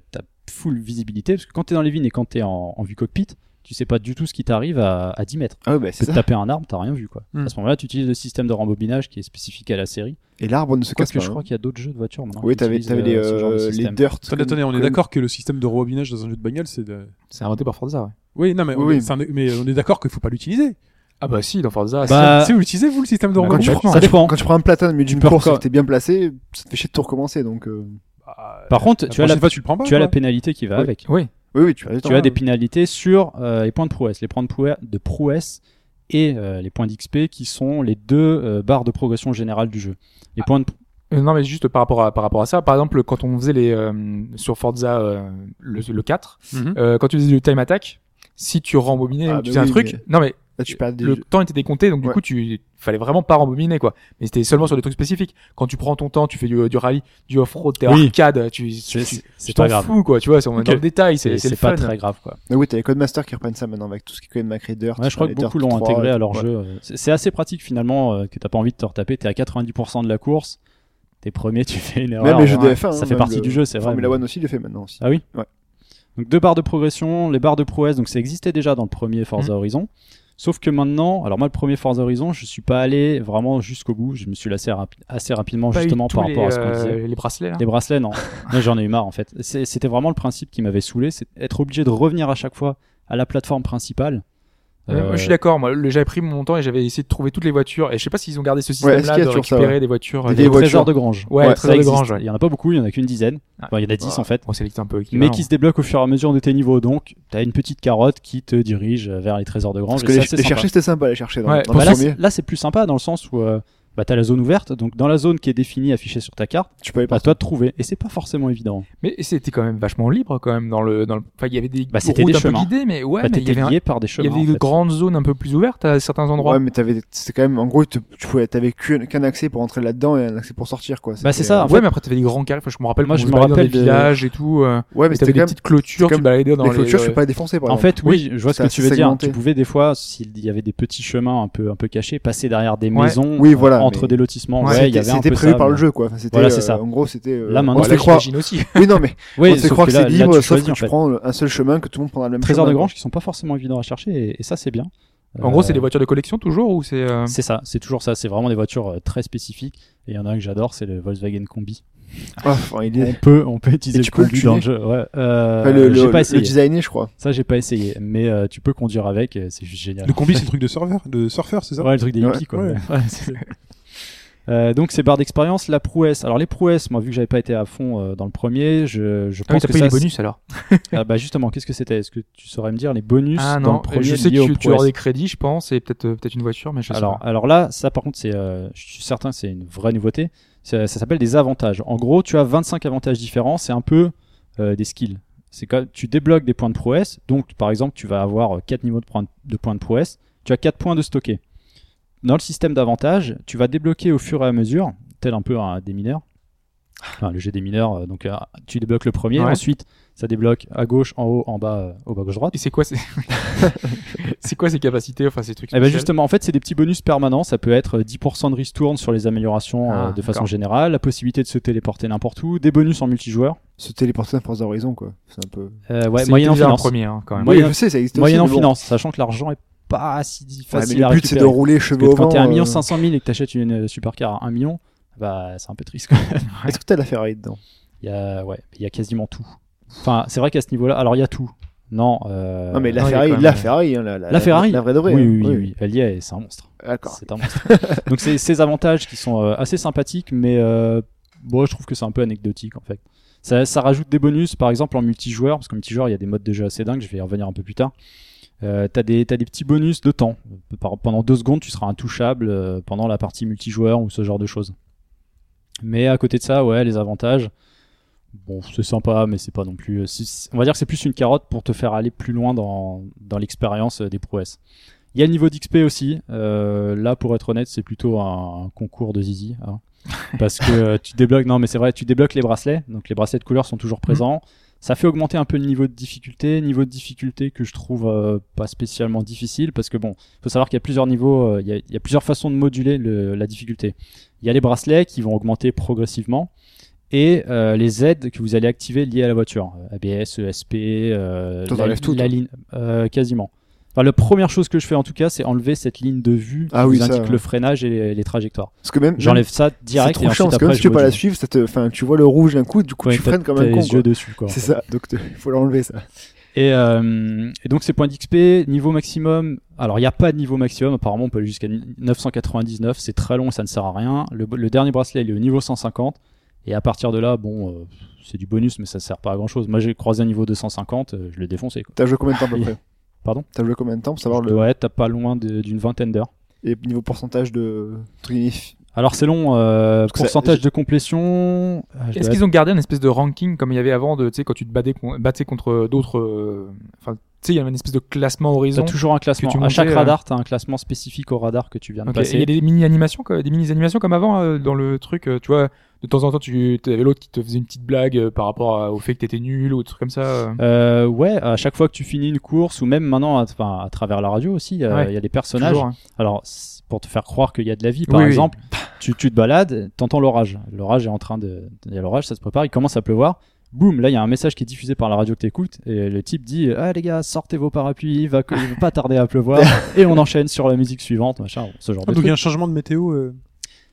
Speaker 4: full visibilité parce que quand tu es dans les vignes et quand tu es en, en vue cockpit, tu sais pas du tout ce qui t'arrive à, à 10 mètres.
Speaker 6: euh. Ah ouais, bah,
Speaker 4: Tu
Speaker 6: c'est
Speaker 4: peux
Speaker 6: ça.
Speaker 4: taper un arbre, t'as rien vu quoi.
Speaker 3: Hmm.
Speaker 4: À ce moment-là, tu utilises le système de rembobinage qui est spécifique à la série.
Speaker 6: Et l'arbre ne se
Speaker 4: Parce
Speaker 6: casse
Speaker 4: que
Speaker 6: pas.
Speaker 4: je
Speaker 6: hein.
Speaker 4: crois qu'il y a d'autres jeux de voitures maintenant.
Speaker 6: Oui,
Speaker 4: qui
Speaker 6: t'avais
Speaker 4: utilisent,
Speaker 6: t'avais les
Speaker 4: euh, ce genre de
Speaker 6: euh, les
Speaker 4: système.
Speaker 6: dirt.
Speaker 3: Attendez, attendez, on est
Speaker 6: comme-
Speaker 3: d'accord que le système de rembobinage dans un jeu de bagnole, c'est de...
Speaker 5: C'est inventé par Forza. Ouais.
Speaker 3: Oui, non, mais, on,
Speaker 6: Oui,
Speaker 3: est-
Speaker 6: oui.
Speaker 3: c'est un- mais on est d'accord qu'il faut pas l'utiliser.
Speaker 5: Ah bah si, dans Forza.
Speaker 4: Bah,
Speaker 3: Si vous l'utilisez, vous, le système de
Speaker 5: Bah,
Speaker 6: Quand tu,
Speaker 3: rembobinage
Speaker 5: Complètement.
Speaker 4: Ça dépend.
Speaker 6: quand tu prends un platane au milieu d'une
Speaker 4: peux
Speaker 6: course et
Speaker 4: reco-
Speaker 6: que t'es bien placé, ça te fait chier de tout recommencer. Donc, euh,
Speaker 3: Bah,
Speaker 4: Par contre,
Speaker 3: la
Speaker 4: tu as la
Speaker 3: prochaine fois, tu le prends pas.
Speaker 4: tu as
Speaker 3: quoi.
Speaker 4: la pénalité qui va
Speaker 6: Oui. hein.
Speaker 4: avec.
Speaker 5: Oui.
Speaker 6: oui, oui, tu as
Speaker 4: Tu as des pénalités sur euh, les points de prouesse. Les points de proue- de prouesse, et euh, les points d'XP qui sont les deux euh, barres de progression générale du jeu. Les points de...
Speaker 5: Euh, non, mais juste par rapport à par rapport à ça, par exemple, quand on faisait les euh, sur Forza euh, le, le 4,
Speaker 3: Mhm.
Speaker 5: euh, quand tu faisais du time attack, si tu rembobinais
Speaker 6: Ah,
Speaker 5: ou tu
Speaker 6: bah
Speaker 5: faisais un
Speaker 6: oui,
Speaker 5: truc,
Speaker 6: mais-
Speaker 5: non mais
Speaker 6: Là, tu perds des
Speaker 5: le
Speaker 6: jeux.
Speaker 5: temps était décompté, donc du
Speaker 6: Ouais.
Speaker 5: coup, tu fallait vraiment pas rembobiner quoi. Mais c'était seulement sur des trucs spécifiques. Quand tu prends ton temps, tu fais du, du rallye, du off-road, t'es
Speaker 4: Oui.
Speaker 5: arcade, tu,
Speaker 4: C'est-
Speaker 5: tu-
Speaker 4: C'est
Speaker 5: tu
Speaker 4: c'est
Speaker 5: t'en
Speaker 4: pas grave.
Speaker 5: fous quoi, tu vois, c'est on est
Speaker 4: Ok.
Speaker 5: dans le détail, c'est
Speaker 4: C'est
Speaker 5: c'est le
Speaker 4: c'est pas
Speaker 5: fun.
Speaker 4: très grave quoi.
Speaker 6: Ah oui, t'as les Codemasters qui reprennent ça maintenant avec tout ce qui est Code Mac Reader.
Speaker 4: Ouais, je crois que
Speaker 6: Reader
Speaker 4: beaucoup l'ont
Speaker 6: 3,
Speaker 4: intégré à leur
Speaker 6: ouais.
Speaker 4: jeu. euh, C'est c'est assez pratique finalement euh, que t'as pas envie de te retaper. T'es à 90% de la course. T'es premier, tu fais une erreur.
Speaker 6: Même les jeux de
Speaker 4: ouais.
Speaker 6: F1.
Speaker 4: Ça
Speaker 6: hein,
Speaker 4: fait
Speaker 6: même
Speaker 4: partie
Speaker 6: le-
Speaker 4: du jeu, c'est vrai.
Speaker 6: Formula One aussi le fait maintenant aussi.
Speaker 4: Ah oui
Speaker 6: Ouais.
Speaker 4: Donc deux barres de progression, les barres de prouesse, donc ça existait déjà dans le premier Forza
Speaker 5: Mhm.
Speaker 4: Horizon. Sauf que maintenant, alors moi le premier Forza Horizon, je suis pas allé vraiment jusqu'au bout, je me suis lassé rapi- assez rapidement
Speaker 5: Pas eu
Speaker 4: justement
Speaker 5: tous
Speaker 4: par
Speaker 5: les,
Speaker 4: rapport à ce qu'on
Speaker 5: euh,
Speaker 4: disait.
Speaker 5: les bracelets là.
Speaker 4: Les bracelets, non. Non, J'en ai eu marre en fait. C'est- C'était vraiment le principe qui m'avait saoulé, c'est être obligé de revenir à chaque fois à la plateforme principale.
Speaker 5: Euh,
Speaker 4: Euh,
Speaker 5: moi, je suis d'accord. Moi, le- j'avais pris mon temps et j'avais essayé de trouver toutes les voitures. Et je sais pas s'ils ont gardé ce
Speaker 6: est-ce
Speaker 5: système-là
Speaker 6: qu'il y a
Speaker 5: de
Speaker 6: toujours ça,
Speaker 5: récupérer
Speaker 6: ouais
Speaker 5: des voitures.
Speaker 6: Des
Speaker 5: euh,
Speaker 4: les
Speaker 6: voitures.
Speaker 4: trésors de grange.
Speaker 5: Ouais,
Speaker 4: ça
Speaker 5: trésors de
Speaker 4: existe.
Speaker 5: grange, ouais.
Speaker 4: Il y en a pas beaucoup, il y en a qu'une dizaine.
Speaker 5: Ah.
Speaker 4: Enfin, il y en a dix en fait.
Speaker 5: On sélectionne un peu.
Speaker 4: mais
Speaker 5: équivalent.
Speaker 4: qui se débloque au fur et à mesure de tes niveaux. Donc, t'as une petite carotte qui te dirige euh, vers les trésors de grange.
Speaker 6: Parce que
Speaker 4: et
Speaker 6: les,
Speaker 4: ça, c'est
Speaker 6: les
Speaker 4: sympa.
Speaker 6: chercher, c'était sympa, les chercher dans,
Speaker 5: Ouais,
Speaker 6: dans
Speaker 4: Bah
Speaker 6: le
Speaker 4: là,
Speaker 6: premier.
Speaker 4: c'est- là, c'est plus sympa dans le sens où euh, bah, t'as la zone ouverte. Donc, dans la zone qui est définie, affichée sur ta carte,
Speaker 6: Tu peux aller
Speaker 4: à
Speaker 6: partout.
Speaker 4: toi de trouver. Et c'est pas forcément évident.
Speaker 5: Mais c'était quand même vachement libre quand même dans le dans le. Enfin, il y avait des
Speaker 4: Bah,
Speaker 5: routes
Speaker 4: c'était des
Speaker 5: un peu
Speaker 4: chemins.
Speaker 5: guidées, mais ouais,
Speaker 4: Bah,
Speaker 5: mais il y
Speaker 4: t'étais
Speaker 5: avait, un-
Speaker 4: lié par des
Speaker 5: il
Speaker 4: chemins.
Speaker 5: y avait
Speaker 4: en
Speaker 5: des
Speaker 4: fait.
Speaker 5: grandes zones un peu plus ouvertes à certains endroits.
Speaker 6: Ouais, mais t'avais, c'était quand même, en gros, te- tu pouvais, t'avais qu'un qu'un accès pour entrer là-dedans et un accès pour sortir, quoi.
Speaker 4: Bah,
Speaker 6: C'était-
Speaker 4: c'est ça. en
Speaker 5: Ouais,
Speaker 4: fait.
Speaker 5: mais après t'avais des grands carrés. Enfin, je me rappelle.
Speaker 4: Moi,
Speaker 5: qu'on
Speaker 4: je me
Speaker 5: se baladait dans
Speaker 4: rappelle
Speaker 5: des
Speaker 4: de-
Speaker 5: villages et tout. euh,
Speaker 6: Ouais, mais
Speaker 5: et
Speaker 6: c'était
Speaker 5: T'avais des
Speaker 6: quand même,
Speaker 5: petites clôtures.
Speaker 6: c'était
Speaker 5: Tu
Speaker 6: comme
Speaker 5: baladais dans
Speaker 6: les clôtures,
Speaker 5: euh,
Speaker 6: je suis pas défoncé, par
Speaker 4: En
Speaker 6: exemple.
Speaker 4: fait, oui, je vois ce
Speaker 6: c'est
Speaker 4: que tu
Speaker 6: assez
Speaker 4: veux dire.
Speaker 6: segmenté.
Speaker 4: Tu pouvais des fois, s'il y avait des petits chemins un peu, un peu cachés, passer derrière des
Speaker 5: Ouais.
Speaker 4: maisons, euh,
Speaker 6: Oui, voilà,
Speaker 4: entre
Speaker 6: mais-
Speaker 4: des lotissements.
Speaker 5: Ouais,
Speaker 4: Ouais, il y
Speaker 6: C'était-
Speaker 4: avait un
Speaker 6: c'était
Speaker 4: peu
Speaker 6: prévu
Speaker 4: ça,
Speaker 6: par le
Speaker 4: mais-
Speaker 6: jeu, quoi. Enfin, c'était,
Speaker 4: Voilà, c'est
Speaker 6: euh,
Speaker 4: ça.
Speaker 6: En gros, c'était. euh,
Speaker 4: Là, maintenant,
Speaker 6: on se
Speaker 5: voilà,
Speaker 6: fait croire.
Speaker 5: j'imagine aussi.
Speaker 6: Oui, non, mais
Speaker 4: Oui,
Speaker 6: on se fait
Speaker 4: sauf
Speaker 6: croire que
Speaker 4: là-
Speaker 6: c'est
Speaker 4: là,
Speaker 6: libre,
Speaker 4: tu
Speaker 6: sauf
Speaker 4: choisis,
Speaker 6: que
Speaker 4: en
Speaker 6: tu
Speaker 4: fait.
Speaker 6: prends un seul chemin, que tout le monde prendra le même
Speaker 4: Trésors de
Speaker 6: chemin, quoi.
Speaker 4: grange qui sont pas forcément évidents à chercher. Et, et ça, c'est bien.
Speaker 5: En gros, c'est
Speaker 4: Euh,
Speaker 5: des voitures de collection toujours ou c'est. euh,
Speaker 4: C'est ça, c'est toujours ça. C'est vraiment des voitures euh, très spécifiques. Et il y en a un que j'adore, c'est le Volkswagen Combi.
Speaker 6: Ah, enfin, il
Speaker 4: On
Speaker 6: est.
Speaker 4: peut, on peut utiliser
Speaker 6: Et
Speaker 4: le
Speaker 6: tu peux le
Speaker 4: Combi dans le
Speaker 6: tuner.
Speaker 4: jeu. Ouais. Euh,
Speaker 6: Enfin, le,
Speaker 4: j'ai
Speaker 6: le,
Speaker 4: pas
Speaker 6: le
Speaker 4: essayé.
Speaker 6: designé, je crois.
Speaker 4: Ça, j'ai pas essayé. Mais euh, tu peux conduire avec. euh, C'est juste génial.
Speaker 3: Le combi, c'est le truc de surfeur, de surfeur, c'est ça
Speaker 4: Ouais, le truc des
Speaker 6: Ouais.
Speaker 4: hippies, quoi.
Speaker 3: Ouais.
Speaker 4: Ouais, c'est ça. Euh, donc ces barres d'expérience, la prouesse. Alors les prouesses, moi vu que j'avais pas été à fond euh, dans le premier, je, je
Speaker 5: Ah oui,
Speaker 4: pense
Speaker 5: t'as
Speaker 4: que
Speaker 5: payé
Speaker 4: ça.
Speaker 5: les bonus alors.
Speaker 4: c'est- Ah, bah justement, qu'est-ce que c'était Est-ce que tu saurais me dire les bonus
Speaker 5: Ah
Speaker 4: dans
Speaker 5: non,
Speaker 4: le premier
Speaker 5: je sais
Speaker 4: liés aux
Speaker 5: que tu, tu as
Speaker 4: prouesses
Speaker 5: des crédits, je pense, et peut-être euh, peut-être une voiture, mais je sais
Speaker 4: alors,
Speaker 5: pas.
Speaker 4: alors là, ça par contre, c'est, euh, je suis certain que c'est une vraie nouveauté. Ça, ça s'appelle des avantages. En gros, tu as 25 avantages différents. C'est un peu euh, des skills. C'est quand tu débloques des points de prouesse. Donc, par exemple, tu vas avoir 4 niveaux de points de, de points de prouesse. Tu as 4 points de stocker. Dans le système d'avantages, tu vas débloquer au fur et à mesure, tel un peu un des mineurs. Enfin, le jeu des mineurs. euh, donc, euh, tu débloques le premier.
Speaker 5: Ouais.
Speaker 4: Ensuite, ça débloque à gauche, en haut, en bas, euh, au bas, gauche, droite.
Speaker 5: Et c'est quoi ces... c'est quoi ces capacités, enfin ces trucs
Speaker 4: Eh ben
Speaker 5: spéciaux
Speaker 4: justement, en fait, c'est des petits bonus permanents. Ça peut être euh, 10% de ristourne sur les améliorations
Speaker 5: Ah,
Speaker 4: euh, de façon
Speaker 5: d'accord.
Speaker 4: générale, la possibilité de se téléporter n'importe où, des bonus en multijoueur.
Speaker 6: Se téléporter dans Forza Horizon, quoi. C'est un peu.
Speaker 4: Euh, ouais,
Speaker 5: C'est
Speaker 4: moyenne en
Speaker 5: déjà un
Speaker 4: finance.
Speaker 5: premier hein, quand même.
Speaker 4: Moi, Moyen-
Speaker 6: Oui, je sais, ça existe
Speaker 4: Moyenne en
Speaker 6: aussi, mais bon.
Speaker 4: finance, sachant que l'argent est pas si
Speaker 6: Ouais, mais
Speaker 4: facile à
Speaker 6: le but, c'est de
Speaker 4: récupérer.
Speaker 6: rouler
Speaker 4: Parce
Speaker 6: cheveux
Speaker 4: que
Speaker 6: au
Speaker 4: quand
Speaker 6: vent.
Speaker 4: t'es à 1
Speaker 6: euh,
Speaker 4: 500 000 et que t'achètes une euh, supercar à 1 million, bah c'est un peu triste. Quoi.
Speaker 6: Est-ce que t'as de la Ferrari dedans
Speaker 4: Il y a, ouais, il y a quasiment tout. Enfin, c'est vrai qu'à ce niveau-là, alors il y a tout. Non. euh,
Speaker 6: Non, mais la
Speaker 5: non, il y a
Speaker 6: Ferrari,
Speaker 5: quand même,
Speaker 6: la
Speaker 5: euh,
Speaker 6: Ferrari, hein, la, la,
Speaker 4: la Ferrari.
Speaker 6: la vraie de vraie.
Speaker 4: oui,
Speaker 6: hein.
Speaker 4: oui, oui, oui, elle y est, c'est un monstre.
Speaker 6: D'accord.
Speaker 4: C'est un monstre. Donc c'est ces avantages qui sont euh, assez sympathiques, mais euh, bon, je trouve que c'est un peu anecdotique en fait. Ça, ça rajoute des bonus, par exemple en multijoueur, parce qu'en multijoueur il y a des modes de jeu assez dingues, je vais y revenir un peu plus tard. Euh, t'as des t'as des petits bonus de temps. Par- pendant deux secondes, tu seras intouchable euh, pendant la partie multijoueur ou ce genre de choses. Mais à côté de ça, ouais, les avantages. Bon, c'est sympa, mais c'est pas non plus. euh, si- si- on va dire que c'est plus une carotte pour te faire aller plus loin dans, dans l'expérience euh, des prouesses. Il y a le niveau d'XP aussi. Euh, là, pour être honnête, c'est plutôt un, un concours de zizi. hein. Parce que euh, tu débloques, non mais c'est vrai, tu débloques les bracelets. Donc les bracelets de couleur sont toujours présents.
Speaker 6: Mm.
Speaker 4: Ça fait augmenter un peu le niveau de difficulté. Niveau de difficulté que je trouve euh, pas spécialement difficile. Parce que bon, faut savoir qu'il y a plusieurs niveaux, euh, il, y a, il y a plusieurs façons de moduler le- la difficulté. Il y a les bracelets qui vont augmenter progressivement. Et euh, les aides que vous allez activer liées à la voiture. Euh, ABS, ESP, euh,
Speaker 6: Toi,
Speaker 4: la,
Speaker 6: t'enlèves tout,
Speaker 4: la
Speaker 6: toi.
Speaker 4: ligne. euh, quasiment. Enfin, la première chose que je fais en tout cas, c'est enlever cette ligne de vue qui
Speaker 6: Ah oui,
Speaker 4: vous
Speaker 6: ça,
Speaker 4: indique
Speaker 6: ouais.
Speaker 4: le freinage et les, les trajectoires.
Speaker 6: Parce que même.
Speaker 4: J'enlève ça
Speaker 6: C'est
Speaker 4: direct et
Speaker 6: trop
Speaker 4: ensuite
Speaker 6: chiant, parce que
Speaker 4: après
Speaker 6: même si
Speaker 4: je
Speaker 6: tu veux pas
Speaker 4: module.
Speaker 6: la suivre, ça te... enfin, tu vois le rouge d'un coup, du coup,
Speaker 4: Ouais,
Speaker 6: tu
Speaker 4: t'as-
Speaker 6: freines comme
Speaker 4: t'as
Speaker 6: un con.
Speaker 4: les yeux
Speaker 6: quoi.
Speaker 4: dessus quoi.
Speaker 6: C'est ça, donc il faut l'enlever, ça.
Speaker 4: Et, euh, et donc ces points d'XP, niveau maximum. Alors il n'y a pas de niveau maximum. Apparemment on peut aller jusqu'à 999. C'est très long, ça ne sert à rien. Le, le dernier bracelet il est au niveau 150. Et à partir de là, bon, euh, c'est du bonus, mais ça sert pas à grand chose. Moi j'ai croisé un niveau 250, euh, je l'ai défoncé. Quoi.
Speaker 6: T'as joué combien de temps à peu
Speaker 4: Oui.
Speaker 6: près
Speaker 4: Pardon
Speaker 6: T'as joué combien de temps pour savoir le.
Speaker 4: Ouais, t'as pas loin de- d'une vingtaine d'heures.
Speaker 6: Et niveau pourcentage de. entre guillemets, fi-
Speaker 4: Alors c'est long, euh,
Speaker 6: que ça-
Speaker 4: pourcentage de complétion. ah, je dois
Speaker 5: Est-ce
Speaker 4: être-
Speaker 5: qu'ils ont gardé un espèce de ranking comme il y avait avant de, tu sais, quand tu te battais, con- battais contre d'autres, euh, enfin, tu sais, il y avait une espèce de classement
Speaker 4: T'as
Speaker 5: horizon.
Speaker 4: toujours un classement.
Speaker 5: tu
Speaker 4: à
Speaker 5: montais,
Speaker 4: chaque
Speaker 5: euh,
Speaker 4: radar, t'as un classement spécifique au radar que tu viens de
Speaker 5: Ok, et Il
Speaker 4: passer.
Speaker 5: y a des mini animations, des mini animations comme avant euh, dans le truc, euh, tu vois. De temps en temps, tu avais l'autre qui te faisait une petite blague euh, par rapport à- au fait que t'étais nul ou des trucs comme ça. euh.
Speaker 4: Euh, ouais, à chaque fois que tu finis une course ou même maintenant, à, enfin, à travers la radio aussi, euh, il
Speaker 5: Ouais,
Speaker 4: y a des personnages.
Speaker 5: Toujours, hein.
Speaker 4: Alors c'est pour te faire croire qu'il y a de la vie, par
Speaker 5: Oui, oui.
Speaker 4: exemple, tu, tu te balades, t'entends l'orage. L'orage est en train de, il y a l'orage, ça se prépare, il commence à pleuvoir. Boum, là il y a un message qui est diffusé par la radio que t'écoutes et le type dit ah les gars sortez vos parapluies, il va, il va pas tarder à pleuvoir et on enchaîne sur la musique suivante machin, ce
Speaker 5: Ah,
Speaker 4: genre de
Speaker 3: donc
Speaker 4: truc.
Speaker 3: il y a un changement de météo. euh,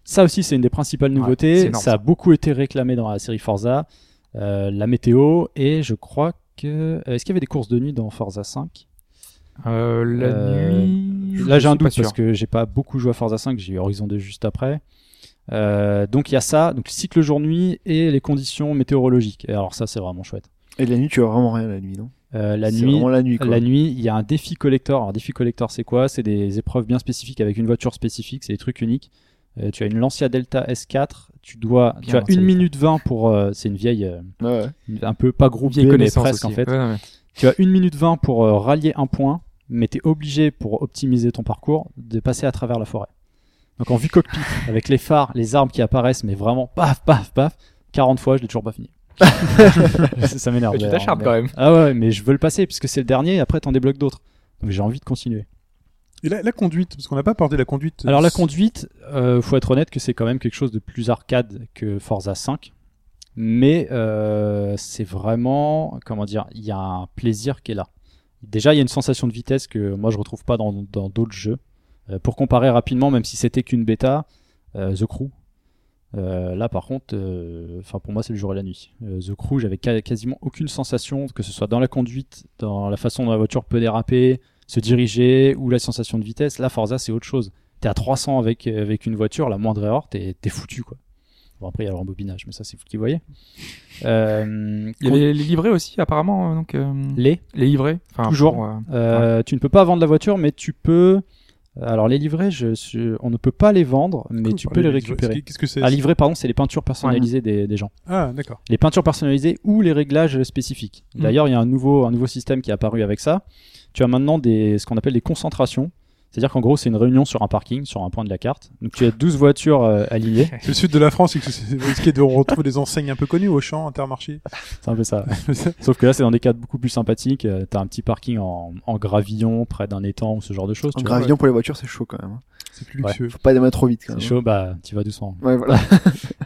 Speaker 4: Ça aussi, c'est une des principales nouveautés.
Speaker 5: c'est énorme,
Speaker 4: ça a
Speaker 5: ça.
Speaker 4: beaucoup été réclamé dans la série Forza, euh, la météo, et je crois que. euh, Est-ce qu'il y avait des courses de nuit dans Forza 5
Speaker 5: Euh, la
Speaker 4: Euh,
Speaker 5: nuit.
Speaker 4: Là,
Speaker 5: je
Speaker 4: j'ai un
Speaker 5: suis pas
Speaker 4: doute
Speaker 5: sûr.
Speaker 4: parce que j'ai pas beaucoup joué à Forza 5, j'ai eu Horizon 2 juste après. Euh, donc il y a ça, donc le cycle jour-nuit et les conditions météorologiques. Et alors ça, c'est vraiment chouette.
Speaker 6: Et la nuit, tu as vraiment rien la nuit, non
Speaker 4: Euh, la
Speaker 6: C'est
Speaker 4: nuit,
Speaker 6: vraiment la nuit, quoi.
Speaker 4: la nuit, il y a un défi collector. Alors, défi collector, c'est quoi C'est des épreuves bien spécifiques avec une voiture spécifique, c'est des trucs uniques. Euh, tu as une Lancia Delta S4, tu dois,
Speaker 5: Bien
Speaker 4: tu as
Speaker 5: Lancia
Speaker 4: 1
Speaker 5: Delta.
Speaker 4: minute 20 pour, euh, c'est une vieille, euh,
Speaker 6: Ouais, ouais.
Speaker 4: une- un peu pas groupée,
Speaker 5: Vieille
Speaker 4: mais
Speaker 5: connaissance
Speaker 4: presque
Speaker 5: aussi.
Speaker 4: en fait.
Speaker 5: Ouais, non, mais-
Speaker 4: Tu as 1 minute 20 pour euh, rallier un point, mais tu es obligé pour optimiser ton parcours de passer à travers la forêt. Donc en vue cockpit, avec les phares, les armes qui apparaissent, mais vraiment paf, paf, paf, 40 fois, je l'ai toujours pas fini. ça ça m'énerve.
Speaker 5: Ouais, tu
Speaker 4: d'ailleurs,
Speaker 5: t'achardes
Speaker 4: mais-
Speaker 5: quand même.
Speaker 4: ah ouais, mais je veux le passer puisque c'est le dernier et après t'en débloques d'autres. Donc j'ai envie de continuer.
Speaker 3: Et la, la conduite, parce qu'on n'a pas parlé de la conduite.
Speaker 4: Alors la
Speaker 3: conduite.
Speaker 4: conduite, euh, faut être honnête que c'est quand même quelque chose de plus arcade que Forza 5. Mais euh, c'est vraiment, comment dire, il y a un plaisir qui est là. Déjà, il y a une sensation de vitesse que moi je retrouve pas dans dans d'autres jeux. Euh, pour comparer rapidement, même si c'était qu'une bêta, euh, The Crew. euh, là par contre, euh, enfin pour moi c'est le jour et la nuit. Euh, The Crew, j'avais ca- quasiment aucune sensation, que ce soit dans la conduite, dans la façon dont la voiture peut déraper, se diriger ou la sensation de vitesse. Là Forza c'est autre chose. T'es à 300 avec, euh, avec une voiture, la moindre erreur, t'es t'es foutu quoi. Bon après il y a le rembobinage, mais ça c'est vous qui voyez. Euh,
Speaker 5: Il y avait les livrets aussi, apparemment. euh, Donc, euh,
Speaker 4: les
Speaker 5: les livrets. Enfin,
Speaker 4: Toujours.
Speaker 5: pour, euh,
Speaker 4: Euh, Tu ne peux pas vendre la voiture, mais tu peux. Alors les livrets, je suis- on ne peut pas les vendre, mais tu peux les récupérer.
Speaker 3: Qu'est-ce que c'est
Speaker 4: À livrer, pardon, c'est les peintures personnalisées des, des gens.
Speaker 3: Ah, d'accord.
Speaker 4: Les peintures personnalisées ou les réglages spécifiques.
Speaker 5: Mm.
Speaker 4: D'ailleurs, il y a un nouveau, un nouveau système qui est apparu avec ça. Tu as maintenant des, ce qu'on appelle des concentrations. C'est-à-dire qu'en gros, c'est une réunion sur un parking, sur un point de la carte. Donc tu as 12 voitures euh, alignées.
Speaker 3: C'est le sud de la France, c'est que c'est risqué de retrouver des enseignes un peu connues, Auchan, Intermarché.
Speaker 4: C'est un peu ça. Sauf que là, c'est dans des cadres beaucoup plus sympathiques. Euh, T'as un petit parking en, en gravillon, près d'un étang ou ce genre de choses.
Speaker 6: En
Speaker 4: tu vois.
Speaker 6: gravillon pour les voitures, c'est chaud quand même. hein.
Speaker 3: c'est plus
Speaker 4: Ouais.
Speaker 3: luxueux.
Speaker 6: Faut pas démarrer trop vite quand
Speaker 4: C'est
Speaker 6: même. hein.
Speaker 4: chaud, bah, tu vas doucement.
Speaker 6: Ouais, voilà.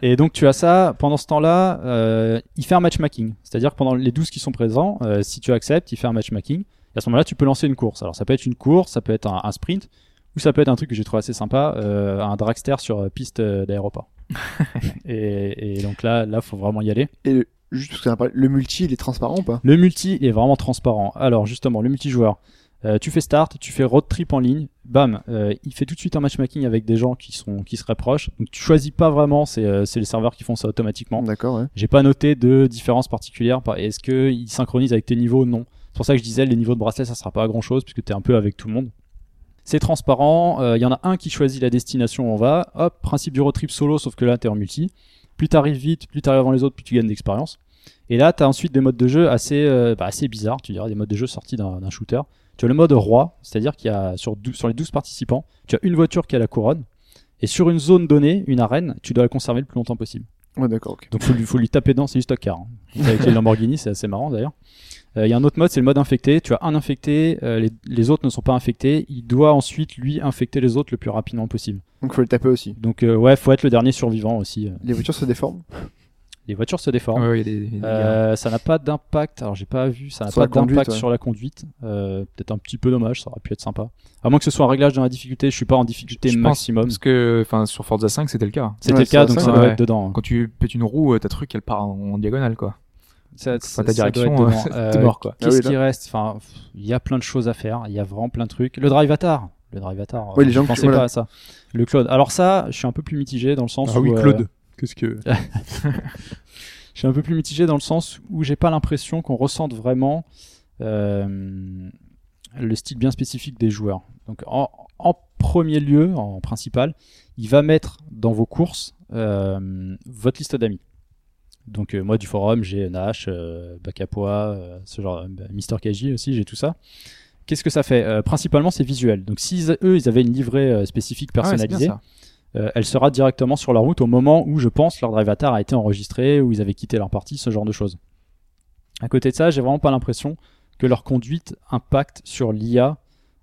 Speaker 4: Et donc tu as ça, pendant ce temps-là, euh, il fait un matchmaking. C'est-à-dire que pendant les 12 qui sont présents, euh, si tu acceptes, il fait un matchmaking. Et à ce moment-là, tu peux lancer une course. Alors ça peut être une course, ça peut être un, un sprint, ou ça peut être un truc que j'ai trouvé assez sympa, euh, un dragster sur euh, piste euh, d'aéroport. et, et donc là, là, faut vraiment y aller.
Speaker 6: Et le, juste parce qu'on a parlé, le multi, il est transparent ou pas
Speaker 4: Le multi il est vraiment transparent. Alors justement, le multijoueur, euh, tu fais start, tu fais road trip en ligne, bam, euh, il fait tout de suite un matchmaking avec des gens qui sont qui se rapprochent. Donc tu choisis pas vraiment, c'est euh, c'est les serveurs qui font ça automatiquement.
Speaker 6: D'accord, ouais.
Speaker 4: J'ai pas noté de différence particulière. Par- Est-ce que il synchronise avec tes niveaux Non. C'est pour ça que je disais les niveaux de bracelet, ça sera pas à grand chose puisque t'es un peu avec tout le monde. C'est transparent. euh, Il y en a un qui choisit la destination où on va. Hop, principe du road trip solo, sauf que là t'es en multi. Plus t'arrives vite, plus t'arrives avant les autres, plus tu gagnes d'expérience. Et là t'as ensuite des modes de jeu assez euh, bah, assez bizarres. Tu dirais des modes de jeu sortis d'un d'un shooter. Tu as le mode roi, c'est-à-dire qu'il y a sur, dou- sur les 12 participants, tu as une voiture qui a la couronne. Et sur une zone donnée, une arène, tu dois la conserver le plus longtemps possible.
Speaker 6: Ouais, d'accord, ok.
Speaker 4: Donc faut lui, faut lui taper dedans, c'est du stock car. hein. Avec les Lamborghini, c'est assez marrant d'ailleurs. Euh, Il y a un autre mode, c'est le mode infecté. Tu as un infecté, euh, les, les autres ne sont pas infectés. Il doit ensuite lui infecter les autres le plus rapidement possible.
Speaker 6: Donc faut le taper aussi.
Speaker 4: Donc euh, ouais, faut être le dernier survivant aussi. euh.
Speaker 6: Les voitures se déforment. Ah
Speaker 4: Les voitures se déforment.
Speaker 5: ouais, ouais, il y a des- des- des-
Speaker 4: Euh, ça n'a pas d'impact. Alors j'ai pas vu, ça n'a
Speaker 6: Sur
Speaker 4: pas
Speaker 6: la conduite,
Speaker 4: d'impact
Speaker 6: ouais.
Speaker 4: sur la conduite. Euh, Peut-être un petit peu dommage, ça aurait pu être sympa. À moins que ce soit un réglage dans la difficulté. Je suis pas en difficulté
Speaker 5: Je pense-
Speaker 4: maximum.
Speaker 5: Parce que, enfin, sur Forza 5, c'était le cas.
Speaker 4: C'était
Speaker 6: Ouais,
Speaker 4: le cas,
Speaker 6: ça,
Speaker 4: donc
Speaker 6: ça,
Speaker 4: ça doit
Speaker 5: ouais.
Speaker 4: être dedans. hein.
Speaker 5: Quand tu pètes une roue, euh, ta truc, elle part en, en diagonale, quoi.
Speaker 4: ça,
Speaker 5: Enfin, ta
Speaker 4: ça doit
Speaker 5: direction,
Speaker 4: être
Speaker 5: euh,
Speaker 4: dedans.
Speaker 5: t'es
Speaker 4: Euh,
Speaker 5: mort, quoi.
Speaker 6: Ah
Speaker 4: Qu'est-ce
Speaker 6: oui, là.
Speaker 4: qui reste Enfin, pff, il y a plein de choses à faire. Il y a vraiment plein de trucs. Le drive atar. Le drive atar.
Speaker 6: Oui, les gens
Speaker 4: je
Speaker 6: qui-
Speaker 4: pensais
Speaker 6: voilà.
Speaker 4: pas à ça. Le Claude. Alors ça, je suis un peu plus mitigé dans le sens
Speaker 3: Ah
Speaker 4: où
Speaker 3: oui,
Speaker 4: euh,
Speaker 3: Claude. Qu'est-ce que.
Speaker 4: je suis un peu plus mitigé dans le sens où j'ai pas l'impression qu'on ressente vraiment euh, le style bien spécifique des joueurs. Donc en, en premier lieu, en principal, il va mettre dans vos courses euh, votre liste d'amis. Donc euh, moi du forum, j'ai Nash, euh, Bacapois, euh, ce genre, Mister Kaji aussi, j'ai tout ça. Qu'est-ce que ça fait Euh, Principalement, c'est visuel. Donc si eux, ils avaient une livrée euh, spécifique
Speaker 5: Ah ouais, c'est bien
Speaker 4: personnalisée,
Speaker 5: ça.
Speaker 4: euh, elle sera directement sur la route au moment où, je pense, leur drive avatar a été enregistré, où ils avaient quitté leur partie, ce genre de choses. À côté de ça, j'ai vraiment pas l'impression que leur conduite impacte sur l'IA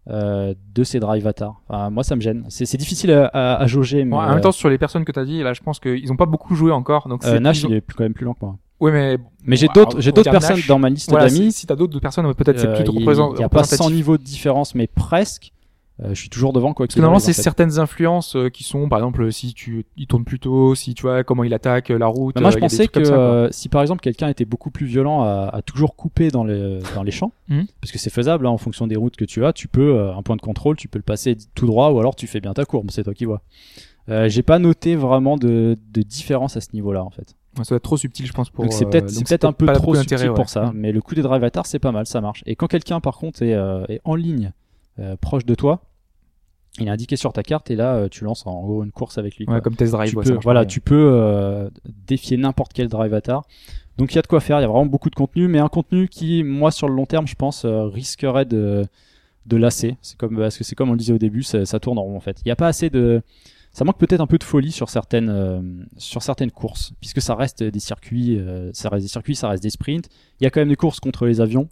Speaker 4: euh, de ces drive avatars. Enfin, moi, ça me gêne. C'est c'est difficile à, à- à jauger, mais
Speaker 5: Bon, en
Speaker 4: euh,
Speaker 5: même temps, sur les personnes que t'as dit, là, je pense qu'ils ont pas beaucoup joué encore. Donc
Speaker 4: euh,
Speaker 5: c'est-
Speaker 4: Nash,
Speaker 5: ils ont-
Speaker 4: il est plus- quand même plus lent que moi.
Speaker 5: Ouais, mais
Speaker 4: Mais j'ai
Speaker 5: Bon,
Speaker 4: d'autres
Speaker 5: alors,
Speaker 4: j'ai d'autres
Speaker 5: regarde
Speaker 4: personnes
Speaker 5: Nash.
Speaker 4: dans ma liste
Speaker 5: voilà,
Speaker 4: d'amis.
Speaker 5: si, si t'as d'autres personnes, peut-être c'est
Speaker 4: Euh,
Speaker 5: plus
Speaker 4: il-
Speaker 5: représent-
Speaker 4: Il n'y a pas 100
Speaker 5: représentatif.
Speaker 4: niveaux de différence, mais presque. Euh, je suis toujours devant quoi
Speaker 5: Parce
Speaker 4: qu'il
Speaker 5: que normalement,
Speaker 4: arrive, en
Speaker 5: c'est
Speaker 4: fait.
Speaker 5: certaines influences euh, qui sont, par exemple, si tu, il tourne plus tôt, si tu vois comment il attaque euh, la route.
Speaker 4: Bah, moi,
Speaker 5: euh,
Speaker 4: je
Speaker 5: il y a des
Speaker 4: pensais
Speaker 5: trucs
Speaker 4: que
Speaker 5: comme ça, quoi.
Speaker 4: euh, si par exemple quelqu'un était beaucoup plus violent à, à toujours couper dans, le, dans les champs,
Speaker 5: Mhm.
Speaker 4: parce que c'est faisable hein, en fonction des routes que tu as, tu peux euh, un point de contrôle, tu peux le passer tout droit ou alors tu fais bien ta courbe, c'est toi qui vois. Euh, J'ai pas noté vraiment de, de différence à ce niveau-là en fait.
Speaker 5: Ouais, ça doit être trop subtil, je pense, pour.
Speaker 4: donc c'est
Speaker 5: euh,
Speaker 4: peut-être c'est peut-être un peu
Speaker 5: pas
Speaker 4: trop
Speaker 5: beaucoup
Speaker 4: subtil
Speaker 5: d'intérêt, ouais. Mm.
Speaker 4: pour ça, mais le coup des drive avatars c'est pas mal, ça marche. Et quand quelqu'un par contre est, euh, est en ligne euh, proche de toi, il est indiqué sur ta carte et là euh, tu lances en gros une course avec lui.
Speaker 5: Ouais,
Speaker 4: quoi
Speaker 5: comme test drive.
Speaker 4: tu
Speaker 5: ouais, ça
Speaker 4: peux,
Speaker 5: marche
Speaker 4: voilà,
Speaker 5: pas.
Speaker 4: tu peux euh, défier n'importe quel drive avatar. Donc il y a de quoi faire, il y a vraiment beaucoup de contenu, mais un contenu qui, moi, sur le long terme, je pense, euh, risquerait de, de lasser. C'est comme, parce que c'est comme on le disait au début, ça, ça tourne en rond en fait. Il n'y a pas assez de. Ça manque peut-être un peu de folie sur certaines, euh, sur certaines courses, puisque ça reste des circuits, euh, ça reste des circuits, ça reste des sprints. Il y a quand même des courses contre les avions.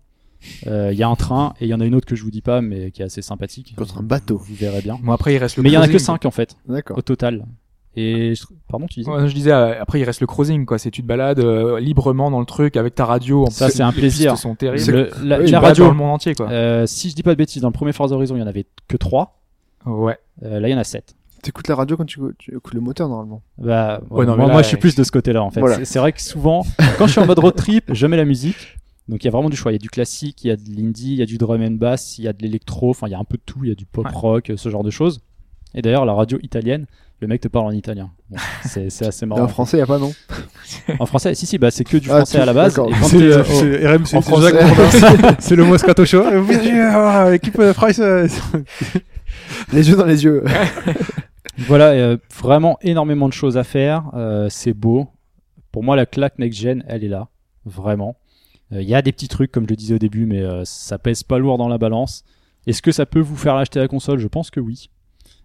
Speaker 4: Euh, Il y a un train et il y en a une autre que je vous dis pas, mais qui est assez sympathique.
Speaker 6: Contre un bateau.
Speaker 4: Vous verrez bien.
Speaker 5: Bon, après, il reste le
Speaker 4: Mais il y en a que
Speaker 5: crossing.
Speaker 4: 5 en fait,
Speaker 6: D'accord.
Speaker 4: au total. Et je- pardon, tu disais.
Speaker 5: Ouais, non, je disais, euh, après, il reste le crossing, quoi. C'est tu te balades euh, librement dans le truc avec ta radio. En
Speaker 4: Ça,
Speaker 5: plus,
Speaker 4: c'est un
Speaker 5: les pistes
Speaker 4: plaisir.
Speaker 5: sont terribles.
Speaker 6: C'est-
Speaker 4: Le- la,
Speaker 6: oui,
Speaker 4: la
Speaker 5: Tu te balades
Speaker 4: radio,
Speaker 5: Dans le monde entier, quoi.
Speaker 4: euh, si je dis pas de bêtises, dans le premier Forza Horizon, il y en avait que 3.
Speaker 5: Ouais.
Speaker 4: là, il y en a 7.
Speaker 6: T'écoutes la radio quand tu, tu écoutes le moteur normalement.
Speaker 4: Bah,
Speaker 5: Ouais, non, mais
Speaker 4: moi,
Speaker 5: là,
Speaker 4: moi, je suis
Speaker 5: euh,
Speaker 4: plus de ce côté-là, en fait.
Speaker 6: Voilà.
Speaker 4: C'est- C'est vrai que souvent, quand je suis en mode road trip, je mets la musique. Donc, il y a vraiment du choix. Il y a du classique, il y a de l'indie, il y a du drum and bass, il y a de l'électro, enfin, il y a un peu de tout. Il y a du pop
Speaker 5: Ouais.
Speaker 4: rock, euh, ce genre de choses. Et d'ailleurs, la radio italienne, le mec te parle en italien. Bon, c'est c'est assez
Speaker 6: En
Speaker 4: marrant.
Speaker 6: français, y a pas non.
Speaker 4: en français, si, si, bah, c'est que du
Speaker 6: Ah,
Speaker 4: français
Speaker 6: tout-
Speaker 4: à la base.
Speaker 6: d'accord.
Speaker 4: Et quand
Speaker 3: C'est
Speaker 4: t'es, euh,
Speaker 3: euh,
Speaker 4: au-
Speaker 3: c'est RMC, c'est
Speaker 6: français.
Speaker 3: Jacques Bourdin. C'est le Moscato Show. Euh, oui, euh, Équipe euh, Fry, ça- ça-
Speaker 6: Les yeux dans les yeux.
Speaker 4: Voilà, euh, vraiment énormément de choses à faire. euh, c'est beau. Pour moi, la claque next-gen, elle est là. Vraiment. Euh, Il y a des petits trucs, comme je le disais au début, mais euh, ça pèse pas lourd dans la balance. Est-ce que ça peut vous faire l'acheter la console Je pense que oui.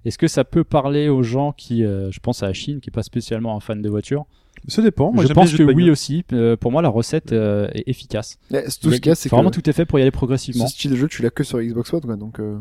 Speaker 4: Est-ce que ça peut parler aux gens qui, euh, je pense à Chine, qui est pas spécialement un fan de voiture
Speaker 3: Ça dépend. Moi, j'aime
Speaker 4: Je
Speaker 3: bien
Speaker 4: pense
Speaker 3: les
Speaker 4: que
Speaker 3: jeux de
Speaker 4: oui
Speaker 3: bagnole.
Speaker 4: aussi. Euh, pour moi, la recette euh, est efficace.
Speaker 6: Ouais, c'est Eh, tout ce qu'il y a, c'est que
Speaker 4: Vraiment, tout est fait pour y aller progressivement.
Speaker 6: ce style de jeu, tu l'as que sur Xbox One, quoi. Donc, euh,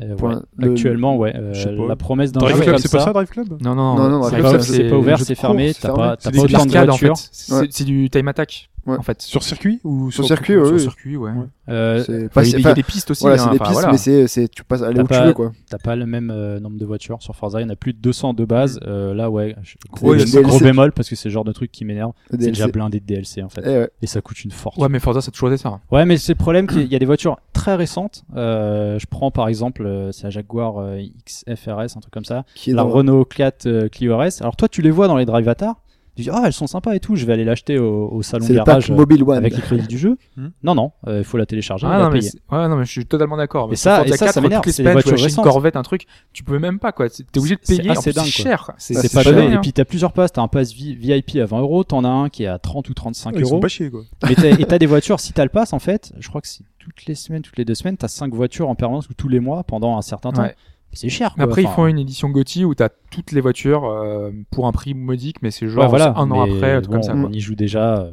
Speaker 4: Euh,
Speaker 6: pour
Speaker 4: ouais.
Speaker 6: un- le-
Speaker 4: Actuellement, ouais. euh,
Speaker 3: Je sais pas.
Speaker 4: la promesse d'un
Speaker 3: Drive
Speaker 4: jeu
Speaker 3: Club,
Speaker 4: comme
Speaker 3: c'est pas
Speaker 4: ça,
Speaker 3: ça, Drive Club
Speaker 5: Non, non,
Speaker 6: Non, non,
Speaker 5: c'est
Speaker 6: Drive
Speaker 5: pas-
Speaker 6: Club,
Speaker 4: c'est pas ouvert, c'est fermé.
Speaker 6: course,
Speaker 4: T'as
Speaker 6: fermé.
Speaker 4: pas, t'as
Speaker 5: C'est
Speaker 4: pas
Speaker 5: des
Speaker 4: autant de
Speaker 5: arcades, en fait.
Speaker 4: voitures.
Speaker 5: C'est c'est du time attack.
Speaker 6: Ouais.
Speaker 5: En fait.
Speaker 3: Sur circuit ou
Speaker 6: Sur circuit, ouais,
Speaker 5: Sur
Speaker 6: oui.
Speaker 5: circuit, ouais.
Speaker 4: Euh,
Speaker 6: c'est
Speaker 5: Enfin,
Speaker 6: pas.
Speaker 5: il y
Speaker 6: c'est-
Speaker 5: a- il y a
Speaker 6: enfin,
Speaker 5: des pistes aussi.
Speaker 6: Voilà,
Speaker 5: hein,
Speaker 6: c'est des
Speaker 5: enfin,
Speaker 6: pistes,
Speaker 5: voilà.
Speaker 6: mais c'est, euh, c'est, tu passes aller
Speaker 4: T'as
Speaker 6: où tu
Speaker 4: pas-
Speaker 6: veux, quoi.
Speaker 4: T'as pas le même euh, nombre de voitures sur Forza, il y en a plus de 200 de base. Euh, là, ouais, je- gros,
Speaker 6: Mm. le
Speaker 4: gros
Speaker 6: DLC.
Speaker 4: bémol parce que c'est le genre de truc qui m'énerve.
Speaker 6: Le
Speaker 4: C'est
Speaker 6: DLC.
Speaker 4: déjà blindé de DLC en fait,
Speaker 6: Eh ouais.
Speaker 4: et ça coûte une fortune.
Speaker 5: Ouais, mais Forza, ça te choisit ça.
Speaker 4: Ouais, mais c'est le problème qu'il y a des voitures très récentes. Euh, je prends par exemple, euh, c'est la Jaguar euh, XFRS, un truc comme ça,
Speaker 6: Qui est
Speaker 4: la
Speaker 6: dans-
Speaker 4: Renault 4 euh, Clio RS. Alors toi, tu les vois dans les drive avatars, tu dis ah elles sont sympas et tout, je vais aller l'acheter au, au salon
Speaker 6: C'est le pack
Speaker 4: garage euh,
Speaker 6: Mobile One.
Speaker 4: avec les crédits du jeu.
Speaker 3: Hmm.
Speaker 4: Non non, euh, il faut la télécharger.
Speaker 5: Ah
Speaker 4: la
Speaker 5: non, mais
Speaker 4: payer.
Speaker 5: c'est- ouais, non, mais je suis totalement d'accord. Parce que
Speaker 4: ça-
Speaker 5: quand
Speaker 4: et
Speaker 5: t'as
Speaker 4: ça,
Speaker 5: quatre,
Speaker 4: ça m'énerve,
Speaker 5: toutes les
Speaker 4: c'est des
Speaker 5: semaines, tu vas
Speaker 4: voitures
Speaker 5: acheter une
Speaker 4: récentes.
Speaker 5: Corvette, un truc, tu peux même pas, quoi. C'est- T'es obligé de
Speaker 4: C'est
Speaker 5: payer. en
Speaker 4: assez
Speaker 5: plus,
Speaker 4: dingue,
Speaker 5: C'est
Speaker 4: quoi.
Speaker 5: cher.
Speaker 6: Ah,
Speaker 4: Bah, C'est
Speaker 6: c'est
Speaker 4: pas
Speaker 6: cher,
Speaker 4: cher.
Speaker 5: hein.
Speaker 4: Et puis t'as plusieurs passes. T'as un pass vi- VIP à 20 euros. T'en as un qui est à 30 ou 35
Speaker 3: Ah, Ils sont
Speaker 4: euros.
Speaker 3: pas chiés, quoi.
Speaker 4: Mais t'as- et t'as des voitures. Si t'as le pass, en fait, je crois que c'est toutes les semaines, toutes les deux semaines, t'as 5 voitures en permanence ou tous les mois pendant un certain temps.
Speaker 5: Ouais.
Speaker 4: C'est cher. Quoi.
Speaker 5: Mais Après, ils
Speaker 4: Enfin,
Speaker 5: font une édition GOTY où t'as toutes les voitures euh, pour un prix modique, mais c'est genre
Speaker 4: ouais, voilà.
Speaker 5: c'est un an
Speaker 4: Mais
Speaker 5: après, un truc
Speaker 4: bon,
Speaker 5: comme ça.
Speaker 4: On y joue déjà. euh,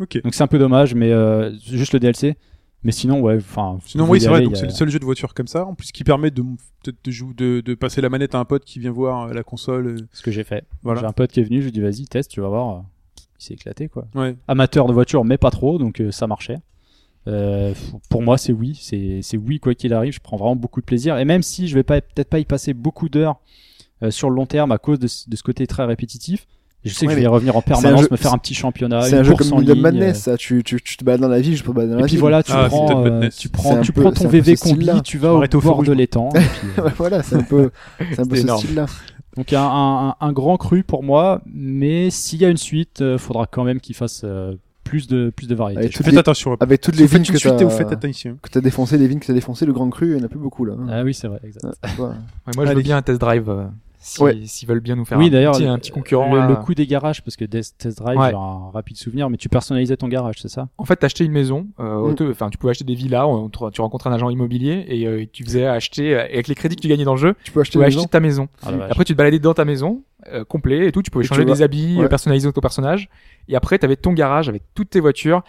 Speaker 3: Ok.
Speaker 4: Donc c'est un peu dommage, mais euh, juste le DLC. Mais sinon, ouais. Enfin.
Speaker 3: Sinon,
Speaker 4: vous
Speaker 3: oui,
Speaker 4: y euh,
Speaker 3: c'est vrai,
Speaker 4: allez,
Speaker 3: donc
Speaker 4: il y a-
Speaker 3: c'est le seul jeu de voiture comme ça, en plus qui permet de peut-être de, jouer- de, de passer la manette à un pote qui vient voir euh, la console. euh,
Speaker 4: ce que j'ai fait.
Speaker 3: Voilà.
Speaker 4: J'ai un pote qui est venu. Je lui ai dit vas-y, teste. Tu vas voir. Il s'est éclaté, quoi.
Speaker 3: Ouais.
Speaker 4: amateur de voiture, mais pas trop, donc euh, ça marchait. Euh, f- pour moi, c'est oui, c'est c'est oui quoi qu'il arrive. Je prends vraiment beaucoup de plaisir, et même si je vais pas peut-être pas y passer beaucoup d'heures euh, sur le long terme à cause de, ce- de ce côté très répétitif, je sais que
Speaker 6: Ouais,
Speaker 4: je vais y revenir en
Speaker 6: un
Speaker 4: permanence,
Speaker 6: jeu-
Speaker 4: me faire un petit championnat,
Speaker 6: C'est
Speaker 4: une
Speaker 6: un jeu
Speaker 4: course en
Speaker 6: comme Midnight
Speaker 4: ligne,
Speaker 6: Madness, ça. Tu, tu, tu te balades dans la ville, je peux balader dans
Speaker 4: euh, Et
Speaker 6: la
Speaker 4: puis
Speaker 6: ville.
Speaker 4: voilà, tu
Speaker 3: Ah, c'est
Speaker 4: prends,
Speaker 3: peut-être
Speaker 4: euh,
Speaker 3: madness.
Speaker 4: tu prends, tu
Speaker 6: C'est un peu-
Speaker 4: prends
Speaker 6: c'est
Speaker 4: ton
Speaker 6: un peu
Speaker 4: VV
Speaker 6: ce style-là.
Speaker 4: combi, tu vas
Speaker 3: Faut
Speaker 4: au
Speaker 3: arrêter au feu
Speaker 4: bord
Speaker 3: rouge,
Speaker 4: de
Speaker 3: quoi.
Speaker 4: l'étang. et puis, euh,
Speaker 6: voilà, c'est un peu, c'est un peu
Speaker 5: C'est
Speaker 6: ce
Speaker 5: énorme.
Speaker 6: style-là.
Speaker 4: Donc un, un, un grand cru pour moi, mais s'il y a une suite, euh, faudra quand même qu'il fasse euh, plus de, plus de variété.
Speaker 6: Avec
Speaker 4: je
Speaker 6: toutes
Speaker 3: Faites
Speaker 6: les-
Speaker 3: attention. hein.
Speaker 6: Avec toutes
Speaker 3: Si
Speaker 6: les
Speaker 3: vous faites
Speaker 6: vignes
Speaker 3: une
Speaker 6: que
Speaker 3: suite et vous
Speaker 6: t'as
Speaker 3: faites attention.
Speaker 6: que t'as défoncé, les vignes que t'as défoncé, le grand cru, il y en a plus beaucoup là.
Speaker 4: crois. Ah oui, c'est vrai, exact.
Speaker 6: Ouais, tu vois.
Speaker 5: Ouais, moi, je
Speaker 3: Allez.
Speaker 5: veux bien un test drive. euh, si- S'ils
Speaker 6: Ouais.
Speaker 5: veulent bien nous faire
Speaker 4: oui,
Speaker 5: un,
Speaker 4: d'ailleurs,
Speaker 5: petit,
Speaker 4: le-
Speaker 5: un petit concurrent. euh,
Speaker 4: Le,
Speaker 5: là.
Speaker 4: le coût des garages, parce que Death Test Drive,
Speaker 5: Ouais.
Speaker 4: j'ai un rapide souvenir, mais tu personnalisais ton garage, c'est ça
Speaker 5: En fait, t'achetais une maison, euh,
Speaker 6: Mm.
Speaker 5: auto- enfin, tu pouvais acheter des villas, on- on- tu rencontres un agent immobilier et euh, tu faisais acheter, euh, avec les crédits que tu gagnais dans le jeu,
Speaker 6: Tu peux
Speaker 5: tu
Speaker 6: acheter
Speaker 5: pouvais
Speaker 6: des
Speaker 5: acheter
Speaker 6: gens.
Speaker 5: ta maison.
Speaker 4: Ah, la vache.
Speaker 5: Après, tu te baladais dans ta maison, euh, complet et tout. Tu pouvais
Speaker 6: Et tu
Speaker 5: changer
Speaker 6: vois-
Speaker 5: des habits,
Speaker 6: ouais.
Speaker 5: euh, personnaliser ton personnage. Et après, t'avais ton garage avec toutes tes voitures.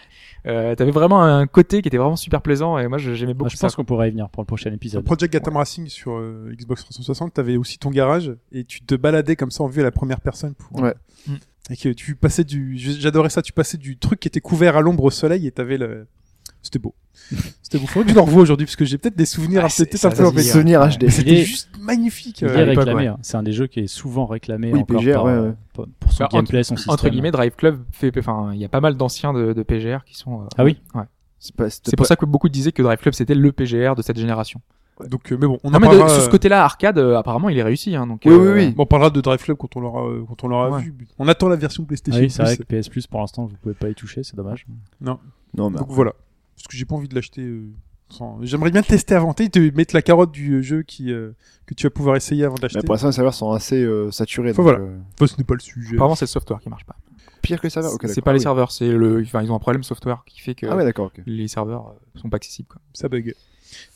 Speaker 5: Euh, t'avais vraiment un côté qui était vraiment super plaisant. Et moi, je- j'aimais beaucoup
Speaker 4: Ah, je
Speaker 5: ça.
Speaker 4: pense qu'on pourrait y venir pour le prochain
Speaker 3: Sur
Speaker 4: épisode.
Speaker 3: Project Gotham Racing sur euh, Xbox 360, t'avais aussi ton garage et tu te baladais comme ça en vue à la première personne pour. euh,
Speaker 6: Ouais.
Speaker 5: Mm.
Speaker 3: Et que tu passais du, j'adorais ça, tu passais du truc qui était couvert à l'ombre au soleil et t'avais le, c'était beau. c'était beau. Faudrait que je le revoie aujourd'hui parce que j'ai peut-être des souvenirs,
Speaker 5: Ah,
Speaker 3: un-
Speaker 5: c'est-
Speaker 3: peut-être
Speaker 5: ça
Speaker 3: un peu
Speaker 5: se
Speaker 3: embêtants.
Speaker 6: Des
Speaker 5: dit,
Speaker 6: souvenirs HD.
Speaker 4: Il
Speaker 3: C'était
Speaker 4: est-
Speaker 3: juste magnifique.
Speaker 4: Il
Speaker 3: euh,
Speaker 4: est
Speaker 3: à l'époque.
Speaker 4: réclamé, hein. c'est un des jeux qui est souvent réclamé
Speaker 6: Oui,
Speaker 4: encore
Speaker 6: PGR,
Speaker 4: par,
Speaker 6: ouais,
Speaker 4: euh,
Speaker 6: ouais.
Speaker 4: pour- pour son
Speaker 5: Bah, entre-
Speaker 4: gameplay, son système.
Speaker 5: Entre guillemets, Drive Club fait, enfin, il y a pas mal d'anciens de, de PGR qui sont. euh,
Speaker 4: Ah oui
Speaker 5: ouais.
Speaker 6: C'est pas- c'était
Speaker 5: C'est
Speaker 6: pas-
Speaker 5: pour ça que beaucoup disaient que Drive Club c'était le PGR de cette génération.
Speaker 3: Donc, euh, mais bon, on
Speaker 5: Non,
Speaker 3: en
Speaker 5: Ah, mais de-
Speaker 3: parlera.
Speaker 5: sur
Speaker 3: euh,
Speaker 5: ce côté-là, arcade, euh, apparemment, il est réussi. Hein, donc,
Speaker 6: Oui,
Speaker 5: euh,
Speaker 6: oui, oui.
Speaker 3: on parlera de Drive Club quand on l'aura, euh, quand on l'aura
Speaker 5: Ouais.
Speaker 3: vu. On attend la version
Speaker 4: Ah
Speaker 3: PlayStation.
Speaker 4: oui, c'est
Speaker 3: Plus.
Speaker 4: vrai que PS Plus pour l'instant, vous pouvez pas y toucher, c'est dommage.
Speaker 6: Non, mais
Speaker 3: Donc voilà. Parce que j'ai pas envie de l'acheter. euh, sans- J'aimerais bien le tester avant. Tu sais, te mettre la carotte du euh, jeu qui, euh, que tu vas pouvoir essayer avant d'acheter.
Speaker 6: mais pour l'instant, les serveurs sont assez euh, saturés.
Speaker 3: Enfin,
Speaker 6: donc,
Speaker 3: voilà.
Speaker 6: euh,
Speaker 3: Enfin, ce n'est pas le sujet.
Speaker 5: Apparemment, c'est le software qui marche pas.
Speaker 6: Pire que les serveurs. ok,
Speaker 5: c'est
Speaker 6: d'accord.
Speaker 5: pas les
Speaker 6: Ah oui.
Speaker 5: serveurs, c'est le. Enfin, ils ont un problème software qui fait que
Speaker 6: Ah ouais, d'accord. ok.
Speaker 5: les serveurs euh, sont pas accessibles. Quoi.
Speaker 3: Ça bug.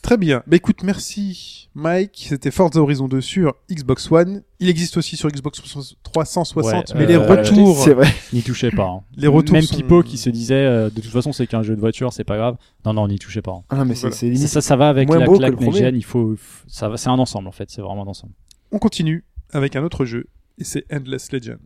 Speaker 3: Très bien. Bah écoute, merci Mike. C'était Forza Horizon 2 sur Xbox One. Il existe aussi sur Xbox 360,
Speaker 4: Ouais,
Speaker 3: mais
Speaker 4: euh,
Speaker 3: les
Speaker 4: voilà.
Speaker 3: retours,
Speaker 6: C'est vrai.
Speaker 4: N'y touchez pas. hein.
Speaker 3: les retours
Speaker 4: Même
Speaker 3: sont-
Speaker 4: Pipo qui se disait, euh, de toute façon, c'est qu'un jeu de voiture, c'est pas grave. Non, non, n'y touchez pas. hein.
Speaker 6: Ah non, mais c'est
Speaker 3: Voilà.
Speaker 6: c'est
Speaker 4: Ça,
Speaker 6: limite.
Speaker 4: ça, ça va avec
Speaker 6: Moins
Speaker 4: la
Speaker 6: beau que
Speaker 4: claque
Speaker 6: le premier.
Speaker 4: next-gen, il faut, f- ça va, c'est un ensemble en fait, c'est vraiment un ensemble.
Speaker 3: On continue avec un autre jeu et c'est Endless Legend.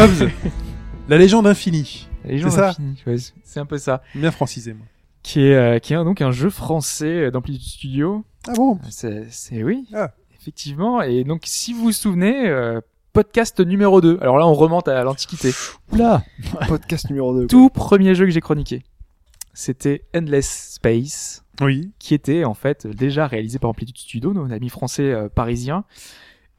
Speaker 3: Hobbs, la légende infinie.
Speaker 5: Les
Speaker 3: C'est ça.
Speaker 5: infinis, ouais, c'est- c'est un peu ça.
Speaker 3: Bien francisé, moi.
Speaker 5: Qui est, euh, qui est un- donc un jeu français euh, d'Amplitude Studio.
Speaker 3: Ah bon
Speaker 5: C'est c'est- oui,
Speaker 3: Ah.
Speaker 5: effectivement. Et donc, si vous vous souvenez, euh, podcast numéro 2. Alors là, on remonte à l'Antiquité.
Speaker 4: Oula
Speaker 6: Podcast numéro 2.
Speaker 5: Tout premier jeu que j'ai chroniqué, c'était Endless Space,
Speaker 3: Oui.
Speaker 5: qui était en fait déjà réalisé par Amplitude Studio, nos amis français euh, parisiens.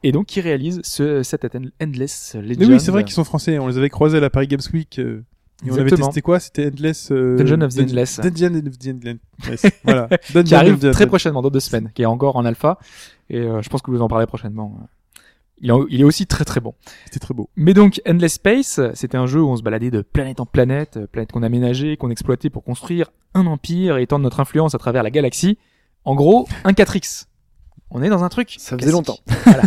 Speaker 5: Et donc, qui réalise ce, cette End- Endless Legend. euh,
Speaker 3: Mais oui, c'est vrai qu'ils sont français. On les avait croisés à la Paris Games Week. euh, et on avait
Speaker 5: Exactement.
Speaker 3: testé quoi C'était Endless. euh,
Speaker 5: Dungeon of the
Speaker 3: Dun-
Speaker 5: Endless.
Speaker 3: Dungeon of the Endless. voilà. Dungeon of
Speaker 5: qui arrive
Speaker 3: the Endless.
Speaker 5: très prochainement, dans deux semaines, qui est encore en alpha. Et euh, je pense que vous en parlerez prochainement. Il, en- il est aussi très très bon.
Speaker 3: C'était très beau.
Speaker 5: Mais donc, Endless Space, c'était un jeu où on se baladait de planète en planète, euh, planète qu'on aménageait, qu'on exploitait pour construire un empire et étendre notre influence à travers la galaxie. En gros, un 4X. On est dans un truc.
Speaker 6: Ça faisait longtemps.
Speaker 5: Voilà.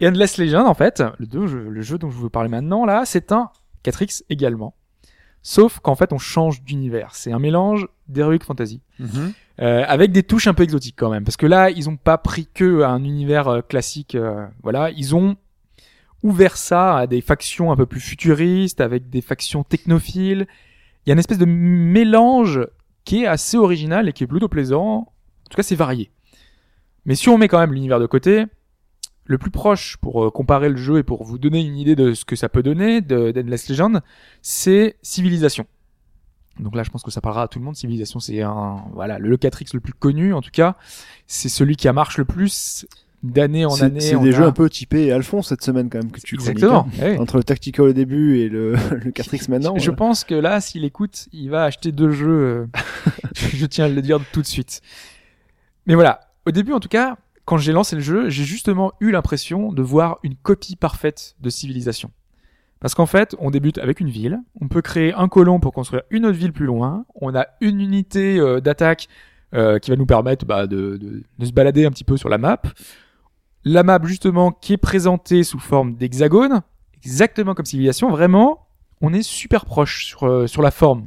Speaker 5: Et Endless Legend, en fait, le, deux- le jeu dont je vous parle maintenant, là, c'est un 4X également. Sauf qu'en fait, on change d'univers. C'est un mélange d'Heroic Fantasy.
Speaker 6: Mhm.
Speaker 5: Euh, avec des touches un peu exotiques quand même, parce que là, ils ont pas pris que un univers euh, classique. euh, voilà, ils ont ouvert ça à des factions un peu plus futuristes, avec des factions technophiles. Il y a une espèce de mélange qui est assez original et qui est plutôt plaisant. En tout cas, c'est varié. Mais si on met quand même l'univers de côté, le plus proche pour euh, comparer le jeu et pour vous donner une idée de ce que ça peut donner de- d'Endless Legend, c'est Civilisation. Donc là, je pense que ça parlera à tout le monde. Civilisation, c'est un, voilà, le 4X le plus connu, en tout cas. C'est celui qui a marche le plus d'année en
Speaker 6: C'est-
Speaker 5: année.
Speaker 6: C'est
Speaker 5: on
Speaker 6: des
Speaker 5: a-
Speaker 6: jeux un peu typés Alphonse cette semaine quand même que tu chroniques,
Speaker 5: Exactement.
Speaker 6: hein.
Speaker 5: Eh oui.
Speaker 6: Entre le Tactical au début et le, le 4X maintenant.
Speaker 5: Je
Speaker 6: euh,
Speaker 5: pense que là, s'il écoute, il va acheter deux jeux. euh, je tiens à le dire tout de suite. Mais voilà. Au début, en tout cas, quand j'ai lancé le jeu, j'ai justement eu l'impression de voir une copie parfaite de Civilisation. Parce qu'en fait, on débute avec une ville, on peut créer un colon pour construire une autre ville plus loin, on a une unité euh, d'attaque euh, qui va nous permettre bah, de, de- de se balader un petit peu sur la map. La map, justement, qui est présentée sous forme d'hexagone, exactement comme Civilisation, vraiment, on est super proche sur, euh, sur la forme.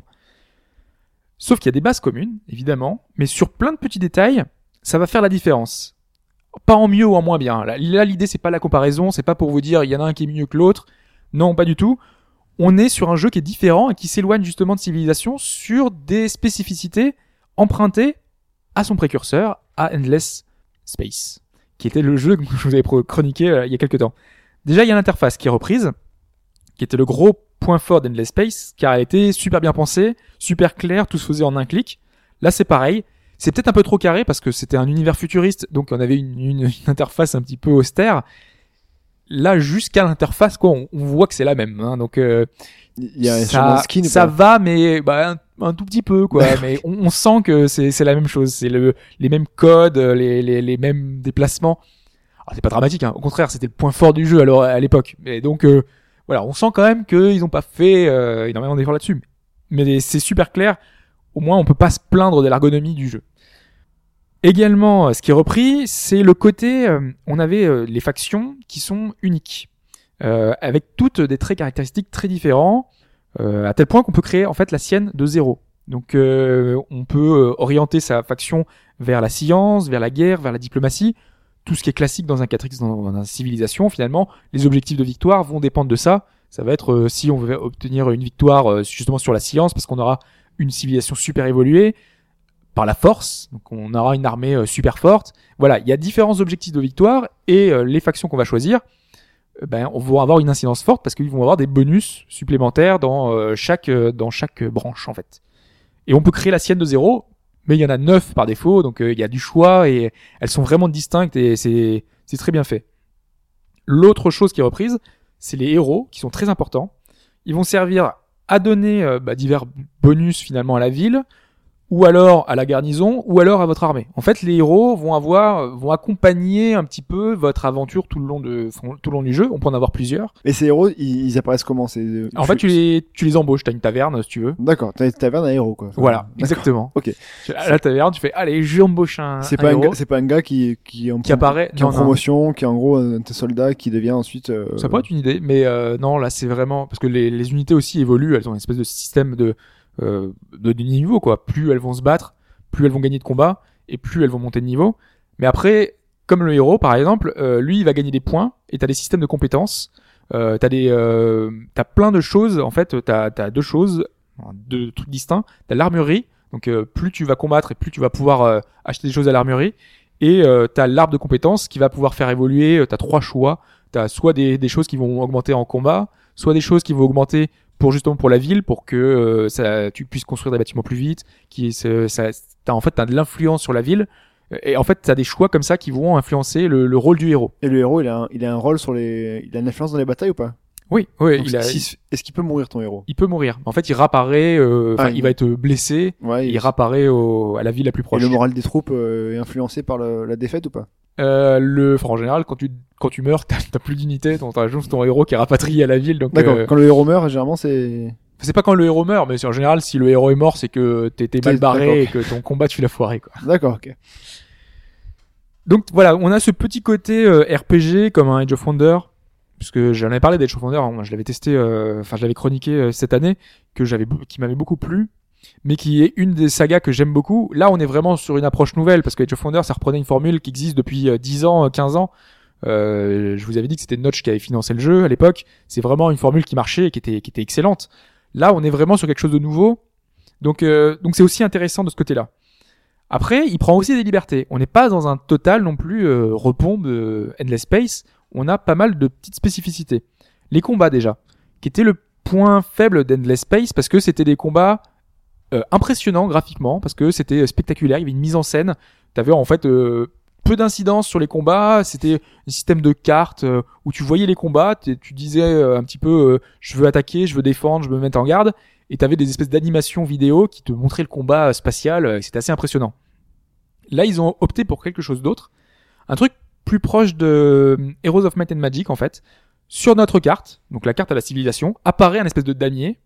Speaker 5: Sauf qu'il y a des bases communes, évidemment, mais sur plein de petits détails, ça va faire la différence. pas en mieux ou en moins bien. Là, là, l'idée, c'est pas la comparaison, c'est pas pour vous dire il y en a un qui est mieux que l'autre. Non, pas du tout. On est sur un jeu qui est différent et qui s'éloigne justement de civilisation sur des spécificités empruntées à son précurseur, à Endless Space, qui était le jeu que je vous avais pro- chroniqué euh, il y a quelques temps. Déjà, il y a l'interface qui est reprise, qui était le gros point fort d'Endless Space, car elle était super bien pensée, super claire, tout se faisait en un clic. Là, c'est pareil. C'est peut-être un peu trop carré parce que c'était un univers futuriste, donc on avait une, une- une interface un petit peu austère. Là, jusqu'à l'interface, quoi, on, on voit que c'est la même. hein, donc, euh,
Speaker 6: Il y a un changement
Speaker 5: ça,
Speaker 6: de skin. ou
Speaker 5: ça
Speaker 6: pas
Speaker 5: va, mais bah, un, un tout petit peu, quoi. mais on, on sent que c'est c'est la même chose. C'est le, les mêmes codes, les, les, les mêmes déplacements. Alors, c'est pas dramatique, hein. au contraire, c'était le point fort du jeu alors, à l'époque. Mais donc, euh, voilà, on sent quand même qu'ils ont pas fait euh, énormément d'efforts là-dessus. Mais c'est super clair. Au moins, on peut pas se plaindre de l'ergonomie du jeu. Également, euh, ce qui est repris, c'est le côté, euh, on avait euh, les factions qui sont uniques, euh, avec toutes des traits caractéristiques très différents, euh, à tel point qu'on peut créer en fait la sienne de zéro. Donc euh, on peut euh, orienter sa faction vers la science, vers la guerre, vers la diplomatie, tout ce qui est classique dans un 4X, dans, dans une civilisation finalement. Les objectifs de victoire vont dépendre de ça. Ça va être euh, si on veut obtenir une victoire euh, justement sur la science, parce qu'on aura une civilisation super évoluée par la force, donc on aura une armée euh, super forte. Voilà, il y a différents objectifs de victoire et euh, les factions qu'on va choisir euh, ben, on vont avoir une incidence forte parce qu'ils vont avoir des bonus supplémentaires dans euh, chaque euh, dans chaque euh, branche en fait. Et on peut créer la sienne de zéro, mais il y en a neuf par défaut, donc euh, il y a du choix et elles sont vraiment distinctes et c'est c'est très bien fait. L'autre chose qui est reprise, c'est les héros qui sont très importants. Ils vont servir à donner euh, bah, divers bonus finalement à la ville ou alors à la garnison ou alors à votre armée. En fait, les héros vont avoir euh, vont accompagner un petit peu votre aventure tout le long de tout le long du jeu. On peut en avoir plusieurs.
Speaker 6: Et ces héros, ils, ils apparaissent comment c'est, euh,
Speaker 5: En
Speaker 6: je-
Speaker 5: fait, tu les, tu les embauches. T'as une taverne, si tu veux.
Speaker 6: D'accord, t'as une taverne à héros, quoi. Enfin,
Speaker 5: Voilà,
Speaker 6: Ah, d'accord.
Speaker 5: exactement.
Speaker 6: Ok.
Speaker 5: Tu- À la taverne, tu fais, allez, j'embauche un,
Speaker 6: C'est
Speaker 5: Hein, un
Speaker 6: pas, un
Speaker 5: héros
Speaker 6: gars- c'est pas un gars qui, qui est en,
Speaker 5: qui apparaît.
Speaker 6: qui est en
Speaker 5: Non, non.
Speaker 6: promotion, qui est en gros un soldat qui devient ensuite. euh,
Speaker 5: Ça pourrait être une idée, mais euh, non, là, c'est vraiment parce que les, les unités aussi évoluent. Elles ont une espèce de système de euh, de, de niveau, quoi. Plus elles vont se battre, plus elles vont gagner de combat et plus elles vont monter de niveau. Mais après, comme le héros, par exemple, euh, lui, il va gagner des points et t'as des systèmes de compétences. Euh, t'as des, euh, t'as plein de choses. En fait, t'as t'as deux choses, deux trucs distincts. T'as l'armurerie, donc euh, plus tu vas combattre et plus tu vas pouvoir euh, acheter des choses à l'armurerie. Et euh, t'as l'arbre de compétences qui va pouvoir faire évoluer. Euh, T'as trois choix. T'as soit des, des choses qui vont augmenter en combat, soit des choses qui vont augmenter pour justement pour la ville, pour que euh, ça, tu puisses construire des bâtiments plus vite. Qui ça, ça- t'as en fait t'as de l'influence sur la ville. Et en fait, t'as des choix comme ça qui vont influencer le, le rôle du héros.
Speaker 6: Et le héros, il a, un, il a un rôle sur les. Il a une influence dans les batailles ou pas
Speaker 5: Oui, oui,
Speaker 6: Donc,
Speaker 5: il, a-
Speaker 6: si- Est-ce qu'il peut mourir ton héros
Speaker 5: il peut mourir. En fait, il réapparaît. euh, enfin,
Speaker 6: Ah,
Speaker 5: il
Speaker 6: il-
Speaker 5: va être blessé.
Speaker 6: Ouais.
Speaker 5: et
Speaker 6: il-
Speaker 5: Il réapparaît au- à la ville la plus
Speaker 6: Et
Speaker 5: proche.
Speaker 6: le moral des troupes euh, est influencé par le- la défaite ou pas
Speaker 5: Euh, le, enfin, en général, quand tu quand tu meurs, t'as, t'as plus d'unité. donc T'as juste ton héros qui est rapatrié à la ville. Donc,
Speaker 6: D'accord.
Speaker 5: euh,
Speaker 6: Quand le héros meurt, généralement c'est.
Speaker 5: c'est pas quand le héros meurt, mais c'est en général, si le héros est mort, c'est que t'étais mal
Speaker 6: T'es-
Speaker 5: barré et que ton combat tu l'as foiré. Quoi.
Speaker 6: D'accord. Ok.
Speaker 5: Donc voilà, on a ce petit côté euh, RPG comme un Age of Wonder, puisque j'en avais parlé d'Age of Wonder, hein, je l'avais testé, euh, enfin je l'avais chroniqué euh, cette année, que j'avais, bou- qui m'avait beaucoup plu, mais qui est une des sagas que j'aime beaucoup. Là, on est vraiment sur une approche nouvelle, parce que Age of Wonder, ça reprenait une formule qui existe depuis euh, 10 ans, euh, 15 ans. Euh, je vous avais dit que c'était Notch qui avait financé le jeu à l'époque. C'est vraiment une formule qui marchait et qui était, qui était excellente. Là, on est vraiment sur quelque chose de nouveau. Donc, euh, donc c'est aussi intéressant de ce côté-là. Après, il prend aussi des libertés. On n'est pas dans un total non plus euh, repombe euh, Endless Space. On a pas mal de petites spécificités. Les combats déjà, qui était le point faible d'Endless Space parce que c'était des combats euh, impressionnants graphiquement, parce que c'était euh, spectaculaire, il y avait une mise en scène. T'avais en fait euh, peu d'incidence sur les combats. C'était un système de cartes euh, où tu voyais les combats, t'es- tu disais euh, un petit peu euh, je veux attaquer, je veux défendre, je veux me mettre en garde. Et t'avais des espèces d'animations vidéo qui te montraient le combat euh, spatial. euh, et C'était assez impressionnant. Là, ils ont opté pour quelque chose d'autre. Un truc plus proche de euh, Heroes of Might and Magic, en fait. Sur notre carte, donc la carte à la civilisation, apparaît un espèce de damier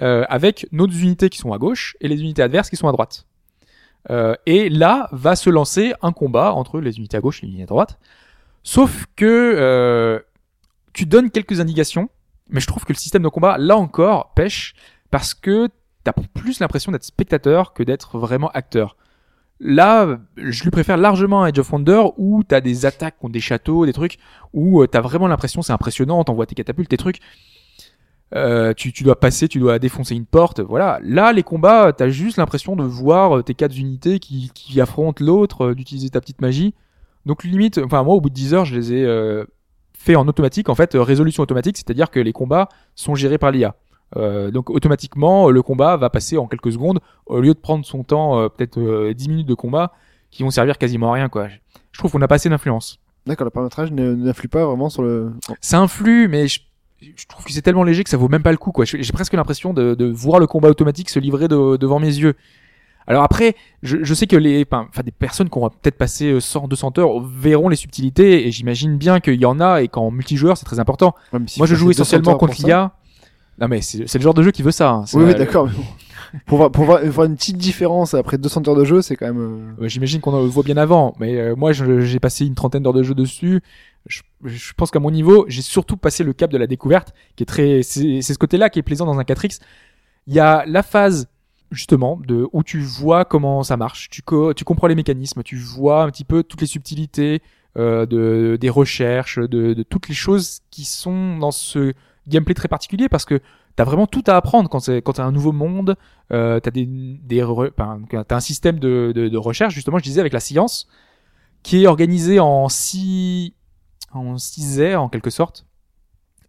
Speaker 5: euh, avec nos unités qui sont à gauche et les unités adverses qui sont à droite. Euh, et là, va se lancer un combat entre les unités à gauche et les unités à droite. Sauf que euh, tu donnes quelques indications, mais je trouve que le système de combat, là encore, pêche parce que t'as plus l'impression d'être spectateur que d'être vraiment acteur Là, je lui préfère largement à Age of Wonder où t'as des attaques contre des châteaux, des trucs où euh, t'as vraiment l'impression c'est impressionnant, t'envoies tes catapultes, tes trucs. Euh, tu, tu dois passer, tu dois défoncer une porte, voilà. Là, les combats, t'as juste l'impression de voir euh, tes quatre unités qui, qui affrontent l'autre, euh, d'utiliser ta petite magie. Donc limite, enfin moi, au bout de 10 heures, je les ai euh, fait en automatique, en fait, euh, résolution automatique, c'est-à-dire que les combats sont gérés par l'IA. Euh, donc automatiquement, euh, le combat va passer en quelques secondes, au lieu de prendre son temps, euh, peut-être euh, 10 minutes de combat, qui vont servir quasiment à rien, quoi. Je- Je trouve qu'on a pas assez d'influence
Speaker 6: D'accord, le paramétrage ne- n'influe pas vraiment sur le.
Speaker 5: ça influe, mais je, je trouve que c'est tellement léger que ça vaut même pas le coup. quoi. Je- J'ai presque l'impression de, de voir le combat automatique se livrer de- devant mes yeux. Alors après, je, je sais que les, enfin, enfin, des personnes qui auront peut-être passé euh, 100, 200 heures verront les subtilités et j'imagine bien qu'il y en a et qu'en multijoueur c'est très important.
Speaker 6: Ouais, mais si
Speaker 5: Moi,
Speaker 6: tu
Speaker 5: je
Speaker 6: passes
Speaker 5: joue
Speaker 6: 200
Speaker 5: essentiellement
Speaker 6: heures pour
Speaker 5: contre
Speaker 6: ça-
Speaker 5: l'IA. Non mais c'est c'est le genre de jeu qui veut ça. hein. C'est-
Speaker 6: Oui, oui,
Speaker 5: euh,
Speaker 6: d'accord. mais bon. pour, voir, pour voir, voir une petite différence après 200 heures de jeu, c'est quand même. euh,
Speaker 5: Euh, J'imagine qu'on en voit bien avant, mais euh, moi je- j'ai passé une trentaine d'heures de jeu dessus. Je, je pense qu'à mon niveau, j'ai surtout passé le cap de la découverte, qui est très, c'est c'est ce côté-là qui est plaisant dans un 4x. Il y a la phase justement de où tu vois comment ça marche, tu, co- tu comprends les mécanismes, tu vois un petit peu toutes les subtilités euh, de des recherches, de, de toutes les choses qui sont dans ce gameplay très particulier parce que t'as vraiment tout à apprendre quand c'est quand t'as un nouveau monde, euh, t'as des, des re- enfin, t'as un système de, de, de recherche justement je disais avec la science qui est organisé en six en six aires en quelque sorte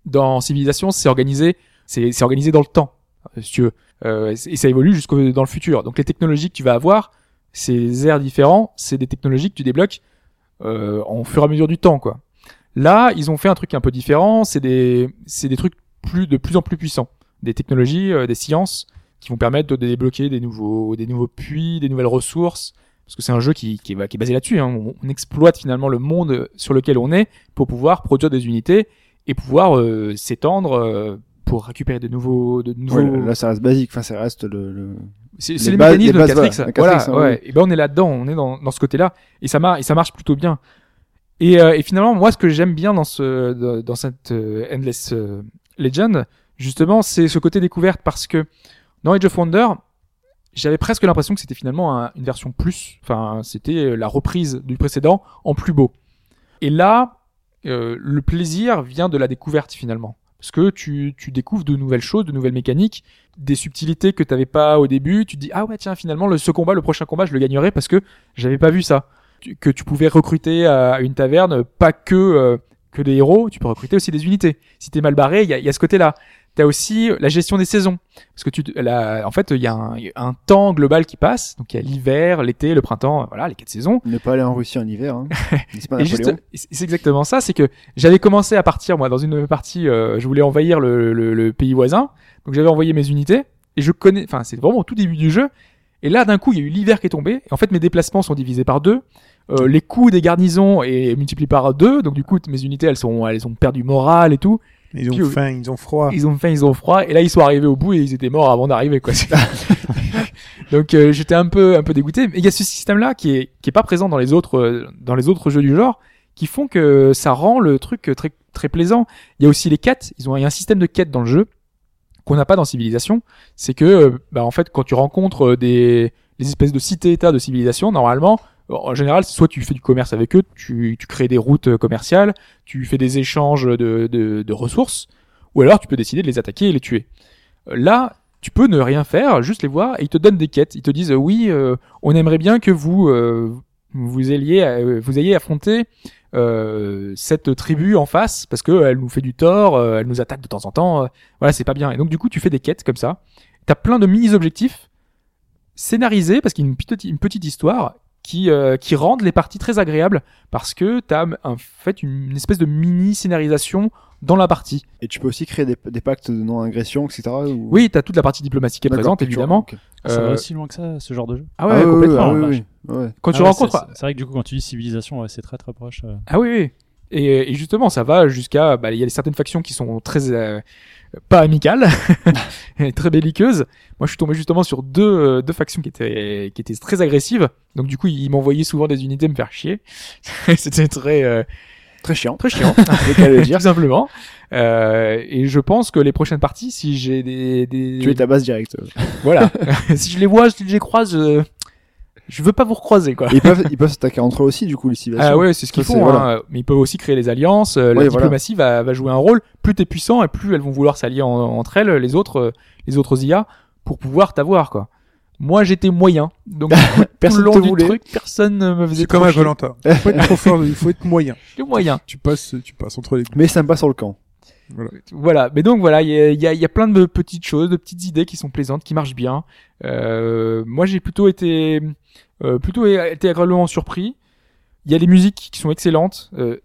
Speaker 5: dans civilisation c'est organisé c'est c'est organisé dans le temps euh, si tu veux Euh, et ça évolue jusqu'au dans le futur donc les technologies que tu vas avoir ces aires différents c'est des technologies que tu débloques euh, en fur et à mesure du temps quoi là ils ont fait un truc un peu différent c'est des c'est des trucs plus de plus en plus puissants des technologies euh, des sciences qui vont permettre de débloquer des nouveaux, des nouveaux puits, des nouvelles ressources. Parce que c'est un jeu qui, qui, est, qui est basé là-dessus. hein. On, on exploite finalement le monde sur lequel on est pour pouvoir produire des unités et pouvoir euh, s'étendre euh, pour récupérer de nouveaux, de nouveaux.
Speaker 6: ouais, là, ça reste basique. Enfin, ça reste le. le-
Speaker 5: C'est
Speaker 6: Les
Speaker 5: c'est les,
Speaker 6: bases-
Speaker 5: mécanismes
Speaker 6: les
Speaker 5: de
Speaker 6: bases,
Speaker 5: 4X.
Speaker 6: voilà,
Speaker 5: Voilà,
Speaker 6: la 4X, hein,
Speaker 5: ouais. Et ben on est là-dedans, on est dans, dans ce côté-là, et ça marche, et ça marche plutôt bien. Et, euh, et finalement, moi, ce que j'aime bien dans ce, dans- dans cette euh, Endless euh, Legend, justement, c'est ce côté découverte parce que dans Age of Wonder, j'avais presque l'impression que c'était finalement un- une version plus, enfin, c'était euh, la reprise du précédent en plus beau. Et là, euh, le plaisir vient de la découverte finalement. Parce que tu, tu découvres de nouvelles choses, de nouvelles mécaniques, des subtilités que t'avais pas au début. Tu te dis, ah ouais, tiens, finalement, le, ce combat, le prochain combat, je le gagnerai parce que j'avais pas vu ça. Tu- que tu pouvais recruter à une taverne, pas que, euh, que des héros, tu peux recruter aussi des unités. Si t'es mal barré, il y a, il y a ce côté-là. T'as aussi la gestion des saisons. Parce que tu, te- la, en fait, il y a un, un temps global qui passe. Donc il y a l'hiver, l'été, le printemps, voilà, les quatre saisons.
Speaker 6: Ne pas aller en Russie en hiver. Hein. N'est-ce pas
Speaker 5: Et
Speaker 6: Napoléon
Speaker 5: juste, c'est c'est exactement ça, c'est que j'avais commencé à partir, moi, dans une partie, euh, je voulais envahir le, le- le pays voisin, donc j'avais envoyé mes unités, et je connais, enfin, c'est vraiment au tout début du jeu, et là, d'un coup, il y a eu l'hiver qui est tombé, et en fait, mes déplacements sont divisés par deux, euh, les coûts des garnisons est multiplié par deux, donc du coup, mes unités, elles sont, elles ont perdu morale et tout,
Speaker 3: Ils
Speaker 5: Puis,
Speaker 3: ont
Speaker 5: euh,
Speaker 3: faim, ils ont froid.
Speaker 5: ils ont faim, ils ont froid, et là ils sont arrivés au bout et ils étaient morts avant d'arriver quoi. C'est- Donc euh, j'étais un peu un peu dégoûté. Mais il y a ce système là qui est qui est pas présent dans les autres euh, dans les autres jeux du genre, qui font que ça rend le truc très très plaisant. Il y a aussi les quêtes. Ils ont il y a un système de quêtes dans le jeu qu'on n'a pas dans Civilisation. C'est que euh, bah, en fait quand tu rencontres euh, des les espèces de cités-états de civilisation, normalement en général, soit tu fais du commerce avec eux, tu, tu crées des routes euh, commerciales, tu fais des échanges de, de, de ressources, ou alors tu peux décider de les attaquer et les tuer. Euh, Là, tu peux ne rien faire, juste les voir, et ils te donnent des quêtes. Ils te disent euh, oui, euh, on aimerait bien que vous euh, vous alliez euh, vous ayez affronté euh, cette tribu en face parce que elle nous fait du tort, euh, elle nous attaque de temps en temps. euh, voilà, c'est pas bien. Et donc du coup, tu fais des quêtes comme ça. T'as plein de mini objectifs scénarisés parce qu'il y a une petite, une petite histoire qui euh, qui rendent les parties très agréables parce que t'as en fait une espèce de mini scénarisation dans la partie.
Speaker 6: Et tu peux aussi créer des, des pactes de non-agression, etc. Ou...
Speaker 5: Oui, t'as toute la partie diplomatique qui est
Speaker 6: D'accord,
Speaker 5: présente,
Speaker 6: que tu-
Speaker 5: évidemment.
Speaker 6: ok.
Speaker 4: Ah, Ça va
Speaker 5: Euh,
Speaker 4: aussi loin que ça, ce genre de jeu.
Speaker 5: Ah ouais,
Speaker 6: Ah oui,
Speaker 5: complètement.
Speaker 6: oui,
Speaker 4: la
Speaker 6: oui, oui, ouais.
Speaker 5: Quand tu
Speaker 4: Ah ouais,
Speaker 5: rencontres...
Speaker 4: c'est- C'est vrai que du coup, quand tu dis civilisation, ouais, c'est très très proche. euh.
Speaker 5: Ah oui, oui. Et, et justement, ça va jusqu'à... bah, Il y a certaines factions qui sont très... euh, pas amicales, et très belliqueuses. Moi, je suis tombé justement sur deux, euh, deux factions qui étaient, qui étaient très agressives. Donc du coup, ils m'envoyaient souvent des unités me faire chier. C'était très... euh,
Speaker 6: Très chiant.
Speaker 5: très chiant.
Speaker 6: Dès qu'elle le dire,
Speaker 5: tout simplement. Euh, et je pense que les prochaines parties, si j'ai des... des...
Speaker 6: tu es ta base directe.
Speaker 5: Voilà. si je les vois, si je les croise, je, euh, je veux pas vous recroiser quoi.
Speaker 6: Et Ils peuvent, ils peuvent s'attaquer entre eux aussi, du coup, les civilisations.
Speaker 5: Ah ouais, c'est ce qu'ils
Speaker 6: Ça,
Speaker 5: font.
Speaker 6: c'est-
Speaker 5: hein. Mais ils peuvent aussi créer des alliances. euh, la
Speaker 6: Ouais, voilà.
Speaker 5: diplomatie va, va jouer un rôle. Plus t'es puissant et plus elles vont vouloir s'allier en- entre elles, les autres, euh, les autres IA, pour pouvoir t'avoir quoi. Moi j'étais moyen, donc tout
Speaker 6: Personne
Speaker 5: le long
Speaker 6: te
Speaker 5: du
Speaker 6: voulait.
Speaker 5: truc, personne ne me faisait.
Speaker 3: C'est comme
Speaker 5: trop
Speaker 3: à
Speaker 5: chier.
Speaker 3: Volanta. Il faut être trop fort, il faut être moyen.
Speaker 5: J'étais moyen.
Speaker 3: Tu passes, tu passes entre les.
Speaker 6: Mais sympa sur le camp.
Speaker 5: Voilà. Mais donc voilà, il y a, il y a- il y a plein de petites choses, de petites idées qui sont plaisantes, qui marchent bien. Euh, moi j'ai plutôt été, euh, plutôt été agréablement surpris. Il y a les musiques qui sont excellentes. Euh,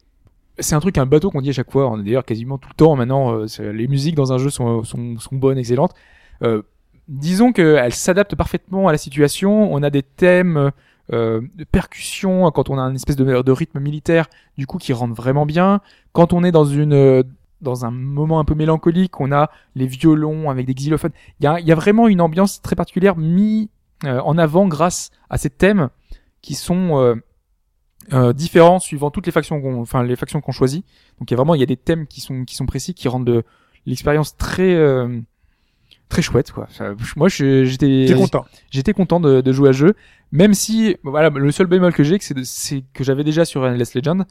Speaker 5: c'est un truc, un bateau qu'on dit à chaque fois. On est d'ailleurs quasiment tout le temps maintenant. euh, c'est- les musiques dans un jeu sont, sont, sont bonnes, excellentes. Euh, disons qu'elles s'adaptent parfaitement à la situation. On a des thèmes euh, de percussion quand on a une espèce de, de rythme militaire, du coup, qui rentre vraiment bien. Quand on est dans une euh, dans un moment un peu mélancolique, on a les violons avec des xylophones. Il y a, il y a vraiment une ambiance très particulière mise euh, en avant grâce à ces thèmes qui sont euh, euh, différents suivant toutes les factions qu'on enfin les factions qu'on choisit. Donc il y a vraiment il y a des thèmes qui sont qui sont précis qui rendent de l'expérience très euh, très chouette quoi. Ça- moi je- j'étais
Speaker 3: T'es content.
Speaker 5: j'étais content de, de jouer à ce jeu, même si voilà le seul bémol que j'ai, que c'est de- c'est que j'avais déjà sur Endless Legend,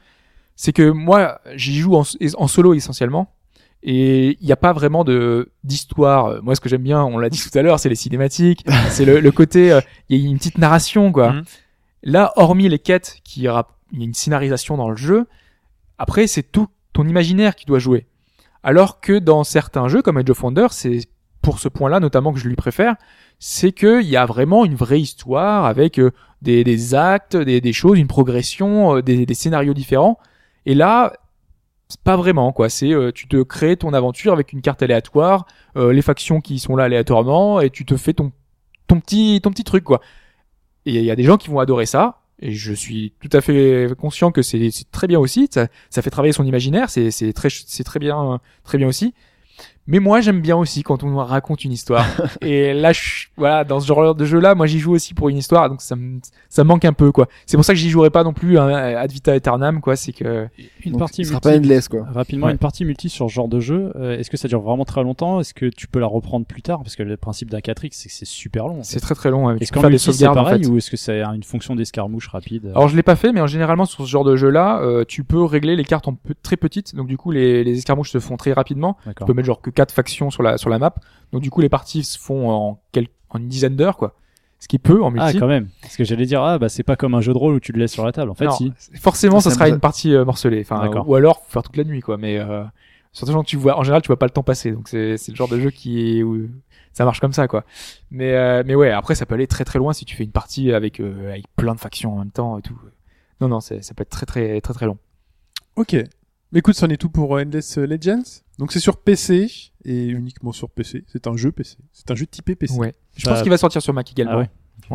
Speaker 5: c'est que moi j'y joue en, en solo essentiellement. Et il n'y a pas vraiment de d'histoire. Moi, ce que j'aime bien, on l'a dit tout à l'heure, c'est les cinématiques, c'est le, le côté. euh, Il y a une petite narration, quoi.
Speaker 3: Mhm.
Speaker 5: Là, hormis les quêtes, qui rap- il y a une scénarisation dans le jeu. Après, c'est tout ton imaginaire qui doit jouer. Alors que dans certains jeux, comme Age of Wonder, c'est pour ce point-là notamment que je lui préfère, c'est que il y a vraiment une vraie histoire avec euh, des, des actes, des, des choses, une progression, euh, des, des scénarios différents. Et là, c'est pas vraiment quoi. C'est euh, tu te crées ton aventure avec une carte aléatoire, euh, les factions qui sont là aléatoirement, et tu te fais ton ton petit ton petit truc quoi. Et il y a des gens qui vont adorer ça. Et je suis tout à fait conscient que c'est c'est très bien aussi. Ça, ça fait travailler son imaginaire. C'est c'est très ch- c'est très bien euh, très bien aussi. Mais moi, j'aime bien aussi quand on raconte une histoire. et là, je- voilà, dans ce genre de jeu-là, moi, j'y joue aussi pour une histoire, donc ça me, ça me manque un peu, quoi. C'est pour ça que j'y jouerai pas non plus hein, ad vita aeternam, quoi. C'est que
Speaker 4: Une
Speaker 6: Donc,
Speaker 4: partie
Speaker 6: ce sera pas
Speaker 4: multi-
Speaker 6: endless, quoi.
Speaker 4: Rapidement,
Speaker 5: Ouais.
Speaker 4: une partie multi sur ce genre de jeu, euh, est-ce que ça dure vraiment très longtemps Est-ce que tu peux la reprendre plus tard Parce que le principe d'un 4X, c'est que c'est super long. en fait.
Speaker 5: c'est très très long. hein. Tu
Speaker 4: Est-ce
Speaker 5: peux
Speaker 4: qu'en
Speaker 5: faire des
Speaker 4: multi, c'est
Speaker 5: sauvegardes, en
Speaker 4: pareil
Speaker 5: fait. Ah
Speaker 4: ou est-ce que c'est une fonction d'escarmouche rapide
Speaker 5: Alors je l'ai pas fait, mais en généralement sur ce genre de jeu-là, euh, tu peux régler les cartes en peu- très petites, donc du coup les, les escarmouches se font très rapidement. Tu
Speaker 4: D'accord.
Speaker 5: peux mettre genre que quatre factions sur la sur la map, donc du coup les parties se font en quel- en une dizaine d'heures, quoi. Ce qui est peu en multi.
Speaker 4: Ah, quand même. Parce que j'allais dire, ah, bah, c'est pas comme un jeu de rôle où tu le laisses sur la table. En fait,
Speaker 5: Non,
Speaker 4: si.
Speaker 5: Forcément, ça
Speaker 6: Ça
Speaker 5: sera
Speaker 6: me-
Speaker 5: une partie euh, morcelée. Enfin,
Speaker 4: D'accord.
Speaker 5: ou alors faut faire toute la nuit, quoi. Mais euh, surtout quand tu vois, en général, tu vois pas le temps passer. Donc c'est c'est le genre de jeu qui est- où ça marche comme ça, quoi. Mais euh, mais ouais, après ça peut aller très très loin si tu fais une partie avec euh, avec plein de factions en même temps et tout. Non non, c'est- ça peut être très très très très long.
Speaker 3: Ok. Écoute, c'en est tout pour euh, Endless Legends. Donc c'est sur PC et uniquement sur PC. C'est un jeu PC. C'est un jeu typé PC.
Speaker 5: Ouais. Je
Speaker 4: Bah,
Speaker 5: pense qu'il va sortir sur Mac également.
Speaker 4: Ah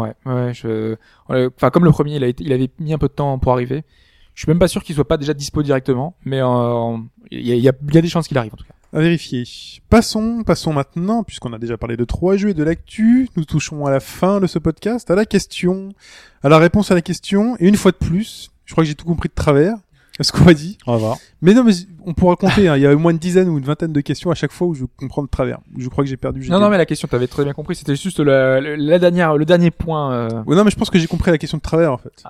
Speaker 4: ouais.
Speaker 5: ouais. ouais, je... euh, Enfin, comme le premier, il, a été- il avait mis un peu de temps pour arriver. Je suis même pas sûr qu'il soit pas déjà dispo directement, mais euh, il y, a, il y a- il y a des chances qu'il arrive en tout cas.
Speaker 3: À vérifier. Passons, passons maintenant, puisqu'on a déjà parlé de trois jeux et de l'actu, nous touchons à la fin de ce podcast, à la question, à la réponse à la question, et une fois de plus, je crois que j'ai tout compris de travers, à ce qu'on m'a dit.
Speaker 4: On va voir.
Speaker 3: Mais non, mais on pourra compter, hein, il y a au moins une dizaine ou une vingtaine de questions à chaque fois où je comprends de travers. où Je crois que j'ai perdu. j'ai
Speaker 5: Non, non,
Speaker 3: gagné.
Speaker 5: mais la question, t'avais très bien compris. C'était juste la, la- la dernière, le dernier point. Euh...
Speaker 3: Ouais, non, mais je pense que j'ai compris la question de travers, en
Speaker 5: Ah.
Speaker 3: fait.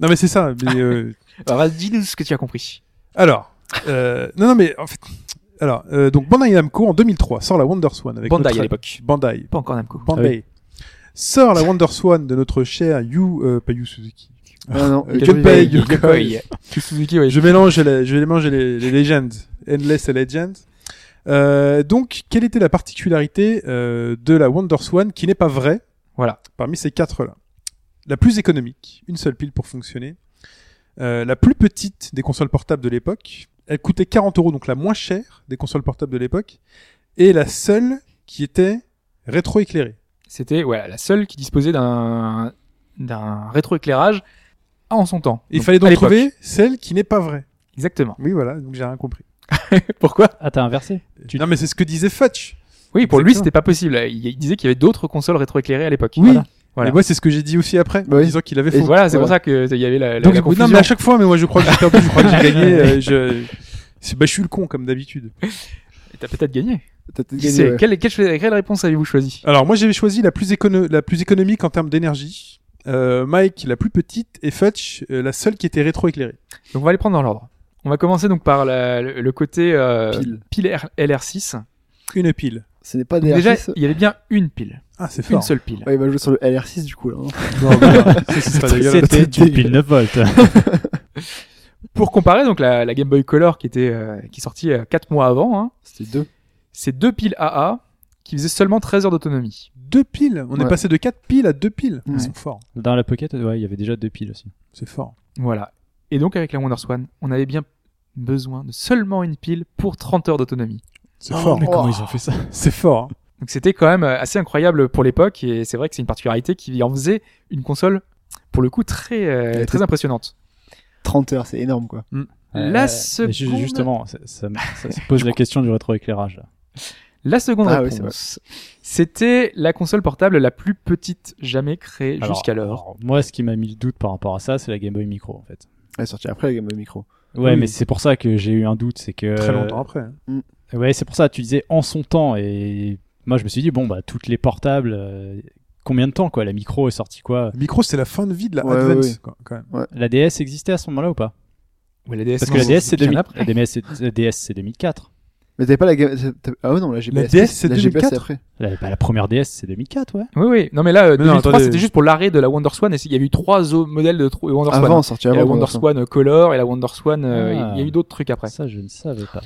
Speaker 3: Non, mais c'est ça, mais, euh,
Speaker 5: Alors, Bah, vas-y, dis-nous ce que tu as compris.
Speaker 3: Alors, euh, non, non, mais en fait, alors, euh, donc Bandai Namco en 2003 sort la WonderSwan avec
Speaker 5: Bandai
Speaker 3: notre-
Speaker 5: à l'époque.
Speaker 3: Bandai,
Speaker 5: Pas encore Namco.
Speaker 3: Bandai sort Ah la WonderSwan de notre cher Yu, euh, pas Yu Suzuki.
Speaker 6: Ah non,
Speaker 3: Euh,
Speaker 6: le
Speaker 3: Gunpei,
Speaker 6: Gunpei.
Speaker 3: Yokoi.
Speaker 5: Yokoi. Suzuki, ouais.
Speaker 3: Je mélange, les, je mélange les, les Legends, Endless et Legends. Euh, donc, quelle était la particularité euh, de la WonderSwan qui n'est pas vraie
Speaker 5: Voilà.
Speaker 3: Parmi ces quatre-là, la plus économique, une seule pile pour fonctionner, euh, la plus petite des consoles portables de l'époque, elle coûtait 40 euros, donc la moins chère des consoles portables de l'époque, et la seule qui était rétroéclairée.
Speaker 5: C'était ouais, la seule qui disposait d'un d'un rétroéclairage en son temps.
Speaker 3: Et Il fallait
Speaker 5: à
Speaker 3: donc
Speaker 5: l'époque.
Speaker 3: trouver celle qui n'est pas vraie.
Speaker 5: Exactement.
Speaker 3: Oui, voilà, donc j'ai rien compris.
Speaker 5: Pourquoi
Speaker 4: Ah, t'as inversé Tu-
Speaker 3: Non, mais c'est ce que disait Fetch.
Speaker 5: Oui, pour lui,
Speaker 3: Exactement.
Speaker 5: c'était pas possible. Il, il disait qu'il y avait d'autres consoles rétroéclairées à l'époque.
Speaker 3: Oui.
Speaker 5: Voilà.
Speaker 3: Et moi, c'est ce que j'ai dit aussi après,
Speaker 6: Bah
Speaker 3: en
Speaker 6: oui.
Speaker 3: disant qu'il avait
Speaker 5: Et
Speaker 3: faux.
Speaker 5: voilà, c'est pour
Speaker 6: Voilà.
Speaker 5: ça que euh, il y avait la, la,
Speaker 3: Donc,
Speaker 5: la
Speaker 3: oui,
Speaker 5: confusion.
Speaker 3: non, mais à chaque fois, mais moi, je crois que j'ai perdu, je crois que j'ai gagné. euh, je... c'est- Bah, je suis le con, comme d'habitude.
Speaker 5: Et T'as peut-être gagné.
Speaker 6: T'as peut-être
Speaker 5: Qui
Speaker 6: gagné,
Speaker 5: sait
Speaker 6: ouais.
Speaker 5: quelle, quelle, quelle réponse avez-vous choisi
Speaker 3: Alors, moi, j'avais choisi la plus, écono... la plus économique en termes d'énergie, euh, Mike, la plus petite, et Fetch, euh, la seule qui était rétroéclairée.
Speaker 5: Donc on va les prendre dans l'ordre. On va commencer donc par la- le, le côté euh,
Speaker 6: Pile.
Speaker 5: pile R- LR6.
Speaker 3: Une pile.
Speaker 6: Ce n'est pas des
Speaker 5: Donc déjà,
Speaker 6: R6.
Speaker 5: il y avait bien une pile,
Speaker 3: Ah, c'est fort.
Speaker 5: une seule pile.
Speaker 6: Ouais, il va jouer sur le LR6 du coup là.
Speaker 3: c'est pas dégueulasse.
Speaker 4: C'était du
Speaker 6: dégueulasse.
Speaker 4: pile 9 volts.
Speaker 5: Pour comparer donc la, la Game Boy Color qui était euh, qui est sortie 4 mois avant, hein,
Speaker 6: C'était deux.
Speaker 5: c'est deux piles AA qui faisaient seulement 13 heures d'autonomie.
Speaker 3: Deux piles. On est
Speaker 6: Ouais.
Speaker 3: passé de quatre piles à deux piles.
Speaker 6: Ouais.
Speaker 3: Ils sont forts.
Speaker 4: Dans la Pocket, ouais, il y avait déjà deux piles aussi.
Speaker 3: C'est fort.
Speaker 5: Voilà. Et donc avec la Wonder Swan, on avait bien besoin de seulement une pile pour 30 heures d'autonomie.
Speaker 3: C'est fort.
Speaker 4: Oh, comment ils ont fait ça
Speaker 3: C'est fort. hein.
Speaker 5: Donc c'était quand même euh, assez incroyable pour l'époque et c'est vrai que c'est une particularité qui en faisait une console pour le coup très euh,
Speaker 6: Elle était-
Speaker 5: très impressionnante.
Speaker 6: 30 heures, c'est énorme quoi.
Speaker 5: La
Speaker 4: Euh, mais
Speaker 5: seconde,
Speaker 4: ju- Justement, ça, ça- ça se pose la question du rétroéclairage. là.
Speaker 5: la seconde
Speaker 6: Ah oui, c'est
Speaker 5: réponse, c'était la console portable la plus petite jamais créée
Speaker 4: Alors,
Speaker 5: jusqu'alors.
Speaker 4: alors, Moi, ce qui m'a mis le doute par rapport à ça, c'est la Game Boy Micro, en fait.
Speaker 6: Elle est sortie après la gamme de micro.
Speaker 4: Ouais,
Speaker 3: Oui.
Speaker 4: mais c'est pour ça que j'ai eu un doute, c'est que
Speaker 3: Très longtemps après. hein.
Speaker 4: Ouais, c'est pour ça. Tu disais en son temps, et moi, je me suis dit bon, bah toutes les portables, euh, combien de temps quoi La micro est sortie quoi
Speaker 3: Le micro, c'est la fin de vie de la
Speaker 6: Ouais,
Speaker 3: Advance,
Speaker 6: ouais.
Speaker 3: quoi, quand même.
Speaker 4: La DS existait à ce moment-là ou pas
Speaker 5: Ouais, la DS,
Speaker 4: Parce
Speaker 5: non,
Speaker 4: que la DS c'est
Speaker 5: bien
Speaker 4: 2000 la
Speaker 5: après.
Speaker 4: DS, c'est- la DS c'est 2004.
Speaker 6: Mais t'avais pas la gamme. t'avais- Ah ouais, non, la GPS.
Speaker 3: DS, c'est
Speaker 6: la GPS
Speaker 3: 2004.
Speaker 6: après.
Speaker 4: La, bah, la première DS c'est 2004 ouais.
Speaker 5: Oui, oui. Non, mais là, euh,
Speaker 3: Mais non,
Speaker 5: 2003,
Speaker 3: attendez.
Speaker 5: c'était juste pour l'arrêt de la Wonder Swan. Et il y avait eu trois autres modèles de tro- Wonder Swan.
Speaker 6: Avant, sortie
Speaker 5: Il y a
Speaker 6: avant.
Speaker 5: la Wonder
Speaker 6: Swan.
Speaker 5: Swan euh, Color et la Wonder Swan. euh,
Speaker 4: Ah.
Speaker 5: Il y a eu d'autres trucs après.
Speaker 4: Ça je ne savais pas.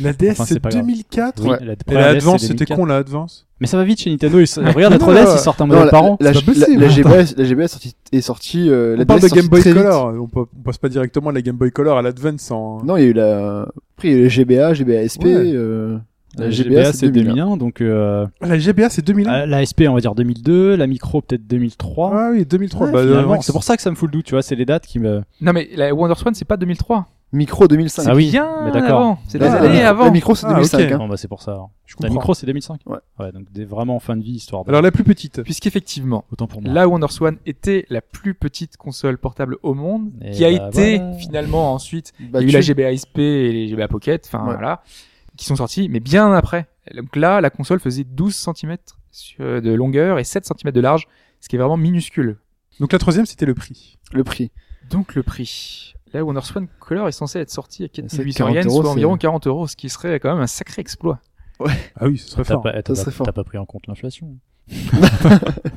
Speaker 3: La DS,
Speaker 4: Enfin, c'est
Speaker 3: c'est
Speaker 4: pas grave.
Speaker 3: 2004.
Speaker 4: Oui,
Speaker 6: Ouais.
Speaker 4: la
Speaker 3: Et
Speaker 4: première
Speaker 3: la
Speaker 4: DS,
Speaker 3: Advance,
Speaker 4: c'est
Speaker 3: c'était
Speaker 4: 2004.
Speaker 3: con, la Advance.
Speaker 4: Mais ça va vite chez Nintendo. ils se- Regarde
Speaker 3: Non,
Speaker 4: la 3DS
Speaker 3: non,
Speaker 4: ils sortent un
Speaker 6: Non,
Speaker 4: modèle
Speaker 6: la,
Speaker 4: par an.
Speaker 6: la,
Speaker 3: C'est
Speaker 6: G-
Speaker 3: pas possible.
Speaker 6: la- la GBS, la GBS sortie- est sortie. euh, la
Speaker 3: On parle
Speaker 6: DS
Speaker 3: de Game
Speaker 6: sortie
Speaker 3: Boy
Speaker 6: très vite.
Speaker 3: Color. On, peut- on passe pas directement de la Game Boy Color à l'Advance hein. en.
Speaker 6: Non, il y a eu la. Après, il y a eu les GBA, GBA SP.
Speaker 3: Ouais.
Speaker 6: euh,
Speaker 4: La GBA c'est 2001 donc euh,
Speaker 3: La GBA, c'est 2001.
Speaker 4: euh, la SP on va dire 2002, la micro peut-être 2003.
Speaker 3: Ah oui, 2003.
Speaker 4: Ouais,
Speaker 3: bah,
Speaker 4: finalement,
Speaker 3: euh,
Speaker 4: c'est pour ça que ça me fout le doute, tu vois, c'est les dates qui me.
Speaker 5: Non, mais la Wonder Swan, c'est pas 2003.
Speaker 6: Micro 2005.
Speaker 4: Ah oui,
Speaker 5: Bien
Speaker 4: mais d'accord.
Speaker 5: avant. C'est des
Speaker 6: La-
Speaker 3: Ah,
Speaker 6: la-
Speaker 5: années
Speaker 6: la-
Speaker 5: avant.
Speaker 6: La micro, c'est
Speaker 3: Ah,
Speaker 6: 2005.
Speaker 3: ok.
Speaker 6: hein.
Speaker 4: Bon bah c'est pour ça. alors.
Speaker 3: Je
Speaker 4: La
Speaker 3: comprends.
Speaker 4: micro c'est 2005.
Speaker 6: Ouais.
Speaker 4: donc des, vraiment en fin de vie histoire. de-
Speaker 3: Alors, la plus petite.
Speaker 5: Puisqu'effectivement,
Speaker 4: Autant pour moi.
Speaker 5: la Wonder Swan était la plus petite console portable au monde,
Speaker 4: Et
Speaker 5: qui a
Speaker 4: bah
Speaker 5: été
Speaker 4: voilà.
Speaker 5: finalement ensuite.
Speaker 6: Bah,
Speaker 5: il y a eu
Speaker 6: tu-
Speaker 5: la GBA SP et les GBA Pocket, enfin
Speaker 6: Ouais.
Speaker 5: voilà, qui sont sortis, mais bien après. Donc là, la console faisait 12 cm de longueur et 7 cm de large, ce qui est vraiment minuscule.
Speaker 3: Donc, la troisième, c'était le prix.
Speaker 6: Le prix.
Speaker 5: Donc le prix. Là, Wonder Swan Color est censé être sorti à 4800
Speaker 6: 40
Speaker 5: yens,
Speaker 6: euros,
Speaker 5: soit
Speaker 6: c'est-
Speaker 5: environ 40 euros, ce qui serait quand même un sacré exploit.
Speaker 3: Ah oui, ce serait
Speaker 4: T'as
Speaker 3: fort.
Speaker 4: pas, t'as
Speaker 6: Ça
Speaker 4: pas-
Speaker 6: serait fort.
Speaker 4: t'as pas pris en compte l'inflation.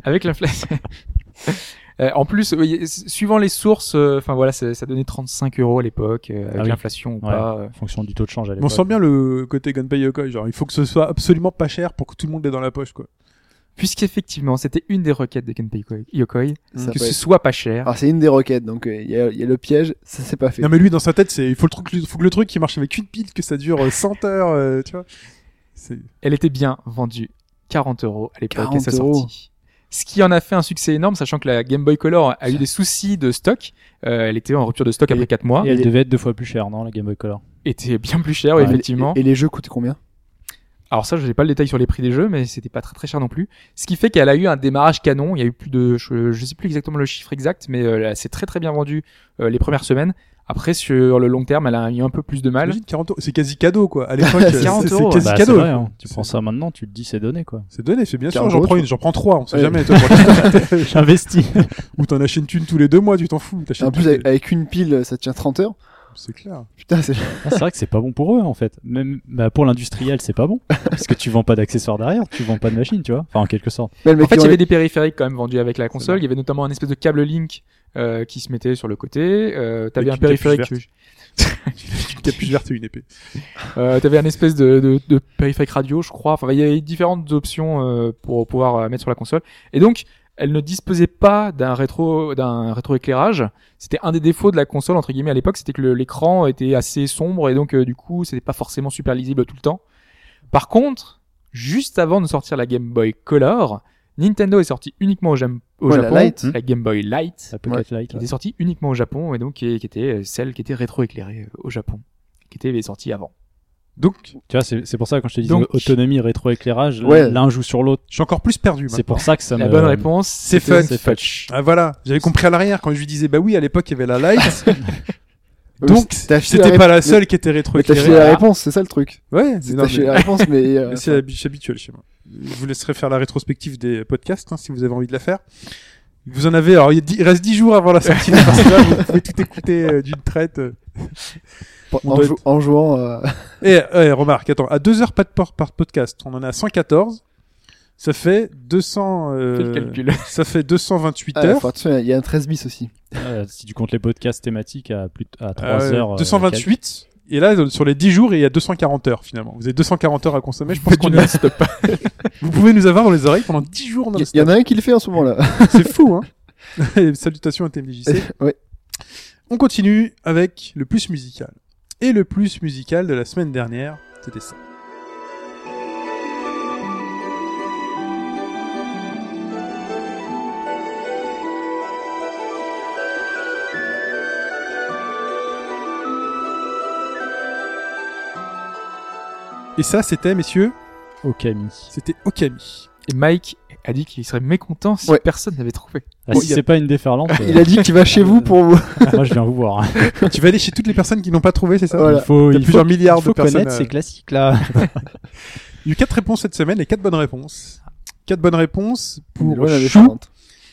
Speaker 5: Avec l'inflation. Euh, en plus, oui, s- suivant les sources, euh, enfin voilà, ça, ça donnait 35 euros à l'époque, euh, avec
Speaker 4: Ah oui.
Speaker 5: l'inflation ou
Speaker 4: Ouais.
Speaker 5: pas. euh.
Speaker 4: En fonction du taux de change
Speaker 3: Mais
Speaker 4: à
Speaker 3: on
Speaker 4: l'époque.
Speaker 3: sent bien le côté Gunpei Yokoi. Genre, il faut que ce soit absolument pas cher pour que tout le monde l'ait dans la poche, quoi.
Speaker 5: Puisqu'effectivement, c'était une des requêtes de Kenpei Yoko- Yokoi,
Speaker 6: Ça
Speaker 5: que
Speaker 6: va
Speaker 5: ce
Speaker 6: être-
Speaker 5: soit pas cher.
Speaker 6: Alors, c'est une des requêtes, donc euh, il y, a- il y a le piège, ça s'est pas fait.
Speaker 3: Non, mais lui, dans sa tête, c'est, il faut le truc, faut que le truc qui marche avec une pile, que ça dure euh, 100 heures, euh, tu vois. C'est,
Speaker 5: Elle était bien vendue 40 euros à l'époque et
Speaker 6: 40
Speaker 5: sa
Speaker 6: euros.
Speaker 5: sortie. Ce qui en a fait un succès énorme, sachant que la Game Boy Color a eu des soucis de stock. Euh, elle était en rupture de stock après 4 mois.
Speaker 4: Et elle devait être deux fois plus chère, non, la Game Boy Color
Speaker 5: était bien plus cher,
Speaker 6: Ouais,
Speaker 5: effectivement.
Speaker 6: Et, et les jeux coûtent combien
Speaker 5: Alors ça, je n'ai pas le détail sur les prix des jeux, mais c'était pas très très cher non plus. Ce qui fait qu'elle a eu un démarrage canon. Il y a eu plus de, je, je sais plus exactement le chiffre exact, mais euh, elle s'est très très bien vendue euh, les premières semaines. Après, sur le long terme, elle a eu un peu plus de mal.
Speaker 3: t'imagines, 40 euros. C'est quasi cadeau, quoi. À l'époque, euh, c'est,
Speaker 5: 40
Speaker 3: c'est
Speaker 5: euros,
Speaker 3: quasi
Speaker 4: Bah,
Speaker 3: cadeau.
Speaker 4: c'est vrai, hein. Tu
Speaker 3: C'est-
Speaker 4: prends ça maintenant, tu te dis c'est donné quoi.
Speaker 3: C'est donné, c'est bien sûr.
Speaker 6: 40
Speaker 3: J'en prends
Speaker 6: euros,
Speaker 3: une, j'en prends trois, on sait
Speaker 6: Ouais.
Speaker 3: jamais. Toi, pour-
Speaker 4: J'investis.
Speaker 3: Ou t'en achètes une thune tous les deux mois, tu t'en fous. T'achètes
Speaker 6: En plus,
Speaker 3: une-
Speaker 6: avec, avec une pile, ça tient 30 heures.
Speaker 3: C'est clair.
Speaker 6: Putain, c'est
Speaker 4: Ah, c'est vrai que c'est pas bon pour eux en fait. Même bah, pour l'industriel, c'est pas bon. Parce que tu vends pas d'accessoires derrière, tu vends pas de machine, tu vois. Enfin, en quelque sorte.
Speaker 6: Mais le mec
Speaker 5: En fait,
Speaker 6: qui
Speaker 5: il y
Speaker 6: enlève-
Speaker 5: avait des périphériques quand même vendus avec la console. Il y avait notamment un espèce de câble Link euh, qui se mettait sur le côté. Euh, t'avais
Speaker 3: Avec
Speaker 5: un
Speaker 3: une capuche
Speaker 5: périphérique,
Speaker 3: verte. Une capuche verte et une épée.
Speaker 5: euh, t'avais un espèce de, de, de périphérique radio, je crois. Enfin, il y avait différentes options euh, pour pouvoir euh, mettre sur la console. Et donc, elle ne disposait pas d'un rétro d'un rétroéclairage. C'était un des défauts de la console entre guillemets à l'époque, c'était que le- l'écran était assez sombre et donc euh, du coup, c'était pas forcément super lisible tout le temps. Par contre, juste avant de sortir la Game Boy Color, Nintendo est sorti uniquement au, Jam- au
Speaker 6: Ouais, Oh, la
Speaker 5: Japon,
Speaker 6: Lite.
Speaker 5: la Game Boy Light,
Speaker 4: La Pocket Lite.
Speaker 5: qui
Speaker 4: là.
Speaker 5: était sortie uniquement au Japon et donc qui, qui était euh, celle qui était rétroéclairée euh, au Japon, qui était sortie avant.
Speaker 3: Donc,
Speaker 4: Tu vois, c'est c'est pour ça que quand je te dis
Speaker 5: Donc-
Speaker 4: autonomie, rétroéclairage,
Speaker 6: Ouais.
Speaker 4: l'un joue sur l'autre.
Speaker 3: je suis encore plus perdu.
Speaker 4: C'est
Speaker 3: maintenant.
Speaker 4: pour ça que ça
Speaker 5: La
Speaker 4: me.
Speaker 5: bonne réponse,
Speaker 3: c'est
Speaker 5: c'était-
Speaker 3: fun.
Speaker 4: euh, C'est fetch.
Speaker 3: Ah voilà, j'avais compris à l'arrière quand je lui disais bah oui à l'époque il y avait la light,
Speaker 6: Euh,
Speaker 3: donc
Speaker 6: t'as filé
Speaker 3: c'était
Speaker 6: la
Speaker 3: pas
Speaker 6: rép-
Speaker 3: la seule qui était
Speaker 6: Mais t'as filé
Speaker 3: rétroéclairée.
Speaker 6: la réponse, c'est ça le truc.
Speaker 3: Ouais,
Speaker 6: C'est
Speaker 3: non,
Speaker 6: T'as filé
Speaker 3: mais-
Speaker 6: la réponse, mais. euh,
Speaker 3: mais c'est habi- habituel chez moi. Je vous laisserai faire la rétrospective des podcasts hein, si vous avez envie de la faire. Vous en avez, alors il y a dix- il reste 10 jours avant la sortie de parce que là, vous pouvez tout écouter euh, d'une traite. On
Speaker 6: En,
Speaker 3: doit
Speaker 6: jou- en jouant. euh,
Speaker 3: Et eh, remarque, attends, à 2 heures pas de port par podcast, on en a 114. Ça fait 200. euh,
Speaker 5: Fais le calcul.
Speaker 3: ça fait 228
Speaker 6: ah,
Speaker 3: heures.
Speaker 6: faut attention, il y a un 13 bis aussi.
Speaker 4: Euh, si tu comptes les podcasts thématiques à plus t- à 3
Speaker 3: Euh,
Speaker 4: heures. euh,
Speaker 3: 228. Et là, sur les 10 jours, il y a 240 heures finalement. Vous avez 240 heures à consommer. Je pense
Speaker 5: Faites
Speaker 3: qu'on
Speaker 5: une
Speaker 3: est-
Speaker 5: liste.
Speaker 3: Vous pouvez nous avoir dans les oreilles pendant 10 jours.
Speaker 6: Il y,
Speaker 3: non-stop.
Speaker 6: il y en a un qui le fait en ce moment-là.
Speaker 3: C'est fou, hein Salutations à TMDJC.
Speaker 6: Ouais.
Speaker 3: On continue avec le plus musical. Et le plus musical de la semaine dernière, c'était ça. Et ça, c'était, messieurs,
Speaker 4: quel- Au Camille.
Speaker 3: c'était Okami.
Speaker 5: Et Mike a dit qu'il serait mécontent si
Speaker 6: Ouais.
Speaker 5: personne n'avait trouvé.
Speaker 4: Ah,
Speaker 3: Oh,
Speaker 4: si
Speaker 3: il y a-
Speaker 4: c'est pas une déferlante, euh,
Speaker 6: Il a dit qu'il va chez vous pour vous.
Speaker 4: moi je viens vous voir. hein.
Speaker 3: tu vas aller chez toutes les personnes qui n'ont pas trouvé, c'est ça
Speaker 6: Voilà.
Speaker 4: Il faut,
Speaker 3: Il y a
Speaker 4: il faut-
Speaker 3: plusieurs milliards
Speaker 4: il faut
Speaker 3: de personnes,
Speaker 4: connaître
Speaker 3: euh,
Speaker 4: ces classiques là.
Speaker 3: Il y a eu quatre réponses cette semaine et quatre bonnes réponses. Quatre bonnes réponses pour
Speaker 6: Ouais, la
Speaker 3: Chou.
Speaker 6: déferlante.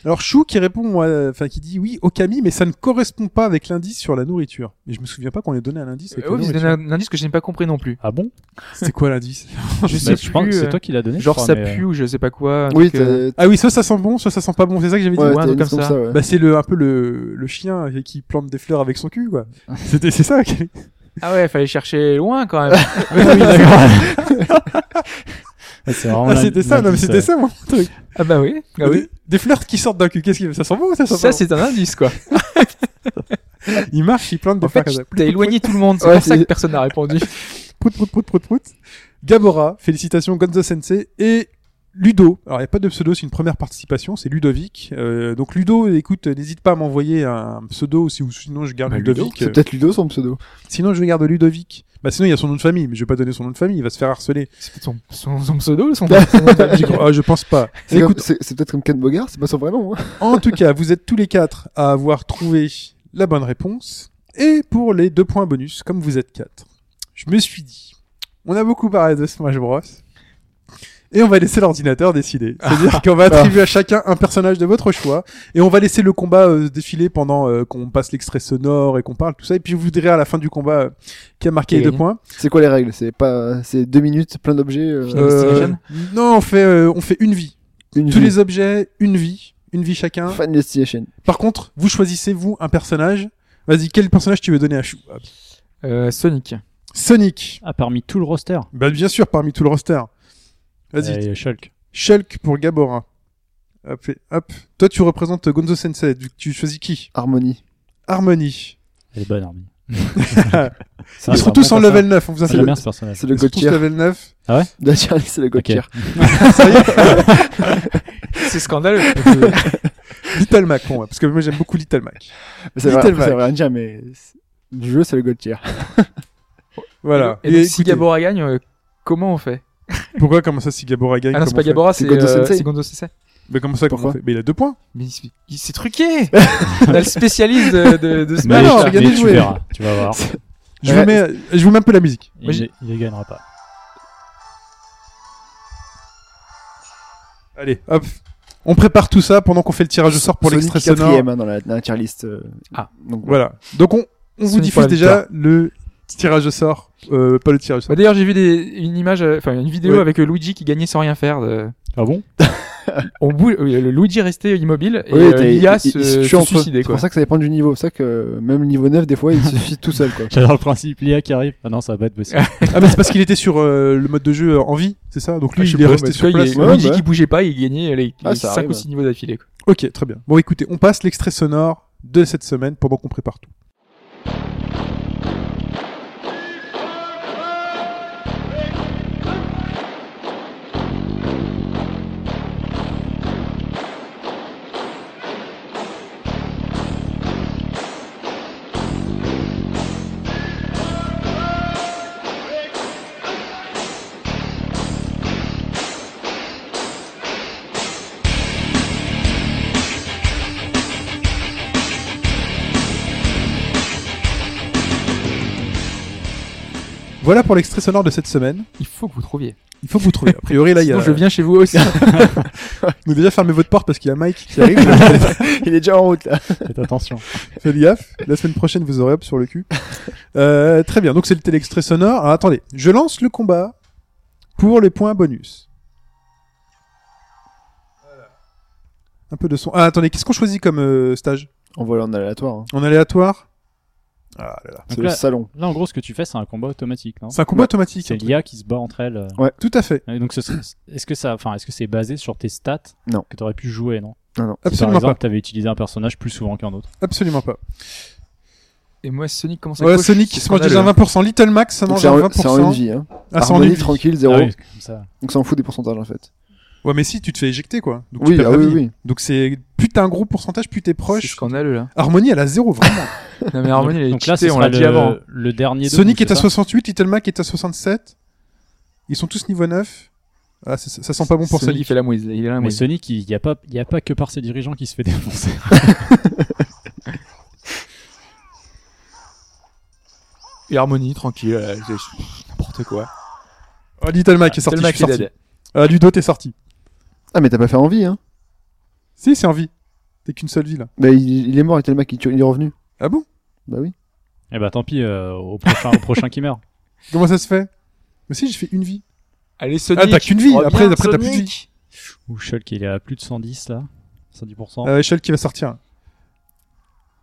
Speaker 3: Alors Chou qui répond, euh, enfin qui dit oui, Okami, mais ça ne correspond pas avec l'indice sur la nourriture. Mais je me souviens pas qu'on ait donné un indice. avec
Speaker 5: Euh,
Speaker 3: la
Speaker 5: oui, vous avez
Speaker 3: nourriture.
Speaker 5: un indice que je n'ai pas compris non plus.
Speaker 4: Ah bon
Speaker 3: C'était quoi l'indice
Speaker 5: Je
Speaker 4: Bah, Je pense que
Speaker 5: euh,
Speaker 4: c'est toi qui l'as donné. je
Speaker 5: Genre
Speaker 4: crois,
Speaker 5: ça
Speaker 4: mais, euh,
Speaker 5: pue ou je sais pas quoi. un
Speaker 6: Oui,
Speaker 5: truc, euh,
Speaker 6: t'as-
Speaker 3: Ah oui, soit ça sent bon, soit ça sent pas bon. C'est ça que j'avais dit.
Speaker 6: ouais,
Speaker 5: ou un
Speaker 6: t'as
Speaker 5: truc
Speaker 6: une
Speaker 5: comme
Speaker 6: comme
Speaker 5: ça.
Speaker 6: ça. ouais.
Speaker 3: Bah c'est le un peu le le chien qui plante des fleurs avec son cul quoi. C'était c'est ça. ok.
Speaker 5: Ah ouais, fallait chercher loin quand même.
Speaker 4: oui, d'accord. Ah, c'est vraiment
Speaker 3: Ah,
Speaker 4: un-
Speaker 3: c'était ça.
Speaker 4: un
Speaker 3: Non mais
Speaker 4: indice,
Speaker 3: c'était
Speaker 4: euh,
Speaker 3: ça mon truc.
Speaker 5: ah bah oui. Ah oui.
Speaker 3: Des, des fleurs qui sortent d'un cul. Qu'est-ce qui ça sent bon ou ça sent
Speaker 5: Ça
Speaker 3: pas
Speaker 5: c'est un indice quoi.
Speaker 3: bon Il marche, il plante des
Speaker 5: En
Speaker 3: fleurs
Speaker 5: fait,
Speaker 3: comme ça.
Speaker 5: t'as éloigné tout le monde. C'est
Speaker 6: Ouais,
Speaker 5: pour ça
Speaker 6: c'est-
Speaker 5: que personne n'a répondu.
Speaker 3: Prout, prout, prout, prout, prout. Gamora, félicitations Gonzo Sensei et Ludo. Alors il n'y a pas de pseudo, c'est une première participation, c'est Ludovic. Euh, donc Ludo, écoute, n'hésite pas à m'envoyer un pseudo si ou sinon je garde
Speaker 5: Bah, Ludo,
Speaker 3: Ludovic.
Speaker 6: C'est
Speaker 3: Euh,
Speaker 6: peut-être Ludo son pseudo.
Speaker 3: Sinon je garde Ludovic. Bah sinon il y a son nom de famille, mais je vais pas donner son nom de famille, il va se faire harceler.
Speaker 5: C'est peut-être son, son, son pseudo, son.
Speaker 3: Je crois- ah, je pense pas.
Speaker 6: C'est comme-
Speaker 3: Écoute,
Speaker 6: c'est c'est peut-être comme Ken Bogart, c'est pas son vrai nom. hein.
Speaker 3: en tout cas, vous êtes tous les quatre à avoir trouvé la bonne réponse. Et pour les deux points bonus, comme vous êtes quatre, je me suis dit, on a beaucoup parlé de Smash Bros. Et on va laisser l'ordinateur décider. C'est-à-dire qu'on va
Speaker 5: Ah.
Speaker 3: attribuer à chacun un personnage de votre choix. Et on va laisser le combat euh, défiler pendant euh, qu'on passe l'extrait sonore et qu'on parle, tout ça. Et puis je vous direz à la fin du combat euh, qui a marqué les
Speaker 5: Qui a
Speaker 3: deux
Speaker 5: gagné.
Speaker 3: points.
Speaker 6: C'est quoi les règles C'est pas, c'est deux minutes, plein d'objets. euh,
Speaker 5: Final Destination
Speaker 3: non, on fait, euh, on fait une vie.
Speaker 6: une
Speaker 3: Tous
Speaker 6: vie.
Speaker 3: les objets, une vie. Une vie chacun.
Speaker 6: Fan Destination.
Speaker 3: Par contre, vous choisissez, vous, un personnage. Vas-y, quel personnage tu veux donner à Chou
Speaker 5: Euh, Sonic.
Speaker 3: Sonic.
Speaker 4: Ah, parmi tout le roster.
Speaker 3: Bah, bien sûr, parmi tout le roster. Vas-y.
Speaker 4: Euh, Shulk.
Speaker 3: Shulk pour Gabora. Hop, et hop. Toi, tu représentes Gonzo Sensei. Du- Tu choisis qui
Speaker 6: Harmonie.
Speaker 3: Harmony.
Speaker 4: Elle est bonne, Armin.
Speaker 6: C'est
Speaker 4: Ah,
Speaker 3: Ils seront
Speaker 6: le-
Speaker 4: c'est
Speaker 3: tous
Speaker 4: un
Speaker 3: en
Speaker 4: bon
Speaker 3: level 9. On vous
Speaker 4: J'aime
Speaker 3: insiste.
Speaker 4: bien ce personnage.
Speaker 6: c'est le
Speaker 3: Ils sont tous
Speaker 6: Gauthier.
Speaker 3: level 9.
Speaker 6: La Charlie, c'est le Gauthier.
Speaker 5: C'est scandaleux.
Speaker 3: Little Mac, bon, ouais, parce que moi, j'aime beaucoup Little Mac.
Speaker 6: C'est
Speaker 3: Little
Speaker 6: vrai,
Speaker 3: Mac.
Speaker 6: ça veut rien dire, mais c'est- du jeu, c'est le Gauthier.
Speaker 4: Ah.
Speaker 3: Voilà.
Speaker 5: Et donc, si
Speaker 3: écoutez,
Speaker 5: Gabora gagne, euh, comment on fait
Speaker 3: Pourquoi Comment ça, si Gabora gagne
Speaker 5: Ah non, c'est
Speaker 3: comment
Speaker 5: pas
Speaker 3: on fait
Speaker 5: Gabora,
Speaker 6: C'est
Speaker 5: c'est
Speaker 6: Gonzo
Speaker 5: euh,
Speaker 6: Sensei.
Speaker 5: c'est Gonzo Sensei.
Speaker 3: Mais comment ça, comment
Speaker 6: Pourquoi
Speaker 3: on fait Mais il a deux points.
Speaker 5: Mais il- il s'est truqué On a le spécialiste de, de, de
Speaker 4: Mais,
Speaker 5: Smash.
Speaker 3: non,
Speaker 4: mais
Speaker 3: regardez
Speaker 4: tu
Speaker 3: jouer.
Speaker 4: verras, tu vas voir.
Speaker 3: Je,
Speaker 6: Ouais.
Speaker 3: vous mets, je vous mets un peu la musique.
Speaker 4: Il,
Speaker 5: Moi, j'ai-
Speaker 4: il les gagnera pas.
Speaker 3: Allez, hop. On prépare tout ça pendant qu'on fait le tirage au sort pour
Speaker 6: Sonic
Speaker 3: l'extrait
Speaker 6: est quatrième,
Speaker 3: sonore.
Speaker 6: hein, dans la, dans la tier list. euh,
Speaker 5: Ah.
Speaker 6: Donc, voilà.
Speaker 3: Voilà. Donc on, on vous
Speaker 5: Sonic
Speaker 3: diffuse
Speaker 5: pour la
Speaker 3: déjà le tirage au sort. Euh, pas le tirage au sort.
Speaker 5: Bah, D'ailleurs, j'ai vu des, une image, euh, enfin une vidéo
Speaker 3: Ouais.
Speaker 5: avec euh, Luigi qui gagnait sans rien faire. de-
Speaker 4: Ah bon
Speaker 5: On bou- euh, le Luigi restait immobile et
Speaker 6: Oui,
Speaker 5: euh,
Speaker 6: t'as-
Speaker 5: l'IA
Speaker 6: il-
Speaker 5: se,
Speaker 6: il- il se tue
Speaker 5: se
Speaker 6: entre eux.
Speaker 5: suicidait.
Speaker 6: C'est
Speaker 5: Quoi.
Speaker 6: pour ça que ça dépend du niveau. C'est ça que euh, même le niveau 9, des fois, il se suffit tout seul. Quoi.
Speaker 4: J'adore le principe. L'IA qui arrive. Ah non, ça va pas être possible.
Speaker 3: Ah mais c'est parce qu'il était sur euh, le mode de jeu en vie, c'est ça Donc
Speaker 5: Ah,
Speaker 3: lui
Speaker 5: je sais
Speaker 3: il est
Speaker 5: pas,
Speaker 3: resté
Speaker 5: mais en tout
Speaker 3: sur
Speaker 5: cas, il
Speaker 3: place.
Speaker 5: est-
Speaker 6: ouais.
Speaker 5: Luigi
Speaker 6: Ouais,
Speaker 5: qui
Speaker 6: bah.
Speaker 5: bougeait pas, il gagnait euh, les,
Speaker 6: Ah, ça
Speaker 5: 5
Speaker 6: arrive,
Speaker 5: ou 6 niveaux d'affilée. quoi.
Speaker 3: Ok, très bien. Bon écoutez, on passe l'extrait sonore de cette semaine pendant qu'on prépare tout. Voilà pour l'extrait sonore de cette semaine.
Speaker 5: Il faut que vous trouviez.
Speaker 3: Il faut que vous trouviez. A priori, là, il y euh, a.
Speaker 5: Sinon, je viens chez vous aussi.
Speaker 3: Nous déjà fermez votre porte parce qu'il y a Mike qui
Speaker 6: Il
Speaker 3: arrive.
Speaker 6: arrive, il est déjà en route là.
Speaker 4: Faites attention.
Speaker 3: Faites gaffe. La semaine prochaine, vous aurez hop sur le cul. Euh, très bien. Donc, c'est le téléextrait sonore. Alors, attendez. Je lance le combat pour les points bonus. Un peu de son. Ah, attendez. Qu'est-ce qu'on choisit comme euh, stage
Speaker 6: On voit en aléatoire. hein.
Speaker 3: En aléatoire Ah là là.
Speaker 6: C'est
Speaker 4: Donc
Speaker 6: le
Speaker 4: là-
Speaker 6: salon.
Speaker 4: Là, en gros, ce que tu fais, c'est un combat automatique, non Bah,
Speaker 3: C'est un combat
Speaker 6: Ouais.
Speaker 3: automatique.
Speaker 4: C'est l'IA qui se bat entre elles. euh.
Speaker 3: Tout à fait.
Speaker 4: Et Donc, ce serait- est-ce que ça, enfin, est-ce que c'est basé sur tes stats
Speaker 6: Non.
Speaker 4: que t'aurais pu jouer, non
Speaker 3: Absolument
Speaker 4: Si, par exemple, t'avais utilisé un personnage plus souvent qu'un autre.
Speaker 3: pas. Absolument pas.
Speaker 5: Et moi, Sonic, comment ça
Speaker 3: Ouais,
Speaker 5: coche
Speaker 3: Sonic qui se mange déjà
Speaker 5: Scandaleux. hein.
Speaker 3: 20%. Little Max, ça
Speaker 6: Donc,
Speaker 3: mange
Speaker 6: C'est
Speaker 3: à
Speaker 6: en,
Speaker 3: 20%.
Speaker 6: c'est en une vie. Hein.
Speaker 3: Ah, c'est en
Speaker 6: Harmonie
Speaker 3: une vie.
Speaker 6: tranquille, zéro.
Speaker 4: Ah oui, comme ça.
Speaker 6: Donc ça en fout des pourcentages en fait.
Speaker 3: Ouais, mais si, tu te fais éjecter, quoi. Donc, tu
Speaker 6: oui,
Speaker 3: perds
Speaker 6: ah
Speaker 3: ta
Speaker 6: oui,
Speaker 3: vie.
Speaker 6: oui.
Speaker 3: Donc, c'est plus t'as un gros pourcentage, plus t'es
Speaker 5: C'est
Speaker 3: proche.
Speaker 5: scandaleux là.
Speaker 3: Harmonie, elle a zéro, vraiment.
Speaker 5: Non mais Harmony,
Speaker 4: donc,
Speaker 5: elle est
Speaker 4: donc là,
Speaker 5: cheatée,
Speaker 4: ce
Speaker 5: on
Speaker 4: sera
Speaker 5: l'a dit
Speaker 4: le-
Speaker 5: avant. hein.
Speaker 4: Le dernier.
Speaker 3: Sonic est à
Speaker 4: associé
Speaker 3: 68, Little Mac est à 67. Ils sont tous niveau 9. Ah, ça, ça- ça sent pas bon pour
Speaker 5: Sonic il
Speaker 3: Sonic.
Speaker 5: fait la mouise. Il est là, la
Speaker 4: Mais
Speaker 5: mouise.
Speaker 4: Sonic, il n'y a pas, il y a pas que par ses dirigeants qui se fait défoncer.
Speaker 5: Et Harmony, tranquille, euh, je- n'importe quoi.
Speaker 3: Ah, Little Mac est sorti,
Speaker 5: Tellement
Speaker 3: je suis
Speaker 5: qu'il est
Speaker 3: sorti.
Speaker 5: dead.
Speaker 3: Ah, Ludo, t'es sorti.
Speaker 6: Ah, mais t'as pas fait envie, hein.
Speaker 3: Si, c'est en vie. T'es qu'une seule vie, là.
Speaker 6: Bah, il, il est mort, et Telmac, il, tue- il est revenu.
Speaker 3: Ah bon
Speaker 6: Bah oui.
Speaker 4: Eh ben, tant pis, euh, au prochain, au prochain qui meurt.
Speaker 3: Comment ça se fait Mais si, j'ai fait une vie.
Speaker 5: Allez Sonic.
Speaker 3: Ah, t'as qu'une vie.
Speaker 5: reviens,
Speaker 3: Après- après, t'as plus de
Speaker 5: Sonic.
Speaker 4: Ou Shulk, il est à plus de 110 là, 110%.
Speaker 3: Euh, Shell qui va sortir.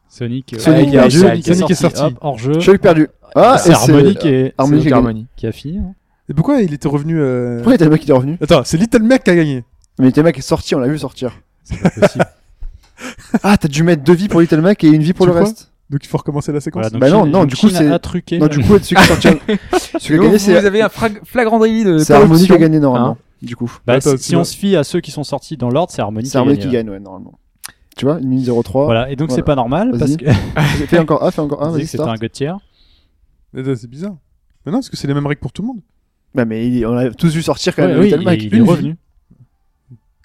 Speaker 4: Sonic, euh,
Speaker 6: Sonic
Speaker 4: ah, il est
Speaker 6: perdu.
Speaker 4: sorti,
Speaker 3: Sonic est sorti.
Speaker 4: hop, hors jeu.
Speaker 6: Je suis perdu. Ah,
Speaker 4: Euh. c'est
Speaker 6: et c'est-
Speaker 4: Harmony qui, est,
Speaker 6: Harmony
Speaker 5: Donc,
Speaker 6: qui a gagné.
Speaker 5: Harmony.
Speaker 4: qui a fini. hein.
Speaker 3: Et pourquoi il était revenu. euh,
Speaker 6: Pourquoi Telmac il est revenu
Speaker 3: Attends, c'est Little Mac qui a gagné.
Speaker 6: Mais Telmac est sorti, on l'a vu sortir.
Speaker 4: C'est pas possible.
Speaker 6: Ah, t'as dû mettre deux vies pour Little Mac et une vie pour
Speaker 3: Tu
Speaker 6: le
Speaker 3: crois
Speaker 6: reste.
Speaker 3: Donc il faut recommencer la séquence.
Speaker 4: Voilà, donc
Speaker 6: Bah
Speaker 4: Shin-
Speaker 6: non, non,
Speaker 4: donc
Speaker 6: du coup,
Speaker 4: Shin
Speaker 6: c'est-
Speaker 4: a truc.
Speaker 6: Non, du coup, celui qui est sorti, celui qui a
Speaker 5: Donc,
Speaker 6: gagné,
Speaker 5: vous
Speaker 6: c'est
Speaker 5: avez un frag- flagrant délit de
Speaker 6: c'est Harmony qui a
Speaker 5: corruption.
Speaker 6: gagné normalement. du coup,
Speaker 4: hein. Bah,
Speaker 3: Attends,
Speaker 4: si-
Speaker 3: tu
Speaker 4: si
Speaker 3: vois.
Speaker 4: on se fie à ceux qui sont sortis dans l'ordre, c'est Harmony
Speaker 6: c'est
Speaker 4: qui a
Speaker 6: Harmony
Speaker 4: gagné.
Speaker 6: qui gagne, ouais, normalement. Tu vois, une minute 03.
Speaker 4: Voilà, et donc
Speaker 6: Voilà.
Speaker 4: c'est pas normal parce
Speaker 6: Vas-y.
Speaker 4: que
Speaker 6: Fais encore un, fais encore
Speaker 4: on
Speaker 6: un,
Speaker 4: disait
Speaker 6: vas-y,
Speaker 4: que c'était un
Speaker 6: start.
Speaker 4: god tier.
Speaker 3: Mais attends, C'est bizarre. Mais non, parce que c'est les mêmes règles pour tout le monde.
Speaker 6: Bah, mais il- on l'a tous vu sortir quand même.
Speaker 4: Ouais, oui,
Speaker 6: Little Mac.
Speaker 4: il, il est
Speaker 3: une vie.
Speaker 4: revenu.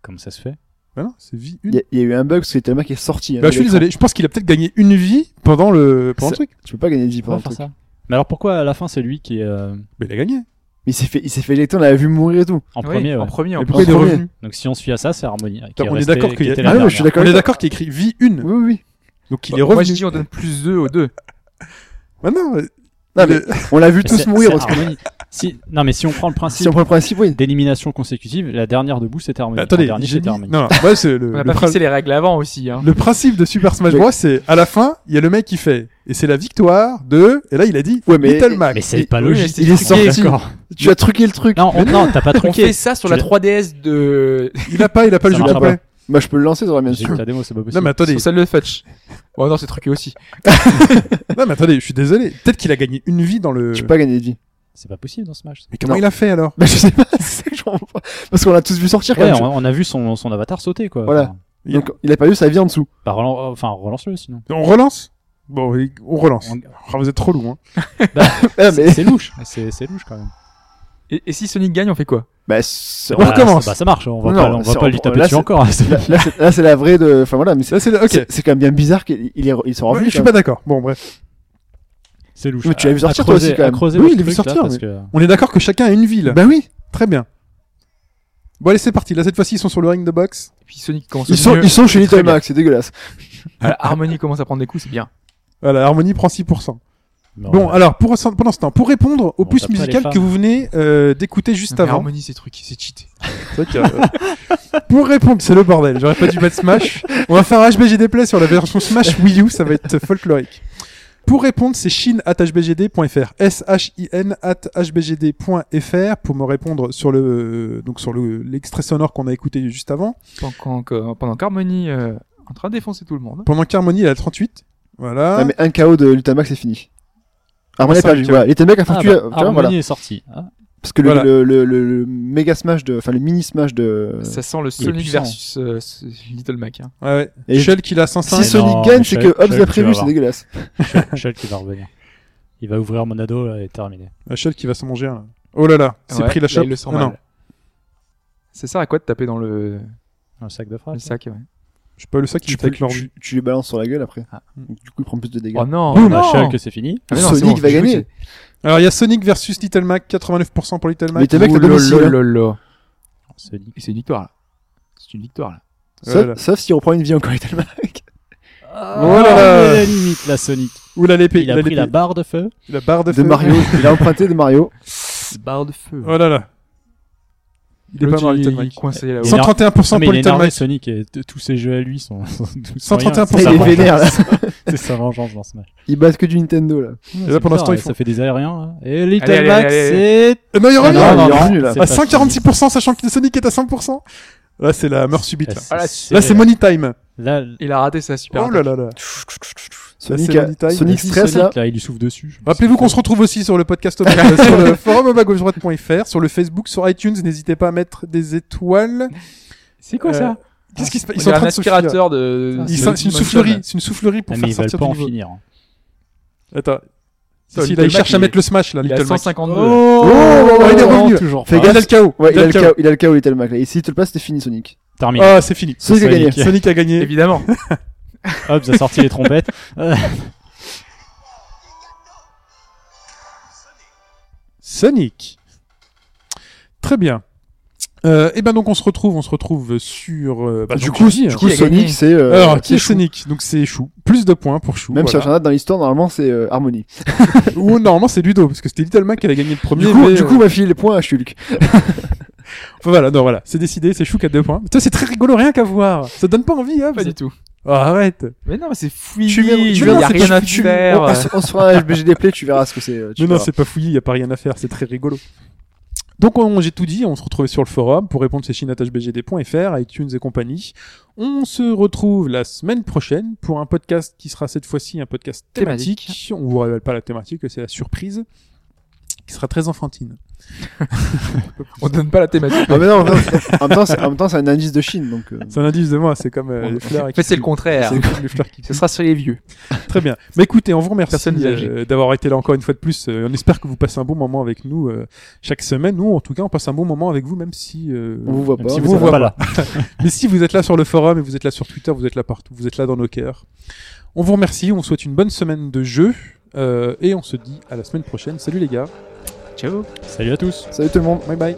Speaker 4: Comment ça se fait
Speaker 3: Bah non, c'est vie
Speaker 6: Il y,
Speaker 3: une.
Speaker 6: a- il y a eu un bug parce que Little Mac est sorti. hein,
Speaker 3: Bah,
Speaker 6: de
Speaker 3: je suis
Speaker 6: l'écran.
Speaker 3: désolé. Je pense qu'il a peut-être gagné une vie pendant le, pendant le
Speaker 6: C'est-
Speaker 3: truc.
Speaker 6: Tu peux pas gagner de vie
Speaker 4: On
Speaker 6: pendant
Speaker 4: va
Speaker 6: le
Speaker 4: faire
Speaker 6: truc.
Speaker 4: ça. Mais alors pourquoi à la fin c'est lui qui est euh,
Speaker 3: Mais il a gagné.
Speaker 6: Mais il s'est fait, il s'est fait éjecter, on l'avait vu mourir et tout.
Speaker 4: en
Speaker 5: Oui,
Speaker 4: premier ouais.
Speaker 5: En premier. en
Speaker 3: Mais pourquoi il est
Speaker 6: premier.
Speaker 3: revenu
Speaker 4: Donc si on se fie à ça, c'est Harmony.
Speaker 3: Attends, on est d'accord qu'il y a-
Speaker 6: Ah oui, je suis d'accord.
Speaker 3: On est
Speaker 6: avec
Speaker 3: d'accord qu'il écrit vie une.
Speaker 6: toi. Oui, oui, oui.
Speaker 3: Donc il
Speaker 5: premier.
Speaker 3: est
Speaker 5: Bah, Moi
Speaker 3: revenu.
Speaker 5: je dis on donne plus 2 aux deux.
Speaker 3: Bah non, euh,
Speaker 6: Non,
Speaker 3: il
Speaker 6: mais
Speaker 3: est-
Speaker 4: Bah,
Speaker 6: on l'a vu tous mourir. parce que-
Speaker 4: Si... Non, mais si on prend le
Speaker 6: Si
Speaker 4: principe
Speaker 6: on prend le principe, oui.
Speaker 4: d'élimination consécutive, la dernière debout c'était Harmony.
Speaker 3: Bah, attendez,
Speaker 4: La dernière,
Speaker 3: j'ai
Speaker 4: c'était
Speaker 3: mis-
Speaker 4: Harmony.
Speaker 3: non, non, moi, c'est le,
Speaker 5: On a
Speaker 3: le
Speaker 5: pas
Speaker 3: prin-
Speaker 5: fixé les règles avant aussi. Hein.
Speaker 3: le principe de Super Smash Bros, c'est à la fin, il y a le mec qui fait, et c'est la victoire de, et là il a dit,
Speaker 6: Ouais, mais-
Speaker 3: Little Mac.
Speaker 4: Mais c'est
Speaker 6: Il-
Speaker 4: pas
Speaker 5: oui, mais
Speaker 4: logique.
Speaker 5: c'est Il Ah, est
Speaker 6: truqué. sorti.
Speaker 4: D'accord.
Speaker 6: Tu as truqué le truc.
Speaker 4: Non, on- non, t'as pas
Speaker 5: On
Speaker 4: truqué.
Speaker 5: fait ça sur
Speaker 4: Tu
Speaker 5: la
Speaker 4: l'as-
Speaker 5: 3DS de
Speaker 3: Il a pas, il a pas le
Speaker 4: Ça
Speaker 3: jeu
Speaker 4: marche
Speaker 3: d'après.
Speaker 6: Moi, Bah, je peux le lancer, ça aurait bien
Speaker 4: J'ai
Speaker 6: sûr.
Speaker 4: eu ta démo, c'est pas
Speaker 3: Non,
Speaker 4: possible.
Speaker 3: mais attendez,
Speaker 5: sur celle de Fetch. Oh non, c'est truqué aussi.
Speaker 3: non, mais attendez, je suis désolé. Peut-être qu'il a gagné une vie dans le,
Speaker 6: Tu peux pas gagner de vie.
Speaker 4: C'est pas possible dans Smash.
Speaker 3: mais comment
Speaker 6: Non.
Speaker 3: il a fait alors?
Speaker 6: Bah, je sais pas, c'est ça que je comprends pas. Parce qu'on l'a tous vu sortir quand
Speaker 4: Ouais,
Speaker 6: même.
Speaker 4: on, on a vu son, son avatar sauter quoi.
Speaker 6: Voilà.
Speaker 4: Enfin,
Speaker 6: Donc, il a perdu sa vie en dessous.
Speaker 4: bah, relan- enfin, relance-le sinon.
Speaker 3: On relance? Bon, oui, on relance.
Speaker 4: On-
Speaker 3: Ah, vous êtes trop loin.
Speaker 6: Ah,
Speaker 4: C'est
Speaker 6: mais...
Speaker 4: c'est louche. C'est c'est louche quand même.
Speaker 5: Et, et si Sonic gagne, on fait quoi
Speaker 6: Bah, c'est-
Speaker 3: On recommence.
Speaker 4: ça- Bah, ça marche. On va
Speaker 6: Non,
Speaker 4: pas, on va
Speaker 6: c'est-
Speaker 4: pas lui taper
Speaker 6: là,
Speaker 4: dessus
Speaker 6: c'est-
Speaker 4: encore. hein.
Speaker 6: là, là, c'est- là, c'est la vraie de. Enfin, voilà, mais c'est
Speaker 3: Là, c'est, ok.
Speaker 6: c'est- c'est quand même bien bizarre qu'il il est... il soit
Speaker 3: Ouais,
Speaker 6: revenu.
Speaker 3: je suis
Speaker 6: quand
Speaker 3: pas d'accord. Bon, bref.
Speaker 4: C'est louche.
Speaker 6: Mais tu l'as vu
Speaker 4: À
Speaker 6: sortir, toi
Speaker 4: creuser-
Speaker 6: aussi, quand
Speaker 4: à
Speaker 6: même.
Speaker 4: creuser
Speaker 3: Oui,
Speaker 4: le
Speaker 3: il l'a vu
Speaker 4: truc, là,
Speaker 3: sortir,
Speaker 4: parce
Speaker 3: mais-
Speaker 4: que-
Speaker 3: On est d'accord que chacun a une ville.
Speaker 6: même. Bah oui.
Speaker 3: Très bien. Bon, allez, c'est parti. Là, cette fois-ci, ils sont sur le ring de boxe.
Speaker 5: Et puis Sonic commence au
Speaker 6: Ils sont,
Speaker 5: milieu.
Speaker 6: ils sont chez
Speaker 5: Très
Speaker 6: Little
Speaker 5: bien.
Speaker 6: Mac, c'est dégueulasse.
Speaker 5: Voilà, Harmony commence à prendre des coups, c'est bien.
Speaker 3: Voilà, Harmony prend 6%.
Speaker 4: Non,
Speaker 3: Bon,
Speaker 4: ouais.
Speaker 3: alors, pour, pendant ce temps, pour répondre au
Speaker 4: On
Speaker 3: puce
Speaker 4: tape bah. pas les
Speaker 3: musical
Speaker 4: femmes.
Speaker 3: que vous venez euh, d'écouter juste
Speaker 5: Non, mais
Speaker 3: avant,
Speaker 5: Harmony, c'est truqué, c'est cheaté.
Speaker 3: C'est vrai que, euh, pour répondre, c'est le bordel. J'aurais pas dû mettre Smash. On va faire un HBGD Play sur la version Smash Wii U, ça va être folklorique. Pour répondre, c'est shin.hbgd.fr. S-H-I-N at hbgd.fr pour me répondre sur le, donc sur le, l'extrait sonore qu'on a écouté juste avant.
Speaker 5: Pendant, que- pendant qu'Harmony euh, est en train de défoncer tout le monde.
Speaker 3: Pendant qu'Harmony, elle a 38. Voilà.
Speaker 6: Non, mais un KO de Little Mac, c'est fini. Ah, on
Speaker 3: Ah,
Speaker 6: l'a
Speaker 3: ça,
Speaker 6: perdu.
Speaker 3: tu
Speaker 6: Voilà, Little Mac a
Speaker 4: Ah,
Speaker 6: foutu.
Speaker 4: bah,
Speaker 6: euh, tu vois,
Speaker 4: Harmony
Speaker 6: voilà.
Speaker 4: est sorti. Ah,
Speaker 6: Parce que le,
Speaker 3: Voilà.
Speaker 6: le, le, le- le méga smash de, enfin le mini smash
Speaker 3: Euh,
Speaker 6: de.
Speaker 5: Ça sent
Speaker 4: il
Speaker 5: le
Speaker 4: est
Speaker 5: Sonic
Speaker 4: puissant.
Speaker 5: versus euh, ce- Little Mac. hein.
Speaker 3: Ouais, ouais.
Speaker 6: Et-
Speaker 3: Shell qui l'a
Speaker 6: Si
Speaker 3: 105.
Speaker 4: C'est-
Speaker 6: Sonic
Speaker 4: non,
Speaker 6: gagne,
Speaker 4: mais
Speaker 6: c'est
Speaker 4: Shell-
Speaker 6: que Hobbs
Speaker 4: Shell,
Speaker 6: l'a
Speaker 4: tu vas
Speaker 6: prévu, c'est
Speaker 4: voir.
Speaker 6: dégueulasse.
Speaker 4: Shell qui va revenir. Il va ouvrir Monado là, et terminer.
Speaker 3: Ah, Shell qui va s'en manger un. là. Oh là là, c'est
Speaker 5: Ouais,
Speaker 3: pris la
Speaker 5: là,
Speaker 3: chope.
Speaker 5: il le sent
Speaker 3: Ah,
Speaker 5: mal.
Speaker 3: non.
Speaker 5: Ça sert à quoi de taper dans le,
Speaker 4: Un sac de
Speaker 5: le
Speaker 4: frappe.
Speaker 5: sac ouais.
Speaker 3: Je peux le sac qui
Speaker 6: Tu,
Speaker 3: fait
Speaker 6: peux-
Speaker 3: avec leur
Speaker 6: tu, tu les balances sur la gueule après. Donc, du coup, il prend plus de dégâts.
Speaker 5: Oh non,
Speaker 4: Boum,
Speaker 5: non.
Speaker 4: Shulk, c'est fini.
Speaker 5: Ah, mais non,
Speaker 6: Sonic
Speaker 5: c'est bon,
Speaker 6: va
Speaker 5: j'ai joué,
Speaker 6: gagner.
Speaker 3: Alors il y a Sonic versus Little Mac, 89% pour Little
Speaker 6: Mais
Speaker 3: Mac.
Speaker 6: t'es mec,
Speaker 5: c'est-
Speaker 6: le domicile.
Speaker 5: Lolo,
Speaker 6: hein.
Speaker 5: lolo.
Speaker 4: Sonic.
Speaker 5: Et c'est une victoire là. C'est une victoire là.
Speaker 6: Sauf,
Speaker 3: Voilà.
Speaker 6: sauf s'il reprend une vie encore, Little Mac.
Speaker 3: Oh là là.
Speaker 4: Ah, mais la limite, la Sonic.
Speaker 3: Ouh la l'épée,
Speaker 4: Il a pris
Speaker 3: l'épée.
Speaker 4: la barre de feu.
Speaker 3: La barre de,
Speaker 6: De
Speaker 3: feu.
Speaker 6: Mario. Il a emprunté de Mario.
Speaker 5: Barre de feu.
Speaker 3: Oh là là. Il est pas mort Little Mac.
Speaker 5: coincé là-haut.
Speaker 4: Il est éner-
Speaker 3: 131%
Speaker 4: Ah, mais
Speaker 3: pour
Speaker 4: il est
Speaker 3: Little
Speaker 4: énervé,
Speaker 3: Mac.
Speaker 4: Sonic et t- tous ses jeux à lui sont, sont tous- sont rien.
Speaker 3: 131%.
Speaker 4: C'est
Speaker 6: Il
Speaker 4: sa
Speaker 6: est
Speaker 4: vengeance.
Speaker 6: vénère là.
Speaker 4: C'est sa vengeance dans ce match.
Speaker 6: Il bat que du Nintendo là.
Speaker 4: Et
Speaker 3: là, pour l'instant, ils font-
Speaker 4: ça fait des aériens. hein. Et Little
Speaker 5: Allez, allez,
Speaker 4: Mac,
Speaker 5: allez,
Speaker 4: c'est
Speaker 3: Euh, Non il revient
Speaker 6: Ah non,
Speaker 4: non,
Speaker 6: il est
Speaker 4: non,
Speaker 6: revenu, là.
Speaker 4: c'est
Speaker 3: à
Speaker 4: pas
Speaker 3: 5,46% sachant que Sonic est à 100%. Là c'est la mort subite. Là,
Speaker 5: Voilà,
Speaker 4: Ah, c'est-
Speaker 3: Là, c'est money time.
Speaker 4: Là,
Speaker 5: Il a raté sa super.
Speaker 3: Oh là là là.
Speaker 6: Sonic,
Speaker 3: c'est
Speaker 6: a-
Speaker 3: le détail.
Speaker 6: Sonic
Speaker 4: si
Speaker 6: stress là.
Speaker 4: Sonic, là, il lui souffle dessus. Ah,
Speaker 3: Rappelez-vous Ah, qu'on se retrouve aussi sur le podcast au bas- euh, sur le forum au bas gauche droite.fr, sur le Facebook, sur iTunes. N'hésitez pas à mettre des étoiles.
Speaker 5: C'est quoi
Speaker 3: Euh,
Speaker 5: ça
Speaker 3: Qu'est-ce qui se passe
Speaker 5: On
Speaker 3: Ils sont en
Speaker 5: dirait
Speaker 3: train
Speaker 5: un
Speaker 3: de souffler. Ah,
Speaker 5: aspirateur de.
Speaker 3: Ils
Speaker 5: de-
Speaker 3: sont- C'est une
Speaker 5: de-
Speaker 3: soufflerie, c'est une soufflerie
Speaker 4: Ah,
Speaker 3: pour
Speaker 4: mais
Speaker 3: faire
Speaker 4: ils veulent
Speaker 3: sortir
Speaker 4: pas
Speaker 3: du Ah,
Speaker 4: en
Speaker 3: niveau.
Speaker 4: finir. hein.
Speaker 3: Attends. Si,
Speaker 5: Attends,
Speaker 3: si, là,
Speaker 5: Little
Speaker 3: il
Speaker 5: Mac,
Speaker 3: cherche à
Speaker 5: il
Speaker 3: mettre le smash, là,
Speaker 5: Il est à
Speaker 3: Little Mac.
Speaker 5: 152.
Speaker 3: Oh, il est revenu.
Speaker 4: toujours.
Speaker 6: oh, Fais
Speaker 3: Ah,
Speaker 6: gaffe.
Speaker 3: il a le KO.
Speaker 6: Ouais, il a, le
Speaker 3: KO.
Speaker 6: KO, il a le KO, Little Mac. là. Et s'il te le passe, c'était fini Sonic.
Speaker 4: Terminé.
Speaker 3: Ah, c'est fini.
Speaker 6: Sonic a
Speaker 4: Sonic.
Speaker 6: gagné.
Speaker 3: Sonic a gagné.
Speaker 5: Évidemment.
Speaker 4: Hop, ça a sorti les trompettes.
Speaker 3: Sonic. Très bien. Euh, et ben donc on se retrouve, on se retrouve sur. euh, bah,
Speaker 6: du
Speaker 3: donc, tu
Speaker 6: coup,
Speaker 3: dis,
Speaker 6: du
Speaker 3: hein.
Speaker 6: coup
Speaker 5: Qui a gagné
Speaker 6: Sonic, c'est. euh,
Speaker 3: alors qui est
Speaker 6: Chou.
Speaker 3: Sonic Donc c'est Chou. Plus de points pour Chou.
Speaker 6: Même si sur
Speaker 3: voilà.
Speaker 6: Internet, dans l'histoire, normalement, c'est euh, Harmony.
Speaker 3: Ou normalement c'est Ludo parce que c'était Little Mac qui a gagné le premier.
Speaker 6: Du coup,
Speaker 3: mais,
Speaker 6: du
Speaker 3: euh,
Speaker 6: coup, on va filer les points à Shulk.
Speaker 3: enfin, voilà, non voilà, c'est décidé, c'est Chou qui a deux points. Mais Toi c'est très rigolo, rien qu'à voir. Ça donne pas envie, hein
Speaker 5: Pas
Speaker 3: vous-
Speaker 5: du tout.
Speaker 3: Oh, Arrête.
Speaker 5: Mais non, mais c'est fouillis.
Speaker 6: Tu viens- tu
Speaker 5: Il
Speaker 6: viens-
Speaker 5: n'y a
Speaker 6: c'est
Speaker 5: rien
Speaker 6: pas-
Speaker 5: à
Speaker 6: tu-
Speaker 5: faire.
Speaker 6: on- On, se- on se fera un HBGD Play, tu verras ce que c'est. euh, tu
Speaker 3: Non, non,
Speaker 6: verras.
Speaker 3: c'est pas fouillis, il a pas rien à faire, c'est très rigolo. Donc on- j'ai tout dit, on se retrouve sur le forum pour répondre c'est chinatachbgd.fr, iTunes et compagnie. On se retrouve la semaine prochaine pour un podcast qui sera cette fois-ci un podcast thématique. On vous révèle pas la thématique, c'est la surprise qui sera très enfantine.
Speaker 5: On donne pas la thématique.
Speaker 6: Ah, mais non, en même temps, c'est- en même temps, c'est- en même temps, c'est un indice de Chine, donc. euh,
Speaker 3: C'est un indice de moi, c'est comme euh, les fleurs.
Speaker 5: En fait, c'est le contraire.
Speaker 3: C'est comme les fleurs qui
Speaker 5: Ce sera sur les vieux.
Speaker 3: Très bien. Mais écoutez, on vous remercie
Speaker 5: Personne
Speaker 3: euh,
Speaker 5: âgée.
Speaker 3: d'avoir été là encore une fois de plus. Euh, on espère que vous passez un bon moment avec nous euh, chaque semaine. Nous, en tout cas, on passe un bon moment avec vous, même si euh,
Speaker 6: on vous voit pas. hein,
Speaker 4: Même si
Speaker 6: mais
Speaker 4: vous
Speaker 6: ça
Speaker 4: êtes
Speaker 6: va.
Speaker 4: pas là.
Speaker 3: Mais si vous êtes là sur le forum et vous êtes là sur Twitter, vous êtes là partout, vous êtes là dans nos cœurs. On vous remercie, on vous souhaite une bonne semaine de jeu euh, et on se dit à la semaine prochaine. Salut les gars,
Speaker 5: Ciao.
Speaker 4: Salut à tous.
Speaker 6: Salut tout le monde.
Speaker 3: bye bye.